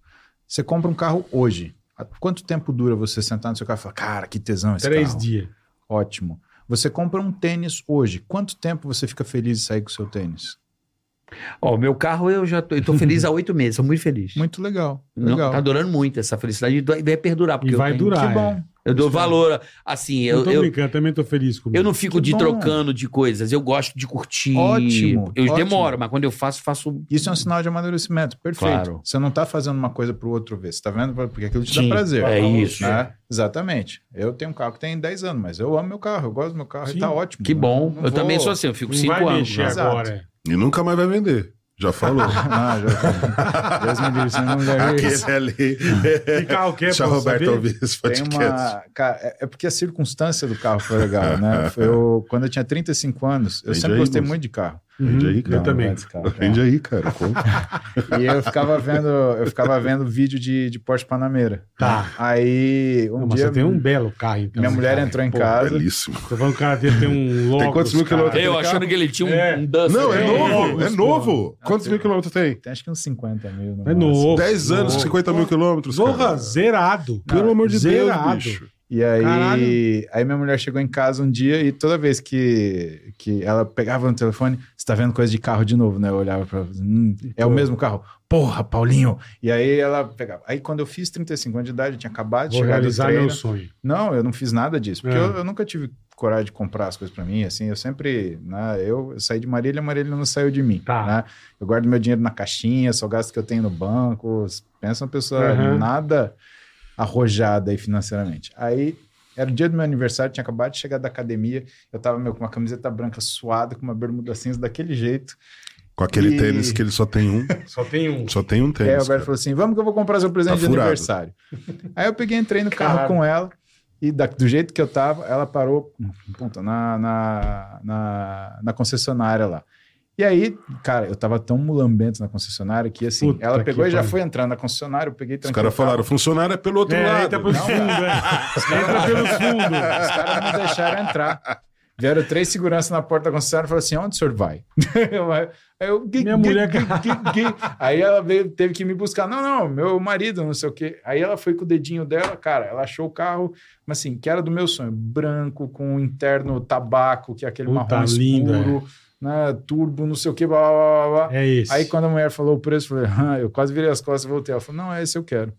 Speaker 5: você compra um carro hoje. Há Quanto tempo dura você sentar no seu carro e falar, cara, que tesão esse
Speaker 3: Três
Speaker 5: carro?
Speaker 3: dias.
Speaker 5: Ótimo. Você compra um tênis hoje. Quanto tempo você fica feliz de sair com o seu tênis?
Speaker 2: Ó, o meu carro eu já tô, eu tô feliz há oito meses, sou muito feliz.
Speaker 5: Muito legal.
Speaker 2: Não,
Speaker 5: Legal.
Speaker 2: tá durando muito essa felicidade e vai vai perdurar. Porque
Speaker 3: E
Speaker 2: eu
Speaker 3: vai
Speaker 2: tenho-
Speaker 3: durar.
Speaker 5: Que bom.
Speaker 2: Eu dou valor. Assim,
Speaker 3: Eu,
Speaker 2: eu,
Speaker 3: tô
Speaker 2: eu,
Speaker 3: brincando, também tô feliz comigo.
Speaker 2: eu não fico
Speaker 5: Que
Speaker 2: de
Speaker 5: bom.
Speaker 2: trocando de coisas. Eu gosto de curtir.
Speaker 5: Ótimo,
Speaker 2: Eu
Speaker 5: ótimo.
Speaker 2: demoro, mas quando eu faço, faço.
Speaker 5: Isso é um sinal de amadurecimento, perfeito.
Speaker 2: Claro.
Speaker 5: Você não tá fazendo uma coisa pro outro ver, você tá vendo? Porque aquilo te
Speaker 2: Sim,
Speaker 5: dá prazer.
Speaker 2: é isso.
Speaker 5: né? Exatamente. Eu tenho um carro que tem 10 anos, mas eu amo meu carro, eu gosto do meu carro
Speaker 3: Sim.
Speaker 5: e tá ótimo.
Speaker 2: Que
Speaker 5: Não-
Speaker 2: bom.
Speaker 5: não
Speaker 2: eu
Speaker 5: vou-
Speaker 2: também sou assim, eu fico
Speaker 3: Não
Speaker 2: cinco
Speaker 3: vai
Speaker 2: anos.
Speaker 3: mexer
Speaker 2: né?
Speaker 5: exato.
Speaker 3: agora. é.
Speaker 6: E nunca mais vai vender. Já falou.
Speaker 5: Ah, já. Deus me livre, você não deve-
Speaker 6: Aquele ali.
Speaker 3: Que carro que é,
Speaker 6: Deixa
Speaker 3: pra eu
Speaker 6: Roberto
Speaker 3: saber?
Speaker 6: ouvir esse
Speaker 5: Tem
Speaker 6: podcast.
Speaker 5: uma. Cara, é- é porque a circunstância do carro foi legal, né? Foi Eu, quando eu tinha 35 anos, eu
Speaker 6: Vende
Speaker 5: sempre
Speaker 6: aí,
Speaker 5: gostei
Speaker 6: moço.
Speaker 5: muito de carro.
Speaker 6: Vende aí,
Speaker 3: Eu
Speaker 5: Não,
Speaker 6: cara.
Speaker 5: não
Speaker 3: também.
Speaker 5: vai desse carro,
Speaker 6: Vende aí, cara. Compra.
Speaker 5: cara. E eu ficava vendo, eu ficava vendo vídeo de, de Porsche Panamera.
Speaker 3: Tá.
Speaker 5: Aí um
Speaker 3: Não, mas
Speaker 5: dia
Speaker 3: você tem um belo carro, então.
Speaker 5: minha mulher entrou em casa.
Speaker 6: Belíssimo.
Speaker 3: Tô falando que o cara dele tem um Logos,
Speaker 6: quantos mil
Speaker 3: cara.
Speaker 6: quilômetros?
Speaker 2: Eu achando que ele tinha um,
Speaker 3: É.
Speaker 2: um Duster.
Speaker 6: Não, é
Speaker 3: É,
Speaker 6: novo.
Speaker 3: é,
Speaker 6: É novo.
Speaker 5: Ah,
Speaker 6: Quantos
Speaker 5: sei.
Speaker 6: mil quilômetros tem?
Speaker 5: Tem acho que uns 50 mil. no
Speaker 3: É
Speaker 5: máximo.
Speaker 3: novo.
Speaker 6: 10 anos,
Speaker 3: Novo.
Speaker 6: 50 mil quilômetros. cara.
Speaker 3: Zorra, zerado.
Speaker 6: Pelo amor de
Speaker 3: Zerado.
Speaker 6: Deus, bicho.
Speaker 5: E aí,
Speaker 3: Caralho.
Speaker 5: aí minha mulher chegou em casa um dia e toda vez que, que ela pegava no telefone, você tá vendo coisa de carro de novo, né? Eu olhava pra ela, hum, é o mesmo carro. Porra, Paulinho! E aí ela pegava. Aí quando eu fiz 35 anos de idade, eu tinha acabado de
Speaker 3: Vou
Speaker 5: chegar do
Speaker 3: realizar
Speaker 5: treino.
Speaker 3: meu sonho.
Speaker 5: Não, eu não fiz nada disso, porque
Speaker 3: É.
Speaker 5: eu, eu nunca tive coragem de comprar as coisas pra mim, assim, eu sempre, né, eu, eu saí de Marília, Marília não saiu de mim,
Speaker 3: Tá.
Speaker 5: né? Eu guardo meu dinheiro na caixinha, só gasto o que eu tenho no banco, pensa uma pessoa
Speaker 3: Aham.
Speaker 5: nada arrojada aí financeiramente. Aí, era o dia do meu aniversário, tinha acabado de chegar da academia, eu tava, meu, com uma camiseta branca suada, com uma bermuda cinza daquele jeito,
Speaker 6: Com aquele
Speaker 5: E-
Speaker 6: tênis que ele só tem um.
Speaker 3: Só tem um.
Speaker 6: Só tem
Speaker 5: E
Speaker 6: um
Speaker 5: aí o
Speaker 6: tênis.
Speaker 5: Alberto
Speaker 6: cara.
Speaker 5: falou assim: vamos que eu vou comprar seu presente
Speaker 6: Tá
Speaker 5: de
Speaker 6: furado.
Speaker 5: aniversário. Aí eu peguei, entrei no carro
Speaker 3: Caralho.
Speaker 5: com ela, e da- do jeito que eu tava, ela parou puta, na, na, na, na concessionária lá. E aí, cara, eu tava tão mulambento na concessionária que assim,
Speaker 3: Puta
Speaker 5: ela
Speaker 3: que
Speaker 5: pegou e já
Speaker 3: pariu.
Speaker 5: foi entrando na concessionária, eu peguei
Speaker 6: Os
Speaker 5: tranquilo. tá
Speaker 6: caras falaram, funcionário é pelo outro
Speaker 3: É,
Speaker 6: lado.
Speaker 3: entra pelo
Speaker 5: Não,
Speaker 3: fundo, é. Entra pelo fundo.
Speaker 5: Os caras não deixaram entrar. Vieram três seguranças na porta da concessionária e falaram assim: onde o senhor vai? Eu- Aí eu. gui,
Speaker 3: Minha
Speaker 5: gui,
Speaker 3: mulher-
Speaker 5: gui, gui, gui. Aí ela veio, teve que me buscar. Não, não, meu marido, não sei o quê. Aí ela foi com o dedinho dela, cara, ela achou o carro, mas assim, que era do meu sonho: branco, com um interno tabaco, que é aquele
Speaker 3: Puta, é.
Speaker 5: marrom
Speaker 3: lindo,
Speaker 5: escuro, né, turbo, não sei o quê, blá blá blá blá. blá.
Speaker 3: É isso.
Speaker 5: Aí quando a mulher falou o preço, eu falei, "Ah", eu quase virei as costas e voltei. Ela falou, não, é esse eu quero.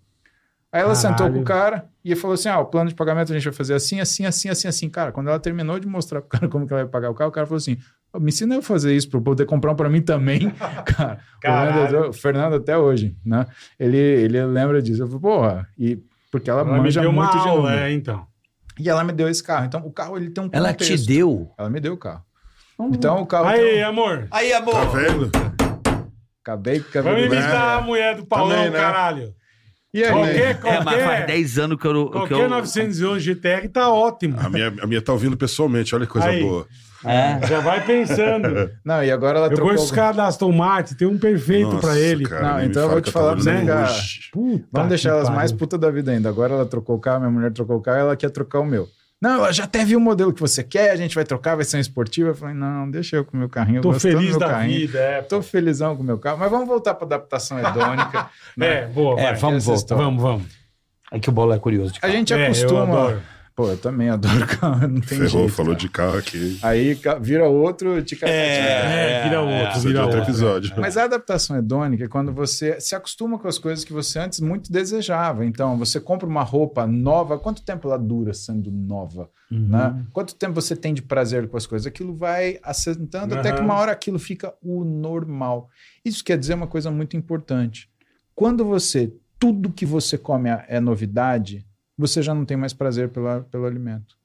Speaker 5: Aí ela
Speaker 3: Caralho.
Speaker 5: sentou com o cara e falou assim: ah, o plano de pagamento a gente vai fazer assim, assim, assim, assim, assim. Cara, quando ela terminou de mostrar pro cara como que ela vai pagar o carro, o cara falou assim: "Ô, me ensina eu fazer isso para poder comprar um para mim também. cara, o
Speaker 3: Caralho.
Speaker 5: vendedor- o Fernando até hoje, né? Ele, ele lembra disso. Eu falei, porra, e porque ela,
Speaker 3: Ela me
Speaker 5: manja
Speaker 3: deu uma
Speaker 5: muito de
Speaker 3: aula,
Speaker 5: número.
Speaker 3: é, então.
Speaker 5: E ela me deu esse carro. Então o carro ele tem um
Speaker 2: Ela te
Speaker 5: contexto.
Speaker 2: deu.
Speaker 5: Ela me deu o carro. Então o carro.
Speaker 3: Aí,
Speaker 5: tem um-
Speaker 3: amor.
Speaker 2: Aí, amor.
Speaker 6: Tá vendo?
Speaker 5: Acabei com o
Speaker 3: Vamos
Speaker 5: cabelo.
Speaker 3: imitar a mulher do Paulão,
Speaker 6: Também, né?
Speaker 3: caralho.
Speaker 5: E aí?
Speaker 3: Qualquer,
Speaker 2: É, mas
Speaker 3: qualquer,
Speaker 2: faz 10 anos que eu. não- Que
Speaker 3: qualquer
Speaker 2: eu...
Speaker 3: 911 GTR tá ótimo.
Speaker 6: A minha, a minha tá ouvindo pessoalmente, olha que coisa
Speaker 3: Aí.
Speaker 6: boa.
Speaker 2: É.
Speaker 3: Já vai pensando.
Speaker 5: Não, e agora ela
Speaker 3: Eu
Speaker 5: trocou.
Speaker 3: gosto dos caras da Aston Martin, tem um perfeito
Speaker 6: Nossa,
Speaker 3: pra ele.
Speaker 6: cara,
Speaker 5: Não,
Speaker 6: nem me
Speaker 5: então eu
Speaker 6: fala
Speaker 5: vou
Speaker 6: que
Speaker 5: te falar
Speaker 6: tava
Speaker 5: pra
Speaker 6: olhando
Speaker 5: você, cara.
Speaker 6: hoje.
Speaker 3: Puta
Speaker 5: Vamos deixar
Speaker 3: Tá que
Speaker 5: elas
Speaker 3: pariu.
Speaker 5: mais puta da vida ainda. Agora ela trocou o carro, minha mulher trocou o carro, ela quer trocar o meu. Não, ela já até viu o modelo que você quer, a gente vai trocar, vai ser um esportivo. Eu falei, não, deixa eu com o meu carrinho. eu
Speaker 3: Tô
Speaker 5: gosto tanto do
Speaker 3: feliz
Speaker 5: meu
Speaker 3: da
Speaker 5: carrinho.
Speaker 3: vida, é.
Speaker 5: Tô felizão com o meu carro. Mas vamos voltar pra adaptação hedônica. né?
Speaker 3: É, boa,
Speaker 2: É,
Speaker 3: vai.
Speaker 2: vamos
Speaker 5: Essa
Speaker 2: voltar.
Speaker 5: história.
Speaker 3: Vamos, vamos.
Speaker 2: É que o bolo é curioso. de
Speaker 5: A
Speaker 2: carro.
Speaker 5: gente
Speaker 3: É, eu
Speaker 5: acostuma.
Speaker 3: adoro.
Speaker 5: Pô, eu também adoro carro, não tem
Speaker 6: Ferrou,
Speaker 5: jeito.
Speaker 6: falou
Speaker 5: cara.
Speaker 6: de carro aqui.
Speaker 5: Aí ca- vira outro, te
Speaker 2: É.
Speaker 3: É, vira outro,
Speaker 6: Isso é de
Speaker 3: vira
Speaker 6: outro
Speaker 3: outro.
Speaker 6: episódio.
Speaker 5: Mas a adaptação hedônica é quando você se acostuma com as coisas que você antes muito desejava. Então, você compra uma roupa nova, quanto tempo ela dura sendo nova? Né? Quanto tempo você tem de prazer com as coisas? Aquilo vai assentando até que
Speaker 3: Aham.
Speaker 5: uma hora aquilo fica o normal. Isso quer dizer uma coisa muito importante. Quando você, tudo que você come é novidade, você já não tem mais prazer pela, pelo alimento.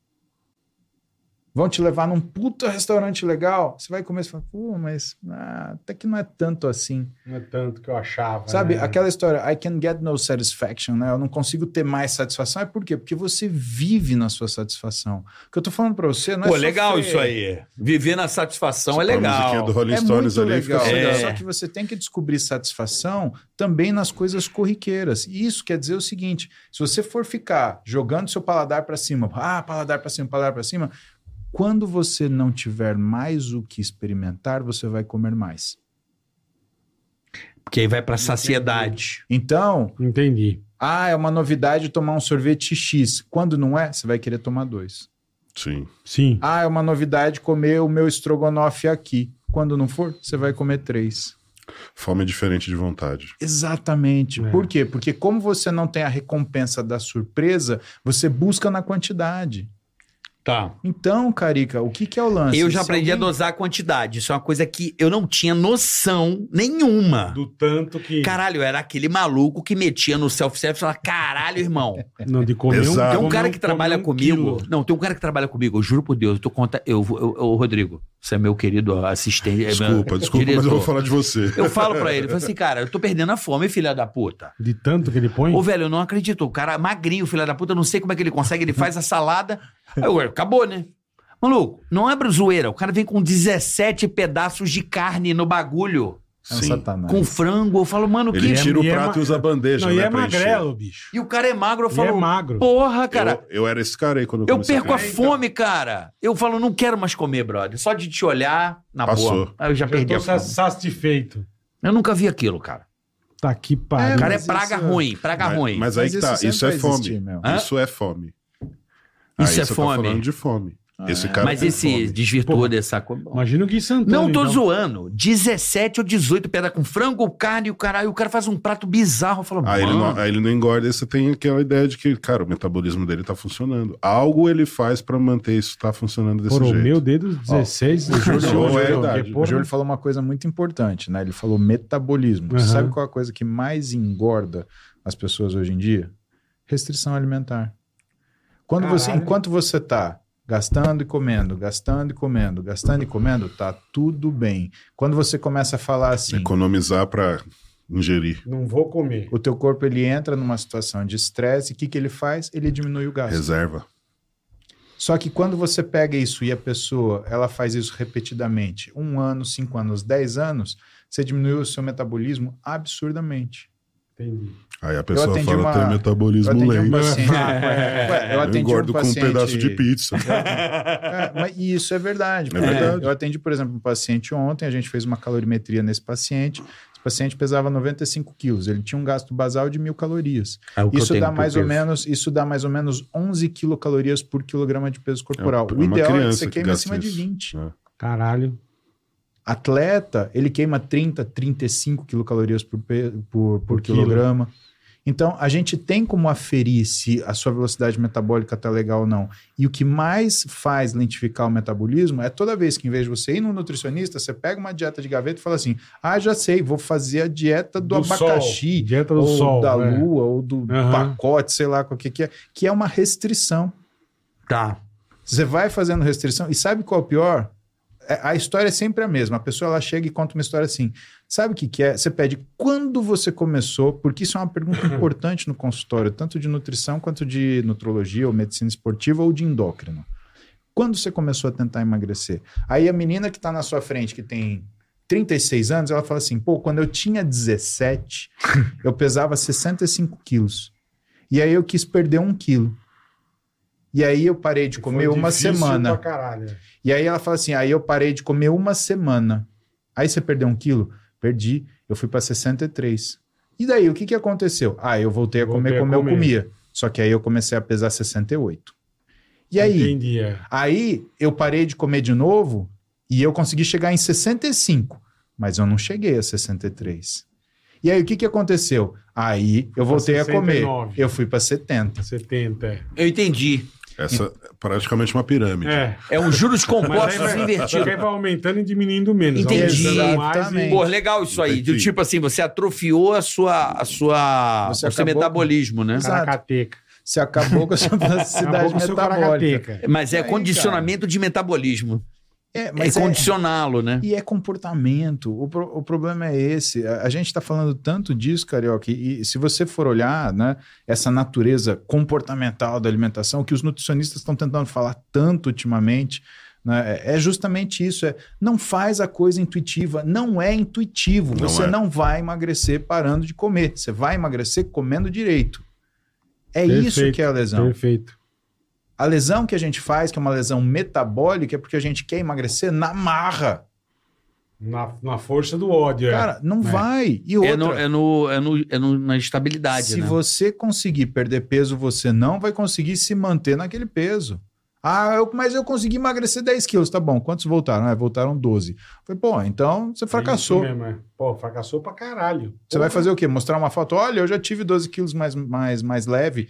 Speaker 5: Vão te levar num puta restaurante legal. Você vai comer e fala, pô, mas ah, até que não é tanto assim.
Speaker 3: Não é tanto que eu achava.
Speaker 5: Sabe?
Speaker 2: É.
Speaker 3: né?
Speaker 5: Aquela história, I can get no satisfaction, né? Eu não consigo ter mais satisfação. É por quê? Porque você vive na sua satisfação. O que eu tô falando pra você não é
Speaker 2: Pô,
Speaker 5: sofrer.
Speaker 2: legal isso aí. Viver na satisfação é
Speaker 6: Põe A musiquinha do
Speaker 2: legal.
Speaker 6: Rolling
Speaker 5: É
Speaker 6: Stones
Speaker 5: muito
Speaker 6: ali
Speaker 5: legal.
Speaker 6: fica
Speaker 2: É.
Speaker 5: Só que você tem que descobrir satisfação também nas coisas corriqueiras. E isso quer dizer o seguinte: se você for ficar jogando seu paladar pra cima, ah, paladar pra cima, paladar pra cima, quando você não tiver mais o que experimentar, você vai comer mais.
Speaker 2: Porque aí vai pra saciedade.
Speaker 5: Então,
Speaker 3: Entendi.
Speaker 5: ah, é uma novidade tomar um sorvete X. Quando não é, você vai querer tomar dois.
Speaker 6: assim, Sim.
Speaker 3: Sim.
Speaker 5: Ah, é uma novidade comer o meu estrogonofe aqui. Quando não for, você vai comer três.
Speaker 6: Fome é diferente de vontade.
Speaker 5: Exatamente.
Speaker 3: É.
Speaker 5: Por quê? Porque como você não tem a recompensa da surpresa, você busca na quantidade.
Speaker 2: Tá.
Speaker 5: Então, Carica, o que, que é o lance?
Speaker 2: Eu já
Speaker 5: Se
Speaker 2: aprendi a
Speaker 5: alguém-
Speaker 2: dosar a quantidade. Isso é uma coisa que eu não tinha noção nenhuma.
Speaker 3: Do tanto que.
Speaker 2: Caralho, era aquele maluco que metia no self-service e falava: caralho, irmão.
Speaker 3: Não, de comer
Speaker 6: Exato.
Speaker 2: Tem um
Speaker 3: comer
Speaker 2: cara que
Speaker 3: comer
Speaker 2: trabalha
Speaker 3: um
Speaker 2: comigo.
Speaker 3: quilo.
Speaker 2: Não, tem um cara que trabalha comigo, eu juro por Deus. Eu tô conta. Eu, vou- eu, eu- Rodrigo, você é meu querido assistente. é meu
Speaker 6: Desculpa, desculpa, mas eu vou
Speaker 2: diretor.
Speaker 6: falar de você.
Speaker 2: Eu falo pra ele, eu falo assim, cara, eu tô perdendo a fome, filha da puta.
Speaker 3: De tanto que ele põe?
Speaker 2: Ô, velho, eu não acredito. O cara magrinho, filha da puta, eu não sei como é que ele consegue. Ele faz a salada. Aí eu, acabou, né? Maluco, não é zoeira. O cara vem com 17 pedaços de carne no bagulho,
Speaker 5: É um
Speaker 6: Sim.
Speaker 5: satanás.
Speaker 2: com frango. Eu falo, mano,
Speaker 6: Ele
Speaker 2: que.
Speaker 6: tira
Speaker 3: E
Speaker 6: o
Speaker 3: é
Speaker 6: prato
Speaker 3: ma-
Speaker 6: e usa a bandeja,
Speaker 3: Não, e
Speaker 6: né?
Speaker 3: é
Speaker 6: pra encher.
Speaker 3: magrelo, bicho.
Speaker 2: E o cara é magro, eu
Speaker 3: E é
Speaker 2: falo,
Speaker 3: magro.
Speaker 2: porra, cara.
Speaker 6: Eu, eu era esse cara aí quando eu
Speaker 2: Eu
Speaker 6: comecei
Speaker 2: perco a
Speaker 6: ganhar.
Speaker 2: fome, cara. Eu falo, não quero mais comer, brother. Só de te olhar, na
Speaker 6: Passou.
Speaker 2: boa. Aí eu já
Speaker 3: Eu
Speaker 2: perdi
Speaker 3: tô
Speaker 2: a fome.
Speaker 3: sa- satisfeito.
Speaker 2: Eu nunca vi aquilo, cara.
Speaker 3: Tá que
Speaker 2: O
Speaker 5: É,
Speaker 3: pariu.
Speaker 2: cara é
Speaker 5: mas
Speaker 2: praga
Speaker 5: isso-
Speaker 2: ruim, praga
Speaker 6: Mas-
Speaker 2: ruim.
Speaker 6: Mas, aí
Speaker 5: Mas
Speaker 6: que tá,
Speaker 5: isso
Speaker 6: isso é
Speaker 5: sempre vai
Speaker 6: fome.
Speaker 5: existir, meu.
Speaker 2: Hã?
Speaker 6: Isso é fome.
Speaker 2: Isso
Speaker 6: Aí
Speaker 2: é
Speaker 6: você tá
Speaker 2: fome.
Speaker 6: falando de fome.
Speaker 5: Ah,
Speaker 6: esse
Speaker 5: é.
Speaker 6: cara
Speaker 2: Mas
Speaker 6: tem
Speaker 2: esse
Speaker 6: fome.
Speaker 2: desvirtuou
Speaker 3: Porra.
Speaker 2: dessa coisa.
Speaker 3: Imagina o Gui Santana.
Speaker 2: Não tô
Speaker 3: então.
Speaker 2: zoando. 17 ou 18 pedra com frango, carne e o caralho. O cara faz um prato bizarro. Eu falo,
Speaker 6: Aí Ah, ele,
Speaker 2: mano,
Speaker 6: não, aí ele não engorda, e você tem aquela ideia de que, cara, o metabolismo dele tá funcionando. Algo ele faz pra manter isso tá funcionando desse
Speaker 3: Foram
Speaker 6: jeito.
Speaker 3: meu dedo 16,
Speaker 6: Ó,
Speaker 3: Júlio,
Speaker 6: Júlio,
Speaker 3: Júlio,
Speaker 6: é
Speaker 3: Júlio,
Speaker 6: verdade.
Speaker 3: que
Speaker 5: O
Speaker 3: porra.
Speaker 5: Júlio falou uma coisa muito importante, né? Ele falou metabolismo.
Speaker 3: né? Aham.
Speaker 5: Sabe qual é a coisa que mais engorda as pessoas hoje em dia? Restrição alimentar. Quando você,
Speaker 3: Caralho.
Speaker 5: enquanto você tá gastando e comendo, gastando e comendo, gastando e comendo, tá tudo bem. Quando você começa a falar assim,
Speaker 6: Economizar pra ingerir.
Speaker 3: Não vou comer.
Speaker 5: o teu corpo ele entra numa situação de estresse, o que que ele faz? Ele diminui o gasto.
Speaker 6: Reserva.
Speaker 5: Só que quando você pega isso e a pessoa ela faz isso repetidamente, um ano, cinco anos, dez anos, você diminuiu o seu metabolismo absurdamente.
Speaker 3: Entendi.
Speaker 6: Aí a pessoa
Speaker 5: atendi
Speaker 6: fala,
Speaker 5: uma-
Speaker 6: tem
Speaker 5: Eu
Speaker 6: metabolismo
Speaker 5: atendi um
Speaker 6: lento.
Speaker 5: paciente. Ué, eu
Speaker 6: É, Eu
Speaker 5: atendi
Speaker 6: engordo
Speaker 5: um
Speaker 6: com um
Speaker 5: paciente,
Speaker 6: pedaço de pizza.
Speaker 5: É, mas isso é verdade.
Speaker 6: É
Speaker 5: porque
Speaker 6: verdade.
Speaker 5: Eu atendi, por exemplo, um paciente ontem, a gente fez uma calorimetria nesse paciente. Esse paciente pesava 95 quilos, ele tinha um gasto basal de mil calorias.
Speaker 2: é o que eu
Speaker 5: Isso
Speaker 2: tenho
Speaker 5: dá
Speaker 2: pro
Speaker 5: mais ou
Speaker 2: peso.
Speaker 5: menos, isso dá mais ou menos 11 quilocalorias por quilograma de peso corporal.
Speaker 6: É
Speaker 5: o
Speaker 6: uma
Speaker 5: ideal é que
Speaker 6: criança
Speaker 5: você
Speaker 6: que
Speaker 5: queime
Speaker 6: gasta
Speaker 5: acima de
Speaker 6: isso.
Speaker 5: 20.
Speaker 3: Caralho.
Speaker 5: Atleta, ele queima 30, 35 quilocalorias por, pe- por, por
Speaker 3: Por quilo.
Speaker 5: quilograma. Então, a gente tem como aferir se a sua velocidade metabólica está legal ou não. E o que mais faz lentificar o metabolismo é toda vez que, em vez de você ir num nutricionista, você pega uma dieta de gaveta e fala assim: ah, já sei, vou fazer a dieta do,
Speaker 3: sol.
Speaker 5: abacaxi,
Speaker 3: Dieta do
Speaker 5: ou
Speaker 3: sol.
Speaker 5: da
Speaker 3: é.
Speaker 5: lua, ou do
Speaker 3: Aham.
Speaker 5: pacote, sei lá qual que, que é, que é uma restrição.
Speaker 2: Tá.
Speaker 5: Você vai fazendo restrição. E sabe qual é o pior? É, A história é sempre a mesma. A pessoa ela chega e conta uma história assim. Sabe o que, que é? Você pede quando você começou, porque isso é uma pergunta importante no consultório, tanto de nutrição quanto de nutrologia, ou medicina esportiva, ou de endócrino. Quando você começou a tentar emagrecer? Aí a menina que está na sua frente, que tem 36 anos, ela fala assim: pô, quando eu tinha 17, eu pesava 65 quilos. E aí eu quis perder um quilo. E aí eu parei de comer
Speaker 3: Foi
Speaker 5: uma
Speaker 3: difícil
Speaker 5: semana.
Speaker 3: pra caralho.
Speaker 5: E aí ela fala assim: aí eu parei de comer uma semana. Aí você perdeu um quilo? Perdi. Eu fui para 63. E daí, o que, que aconteceu? Ah, eu voltei a
Speaker 3: Voltei
Speaker 5: comer
Speaker 3: a
Speaker 5: como
Speaker 3: comer.
Speaker 5: eu comia. Só que aí eu comecei a pesar 68. E aí?
Speaker 3: Entendi, é.
Speaker 5: Aí eu parei de comer de novo e eu consegui chegar em 65. Mas eu não cheguei a 63. E aí, o que, que aconteceu? Aí eu voltei a comer.
Speaker 3: 69.
Speaker 5: Eu fui para 70.
Speaker 3: 70, é.
Speaker 2: Eu entendi.
Speaker 6: Essa é praticamente uma pirâmide.
Speaker 3: É.
Speaker 2: É um juros
Speaker 3: Mas
Speaker 2: compostos
Speaker 3: aí vai, só que
Speaker 2: invertido.
Speaker 3: aí vai aumentando e diminuindo menos.
Speaker 2: Entendi.
Speaker 3: Aumentando mais e-
Speaker 5: Exatamente.
Speaker 2: Pô, legal isso aí. Do
Speaker 6: Entendi.
Speaker 2: tipo assim, você atrofiou a sua, a sua,
Speaker 5: Você
Speaker 2: o seu
Speaker 5: acabou-
Speaker 2: metabolismo, né?
Speaker 5: Exato.
Speaker 3: Caracateca.
Speaker 5: Você acabou com a sua
Speaker 3: Acabou
Speaker 5: velocidade
Speaker 3: com o seu
Speaker 5: metabólica.
Speaker 3: caracateca.
Speaker 2: Mas é
Speaker 5: Aí,
Speaker 2: condicionamento de metabolismo.
Speaker 5: É,
Speaker 2: é condicioná-lo, né?
Speaker 5: E é comportamento. O, pro- o problema é esse. A, a gente está falando tanto disso, Carioca, e, e se você for olhar né, essa natureza comportamental da alimentação, que os nutricionistas estão tentando falar tanto ultimamente, né, é é justamente isso. É, não faz a coisa intuitiva. Não é intuitivo.
Speaker 6: Não
Speaker 5: você
Speaker 6: é.
Speaker 5: não vai emagrecer parando de comer. Você vai emagrecer comendo direito. É isso
Speaker 3: Perfeito,
Speaker 5: que é a lesão.
Speaker 3: Perfeito.
Speaker 5: A lesão que a gente faz, que é uma lesão metabólica, é porque a gente quer emagrecer na marra.
Speaker 3: Na, na força do ódio, é.
Speaker 5: Cara, não
Speaker 3: É.
Speaker 5: vai. E outra,
Speaker 2: É, no, é, no, é, no, é no- na estabilidade,
Speaker 5: se
Speaker 2: né?
Speaker 5: você conseguir perder peso, você não vai conseguir se manter naquele peso. Ah, eu- mas eu consegui emagrecer 10 quilos. Tá bom, quantos voltaram? Ah, voltaram 12. Falei, pô, então você fracassou.
Speaker 3: É isso mesmo, é. Pô, fracassou pra caralho.
Speaker 5: Você vai fazer o quê? Mostrar uma foto? Olha, eu já tive 12 quilos mais, mais, mais leve.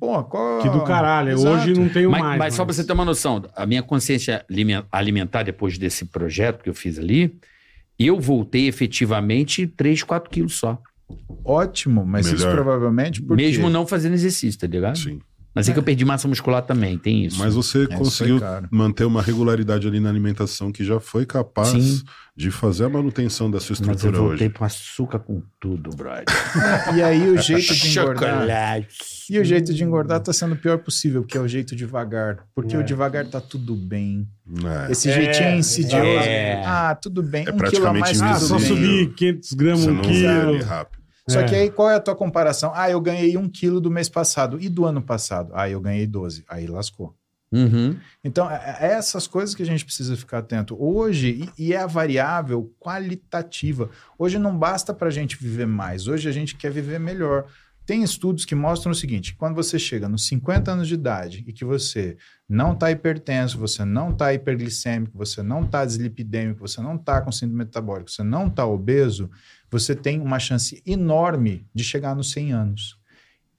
Speaker 5: Pô, qual...
Speaker 2: Ah,
Speaker 3: Que do caralho. é
Speaker 5: Exato.
Speaker 3: Hoje não tenho
Speaker 2: Mas,
Speaker 3: mais.
Speaker 2: mas só
Speaker 3: mano.
Speaker 2: pra você ter uma noção, a minha consciência alime- alimentar depois desse projeto que eu fiz ali, eu voltei efetivamente 3, 4 quilos só.
Speaker 5: Ótimo, mas isso
Speaker 6: Melhor.
Speaker 5: provavelmente porque...
Speaker 2: Mesmo não fazendo exercício, tá ligado?
Speaker 6: Sim.
Speaker 2: Mas é que eu perdi massa muscular também, tem isso.
Speaker 6: Mas você
Speaker 5: É, isso aí,
Speaker 6: conseguiu
Speaker 5: cara.
Speaker 6: manter uma regularidade ali na alimentação que já foi capaz
Speaker 2: Sim.
Speaker 6: de fazer a manutenção da sua
Speaker 2: Mas eu
Speaker 6: estrutura
Speaker 2: voltei
Speaker 6: hoje.
Speaker 2: pro açúcar com tudo, brother.
Speaker 5: E aí o jeito de engordar...
Speaker 2: Chocolate.
Speaker 5: E o jeito de engordar tá sendo o pior possível, porque é o jeito devagar. Porque
Speaker 3: É.
Speaker 5: o devagar tá tudo bem.
Speaker 6: É.
Speaker 5: Esse
Speaker 3: É,
Speaker 5: jeitinho insidioso.
Speaker 2: é.
Speaker 5: Ah, tudo bem.
Speaker 6: É
Speaker 5: um quilo a mais,
Speaker 6: praticamente
Speaker 3: Ah,
Speaker 5: tudo
Speaker 3: só
Speaker 5: bem.
Speaker 6: Sim.
Speaker 3: subir 500 gramas,
Speaker 6: Você
Speaker 3: um
Speaker 6: não vai ali
Speaker 3: quilo.
Speaker 6: rápido.
Speaker 5: Só
Speaker 3: É.
Speaker 5: que aí, qual é a tua comparação? Ah, eu ganhei um quilo do mês passado. E do ano passado? Ah, eu ganhei 12. Aí lascou.
Speaker 2: Uhum.
Speaker 5: Então, é é essas coisas que a gente precisa ficar atento. Hoje, e, e é a variável qualitativa. Hoje não basta para a gente viver mais, hoje a gente quer viver melhor. Tem estudos que mostram o seguinte: quando você chega nos 50 anos de idade e que você não está hipertenso, você não está hiperglicêmico, você não está deslipidêmico, você não está com síndrome metabólica, você não está obeso, você tem uma chance enorme de chegar nos 100 anos.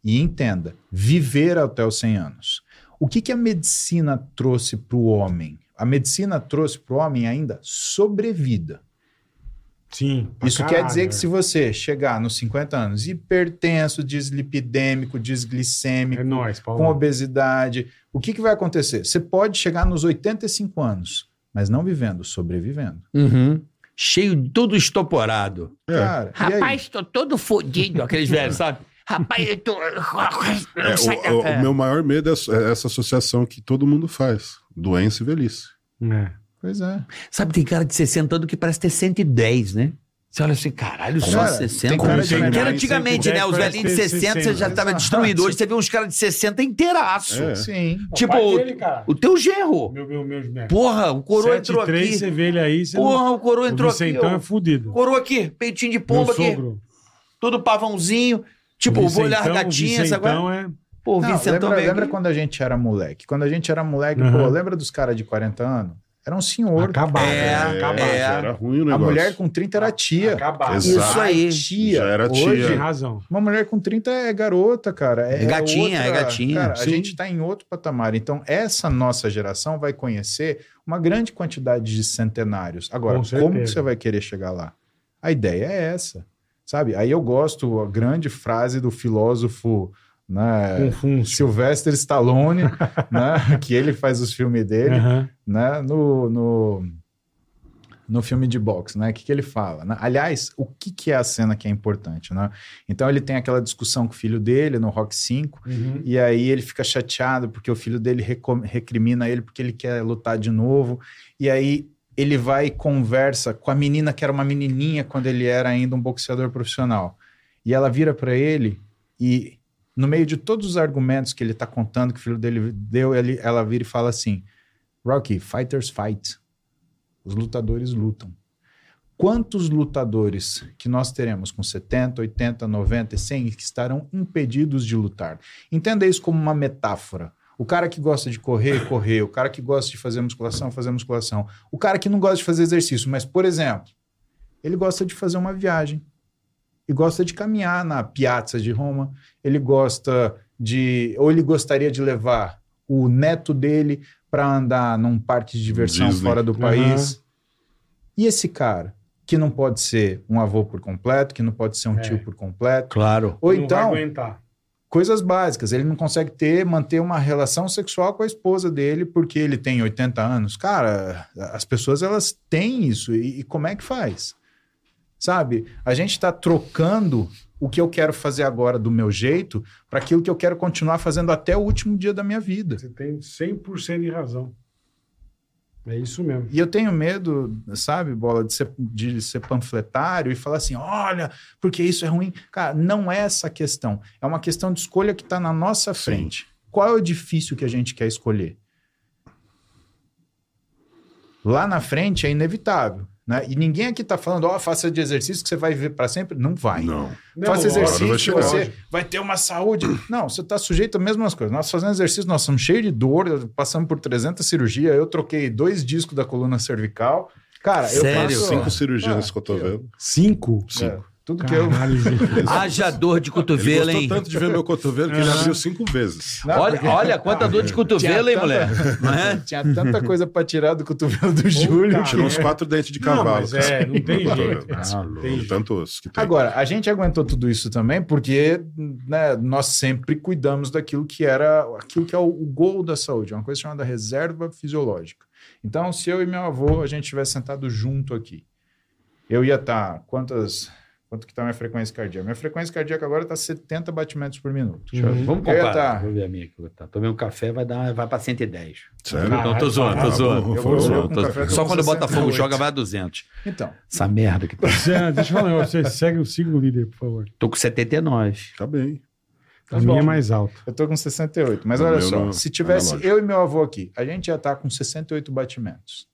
Speaker 5: E entenda, viver até os 100 anos. O que, que a medicina trouxe para o homem? A medicina trouxe para o homem ainda sobrevida.
Speaker 3: Sim. pra
Speaker 5: Isso quer
Speaker 3: caralho,
Speaker 5: dizer que
Speaker 3: é.
Speaker 5: se você chegar nos 50 anos hipertenso, deslipidêmico, desglicêmico,
Speaker 3: É nóis, Paulo.
Speaker 5: com obesidade, o que, que vai acontecer? Você pode chegar nos 85 anos, mas não vivendo, sobrevivendo.
Speaker 2: Uhum. Cheio, de tudo estoporado.
Speaker 6: É.
Speaker 5: Cara, e aí?
Speaker 1: Rapaz, tô todo fodido.
Speaker 2: Aqueles velhos, sabe?
Speaker 1: Rapaz, eu tô.
Speaker 6: É,
Speaker 1: Não sai
Speaker 6: o, o-
Speaker 1: da-
Speaker 6: o meu maior medo é essa- é essa associação que todo mundo faz: doença e velhice.
Speaker 3: É.
Speaker 5: Pois é.
Speaker 2: Sabe, tem cara de 60 anos que parece ter 110, né? Você olha assim, caralho, só
Speaker 5: Cara,
Speaker 2: 60.
Speaker 5: tem cara de
Speaker 2: Que
Speaker 5: menor
Speaker 2: era
Speaker 5: em
Speaker 2: antigamente, né? Os
Speaker 3: 110,
Speaker 2: velhinhos de
Speaker 3: parece
Speaker 2: 60 você já
Speaker 3: 60,
Speaker 2: estava
Speaker 5: exato.
Speaker 2: destruído. Hoje você vê uns caras de 60 inteiraço.
Speaker 6: É.
Speaker 5: Sim.
Speaker 2: Tipo,
Speaker 3: Pai dele, cara.
Speaker 2: O teu gerro.
Speaker 3: Meu, meu, meu. né? meu.
Speaker 2: Porra, o coroa entrou
Speaker 3: 73,
Speaker 2: aqui.
Speaker 3: você vê ele aí, você
Speaker 2: Porra, o coroa
Speaker 3: não...
Speaker 2: entrou
Speaker 3: o
Speaker 2: aqui.
Speaker 3: Vicentão
Speaker 2: ó.
Speaker 3: é fudido.
Speaker 2: Coroa aqui, peitinho de
Speaker 3: Meu
Speaker 2: pomba aqui.
Speaker 3: sogro.
Speaker 2: Todo pavãozinho. Tipo, vou olhar
Speaker 3: Vicentão-
Speaker 2: gatinha, essa agora.
Speaker 3: Vicentão é...
Speaker 2: Pô, o
Speaker 5: Não,
Speaker 2: Vicentão
Speaker 5: lembra,
Speaker 2: veio
Speaker 5: lembra
Speaker 2: aqui.
Speaker 5: quando a gente era moleque? Quando a gente era moleque,
Speaker 3: Aham.
Speaker 5: pô, lembra dos caras de 40 anos? Era um senhor.
Speaker 3: Acabado.
Speaker 2: É,
Speaker 3: né? Acabado.
Speaker 2: é.
Speaker 6: Era ruim o
Speaker 5: A
Speaker 6: negócio.
Speaker 5: mulher com 30 era tia.
Speaker 3: Acabado.
Speaker 6: Exato.
Speaker 2: Isso aí.
Speaker 5: Tia.
Speaker 6: Já era tia.
Speaker 5: Hoje,
Speaker 3: Tem razão.
Speaker 5: Uma mulher com 30 é garota, cara.
Speaker 2: É gatinha, é gatinha.
Speaker 5: Cara, a
Speaker 2: Sim.
Speaker 5: gente tá em outro patamar. Então, essa nossa geração vai conhecer uma grande quantidade de centenários. Agora,
Speaker 3: Com certeza.
Speaker 5: como que você vai querer chegar lá? A ideia é essa, sabe? Aí eu gosto a grande frase do filósofo
Speaker 2: É.
Speaker 5: né,
Speaker 3: Confúcio.
Speaker 5: Sylvester Stallone, né, que ele faz os filmes dele
Speaker 3: Aham.
Speaker 5: né, no, no, no filme de boxe, né? O que, que ele fala? né? Aliás, o que, que é a cena que é importante, né? Então ele tem aquela discussão com o filho dele no Rock 5,
Speaker 3: Uhum.
Speaker 5: e aí ele fica chateado porque o filho dele reco- recrimina ele porque ele quer lutar de novo, e aí ele vai e conversa com a menina que era uma menininha quando ele era ainda um boxeador profissional. E ela vira para ele e no meio de todos os argumentos que ele tá contando que o filho dele deu, ele, ela vira e fala assim: Rocky, fighters fight. Os lutadores lutam. Quantos lutadores que nós teremos com 70, 80, 90 e 100 que estarão impedidos de lutar? Entenda isso como uma metáfora. O cara que gosta de correr, correr. O cara que gosta de fazer musculação, fazer musculação. O cara que não gosta de fazer exercício, mas, por exemplo, ele gosta de fazer uma viagem. E gosta de caminhar na Piazza de Roma. Ele gosta de. Ou ele gostaria de levar o neto dele para andar num parque de diversão
Speaker 6: Disney.
Speaker 5: fora do
Speaker 3: Aham.
Speaker 5: país. E esse cara, que não pode ser um avô por completo, que não pode ser um
Speaker 3: É.
Speaker 5: tio por completo.
Speaker 2: Claro.
Speaker 5: Ou
Speaker 3: Não
Speaker 5: então,
Speaker 3: vai aguentar.
Speaker 5: coisas básicas. Ele não consegue ter, manter uma relação sexual com a esposa dele porque ele tem 80 anos. Cara, as pessoas elas têm isso e, e como é que faz? Sabe? A gente está trocando o que eu quero fazer agora do meu jeito para aquilo que eu quero continuar fazendo até o último dia da minha vida.
Speaker 3: Você tem 100% de razão. É isso mesmo.
Speaker 5: E eu tenho medo, sabe, Bola, de ser, de ser panfletário e falar assim, olha, porque isso é ruim. Cara, não é essa a questão. É uma questão de escolha que está na nossa
Speaker 6: Sim.
Speaker 5: frente. Qual é o edifício que a gente quer escolher? Lá na frente é inevitável. né? E ninguém aqui está falando, ó, faça de exercício que você vai viver para sempre. Não vai.
Speaker 6: Não.
Speaker 5: faça
Speaker 3: lógico,
Speaker 5: exercício,
Speaker 6: vai
Speaker 5: que
Speaker 6: chegar.
Speaker 5: você vai ter uma saúde. Não, você está sujeito às mesmas coisas. Nós fazendo exercício, nós somos cheios de dor, passamos por 300 cirurgias. Eu troquei dois discos da coluna cervical. Cara,
Speaker 2: Sério?
Speaker 5: eu faço...
Speaker 6: Cinco cirurgias
Speaker 5: Ah,
Speaker 6: nesse cotovelo.
Speaker 3: Cinco?
Speaker 5: É,
Speaker 6: Cinco.
Speaker 5: tudo que eu...
Speaker 3: Caralho, gente.
Speaker 2: Haja dor de
Speaker 6: Ele
Speaker 2: cotovelo,
Speaker 6: gostou
Speaker 2: hein?
Speaker 6: tanto de ver meu cotovelo que ele abriu cinco vezes.
Speaker 5: Não,
Speaker 2: Olha,
Speaker 5: porque-
Speaker 2: olha quanta dor de cotovelo, hein,
Speaker 5: tanta-
Speaker 2: mulher? Não é?
Speaker 5: Tinha tanta coisa para tirar do cotovelo do Júlio.
Speaker 6: Tirou uns quatro dentes de
Speaker 3: Não,
Speaker 6: cavalo. assim,
Speaker 3: mas é, não tem
Speaker 6: Cotovelo.
Speaker 3: jeito.
Speaker 6: Ah, louco.
Speaker 3: Tem jeito.
Speaker 6: Tanto osso que tem.
Speaker 5: Agora, a gente aguentou tudo isso também porque né, nós sempre cuidamos daquilo que era aquilo que é o, o gol da saúde, é uma coisa chamada reserva fisiológica. Então, se eu e meu avô a gente tivesse sentado junto aqui, eu ia estar quantas quanto que está minha frequência cardíaca? Minha frequência cardíaca agora está 70 batimentos por minuto.
Speaker 3: Deixa eu ver.
Speaker 2: Vamos
Speaker 5: Eu ia
Speaker 2: comparar.
Speaker 5: tá.
Speaker 2: Vou ver a minha aqui. Tá. Tomei um café, vai, dar, vai pra 110.
Speaker 6: Sério?
Speaker 3: Não,
Speaker 2: Não, tô zoando,
Speaker 3: tá
Speaker 2: tô
Speaker 6: ah,
Speaker 2: zoando.
Speaker 6: eu
Speaker 2: Tô
Speaker 6: vou-
Speaker 2: zoando,
Speaker 5: com
Speaker 2: tô-
Speaker 5: Um café, tô
Speaker 2: Só
Speaker 5: com
Speaker 2: quando o Botafogo
Speaker 5: 68.
Speaker 2: joga, vai a 200.
Speaker 5: Então,
Speaker 2: Essa merda que tá.
Speaker 3: Zé, Deixa eu falar um negócio. Você segue, siga o líder, por favor.
Speaker 2: Tô com 79.
Speaker 6: Tá bem.
Speaker 5: Tá
Speaker 3: a minha
Speaker 5: bom.
Speaker 3: é mais alta.
Speaker 5: eu estou com 68, mas
Speaker 6: O
Speaker 5: olha
Speaker 6: meu
Speaker 5: só,
Speaker 6: não-
Speaker 5: se tivesse
Speaker 6: analógico.
Speaker 5: eu e meu avô aqui, a gente ia estar com 68 batimentos.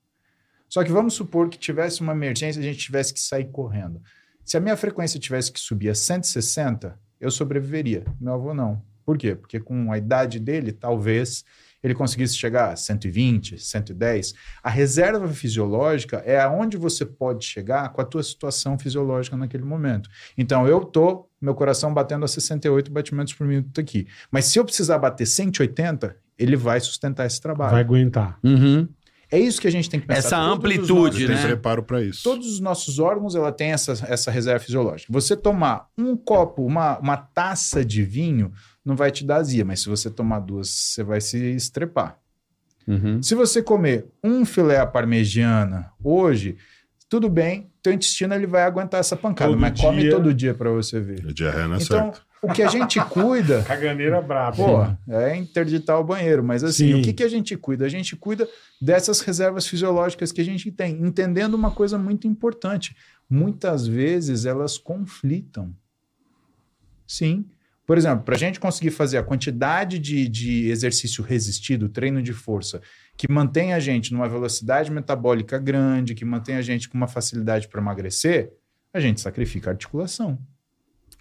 Speaker 5: Só que vamos supor que tivesse uma emergência, a gente tivesse que sair correndo. Se a minha frequência tivesse que subir a 160, eu sobreviveria. Meu avô não. Por quê? Porque com a idade dele, talvez ele conseguisse chegar a 120, 110. A reserva fisiológica é aonde você pode chegar com a tua situação fisiológica naquele momento. Então, eu tô, meu coração batendo a 68 batimentos por minuto aqui. Mas se eu precisar bater 180, ele vai sustentar esse trabalho.
Speaker 3: Vai aguentar.
Speaker 2: Uhum.
Speaker 5: É isso que a gente tem que pensar.
Speaker 2: Essa
Speaker 5: Todos os
Speaker 2: amplitude,
Speaker 6: Ele
Speaker 2: né?
Speaker 6: tem preparo pra isso.
Speaker 5: todos os nossos órgãos ela tem essa, essa reserva fisiológica. Você tomar um copo, uma, uma taça de vinho, não vai te dar azia, mas se você tomar duas, você vai se estrepar.
Speaker 2: Uhum.
Speaker 5: Se você comer um filé à parmegiana hoje, tudo bem, teu intestino ele vai aguentar essa pancada,
Speaker 3: Todo
Speaker 5: mas come
Speaker 3: dia.
Speaker 5: todo dia para você ver.
Speaker 6: A diarreia não é
Speaker 5: então,
Speaker 6: certa.
Speaker 5: o que a gente cuida
Speaker 3: Caganeira brava.
Speaker 5: Pô, é interditar o banheiro, mas assim,
Speaker 3: Sim.
Speaker 5: o que, que a gente cuida? A gente cuida dessas reservas fisiológicas que a gente tem, entendendo uma coisa muito importante. Muitas vezes elas conflitam. Sim. Por exemplo, para a gente conseguir fazer a quantidade de, de exercício resistido, treino de força, que mantém a gente numa velocidade metabólica grande, que mantém a gente com uma facilidade para emagrecer, a gente sacrifica a articulação.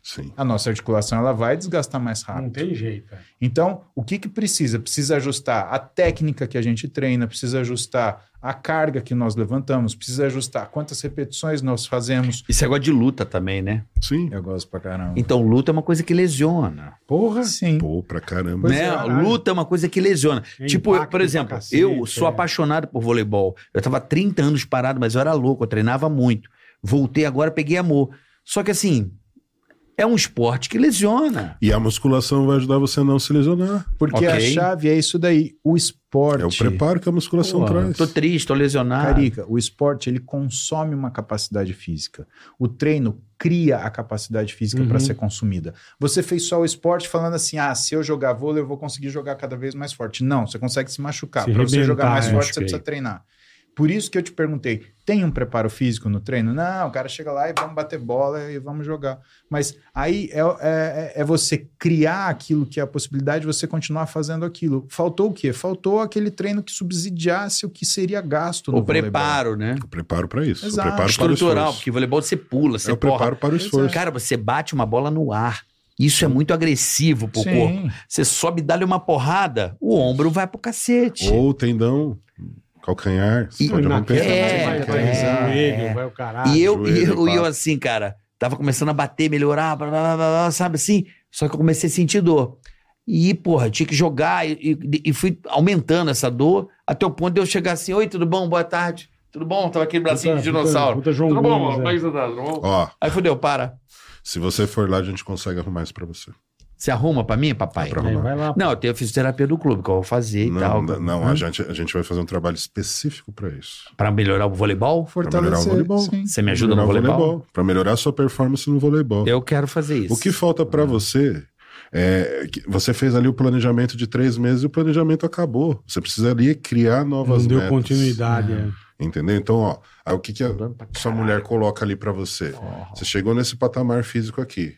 Speaker 6: Sim.
Speaker 5: A nossa articulação ela vai desgastar mais rápido.
Speaker 3: Não tem jeito. é.
Speaker 5: Então, o que, que precisa? Precisa ajustar a técnica que a gente treina, precisa ajustar a carga que nós levantamos, precisa ajustar quantas repetições nós fazemos.
Speaker 2: Esse é negócio de luta também, né?
Speaker 6: Sim.
Speaker 5: Eu gosto pra caramba.
Speaker 2: Então, luta é uma coisa que lesiona.
Speaker 3: Porra.
Speaker 5: Sim.
Speaker 6: Pô, pra caramba.
Speaker 5: Pois
Speaker 2: né?
Speaker 5: é,
Speaker 3: caralho.
Speaker 2: luta é uma coisa que lesiona.
Speaker 3: É
Speaker 2: tipo, eu,
Speaker 3: impacto
Speaker 2: por
Speaker 3: pra
Speaker 2: exemplo,
Speaker 3: cacete,
Speaker 2: eu sou
Speaker 3: é.
Speaker 2: apaixonado por voleibol. Eu tava 30 anos parado, mas eu era louco, eu treinava muito. Voltei agora, peguei amor. Só que assim, é um esporte que lesiona.
Speaker 6: E a musculação vai ajudar você a não se lesionar.
Speaker 5: Porque a
Speaker 2: Ok.
Speaker 5: chave é isso daí. O esporte.
Speaker 6: É o preparo que a musculação
Speaker 2: Pô,
Speaker 6: traz.
Speaker 2: Tô triste, tô lesionado.
Speaker 5: Carica, o esporte ele consome uma capacidade física. O treino cria a capacidade física
Speaker 3: Uhum.
Speaker 5: para ser consumida. Você fez só o esporte falando assim: ah, se eu jogar vôlei, eu vou conseguir jogar cada vez mais forte. Não, você consegue se machucar.
Speaker 3: Se
Speaker 5: Para você jogar
Speaker 3: arrebentar,
Speaker 5: mais
Speaker 3: eu
Speaker 5: forte,
Speaker 2: acho
Speaker 5: você
Speaker 2: que-
Speaker 5: precisa treinar. Por isso que eu te perguntei: tem um preparo físico no treino? Não, o cara chega lá e vamos bater bola e vamos jogar. Mas aí é, é- é você criar aquilo que é a possibilidade de você continuar fazendo aquilo. Faltou o quê? Faltou aquele treino que subsidiasse o que seria gasto no
Speaker 2: O
Speaker 5: voleibol.
Speaker 2: preparo, né?
Speaker 6: O preparo pra isso.
Speaker 5: Exato.
Speaker 6: O preparo
Speaker 2: Estrutural,
Speaker 6: para o esforço.
Speaker 2: porque voleibol você pula, você
Speaker 6: É o
Speaker 2: corre.
Speaker 6: preparo para o
Speaker 5: Pois é.
Speaker 6: esforço.
Speaker 2: Cara, você bate uma bola no ar. Isso é muito agressivo pro corpo.
Speaker 5: Sim.
Speaker 2: Você sobe e dá-lhe uma porrada, o ombro vai pro cacete.
Speaker 6: Ou tendão, calcanhar. Você
Speaker 2: E-
Speaker 6: pode
Speaker 3: Na
Speaker 6: romper.
Speaker 3: queda,
Speaker 2: É,
Speaker 3: vai, vai,
Speaker 2: é.
Speaker 3: joelho, vai o caralho.
Speaker 2: E eu,
Speaker 6: Ah, joelho,
Speaker 2: e eu, e eu
Speaker 6: claro.
Speaker 2: assim, cara, tava começando a bater, melhorar, blá, blá, blá, blá, sabe assim? Só que eu comecei a sentir dor. E, porra, tinha que jogar e, e- e fui aumentando essa dor até o ponto de eu chegar assim, oi, tudo bom? Boa tarde. Tudo bom? Tava aquele bracinho
Speaker 3: Puta-
Speaker 2: de dinossauro.
Speaker 3: Puta, puta João
Speaker 2: tudo bom,
Speaker 3: Gomes,
Speaker 2: mano?
Speaker 3: é.
Speaker 2: Como é que você tá? Tudo bom?
Speaker 6: Ó,
Speaker 2: Aí fudeu, para.
Speaker 6: se você for lá, a gente consegue arrumar isso pra você.
Speaker 2: Você arruma pra mim, papai?
Speaker 6: Pra
Speaker 3: É,
Speaker 6: arrumar.
Speaker 3: vai lá.
Speaker 2: Não, eu tenho fisioterapia do clube, que eu vou fazer e
Speaker 6: Não,
Speaker 2: tal. né?
Speaker 6: não, não,
Speaker 2: Hã?
Speaker 6: a, gente, a gente vai fazer um trabalho específico pra isso.
Speaker 2: Pra melhorar o voleibol?
Speaker 6: melhorar o
Speaker 5: Fortalecer.
Speaker 6: voleibol.
Speaker 5: sim.
Speaker 2: Você me ajuda no
Speaker 6: Melhorar o
Speaker 2: voleibol?
Speaker 6: Pra melhorar a sua performance no voleibol.
Speaker 2: Eu quero fazer isso.
Speaker 6: O que falta pra você é que você fez ali o planejamento de três meses e o planejamento acabou. Você precisaria criar novas
Speaker 3: Não deu
Speaker 6: metas,
Speaker 3: continuidade. é.
Speaker 6: Entendeu? Então, ó, aí o que, que a
Speaker 2: Tô Tá dando pra
Speaker 6: sua
Speaker 2: caralho.
Speaker 6: mulher coloca ali pra você? Você chegou nesse patamar físico aqui.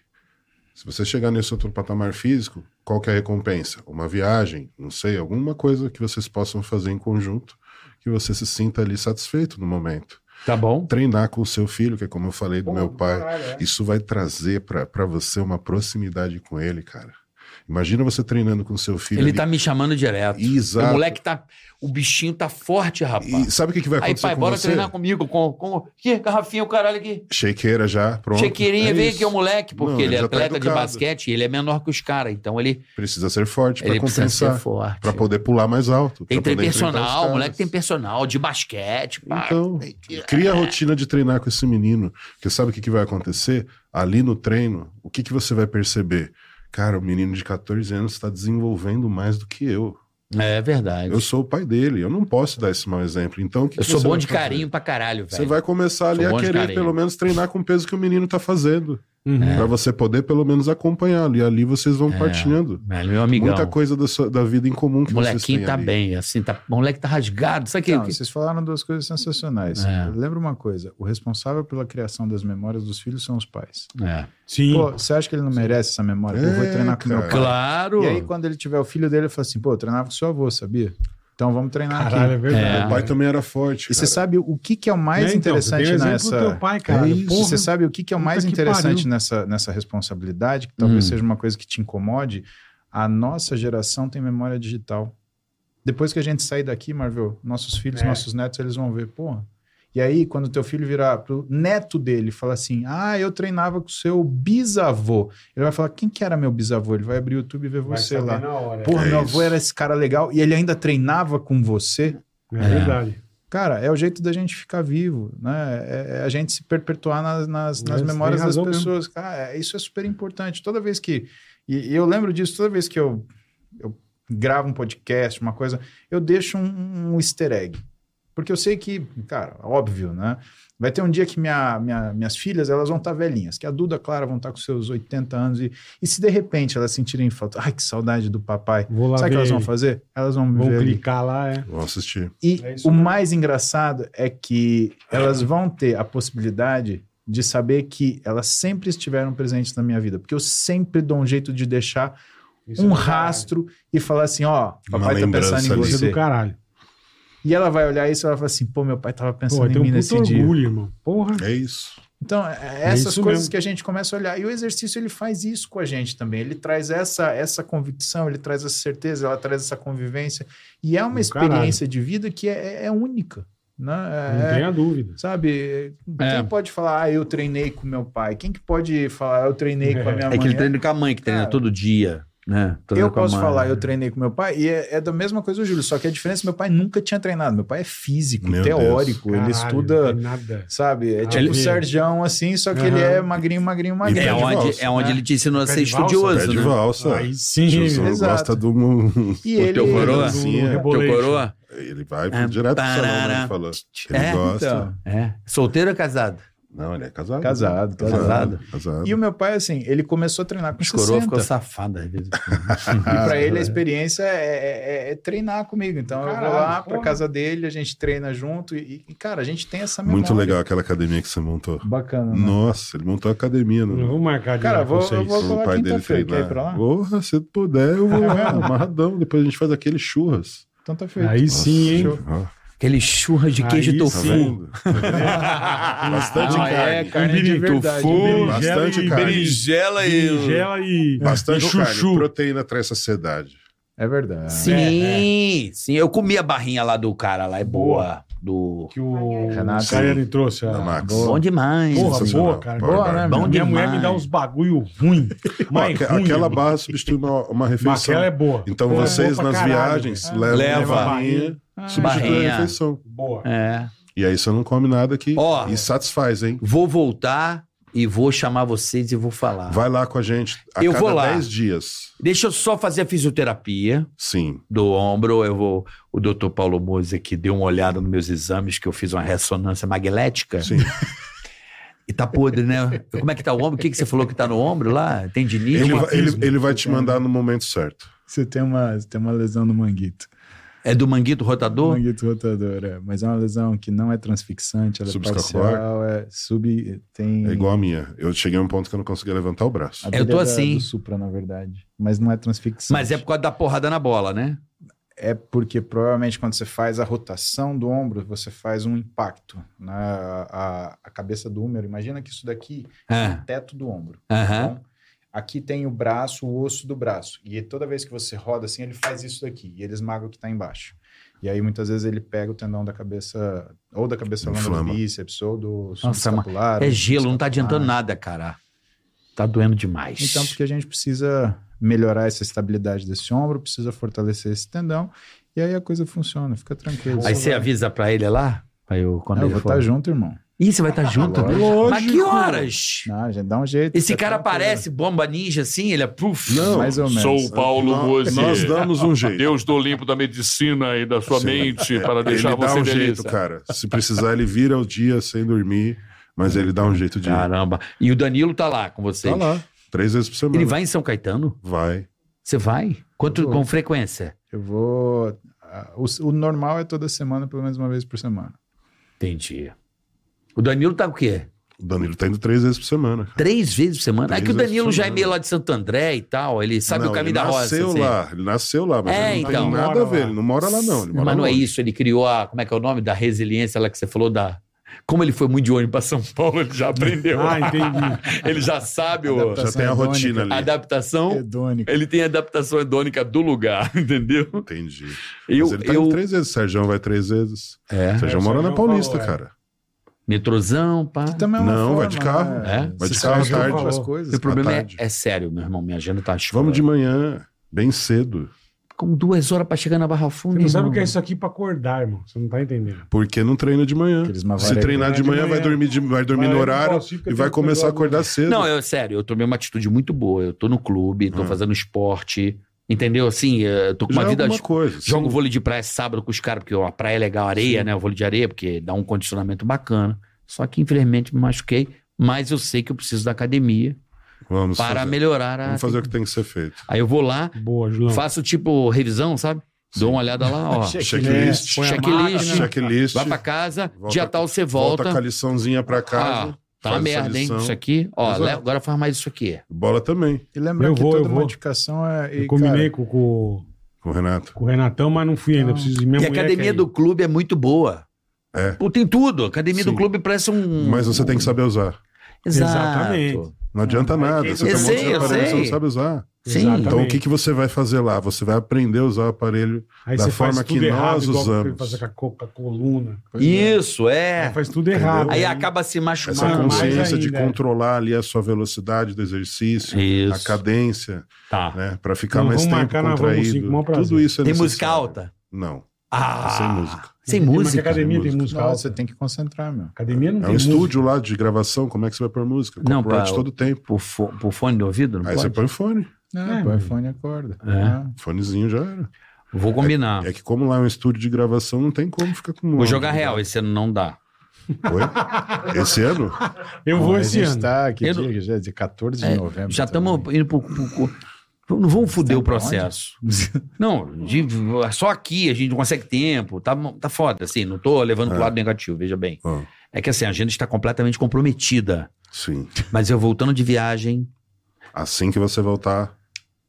Speaker 6: Se você chegar nesse outro patamar físico, qual que é a recompensa? Uma viagem, não sei, alguma coisa que vocês possam fazer em conjunto, que você se sinta ali satisfeito no momento.
Speaker 2: Tá bom?
Speaker 6: Treinar com o seu filho, que é como eu falei do
Speaker 3: Pô,
Speaker 6: meu pai.
Speaker 3: caralho, é.
Speaker 6: Isso vai trazer pra pra você uma proximidade com ele, cara. Imagina você treinando com seu filho.
Speaker 2: Ele
Speaker 6: ali.
Speaker 2: tá me chamando direto.
Speaker 6: Exato.
Speaker 2: O moleque tá. O bichinho tá forte,
Speaker 6: E
Speaker 2: rapaz.
Speaker 6: sabe o que, que vai
Speaker 2: Aí,
Speaker 6: acontecer
Speaker 2: pai,
Speaker 6: com
Speaker 2: bora
Speaker 6: você?
Speaker 2: treinar comigo. Com, com... Que garrafinha, o caralho aqui.
Speaker 6: Chequeira já, pronto.
Speaker 2: Chequeirinha,
Speaker 6: É
Speaker 2: vem
Speaker 6: isso.
Speaker 2: aqui, o moleque, porque
Speaker 6: Não,
Speaker 2: ele é
Speaker 6: ele já tá
Speaker 2: atleta de
Speaker 6: educado.
Speaker 2: basquete e ele é menor que os caras. Então ele,
Speaker 6: Precisa ser forte pra
Speaker 2: ele precisa ser
Speaker 6: compensar.
Speaker 2: forte.
Speaker 6: Pra poder pular mais alto.
Speaker 2: Tem
Speaker 6: pra
Speaker 2: tre-
Speaker 6: poder enfrentar os
Speaker 2: personal, o
Speaker 6: caras.
Speaker 2: moleque tem personal de basquete. pá. É.
Speaker 6: Então, cria a rotina de treinar com esse menino. Porque sabe o que, que vai acontecer? Ali no treino, o que, que você vai perceber? Cara, o menino de 14 anos está desenvolvendo mais do que eu.
Speaker 2: É verdade.
Speaker 6: Eu sou o pai dele, eu não posso dar esse mau exemplo. Então, o que
Speaker 2: Eu
Speaker 6: que
Speaker 2: sou
Speaker 6: você
Speaker 2: bom
Speaker 6: vai
Speaker 2: de
Speaker 6: fazer?
Speaker 2: carinho pra caralho, velho.
Speaker 6: Você vai começar ali
Speaker 2: Sou bom
Speaker 6: a
Speaker 2: de
Speaker 6: querer,
Speaker 2: carinho.
Speaker 6: pelo menos, treinar com o peso que o menino tá fazendo.
Speaker 3: Uhum.
Speaker 6: Pra você poder, pelo menos, acompanhá-lo. E ali vocês vão
Speaker 2: É.
Speaker 6: partilhando.
Speaker 2: Mas, meu amigão.
Speaker 6: Muita coisa da, sua- da vida em comum que
Speaker 2: o
Speaker 6: vocês
Speaker 2: molequinho
Speaker 6: têm
Speaker 2: tá
Speaker 6: ali.
Speaker 2: bem, assim, tá, o moleque tá rasgado. Sabe
Speaker 5: Então,
Speaker 2: que,
Speaker 5: vocês falaram duas coisas sensacionais.
Speaker 2: É.
Speaker 5: Lembra uma coisa: o responsável pela criação das memórias dos filhos são os pais.
Speaker 2: É.
Speaker 3: Sim.
Speaker 5: Pô, você acha que ele não merece essa memória? eu vou
Speaker 6: É,
Speaker 5: treinar com meu
Speaker 6: cara.
Speaker 5: pai.
Speaker 2: Claro.
Speaker 5: E aí, quando ele tiver o filho dele, ele fala assim: pô, eu treinava com seu avô, sabia? Então vamos treinar
Speaker 3: Caralho, é
Speaker 5: aqui.
Speaker 3: verdade.
Speaker 6: Meu pai também era forte.
Speaker 5: E
Speaker 6: cara.
Speaker 5: você sabe o que, que é o mais
Speaker 3: Né, então,
Speaker 5: interessante
Speaker 3: você tem o exemplo
Speaker 5: nessa.
Speaker 3: do teu pai, cara.
Speaker 6: É isso,
Speaker 3: Porra.
Speaker 5: Você sabe o que, que é o
Speaker 3: Puta
Speaker 5: mais
Speaker 3: que
Speaker 5: interessante
Speaker 3: pariu.
Speaker 5: nessa, nessa responsabilidade, que talvez
Speaker 2: Hum.
Speaker 5: seja uma coisa que te incomode? A nossa geração tem memória digital. Depois que a gente sair daqui, Marvel, nossos filhos,
Speaker 3: É.
Speaker 5: nossos netos, eles vão ver, porra. E aí, quando teu filho virar pro neto dele e falar assim: Ah, eu treinava com seu bisavô. Ele vai falar: Quem que era meu bisavô? Ele vai abrir o YouTube e ver
Speaker 3: Vai
Speaker 5: você
Speaker 3: saber
Speaker 5: lá.
Speaker 3: na hora.
Speaker 5: Porra,
Speaker 6: É
Speaker 5: meu
Speaker 6: isso.
Speaker 5: avô era esse cara legal e ele ainda treinava com você.
Speaker 3: É verdade.
Speaker 5: Cara, é o jeito da gente ficar vivo, né? É, é a gente se perpetuar nas, nas, nas
Speaker 3: Mas Né, tem
Speaker 5: memórias das
Speaker 3: razão
Speaker 5: pessoas. Cara, é- isso é super importante. Toda vez que. E, e eu lembro disso, toda vez que eu, eu gravo um podcast, uma coisa, eu deixo um, um easter egg. Porque eu sei que, cara, óbvio, né? Vai ter um dia que minha, minha- minhas filhas elas vão estar velhinhas, que a Duda Clara vão estar com seus 80 anos. E, e se de repente elas sentirem falta, ai, que saudade do papai.
Speaker 3: Vou lá
Speaker 5: Sabe o que
Speaker 3: ver.
Speaker 5: elas vão fazer? Elas vão,
Speaker 3: Vão
Speaker 5: ver ali.
Speaker 3: clicar lá, é.
Speaker 6: Vão assistir.
Speaker 5: E
Speaker 3: É isso
Speaker 5: o
Speaker 3: mesmo.
Speaker 5: mais engraçado é que elas vão ter a possibilidade de saber que elas sempre estiveram presentes na minha vida, porque eu sempre dou um jeito de deixar
Speaker 3: Isso é
Speaker 5: um
Speaker 3: do caralho.
Speaker 5: rastro e falar assim, ó,
Speaker 6: Uma
Speaker 5: papai tá
Speaker 6: lembrança
Speaker 5: pensando em
Speaker 6: ali.
Speaker 3: Isso é
Speaker 5: você.
Speaker 3: do caralho.
Speaker 5: E ela vai olhar isso e ela fala assim, pô, meu pai tava pensando
Speaker 3: Pô,
Speaker 5: em
Speaker 3: tem
Speaker 5: mim
Speaker 3: um
Speaker 5: nesse
Speaker 3: puto
Speaker 5: dia.
Speaker 3: orgulho, irmão. Porra.
Speaker 6: É isso.
Speaker 5: Então, é- é essas
Speaker 3: isso
Speaker 5: coisas
Speaker 3: mesmo.
Speaker 5: que a gente começa a olhar. E o exercício, ele faz isso com a gente também. Ele traz essa, essa convicção, ele traz essa certeza, ela traz essa convivência. E é uma
Speaker 3: Do
Speaker 5: experiência de vida que é, é- é única. Né?
Speaker 3: Não
Speaker 5: É,
Speaker 3: tenha dúvida.
Speaker 5: Sabe?
Speaker 2: É.
Speaker 5: Quem pode falar, ah, eu treinei com meu pai? Quem que pode falar, eu treinei com a minha mãe?
Speaker 2: É que ele treina com a mãe, que treina
Speaker 5: Cara,
Speaker 2: todo dia. Né? Treina
Speaker 5: Eu
Speaker 2: com a
Speaker 5: posso
Speaker 2: mãe.
Speaker 5: falar, eu treinei com meu pai, e é, é da mesma coisa o Júlio, só que a diferença é que meu pai nunca tinha treinado. Meu pai é físico,
Speaker 6: Meu
Speaker 5: teórico,
Speaker 3: Caralho,
Speaker 5: ele
Speaker 3: Não
Speaker 5: estuda,
Speaker 3: tem nada.
Speaker 5: sabe? É
Speaker 3: Ah,
Speaker 5: tipo
Speaker 3: ele-
Speaker 5: o Sergião, assim, só que ele
Speaker 3: Aham.
Speaker 5: é magrinho, magrinho,
Speaker 6: E
Speaker 5: magrinho.
Speaker 2: É
Speaker 6: pé de
Speaker 2: onde,
Speaker 6: valsa,
Speaker 2: é onde
Speaker 5: né?
Speaker 2: ele te ensinou a
Speaker 3: Pé
Speaker 2: ser
Speaker 3: de valsa,
Speaker 6: Pé
Speaker 2: estudioso,
Speaker 6: de
Speaker 2: né?
Speaker 6: valsa.
Speaker 3: Aí sim.
Speaker 6: Tiozão
Speaker 5: Exato.
Speaker 6: gosta de
Speaker 5: E
Speaker 6: um.
Speaker 2: O teu
Speaker 5: ele-
Speaker 2: coroa?
Speaker 6: Sim, é.
Speaker 2: Teu coroa?
Speaker 6: Ele vai
Speaker 2: Ah,
Speaker 6: direto pro salão, né?
Speaker 2: parará.
Speaker 6: Ele fala. Ele
Speaker 2: É,
Speaker 6: gosta.
Speaker 5: então.
Speaker 2: É. Solteiro ou casado?
Speaker 6: Não, ele é casado.
Speaker 5: Casado,
Speaker 2: casado.
Speaker 6: Casado.
Speaker 5: E o meu pai, assim, ele começou a treinar com
Speaker 2: Os coroa
Speaker 5: 60.
Speaker 2: ficou assim. Ah. safado às vezes.
Speaker 5: E pra ele a experiência é, é- é treinar comigo. Então eu
Speaker 3: Caralho,
Speaker 5: vou lá
Speaker 3: porra.
Speaker 5: pra casa dele, a gente treina junto. E, e, cara, a gente tem essa memória.
Speaker 6: Muito legal aquela academia que você montou.
Speaker 5: Bacana. né?
Speaker 6: Nossa, ele montou a academia.
Speaker 3: Eu
Speaker 6: No...
Speaker 3: vou marcar de
Speaker 5: Cara,
Speaker 3: lá
Speaker 5: vou-
Speaker 3: com vocês.
Speaker 5: eu vou-
Speaker 6: o
Speaker 5: colar
Speaker 6: pai dele
Speaker 5: quinta-feira, quer ir
Speaker 6: treinar.
Speaker 5: pra lá?
Speaker 6: Porra, se puder, eu vou lá, amarradão. Depois a gente faz aquele churras.
Speaker 5: Então tá feito.
Speaker 3: Aí sim, hein?
Speaker 5: Show.
Speaker 6: Ó,
Speaker 2: Aquele churras de queijo
Speaker 3: Aí Sim.
Speaker 6: Tá
Speaker 2: tofu.
Speaker 6: vendo? Tá vendo? Bastante
Speaker 2: Ah,
Speaker 6: carne.
Speaker 2: é,
Speaker 5: Carne de
Speaker 3: Birito,
Speaker 5: verdade.
Speaker 2: um
Speaker 3: fogo,
Speaker 6: Bastante
Speaker 3: e
Speaker 6: carne.
Speaker 2: Berinjela
Speaker 3: Berinjela e
Speaker 6: Bastante
Speaker 3: e
Speaker 6: carne.
Speaker 3: chuchu.
Speaker 6: Proteína traz saciedade.
Speaker 5: É verdade.
Speaker 2: Sim, sim. Eu comi a barrinha lá do cara, lá é boa. Do...
Speaker 3: Que o
Speaker 5: Renato.
Speaker 3: Caiane trouxe.
Speaker 6: Da
Speaker 3: A...
Speaker 6: Max.
Speaker 2: Bom demais.
Speaker 3: Porra,
Speaker 6: Sensacional.
Speaker 3: boa, cara.
Speaker 6: Power
Speaker 5: Boa,
Speaker 6: Bar.
Speaker 5: né,
Speaker 2: Bom
Speaker 3: Minha
Speaker 2: demais.
Speaker 3: mulher me dá uns bagulho ruim.
Speaker 6: Ó,
Speaker 3: Mas
Speaker 6: aque-
Speaker 3: ruim,
Speaker 6: aquela
Speaker 3: irmão.
Speaker 6: barra substitui uma, uma
Speaker 3: Mas
Speaker 6: refeição.
Speaker 3: aquela é boa.
Speaker 6: Então
Speaker 3: Boa,
Speaker 6: vocês
Speaker 3: boa pra
Speaker 6: nas
Speaker 3: caralho, né? é
Speaker 6: viagens
Speaker 5: velho.
Speaker 6: levam
Speaker 2: Leva.
Speaker 6: uma barrinha,
Speaker 5: Ah,
Speaker 6: substitui
Speaker 2: Barrinha.
Speaker 6: a refeição.
Speaker 3: Boa.
Speaker 2: É.
Speaker 6: E aí você não come nada que
Speaker 2: Ó.
Speaker 6: e satisfaz, hein?
Speaker 2: Vou voltar e vou chamar vocês e vou falar.
Speaker 6: Vai lá com a gente a
Speaker 2: Eu
Speaker 6: cada
Speaker 2: vou lá.
Speaker 6: 10 dias.
Speaker 2: Deixa eu só fazer a fisioterapia
Speaker 6: Sim.
Speaker 2: do ombro. Eu vou. O doutor Paulo Moser que deu uma olhada nos meus exames, que eu fiz uma ressonância magnética.
Speaker 6: Sim.
Speaker 2: E tá podre, né? Como é que tá o ombro? O que, que você falou que tá no ombro lá? Tem dinheiro?
Speaker 6: Ele, vai,
Speaker 3: reumatismo.
Speaker 6: ele- ele vai te mandar no momento certo.
Speaker 5: Você tem uma, você tem uma lesão no manguito.
Speaker 2: É do manguito rotador?
Speaker 5: Manguito rotador, é. Mas é uma lesão que não é transfixante, ela é
Speaker 6: Subescapular.
Speaker 5: parcial, é sub... Tem...
Speaker 3: Hum.
Speaker 6: É igual a minha. Eu cheguei a um ponto que eu não conseguia levantar o braço.
Speaker 5: a
Speaker 2: Eu tô
Speaker 5: bíblia da-
Speaker 2: assim.
Speaker 5: do supra, na verdade. Mas não é transfixante.
Speaker 2: Mas é por causa da porrada na bola, né?
Speaker 5: é porque provavelmente quando você faz a rotação do ombro, você faz um impacto na a, a cabeça do húmero. Imagina que isso daqui é o
Speaker 2: Ah,
Speaker 5: teto do ombro.
Speaker 2: Aham.
Speaker 5: Então, aqui tem o braço, o osso do braço. E toda vez que você roda assim, ele faz isso daqui. E ele esmaga o que está embaixo. E aí, muitas vezes, ele pega o tendão da cabeça, ou da cabeça longa do
Speaker 6: Inflama.
Speaker 5: bíceps, ou do
Speaker 2: mas
Speaker 5: subescapular.
Speaker 2: É
Speaker 5: ou do
Speaker 2: gelo, não tá adiantando
Speaker 5: escapular.
Speaker 2: nada, cara. Tá doendo demais.
Speaker 5: Ah. Então, porque a gente precisa melhorar essa estabilidade desse ombro, precisa fortalecer esse tendão, e aí a coisa funciona, fica tranquilo.
Speaker 2: Aí
Speaker 5: Isso
Speaker 2: você é
Speaker 5: vai-
Speaker 2: avisa pra ele lá? Aí eu, quando
Speaker 5: Não, eu
Speaker 2: ele
Speaker 5: vou
Speaker 2: for.
Speaker 5: estar junto, irmão.
Speaker 2: Ih, você vai estar junto?
Speaker 5: Lógico.
Speaker 2: Mas que horas?
Speaker 5: Não, gente, dá um jeito.
Speaker 2: Esse
Speaker 5: fica
Speaker 2: cara
Speaker 5: tranquilo.
Speaker 2: parece bomba ninja assim, ele é puf.
Speaker 6: Não,
Speaker 5: Mais ou menos.
Speaker 4: Sou o Paulo
Speaker 6: nós,
Speaker 4: Mose.
Speaker 6: nós damos um jeito.
Speaker 4: Deus do Olimpo da medicina e da sua
Speaker 6: Sim.
Speaker 2: É.
Speaker 4: mente para deixar
Speaker 6: ele dá
Speaker 4: você
Speaker 6: um
Speaker 4: feliz.
Speaker 6: jeito, cara. Se precisar, ele vira o dia sem dormir, mas ele dá um jeito de ir.
Speaker 2: Caramba. E o Danilo tá lá com vocês.
Speaker 6: Tá lá, três vezes por semana.
Speaker 2: Ele vai em São Caetano?
Speaker 6: Vai.
Speaker 2: Você vai? Quanto,
Speaker 5: Vou.
Speaker 2: com frequência?
Speaker 5: Eu vou. ah, O, o normal é toda semana, pelo menos uma vez por semana.
Speaker 2: Entendi. O Danilo tá o quê?
Speaker 6: O Danilo tá indo três vezes por semana. cara.
Speaker 2: Três vezes por semana?
Speaker 6: Três
Speaker 2: é que o
Speaker 6: vezes
Speaker 2: Danilo
Speaker 6: por
Speaker 2: já é
Speaker 6: semana.
Speaker 2: meio lá de Santo André e tal, ele sabe
Speaker 6: Não,
Speaker 2: o caminho
Speaker 6: ele
Speaker 2: da roça.
Speaker 6: nasceu
Speaker 2: assim.
Speaker 6: lá, ele nasceu lá, mas
Speaker 2: É,
Speaker 6: ele não
Speaker 2: então.
Speaker 6: tem nada
Speaker 3: Mora
Speaker 6: a ver.
Speaker 3: lá.
Speaker 6: Ele não mora lá, não. Ele mora
Speaker 2: Mas não é
Speaker 6: longe.
Speaker 2: isso, ele criou a. Como é que é o nome? Da resiliência lá que você falou da. Como ele foi muito de ônibus pra São Paulo, ele já aprendeu.
Speaker 3: Ah, entendi.
Speaker 2: ele já sabe o-
Speaker 6: Já tem a rotina ali.
Speaker 2: a adaptação.
Speaker 5: Hedônica.
Speaker 2: Ele tem a adaptação hedônica do lugar, entendeu?
Speaker 6: Entendi. Mas
Speaker 2: Eu,
Speaker 6: ele tá
Speaker 2: eu...
Speaker 6: indo três vezes. Sérgio vai três vezes.
Speaker 2: É.
Speaker 6: Sérgio
Speaker 3: É, o
Speaker 6: mora na
Speaker 3: Sérgio
Speaker 6: Paulista,
Speaker 3: falou, é.
Speaker 6: cara.
Speaker 2: Metrozão, pá.
Speaker 5: Que também é uma
Speaker 6: Não,
Speaker 5: forma,
Speaker 6: vai de carro.
Speaker 5: né?
Speaker 2: É?
Speaker 6: Vai de
Speaker 5: Se
Speaker 6: carro à
Speaker 5: sair
Speaker 6: tarde.
Speaker 5: outras coisas.
Speaker 2: O problema é,
Speaker 6: tarde.
Speaker 2: é sério, meu irmão. Minha agenda tá chata.
Speaker 6: Vamos de manhã, bem cedo.
Speaker 2: Com duas horas pra chegar na Barra Funda.
Speaker 3: Você não sabe o
Speaker 2: irmão.
Speaker 3: que é isso aqui pra acordar, irmão. Você não tá entendendo.
Speaker 6: Porque não treina de manhã.
Speaker 5: Aqueles
Speaker 3: Ah,
Speaker 5: mavarecos.
Speaker 6: Se treinar de manhã, vai dormir, de- vai dormir
Speaker 3: Mas eu
Speaker 6: no
Speaker 3: não
Speaker 6: horário
Speaker 3: posso ir porque
Speaker 6: e
Speaker 3: eu
Speaker 6: vai
Speaker 3: tenho que
Speaker 6: começar a
Speaker 3: acordar
Speaker 6: acordar cedo.
Speaker 2: Não, é eu, sério, eu tomei uma atitude muito boa. Eu tô no clube, tô
Speaker 6: Ah.
Speaker 2: fazendo esporte, entendeu? Assim, eh, tô com
Speaker 6: Já
Speaker 2: uma
Speaker 6: é
Speaker 2: vida.
Speaker 6: alguma coisa. sim.
Speaker 2: Jogo vôlei de praia sábado com os caras, porque a praia é legal, areia, né? O vôlei de areia, porque dá um condicionamento bacana. Só que, infelizmente, me machuquei. Mas eu sei que eu preciso da academia
Speaker 6: Vamos
Speaker 2: para
Speaker 6: fazer.
Speaker 2: melhorar a.
Speaker 6: Vamos fazer o que tem que ser feito.
Speaker 2: Aí eu vou lá,
Speaker 3: Boa, Julão.
Speaker 2: faço tipo revisão, sabe? Dou uma olhada lá, ó.
Speaker 6: Checklist.
Speaker 3: né? Põe a
Speaker 2: Checklist.
Speaker 3: máquina.
Speaker 6: Checklist.
Speaker 2: Vai pra casa,
Speaker 6: Volta-
Speaker 2: dia tal você
Speaker 6: Volta
Speaker 2: volta.
Speaker 6: com a liçãozinha pra casa.
Speaker 2: Ah, tá uma
Speaker 6: faz essa
Speaker 2: merda, hein?
Speaker 6: lição.
Speaker 2: Isso aqui. Ó,
Speaker 6: Exato.
Speaker 2: le- agora faz mais isso aqui.
Speaker 6: Bola também,
Speaker 5: E lembrar
Speaker 3: Eu
Speaker 5: que
Speaker 3: vou, eu
Speaker 5: toda
Speaker 3: vou.
Speaker 5: modificação é.
Speaker 3: Eu
Speaker 5: e,
Speaker 3: combinei
Speaker 5: cara,
Speaker 3: com, com,
Speaker 6: com o Renato.
Speaker 3: com o Renatão, mas não fui ainda. Preciso de minha
Speaker 2: E a
Speaker 3: mulher quer
Speaker 2: academia
Speaker 3: ir.
Speaker 2: do clube é muito boa.
Speaker 6: É.
Speaker 2: Pô, tem tudo. A academia do
Speaker 6: Sim.
Speaker 2: clube parece um.
Speaker 6: Mas você tem que saber usar.
Speaker 2: Exato.
Speaker 3: Exatamente.
Speaker 6: Não adianta
Speaker 3: Ah,
Speaker 6: nada.
Speaker 3: eu
Speaker 6: Você tem um
Speaker 2: sei,
Speaker 6: monte de
Speaker 2: eu
Speaker 6: aparelho que você não
Speaker 2: sei.
Speaker 6: sabe usar.
Speaker 2: Sim.
Speaker 3: Exatamente.
Speaker 6: Então o que, que você vai fazer lá? Você vai aprender a usar o aparelho.
Speaker 3: Aí
Speaker 6: da
Speaker 3: você faz
Speaker 6: forma que
Speaker 3: tudo errado,
Speaker 6: nós
Speaker 3: igual que ele
Speaker 6: usamos.
Speaker 3: Fazer com a, co- com a coluna.
Speaker 2: Isso, é.
Speaker 3: Aí faz tudo errado.
Speaker 2: Aí acaba se
Speaker 6: Essa
Speaker 3: Mas-
Speaker 2: machucando.
Speaker 3: mais
Speaker 6: consciência de
Speaker 3: ainda, é.
Speaker 6: controlar ali a sua velocidade do exercício, a
Speaker 2: Isso.
Speaker 6: cadência,
Speaker 2: Tá.
Speaker 6: né? Pra ficar
Speaker 3: Não,
Speaker 6: mais
Speaker 3: vamos
Speaker 6: tempo
Speaker 3: marcar, nós vamos sim, com o
Speaker 6: contraído.
Speaker 3: maior prazer.
Speaker 6: Tudo isso é
Speaker 2: Tem
Speaker 6: necessário.
Speaker 2: música alta?
Speaker 6: Não. é
Speaker 2: Ah.
Speaker 6: sem música.
Speaker 2: Sem
Speaker 3: Mas que é
Speaker 2: música.
Speaker 3: academia tem
Speaker 6: Música.
Speaker 3: música
Speaker 5: Não,
Speaker 3: alta.
Speaker 5: você tem que concentrar, meu.
Speaker 3: Academia não
Speaker 6: É
Speaker 3: tem
Speaker 6: um
Speaker 3: música.
Speaker 6: estúdio lá de gravação, como é que você vai pôr música?
Speaker 2: Não,
Speaker 6: Copyright
Speaker 2: pra-
Speaker 6: todo tempo.
Speaker 2: Por, fo- por fone de ouvido? Não
Speaker 6: Aí você
Speaker 2: pode?
Speaker 6: põe fone.
Speaker 5: Não,
Speaker 3: É,
Speaker 5: pô,
Speaker 3: meu.
Speaker 5: iPhone acorda.
Speaker 2: É.
Speaker 5: Ah,
Speaker 6: Fonezinho já era.
Speaker 2: Vou combinar.
Speaker 6: É que como lá é um estúdio de gravação, não tem como ficar com... né?
Speaker 2: Vou jogar real, esse ano não dá.
Speaker 6: Oi? Esse ano?
Speaker 3: Eu
Speaker 5: bom,
Speaker 3: vou
Speaker 5: a
Speaker 3: esse
Speaker 5: gente
Speaker 3: ano.
Speaker 5: tá, que
Speaker 2: Eu
Speaker 5: dia que já é? De 14 de
Speaker 2: É,
Speaker 5: novembro. tá
Speaker 2: Já estamos
Speaker 5: também.
Speaker 2: indo pro. pro- pro- não vamos foder
Speaker 5: Tá
Speaker 2: o processo. Não, de- é só aqui a gente não consegue tempo. Tá, tá foda, assim. Não tô levando pro
Speaker 6: É.
Speaker 2: lado negativo, veja bem.
Speaker 6: Ó,
Speaker 2: É que assim, a agenda está completamente comprometida.
Speaker 6: sim.
Speaker 2: Mas eu voltando de viagem,
Speaker 6: Assim que você voltar,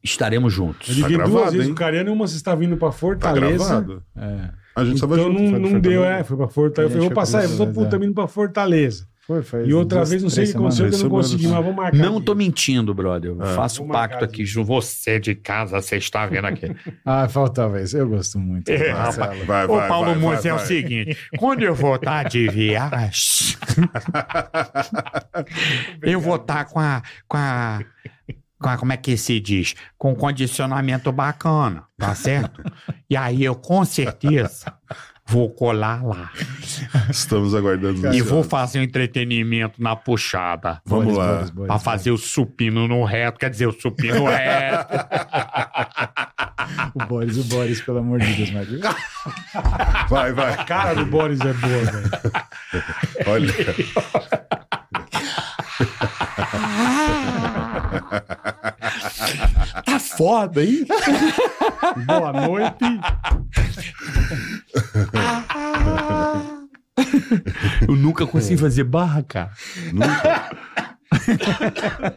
Speaker 2: estaremos
Speaker 3: Eu
Speaker 2: juntos.
Speaker 3: liguei duas
Speaker 6: gravado,
Speaker 3: vezes
Speaker 6: hein?
Speaker 3: pro Cariano e uma você está vindo pra
Speaker 6: tá
Speaker 3: Fortaleza.
Speaker 6: gravado.
Speaker 5: É.
Speaker 6: A gente
Speaker 3: então
Speaker 6: tava junto.
Speaker 3: não,
Speaker 6: foi
Speaker 3: não
Speaker 6: pra
Speaker 3: deu,
Speaker 6: Fortaleza.
Speaker 3: é. Foi pra Fortaleza.
Speaker 5: A
Speaker 3: Eu
Speaker 5: gente
Speaker 3: falei, vou
Speaker 5: foi
Speaker 3: passar, eu
Speaker 5: pra
Speaker 3: tô
Speaker 5: Fortaleza,
Speaker 3: puta,
Speaker 5: é.
Speaker 3: indo pra Fortaleza.
Speaker 5: Foi, faz
Speaker 3: E outra
Speaker 5: duas,
Speaker 3: vez, não sei o
Speaker 5: três
Speaker 3: que aconteceu, que eu
Speaker 6: semanas.
Speaker 3: não consegui, mas vou marcar.
Speaker 2: Não
Speaker 3: aqui.
Speaker 2: tô mentindo, brother. Eu
Speaker 6: Ah.
Speaker 2: faço
Speaker 3: Vou marcar
Speaker 2: pacto aqui. Ju, Você de casa, você está vendo aqui.
Speaker 5: Ah, faltava isso. Eu gosto muito.
Speaker 3: É,
Speaker 6: Vai,
Speaker 5: Marcelo.
Speaker 6: Vai, vai, vai, vai, vai.
Speaker 7: é seguinte: quando eu voltar de viagem, eu vou estar com a, com a. com a- Como é que se diz? Com um condicionamento bacana, tá certo? E aí eu com certeza vou colar lá.
Speaker 6: Estamos aguardando.
Speaker 7: E
Speaker 6: você.
Speaker 7: vou fazer um entretenimento na puxada.
Speaker 6: Vamos lá.
Speaker 7: Pra fazer o supino no reto, quer dizer, o supino reto.
Speaker 5: O Boris, o Boris, pelo amor de Deus, Magrinho.
Speaker 6: Vai, vai.
Speaker 3: A cara do Boris é boa, velho.
Speaker 6: Olha.
Speaker 7: Tá foda, hein?
Speaker 3: Boa noite.
Speaker 6: É.
Speaker 2: Eu nunca consegui fazer barra, cara.
Speaker 6: Nunca.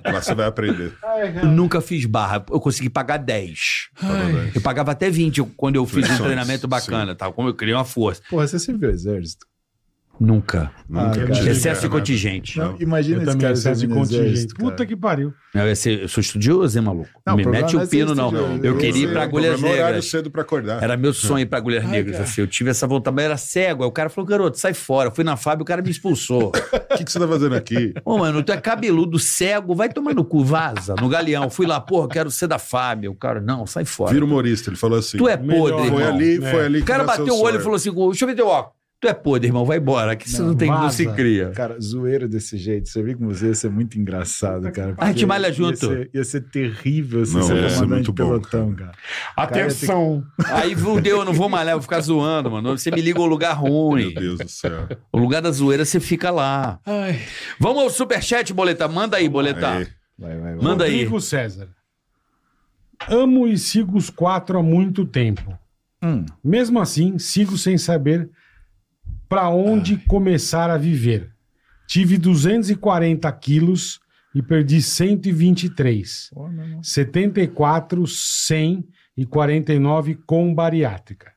Speaker 6: Lá você vai aprender. Tá
Speaker 2: Eu nunca fiz barra. Eu consegui pagar 10.
Speaker 6: Parabéns.
Speaker 2: Eu pagava até 20 quando eu fiz um
Speaker 6: Flexões,
Speaker 2: treinamento bacana, tá? Como eu criei uma força.
Speaker 5: Porra, você serviu o exército.
Speaker 2: Nunca.
Speaker 6: Nunca né?
Speaker 5: Ah,
Speaker 6: tive,
Speaker 5: cara.
Speaker 2: Excesso de
Speaker 6: cara.
Speaker 2: contingente.
Speaker 6: Não.
Speaker 5: Imagina
Speaker 3: Eu
Speaker 5: esse
Speaker 3: também
Speaker 5: cara
Speaker 3: excesso de
Speaker 5: servindo no
Speaker 3: contingente.
Speaker 5: exército, cara.
Speaker 3: Puta que pariu.
Speaker 2: Não, eu, sei- eu sou estudioso, hein, maluco?
Speaker 5: Não,
Speaker 2: Não, me
Speaker 5: o problema
Speaker 2: mete
Speaker 5: não
Speaker 2: o
Speaker 5: é ser
Speaker 2: pino, não.
Speaker 5: estudioso.
Speaker 2: Eu queria ir
Speaker 5: Você-
Speaker 2: pra
Speaker 5: o
Speaker 2: Agulhas
Speaker 6: problema é horário
Speaker 2: Negras.
Speaker 6: cedo pra acordar.
Speaker 2: Era meu sonho ir pra Agulhas Negras.
Speaker 5: cara.
Speaker 2: Assim, eu tive essa vontade, mas eu era cego. Aí o cara falou, garoto, sai fora. Eu fui na fábrica, o cara me expulsou.
Speaker 6: O que, que você tá fazendo aqui?
Speaker 2: Ô, mano, tu é cabeludo, cego, vai tomar no cu, vaza, no galeão. Fui lá, porra, quero ser da Fábio. O cara, não, sai fora.
Speaker 6: Vira humorista. Ele falou assim.
Speaker 2: Tu é
Speaker 3: Melhor.
Speaker 2: podre,
Speaker 6: foi
Speaker 2: irmão.
Speaker 6: ali,
Speaker 3: É.
Speaker 6: foi ali.
Speaker 2: O cara bateu o olho e falou assim, deixa eu ver teu óculos. Tu é podre, irmão, vai embora, que você não, tem, não
Speaker 3: vaza.
Speaker 2: se cria.
Speaker 5: Cara, zoeiro desse jeito. Você viu como você ia ser muito engraçado, cara.
Speaker 2: A gente
Speaker 5: porque
Speaker 2: malha
Speaker 5: ia
Speaker 2: junto.
Speaker 5: ser- Ia ser terrível se
Speaker 6: Não,
Speaker 5: você
Speaker 6: ia ser
Speaker 5: comandante
Speaker 6: muito
Speaker 5: muito
Speaker 6: bom,
Speaker 5: pelotão, cara.
Speaker 7: Atenção!
Speaker 2: Aí fudeu, eu não vou malhar, eu vou ficar zoando, mano. Você me liga o lugar
Speaker 6: Meu
Speaker 2: ruim.
Speaker 6: Deus do céu.
Speaker 2: O lugar da zoeira, você fica lá. Vamos ao superchat, Boleta. Manda aí, Boleta.
Speaker 6: Aí.
Speaker 5: Vai, vai, vai.
Speaker 2: Manda aí.
Speaker 3: Rodrigo César. Amo e sigo os quatro há muito tempo.
Speaker 5: Hum.
Speaker 3: Mesmo assim, sigo sem saber para onde começar a viver. Tive 240 quilos e perdi 123.
Speaker 5: Pô, meu irmão.
Speaker 3: 74, 100 e 49 com bariátrica.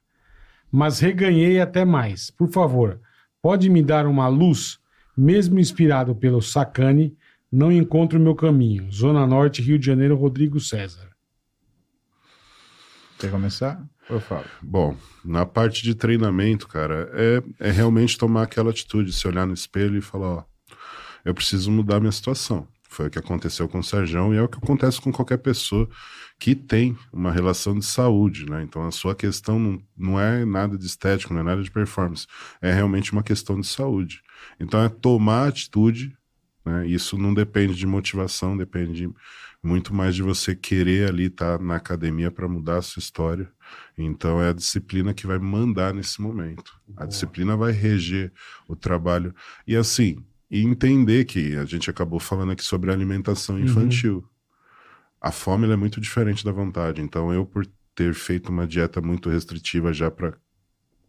Speaker 3: Mas reganhei até mais. Por favor, pode me dar uma luz? Mesmo inspirado pelo Sacane, não encontro o meu caminho. Zona Norte, Rio de Janeiro, Rodrigo César.
Speaker 5: Quer começar? Eu falo.
Speaker 6: Bom, na parte de treinamento, cara, é, é realmente tomar aquela atitude, se olhar no espelho e falar, ó, eu preciso mudar minha situação. Foi o que aconteceu com o Sérgio e é o que acontece com qualquer pessoa que tem uma relação de saúde, né? Então a sua questão não, não é nada de estético, não é nada de performance, é realmente uma questão de saúde. Então é tomar atitude, né? Isso não depende de motivação, depende muito mais de você querer ali estar na academia para mudar a sua história. Então é a disciplina que vai mandar nesse momento. A disciplina vai reger o trabalho. E assim, e entender que a gente acabou falando aqui sobre alimentação infantil. A fome ela é muito diferente da vontade. Então eu, por ter feito uma dieta muito restritiva já para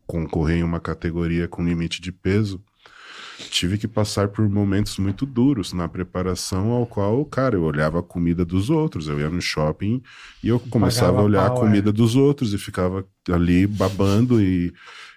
Speaker 6: concorrer em uma categoria com limite de peso, tive que passar por momentos muito duros na preparação ao qual, cara, eu olhava a comida dos outros, eu ia no shopping e eu começava a olhar
Speaker 3: pau,
Speaker 6: a comida dos outros e ficava ali babando e,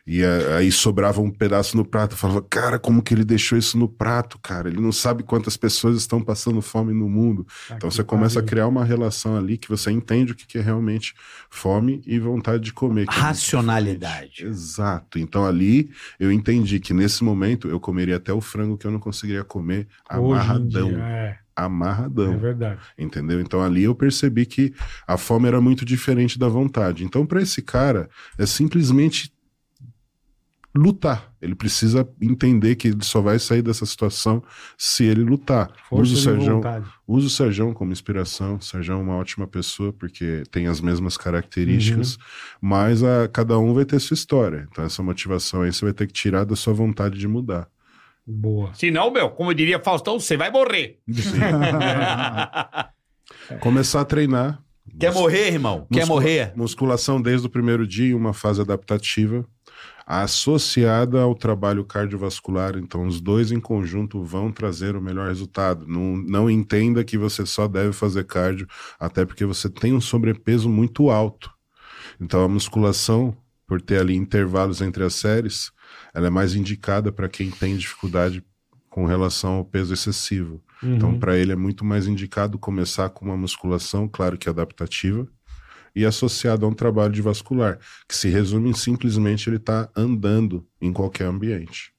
Speaker 6: e a- aí sobrava um pedaço no prato, eu falava, cara, como que ele deixou isso no prato, cara? Ele não sabe quantas pessoas estão passando fome no mundo. Então você começa a criar uma relação ali que você entende o que que é realmente fome e vontade de comer. que é muito
Speaker 2: Racionalidade.
Speaker 6: Exato. Então ali eu entendi que nesse momento eu comeria até o frango que eu não conseguiria comer amarradão.
Speaker 3: É, é
Speaker 6: Amarradão.
Speaker 3: verdade.
Speaker 6: entendeu? Então ali eu percebi que a fome era muito diferente da vontade. Então para esse cara é simplesmente lutar. Ele precisa entender que ele só vai sair dessa situação se ele lutar.
Speaker 3: Força
Speaker 6: Usa o
Speaker 3: de
Speaker 6: Sérgio
Speaker 3: vontade.
Speaker 6: Uso o Sérgio como inspiração. O Sérgio é uma ótima pessoa porque tem as mesmas características, mas a, cada um vai ter sua história. Então essa motivação aí você vai ter que tirar da sua vontade de mudar.
Speaker 3: Boa.
Speaker 7: Se não, meu, como diria Faustão, você vai morrer.
Speaker 6: Começar a treinar.
Speaker 2: Quer morrer, irmão? Quer
Speaker 6: Muscula-
Speaker 2: morrer?
Speaker 6: Musculação desde o primeiro dia, em uma fase adaptativa, associada ao trabalho cardiovascular. Então, os dois em conjunto vão trazer o melhor resultado. Não, não entenda que você só deve fazer cardio, até porque você tem um sobrepeso muito alto. Então, a musculação, por ter ali intervalos entre as séries, ela é mais indicada para quem tem dificuldade com relação ao peso excessivo. Então,
Speaker 3: Uhum.
Speaker 6: para ele é muito mais indicado começar com uma musculação, claro que adaptativa, e associada a um trabalho de vascular, que se resume em simplesmente ele estar andando em qualquer ambiente.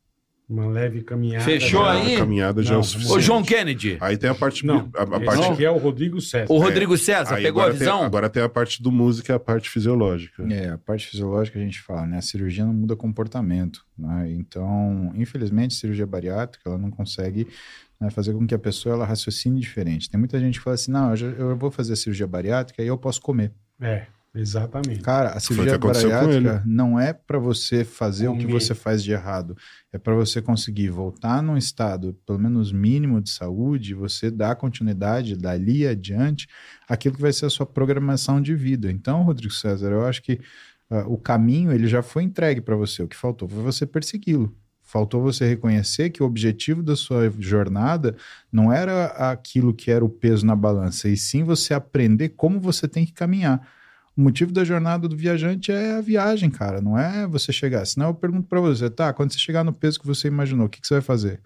Speaker 3: Uma leve caminhada.
Speaker 2: Fechou
Speaker 6: Já,
Speaker 2: aí?
Speaker 6: A caminhada já é
Speaker 3: Não,
Speaker 6: o
Speaker 3: vamos
Speaker 6: suficiente.
Speaker 2: Ô, John Kennedy.
Speaker 6: Aí tem a parte.
Speaker 3: Não,
Speaker 6: a, a
Speaker 3: esse
Speaker 6: parte
Speaker 3: aqui é o Rodrigo César.
Speaker 2: O Rodrigo César,
Speaker 6: aí
Speaker 2: pegou a
Speaker 6: agora, Tem,
Speaker 2: visão?
Speaker 6: agora tem a parte do músico e a parte fisiológica.
Speaker 5: É, a parte fisiológica a gente fala, né? A cirurgia não muda comportamento, né? Então, infelizmente, a cirurgia bariátrica, ela não consegue né, fazer com que a pessoa ela raciocine diferente. Tem muita gente que fala assim, não, eu, já- eu vou fazer a cirurgia bariátrica e eu posso comer.
Speaker 3: É, exatamente.
Speaker 5: Cara, a
Speaker 6: o que
Speaker 5: cirurgia
Speaker 6: aconteceu com
Speaker 5: bariátrica não é para você fazer o que
Speaker 3: Comer.
Speaker 5: você faz de errado. É para você conseguir voltar num estado, pelo menos mínimo de saúde, você dar continuidade dali adiante aquilo que vai ser a sua programação de vida. Então, Rodrigo César, eu acho que ah, o caminho ele já foi entregue para você. O que faltou foi você persegui-lo. Faltou você reconhecer que o objetivo da sua jornada não era aquilo que era o peso na balança, e sim você aprender como você tem que caminhar. O motivo da jornada do viajante é a viagem, cara, não é você chegar. Senão eu pergunto pra você, tá, quando você chegar no peso que você imaginou, o que, que você vai fazer?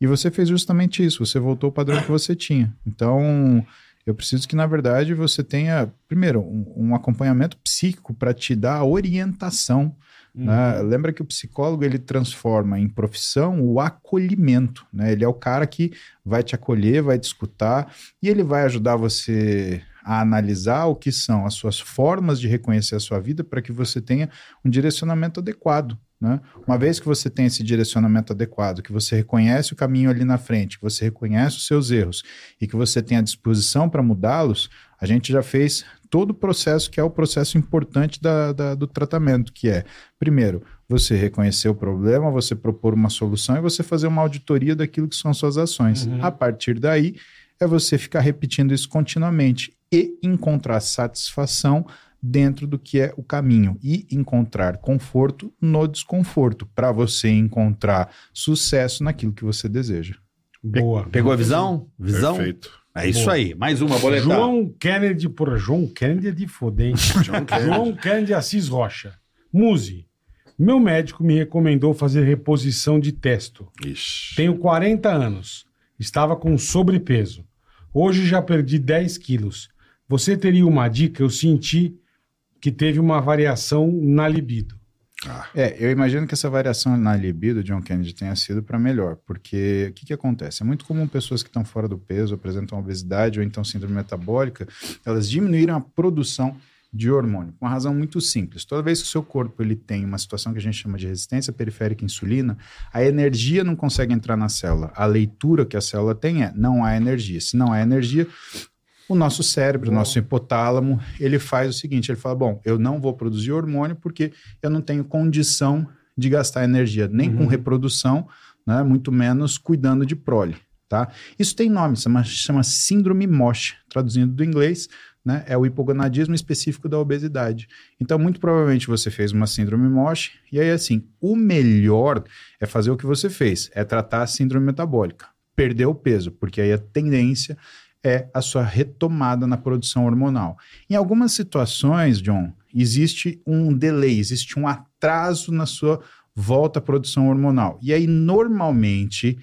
Speaker 5: E você fez justamente isso, você voltou ao padrão que você tinha. Então, eu preciso que, na verdade, você tenha, primeiro, um, um acompanhamento psíquico para te dar a orientação né? Lembra que o psicólogo ele transforma em profissão o acolhimento, né? Ele é o cara que vai te acolher, vai te escutar e ele vai ajudar você a analisar o que são as suas formas de reconhecer a sua vida para que você tenha um direcionamento adequado. Né? Uma vez que você tem esse direcionamento adequado, que você reconhece o caminho ali na frente, que você reconhece os seus erros e que você tem a disposição para mudá-los, a gente já fez todo o processo que é o processo importante da- da- do tratamento, que é, primeiro, você reconhecer o problema, você propor uma solução e você fazer uma auditoria daquilo que são suas ações.
Speaker 3: Uhum.
Speaker 5: A partir daí, é você ficar repetindo isso continuamente e encontrar satisfação dentro do que é o caminho e encontrar conforto no desconforto, para você encontrar sucesso naquilo que você deseja.
Speaker 3: Boa.
Speaker 2: Pegou a visão? Visão?
Speaker 6: Perfeito.
Speaker 2: É isso aí. Mais uma, boletar.
Speaker 3: João Kennedy, porra, João Kennedy é de foder, hein?
Speaker 6: John Kennedy.
Speaker 3: João Kennedy Assis Rocha. Muse. Meu médico me recomendou fazer reposição de testo.
Speaker 6: Ixi.
Speaker 3: Tenho 40 anos. Estava com sobrepeso. Hoje já perdi 10 quilos. Você teria uma dica? Eu senti que teve uma variação na libido.
Speaker 5: É, eu imagino que essa variação na libido, John Kennedy, tenha sido para melhor, porque o que, que acontece? É muito comum pessoas que estão fora do peso, apresentam obesidade ou então síndrome metabólica, elas diminuíram a produção de hormônio, com uma razão muito simples. Toda vez que o seu corpo ele tem uma situação que a gente chama de resistência periférica à insulina, a energia não consegue entrar na célula. A leitura que a célula tem é não há energia. Se não há energia, o nosso cérebro, o nosso hipotálamo, ele faz o seguinte, ele fala, bom, eu não vou produzir hormônio porque eu não tenho condição de gastar energia, nem com reprodução, né, muito menos cuidando de prole, tá? Isso tem nome, chama, chama síndrome MOSH, traduzindo do inglês, né, é o hipogonadismo específico da obesidade. Então, muito provavelmente você fez uma síndrome MOSH, e aí assim, o melhor é fazer o que você fez, é tratar a síndrome metabólica, perder o peso, porque aí a tendência é a sua retomada na produção hormonal. Em algumas situações, John, existe um delay, existe um atraso na sua volta à produção hormonal. E aí, normalmente,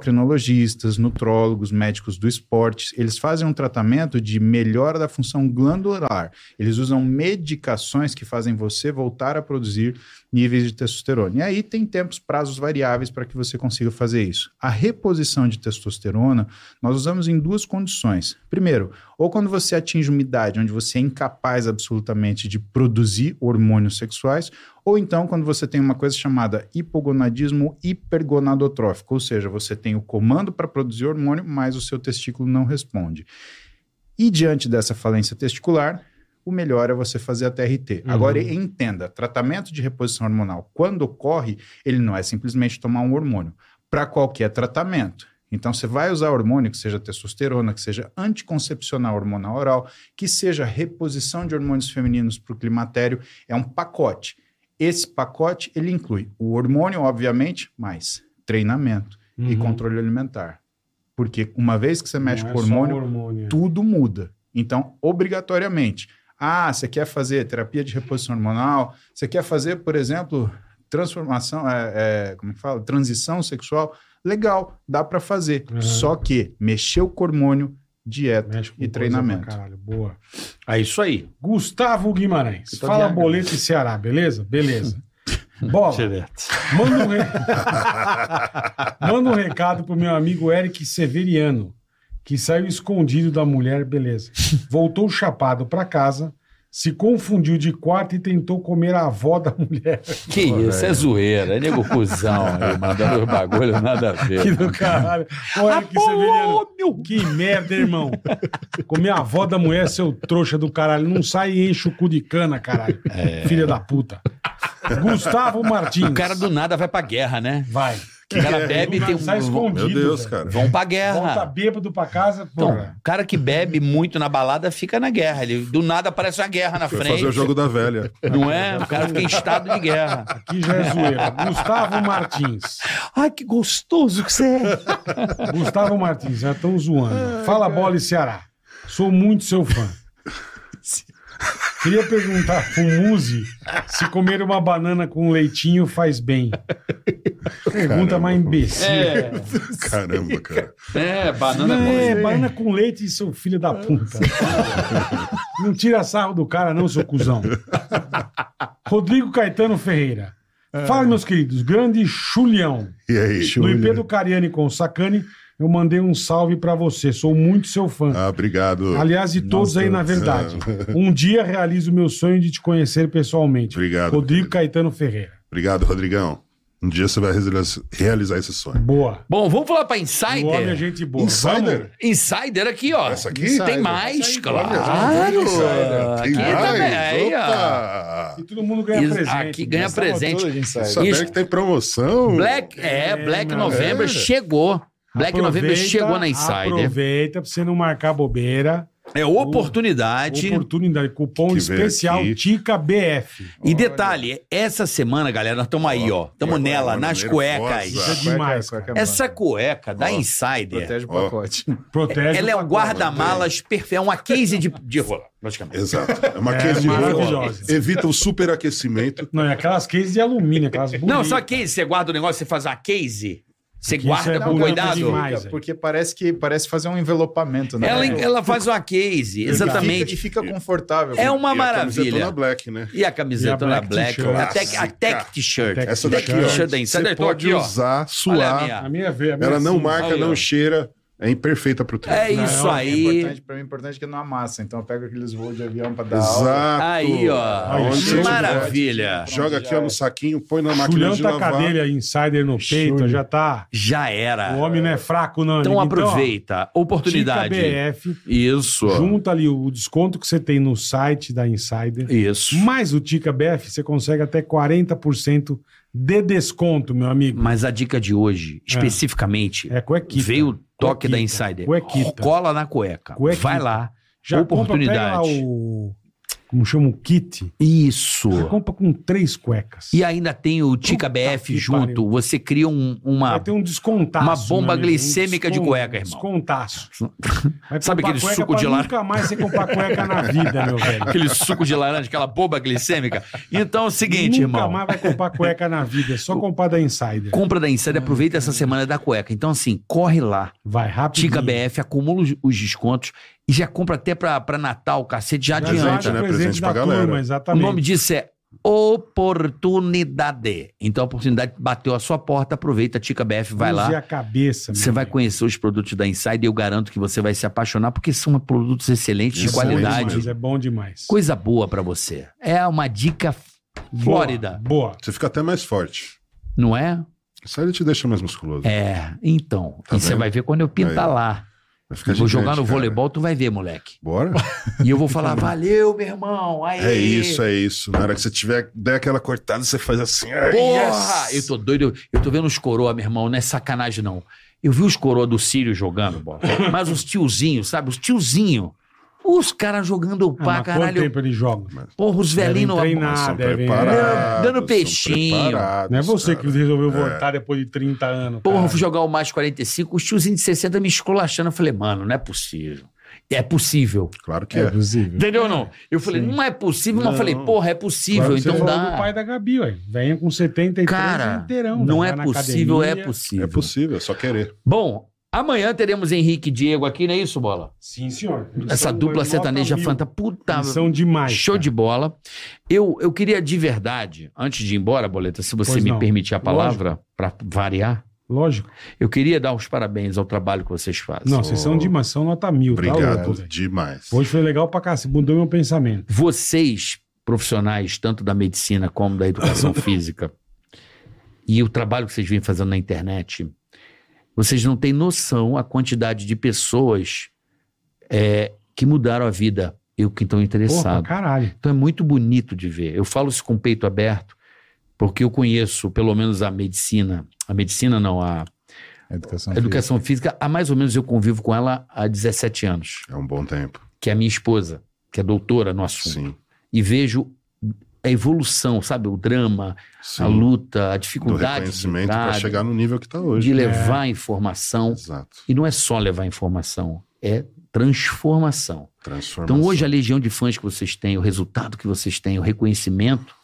Speaker 5: endocrinologistas, nutrólogos, médicos do esporte, eles fazem um tratamento de melhora da função glandular. Eles usam medicações que fazem você voltar a produzir níveis de testosterona. E aí tem tempos, prazos variáveis para que você consiga fazer isso. A reposição de testosterona nós usamos em duas condições. Primeiro, ou quando você atinge uma idade onde você é incapaz absolutamente de produzir hormônios sexuais, ou então quando você tem uma coisa chamada hipogonadismo hipergonadotrófico, ou seja, você tem o comando para produzir hormônio, mas o seu testículo não responde. E diante dessa falência testicular, o melhor é você fazer a TRT. Agora, entenda, tratamento de reposição hormonal, quando ocorre, ele não é simplesmente tomar um hormônio. Para qualquer tratamento. Então, você vai usar hormônio, que seja testosterona, que seja anticoncepcional hormonal oral, que seja reposição de hormônios femininos para o climatério, é um pacote. Esse pacote, ele inclui o hormônio, obviamente, mais treinamento e controle alimentar. Porque uma vez que você mexe
Speaker 3: Uhum. Não é
Speaker 5: com
Speaker 3: só
Speaker 5: hormônio,
Speaker 3: hormônio.
Speaker 5: tudo muda. Então, obrigatoriamente. Ah, você quer fazer terapia de reposição hormonal? Você quer fazer, por exemplo, transformação, é, é, como é que fala? Transição sexual? Legal, dá para fazer.
Speaker 3: Uhum.
Speaker 5: Só que mexeu com hormônio, dieta
Speaker 3: Mexe com
Speaker 5: é e
Speaker 3: coisa
Speaker 5: treinamento.
Speaker 3: pra caralho, boa.
Speaker 2: É isso aí.
Speaker 3: Gustavo Guimarães.
Speaker 5: tô
Speaker 3: Fala
Speaker 5: viagra.
Speaker 3: boleto e Ceará, beleza? Beleza. Bola. Manda um, re- Manda um recado pro meu amigo Eric Severiano, que saiu escondido da mulher, beleza. Voltou chapado pra casa, se confundiu de quarto e tentou comer a avó da mulher.
Speaker 2: Que isso, é zoeira. É nego cuzão aí, mandando os bagulho, nada a ver.
Speaker 3: Que do caralho. Ô, Eric Severiano, que merda, irmão. Comer a avó da mulher, seu trouxa do caralho. Não sai e enche o cu de cana, caralho.
Speaker 2: É.
Speaker 3: Filha da puta. Gustavo Martins.
Speaker 2: O cara do nada vai pra guerra, né?
Speaker 3: Vai.
Speaker 2: O cara
Speaker 6: é?
Speaker 2: bebe e tem
Speaker 3: Sai
Speaker 2: um.
Speaker 3: escondido.
Speaker 6: Meu Deus,
Speaker 3: velho.
Speaker 6: cara.
Speaker 2: Vão pra
Speaker 3: Volta
Speaker 2: guerra.
Speaker 3: bêbado pra casa,
Speaker 2: Então,
Speaker 3: porra.
Speaker 2: o cara que bebe muito na balada fica na guerra. Ele, do nada aparece uma guerra na
Speaker 6: Foi
Speaker 2: frente.
Speaker 6: fazer o jogo da velha.
Speaker 2: Não é? O cara fica em estado de guerra.
Speaker 3: Aqui já é zoeira. Gustavo Martins.
Speaker 2: Ai, que gostoso que você é.
Speaker 3: Gustavo Martins, já estão zoando. Fala bola e Ceará. Sou muito seu fã. Queria perguntar pro Muzi se comer uma banana com leitinho faz bem. Pergunta
Speaker 6: Caramba,
Speaker 3: mais
Speaker 6: pô.
Speaker 3: imbecil.
Speaker 2: É,
Speaker 6: Caramba, cara.
Speaker 2: é banana
Speaker 3: Não,
Speaker 2: é,
Speaker 3: é, banana com leite, seu filho da puta. Não tira sarro do cara, não, seu cuzão. Rodrigo Caetano Ferreira.
Speaker 6: É.
Speaker 3: Fala, meus queridos. Grande Julião.
Speaker 6: E aí?
Speaker 3: No IP do Cariani com o Sacani, eu mandei um salve pra você. Sou muito seu fã.
Speaker 6: Ah, obrigado.
Speaker 3: Aliás, de todos aí, na verdade. Um dia realizo o meu sonho de te conhecer pessoalmente.
Speaker 6: Obrigado.
Speaker 3: Rodrigo Caetano Ferreira.
Speaker 6: Obrigado, Rodrigão. Um dia você vai realizar- realizar esse sonho.
Speaker 3: Boa.
Speaker 2: Bom, vamos falar pra
Speaker 3: O homem é
Speaker 2: Insider.
Speaker 3: gente boa.
Speaker 6: Insider?
Speaker 2: Insider aqui, ó.
Speaker 6: Essa aqui?
Speaker 2: Ah, Tem
Speaker 6: Insider.
Speaker 2: mais,
Speaker 6: Essa aí, olha,
Speaker 2: claro.
Speaker 6: Insider.
Speaker 2: né? Aqui
Speaker 6: Tem mais?
Speaker 2: também. Aí, ó.
Speaker 6: Opa!
Speaker 3: E todo mundo ganha
Speaker 2: Isso,
Speaker 3: presente. é
Speaker 2: aqui ganha né?
Speaker 3: Nessa
Speaker 2: presente.
Speaker 5: Toda de insider.
Speaker 6: Saber
Speaker 2: Isso.
Speaker 6: que tem promoção.
Speaker 2: Black, é, Black
Speaker 3: É,
Speaker 2: November
Speaker 6: é.
Speaker 2: chegou. Black
Speaker 3: Aproveita-
Speaker 2: November chegou na Insider.
Speaker 3: Aproveita pra você não marcar bobeira.
Speaker 2: É oportunidade.
Speaker 3: Oportunidade, cupom
Speaker 6: Que vem
Speaker 3: especial
Speaker 6: aqui.
Speaker 3: Tica BF.
Speaker 2: E detalhe, essa semana, galera, nós estamos aí, ó. Estamos
Speaker 6: Agora,
Speaker 2: nela,
Speaker 6: mano,
Speaker 2: nas
Speaker 6: nervosa.
Speaker 2: cuecas.
Speaker 3: Isso é
Speaker 5: Cueca,
Speaker 3: demais,
Speaker 5: cueca
Speaker 3: cara.
Speaker 5: branca.
Speaker 2: Essa cueca da
Speaker 6: Ó,
Speaker 2: Insider,
Speaker 5: Protege o
Speaker 6: Ó.
Speaker 5: pacote.
Speaker 3: Protege
Speaker 2: ela é
Speaker 3: o né?
Speaker 2: um
Speaker 3: pacote.
Speaker 2: guarda-malas perfeito. É uma case de, de rola, praticamente.
Speaker 6: Exato. É uma
Speaker 3: É,
Speaker 6: case de
Speaker 3: maravilhosa.
Speaker 6: roupa. Evita o superaquecimento.
Speaker 3: Não, é aquelas cases de alumínio, aquelas bonitas.
Speaker 2: Não, só case. Você guarda o negócio, você faz uma case. Você
Speaker 3: É Isso
Speaker 2: guarda
Speaker 3: é
Speaker 2: com
Speaker 3: bonito
Speaker 2: cuidado.
Speaker 3: demais. é.
Speaker 5: Fica,
Speaker 3: velho.
Speaker 5: porque parece que parece fazer um envelopamento, né?
Speaker 2: Ela,
Speaker 5: É.
Speaker 2: ela faz uma case,
Speaker 5: E
Speaker 2: exatamente.
Speaker 5: fica, e fica confortável.
Speaker 3: um
Speaker 2: É
Speaker 6: E
Speaker 2: uma
Speaker 6: a camisetona
Speaker 2: maravilha.
Speaker 6: Black, né?
Speaker 2: E a camiseta
Speaker 3: E a
Speaker 2: na
Speaker 3: black
Speaker 2: black,
Speaker 3: t-shirt.
Speaker 2: a tech- a tech t-shirt.
Speaker 3: Tech
Speaker 6: Essa
Speaker 2: Tech
Speaker 6: daqui, ó.
Speaker 2: t-shirt da
Speaker 6: Você
Speaker 2: Insider. Tô
Speaker 6: pode
Speaker 2: aqui, ó.
Speaker 6: usar,
Speaker 2: Olha a
Speaker 6: suar.
Speaker 2: minha.
Speaker 3: A minha vê. a minha assim,
Speaker 6: Ela não
Speaker 3: cinza.
Speaker 6: marca,
Speaker 2: Aí, ó.
Speaker 6: não cheira. É imperfeita pro tempo.
Speaker 2: É isso
Speaker 3: Não, é
Speaker 2: aí.
Speaker 5: Importante, pra mim, importante é que não amassa. Então eu pego aqueles voos de avião pra dar aula.
Speaker 6: Exato.
Speaker 2: Aí,
Speaker 6: Aonde você
Speaker 2: ó.
Speaker 6: tiver.
Speaker 2: Maravilha.
Speaker 6: Joga aqui ó, no saquinho, põe na máquina
Speaker 3: Julião
Speaker 6: de
Speaker 3: tá com a
Speaker 6: lavar. né?
Speaker 3: dele, aí, insider no peito,
Speaker 5: Júlio.
Speaker 3: já tá.
Speaker 2: Já era.
Speaker 3: O homem não é fraco, não.
Speaker 2: Então
Speaker 3: amigo.
Speaker 2: aproveita.
Speaker 3: ó, Tica
Speaker 2: Oportunidade.
Speaker 3: BF,
Speaker 2: Isso.
Speaker 3: junta ali o desconto que você tem no site da Insider.
Speaker 2: Isso.
Speaker 3: Mais o Tica BF, você consegue até 40% de desconto, meu amigo.
Speaker 2: Mas a dica de hoje, especificamente,
Speaker 3: É cuequita.
Speaker 2: Hum. veio o toque
Speaker 3: Cuequita.
Speaker 2: da Insider.
Speaker 3: Cuequita.
Speaker 2: Cola na cueca.
Speaker 3: Cuequita.
Speaker 2: Vai lá.
Speaker 3: Já
Speaker 2: oportunidade.
Speaker 3: Compra, pega lá o, como chama o kit?
Speaker 2: Isso.
Speaker 3: Você compra com três cuecas.
Speaker 2: E ainda tem o Tica
Speaker 3: Puta
Speaker 2: BF
Speaker 3: que
Speaker 2: junto.
Speaker 3: pariu.
Speaker 2: Você cria um-
Speaker 3: Vai
Speaker 2: uma.
Speaker 3: ter um descontaço.
Speaker 2: uma bomba
Speaker 3: meu amigo, um
Speaker 2: glicêmica de cueca, irmão.
Speaker 3: Descontaço. Vai
Speaker 2: Sabe
Speaker 3: comprar
Speaker 2: aquele
Speaker 3: cueca
Speaker 2: suco de
Speaker 3: pra
Speaker 2: lar-
Speaker 3: Nunca mais você comprar cueca na vida, meu velho.
Speaker 2: Aquele suco de laranja, aquela boba glicêmica. Então é o seguinte,
Speaker 3: Nunca
Speaker 2: irmão.
Speaker 3: mais vai comprar cueca na vida, é só comprar da Insider.
Speaker 2: Compra da Insider, aproveita essa semana da cueca. Então, assim, corre lá.
Speaker 3: Vai rápido.
Speaker 2: Tica BF, acumula os, os descontos e já compra até pra, pra Natal, cacete, já adianta.
Speaker 6: né? Presente pra galera.
Speaker 2: O
Speaker 3: exatamente.
Speaker 2: nome disso é oportunidade. Então a oportunidade bateu a sua porta, aproveita, Tica BF, vai
Speaker 3: Use
Speaker 2: lá.
Speaker 3: a cabeça,
Speaker 2: Você
Speaker 3: meu
Speaker 2: vai
Speaker 3: velho.
Speaker 2: conhecer os produtos da Insider e eu garanto que você vai se apaixonar porque são produtos excelentes, de
Speaker 6: Isso,
Speaker 2: qualidade.
Speaker 3: É bom demais. É bom demais.
Speaker 2: Coisa boa pra você. É uma dica Flórida,
Speaker 3: Boa. Ah,
Speaker 6: Você fica até mais forte.
Speaker 2: não é?
Speaker 6: Isso aí te deixa mais musculoso.
Speaker 2: É, então.
Speaker 6: Tá
Speaker 2: e você
Speaker 6: vendo?
Speaker 2: vai ver quando eu pintar
Speaker 6: Aí.
Speaker 2: lá.
Speaker 6: Vai ficar
Speaker 2: Eu vou
Speaker 6: gigante,
Speaker 2: jogar no
Speaker 6: cara.
Speaker 2: voleibol, tu vai ver, moleque.
Speaker 6: Bora?
Speaker 2: E eu vou falar, valeu, meu irmão. Aí.
Speaker 6: É isso, é isso. Na hora que você tiver, der aquela cortada, você faz assim. "Ai,
Speaker 2: Porra!
Speaker 6: yes!"
Speaker 2: Eu tô doido. eu- Eu tô vendo os coroa, meu irmão. Não é sacanagem, não. Eu vi os coroa do Sírio jogando, bola. mas os tiozinhos, sabe? Os tiozinhos. Os caras jogando
Speaker 3: Ah,
Speaker 2: pra
Speaker 3: mas quanto
Speaker 2: caralho.
Speaker 3: tempo ele joga?
Speaker 2: Porra, os
Speaker 3: Devem
Speaker 2: velhinhos.
Speaker 3: treinar,
Speaker 6: São
Speaker 3: devem-
Speaker 6: preparados.
Speaker 2: Dando
Speaker 6: são
Speaker 2: peixinho.
Speaker 3: Ah,
Speaker 6: preparados,
Speaker 3: Não é você
Speaker 6: cara.
Speaker 3: que resolveu voltar depois de 30 anos.
Speaker 2: Porra, eu
Speaker 3: cara.
Speaker 2: fui jogar o mais 45, os tiozinhos de 60 me esculachando. Eu falei, mano, não é possível. É possível.
Speaker 6: Claro que é.
Speaker 5: possível.
Speaker 2: Entendeu ou não? Eu falei, não é possível, mas
Speaker 6: Não.
Speaker 2: falei, porra, é possível,
Speaker 3: Agora você
Speaker 2: então
Speaker 3: falou do
Speaker 2: dá.
Speaker 3: pai da Gabi, ué. Venha com 73
Speaker 2: Cara,
Speaker 3: inteirão. né?
Speaker 2: não
Speaker 3: vai
Speaker 2: é
Speaker 3: na
Speaker 2: possível, é
Speaker 3: academia.
Speaker 2: possível.
Speaker 6: É possível, é só querer.
Speaker 3: Tá
Speaker 2: Bom, amanhã teremos Henrique e Diego aqui, não é isso, Bola?
Speaker 3: Sim, senhor. Eles
Speaker 2: Essa
Speaker 3: são
Speaker 2: dupla
Speaker 3: nota
Speaker 2: sertaneja
Speaker 3: mil.
Speaker 2: fanta, puta,
Speaker 3: Eles São demais.
Speaker 2: show
Speaker 3: cara.
Speaker 2: de bola. Eu, eu queria de verdade, antes de ir embora, Boleta, se você
Speaker 3: Pois
Speaker 2: me
Speaker 3: não.
Speaker 2: permitir a palavra, pra variar,
Speaker 3: Lógico.
Speaker 2: eu queria dar os parabéns ao trabalho que vocês fazem.
Speaker 3: Não, vocês são demais, são nota mil. tá
Speaker 6: Obrigado
Speaker 3: louco, velho.
Speaker 6: demais.
Speaker 3: Hoje foi legal pra cá, você mudou meu pensamento.
Speaker 2: Vocês, profissionais, tanto da medicina como da educação física, e o trabalho que vocês vêm fazendo na internet, vocês não têm noção a quantidade de pessoas é, que mudaram a vida e o que estão
Speaker 3: Porra, pra
Speaker 2: interessados.
Speaker 3: caralho.
Speaker 2: Então é muito bonito de ver. Eu falo isso com o peito aberto, Porque eu conheço, pelo menos, a medicina. A medicina não, a
Speaker 5: Educação,
Speaker 2: educação física. Há mais ou menos eu convivo com ela há 17 anos,
Speaker 6: É um bom tempo.
Speaker 2: que é a minha esposa, que é doutora no assunto.
Speaker 6: Sim.
Speaker 2: E vejo a evolução, sabe? O drama,
Speaker 6: sim.
Speaker 2: a luta, a
Speaker 6: Do
Speaker 2: dificuldade de
Speaker 6: reconhecimento para
Speaker 2: entrar,
Speaker 6: chegar no nível que está
Speaker 2: de
Speaker 6: hoje.
Speaker 2: levar informação.
Speaker 6: Exato.
Speaker 2: E não é só levar informação, é transformação.
Speaker 6: Transformação.
Speaker 2: Então hoje a legião de fãs que vocês têm, o resultado que vocês têm, o reconhecimento,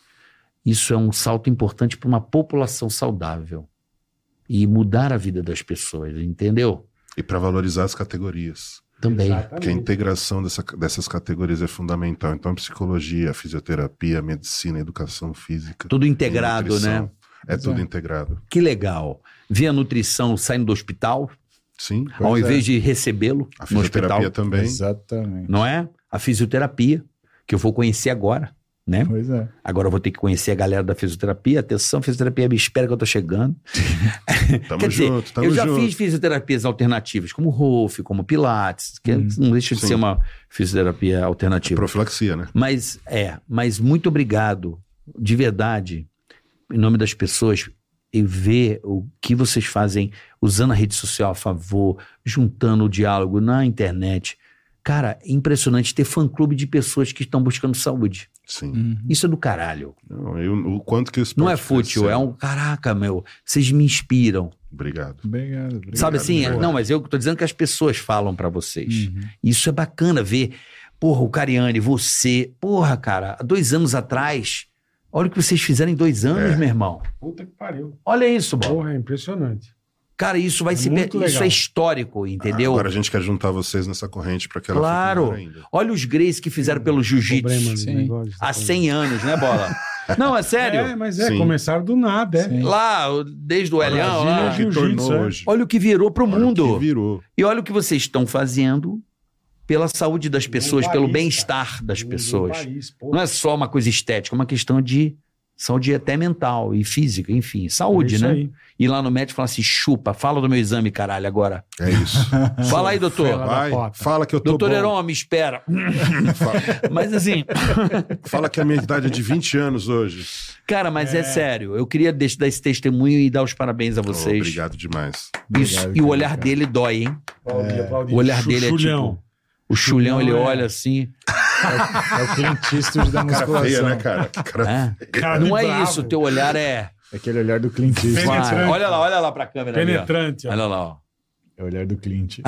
Speaker 2: isso é um salto importante para uma população saudável e mudar a vida das pessoas, entendeu?
Speaker 6: E para valorizar as categorias.
Speaker 2: Também.
Speaker 6: Porque a integração dessa- dessas categorias é fundamental. Então, a psicologia, a fisioterapia, a medicina, a educação física.
Speaker 2: Tudo
Speaker 6: e
Speaker 2: integrado,
Speaker 6: nutrição.
Speaker 2: né?
Speaker 6: É tudo
Speaker 5: Exato.
Speaker 6: integrado.
Speaker 2: Que legal. Ver a nutrição saindo do hospital,
Speaker 6: Sim.
Speaker 2: ao
Speaker 5: é.
Speaker 2: invés de recebê-lo
Speaker 6: A
Speaker 2: no hospital, né?
Speaker 6: fisioterapia também.
Speaker 5: Exatamente.
Speaker 2: não é? A fisioterapia, que eu vou conhecer agora, né?
Speaker 5: Pois é.
Speaker 2: Agora eu vou ter que conhecer a galera da fisioterapia. Atenção, fisioterapia, me espera que eu tô chegando.
Speaker 6: Tamo
Speaker 2: Quer dizer,
Speaker 6: junto, tamo
Speaker 2: eu já
Speaker 6: junto.
Speaker 2: fiz fisioterapias alternativas, como Rolf, como Pilates, que não deixa de
Speaker 6: Sim.
Speaker 2: ser uma fisioterapia alternativa.
Speaker 6: Profilaxia, né?
Speaker 2: Mas é, mas muito obrigado, de verdade, em nome das pessoas, e ver o que vocês fazem usando a rede social a favor, juntando o diálogo na internet. Cara, é impressionante ter fã-clube de pessoas que estão buscando saúde.
Speaker 6: Sim.
Speaker 3: Uhum.
Speaker 2: Isso é do caralho.
Speaker 6: Não, eu- o quanto que o esporte
Speaker 2: Não é fútil,
Speaker 6: cresceu.
Speaker 2: é um caraca, meu. Vocês me inspiram.
Speaker 6: Obrigado.
Speaker 5: Obrigado, obrigado.
Speaker 2: Sabe assim? é-
Speaker 6: boa.
Speaker 2: não, mas eu tô dizendo que as pessoas falam pra
Speaker 3: Hum.
Speaker 2: vocês.
Speaker 5: Uhum.
Speaker 2: Isso é bacana ver. Porra, o Cariani, você. Porra, cara, há dois anos atrás. Olha o que vocês fizeram em dois anos,
Speaker 6: É.
Speaker 2: meu irmão.
Speaker 3: Puta que pariu.
Speaker 2: Olha isso, bom.
Speaker 3: Porra, é impressionante.
Speaker 2: Cara, isso vai
Speaker 3: É
Speaker 2: se.
Speaker 3: muito
Speaker 2: per- Isso
Speaker 3: legal.
Speaker 2: é histórico, entendeu?
Speaker 6: Agora a gente quer juntar vocês nessa corrente para que ela
Speaker 2: Claro.
Speaker 6: fique melhor ainda.
Speaker 2: Olha os Greys que fizeram pelo
Speaker 3: Hum, Problema
Speaker 2: jiu-jitsu
Speaker 3: de
Speaker 5: Sim.
Speaker 3: negócio, tá
Speaker 2: há
Speaker 3: falando.
Speaker 2: 100 anos, né, bola? não, é
Speaker 3: É,
Speaker 2: sério.
Speaker 3: mas é,
Speaker 6: Sim.
Speaker 3: começaram do nada, é.
Speaker 5: Sim.
Speaker 2: Lá, o- desde o Elhão,
Speaker 3: Brasília,
Speaker 2: lá.
Speaker 3: Olha,
Speaker 6: que tornou
Speaker 3: jiu-jitsu, é.
Speaker 6: hoje.
Speaker 2: Olha o que virou pro
Speaker 6: Olha o
Speaker 2: mundo.
Speaker 6: que virou.
Speaker 2: E olha o que vocês estão fazendo pela saúde das pessoas, pelo
Speaker 3: país,
Speaker 2: bem-estar das
Speaker 3: No- no
Speaker 2: pessoas.
Speaker 3: país, porra.
Speaker 2: Não é só uma coisa estética, é uma questão de saúde até mental e física, enfim, saúde,
Speaker 3: É isso
Speaker 2: né?
Speaker 3: aí.
Speaker 2: E lá no médico fala assim: chupa, fala do meu exame, caralho, agora.
Speaker 6: É isso.
Speaker 3: Ah,
Speaker 2: Fala aí, doutor.
Speaker 3: Fela. da
Speaker 6: Vai,
Speaker 3: porta.
Speaker 6: fala que eu tô
Speaker 2: Doutor
Speaker 6: bom.
Speaker 2: Heron, me espera.
Speaker 6: Fala,
Speaker 2: Mas assim,
Speaker 6: fala que a minha idade é de 20 anos hoje.
Speaker 2: cara, mas é, sério. Eu queria des- dar esse testemunho e dar os parabéns a vocês.
Speaker 6: Obrigado demais.
Speaker 2: Isso-
Speaker 5: Obrigado,
Speaker 2: e o
Speaker 5: cara,
Speaker 2: olhar
Speaker 5: cara.
Speaker 2: dele dói, hein?
Speaker 3: Aplaudir, aplaudir.
Speaker 2: O olhar
Speaker 3: Chu-
Speaker 2: dele é
Speaker 3: chulhão.
Speaker 2: tipo. O chulhão,
Speaker 3: Não,
Speaker 2: ele
Speaker 3: é.
Speaker 2: olha assim.
Speaker 5: É o Clint da
Speaker 6: Cara feia,
Speaker 5: musculação.
Speaker 6: né, cara? Que cara
Speaker 2: né?
Speaker 3: Cara de
Speaker 2: Não é
Speaker 3: bravo.
Speaker 2: isso, o teu olhar é.
Speaker 5: Aquele olhar do Clint Eastwood.
Speaker 3: Penetrante.
Speaker 2: Vai, Olha lá, olha lá pra câmera. ali, ó.
Speaker 3: Penetrante, ó.
Speaker 2: Olha lá, ó.
Speaker 5: É o olhar do Clint.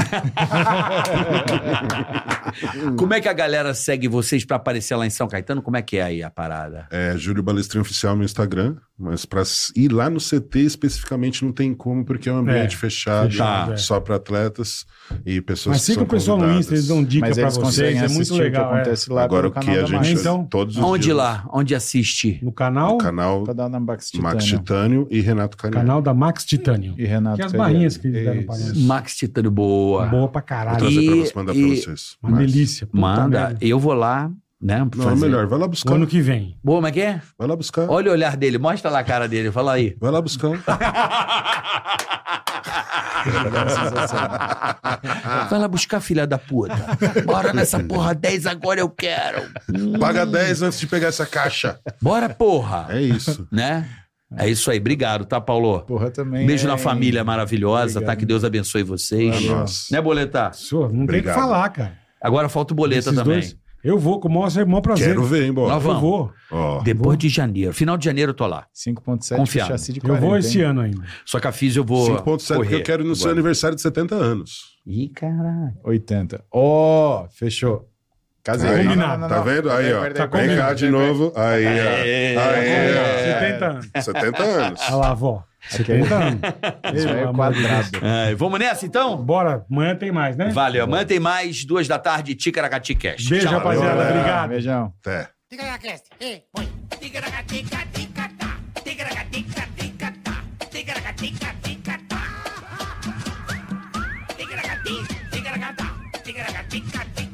Speaker 2: Como é que a galera segue vocês pra aparecer lá em São Caetano? Como é que é aí a parada?
Speaker 6: É Júlio Balestrinho Oficial no Instagram, mas para ir lá no CT especificamente não tem como, porque é um ambiente
Speaker 3: É,
Speaker 6: fechado,
Speaker 3: fechado, é.
Speaker 6: só para atletas e pessoas
Speaker 3: Mas
Speaker 6: que
Speaker 3: siga
Speaker 6: são
Speaker 3: o pessoal no
Speaker 6: convidadas.
Speaker 3: Insta, eles dão um dica
Speaker 5: Mas
Speaker 3: pra
Speaker 5: eles
Speaker 3: vocês,
Speaker 5: conseguem
Speaker 3: é
Speaker 5: assistir
Speaker 3: muito
Speaker 5: o
Speaker 3: legal.
Speaker 5: que
Speaker 3: é.
Speaker 5: acontece lá
Speaker 6: Agora o
Speaker 5: pelo
Speaker 6: que
Speaker 5: canal
Speaker 6: a
Speaker 5: da
Speaker 6: gente
Speaker 5: Max.
Speaker 3: Então,
Speaker 6: todos os
Speaker 2: Onde
Speaker 6: dias,
Speaker 2: lá? Onde assiste?
Speaker 3: No canal,
Speaker 6: No canal
Speaker 5: Canal da Max Titânio.
Speaker 6: Max Titânio e Renato Canel.
Speaker 3: Tá canal da Max Titânio.
Speaker 5: E Renato
Speaker 3: Que as
Speaker 5: Pereira.
Speaker 3: barrinhas que eles deram
Speaker 5: Isso.
Speaker 3: pra gente.
Speaker 2: Max Titânio Boa.
Speaker 3: Boa pra
Speaker 6: Vou
Speaker 3: caralho.
Speaker 6: trazer para
Speaker 2: E-
Speaker 6: você mandar para
Speaker 2: e-
Speaker 6: vocês.
Speaker 3: Uma
Speaker 6: Mas-
Speaker 3: delícia. puta
Speaker 2: Manda,
Speaker 3: merda.
Speaker 2: eu vou lá, né?
Speaker 6: tá Não, é
Speaker 2: fazer.
Speaker 6: melhor, vai lá
Speaker 3: O
Speaker 6: buscar.
Speaker 3: ano que vem.
Speaker 2: Boa, mas que é?
Speaker 6: Vai lá buscar.
Speaker 2: Olha o olhar dele, mostra lá a cara dele, fala aí.
Speaker 6: Vai lá buscar. Ah.
Speaker 2: Vai lá buscar, filha da puta. Bora nessa porra 10 agora eu quero.
Speaker 6: Paga 10 antes de pegar essa caixa.
Speaker 2: Bora, porra.
Speaker 6: É isso.
Speaker 2: Né? É isso aí, obrigado, tá, Paulo?
Speaker 5: Porra, também.
Speaker 2: Beijo
Speaker 5: é-
Speaker 2: na família maravilhosa,
Speaker 5: Obrigado.
Speaker 2: tá? Que Deus abençoe vocês.
Speaker 6: É
Speaker 5: Valeu.
Speaker 6: nosso.
Speaker 2: Né, Boleta?
Speaker 3: Senhor, não tem
Speaker 6: Obrigado.
Speaker 3: que falar, cara.
Speaker 2: Agora falta o Boleta
Speaker 3: Esses
Speaker 2: também.
Speaker 3: dois, Eu vou com o maior, maior prazer.
Speaker 6: Quero ver, hein,
Speaker 2: Nós
Speaker 6: bora.
Speaker 3: Eu
Speaker 2: vamos.
Speaker 3: vou.
Speaker 6: Ó,
Speaker 2: Depois de janeiro. Final de janeiro eu tô lá.
Speaker 5: 5.7
Speaker 2: Confiado.
Speaker 5: chassi de 40.
Speaker 3: Eu vou esse
Speaker 5: hein?
Speaker 3: ano ainda.
Speaker 2: Só que a Fis eu vou.
Speaker 6: 5.7 porque eu
Speaker 2: correr
Speaker 6: quero ir no seu
Speaker 2: agora.
Speaker 6: aniversário de 70 anos.
Speaker 2: Ih, caralho.
Speaker 5: 80. Ó, fechou. Casei.
Speaker 6: Aí,
Speaker 5: Não, não, não, não,
Speaker 6: Tá
Speaker 5: não.
Speaker 6: vendo? Aí, ó.
Speaker 5: Peraí,
Speaker 3: Tá
Speaker 5: peraí,
Speaker 6: Vem cá
Speaker 5: peraí,
Speaker 6: de
Speaker 5: peraí.
Speaker 6: novo. Aí, ó. Aí,
Speaker 3: 70 anos.
Speaker 6: ó. 70 anos.
Speaker 3: Olha lá, avó. 70 anos.
Speaker 5: Isso é aí é
Speaker 3: Pelo amor de
Speaker 5: quadrado.
Speaker 2: Ai, vamos nessa então?
Speaker 3: Bora, amanhã tem mais, né?
Speaker 2: Valeu. Amanhã tem mais, duas da tarde, Ticaracati Cast.
Speaker 3: Beijo,
Speaker 2: Tchau.
Speaker 3: rapaziada.
Speaker 6: galera.
Speaker 3: Obrigado.
Speaker 5: Beijão.
Speaker 6: Até.
Speaker 1: Tica na cresta. Ei, põe. Tica na tica, tica, tá. Tica na tica, tica, tá. Tica na tica, tica, tá. Tica na tica, tica, tá. Tica na tica, tica,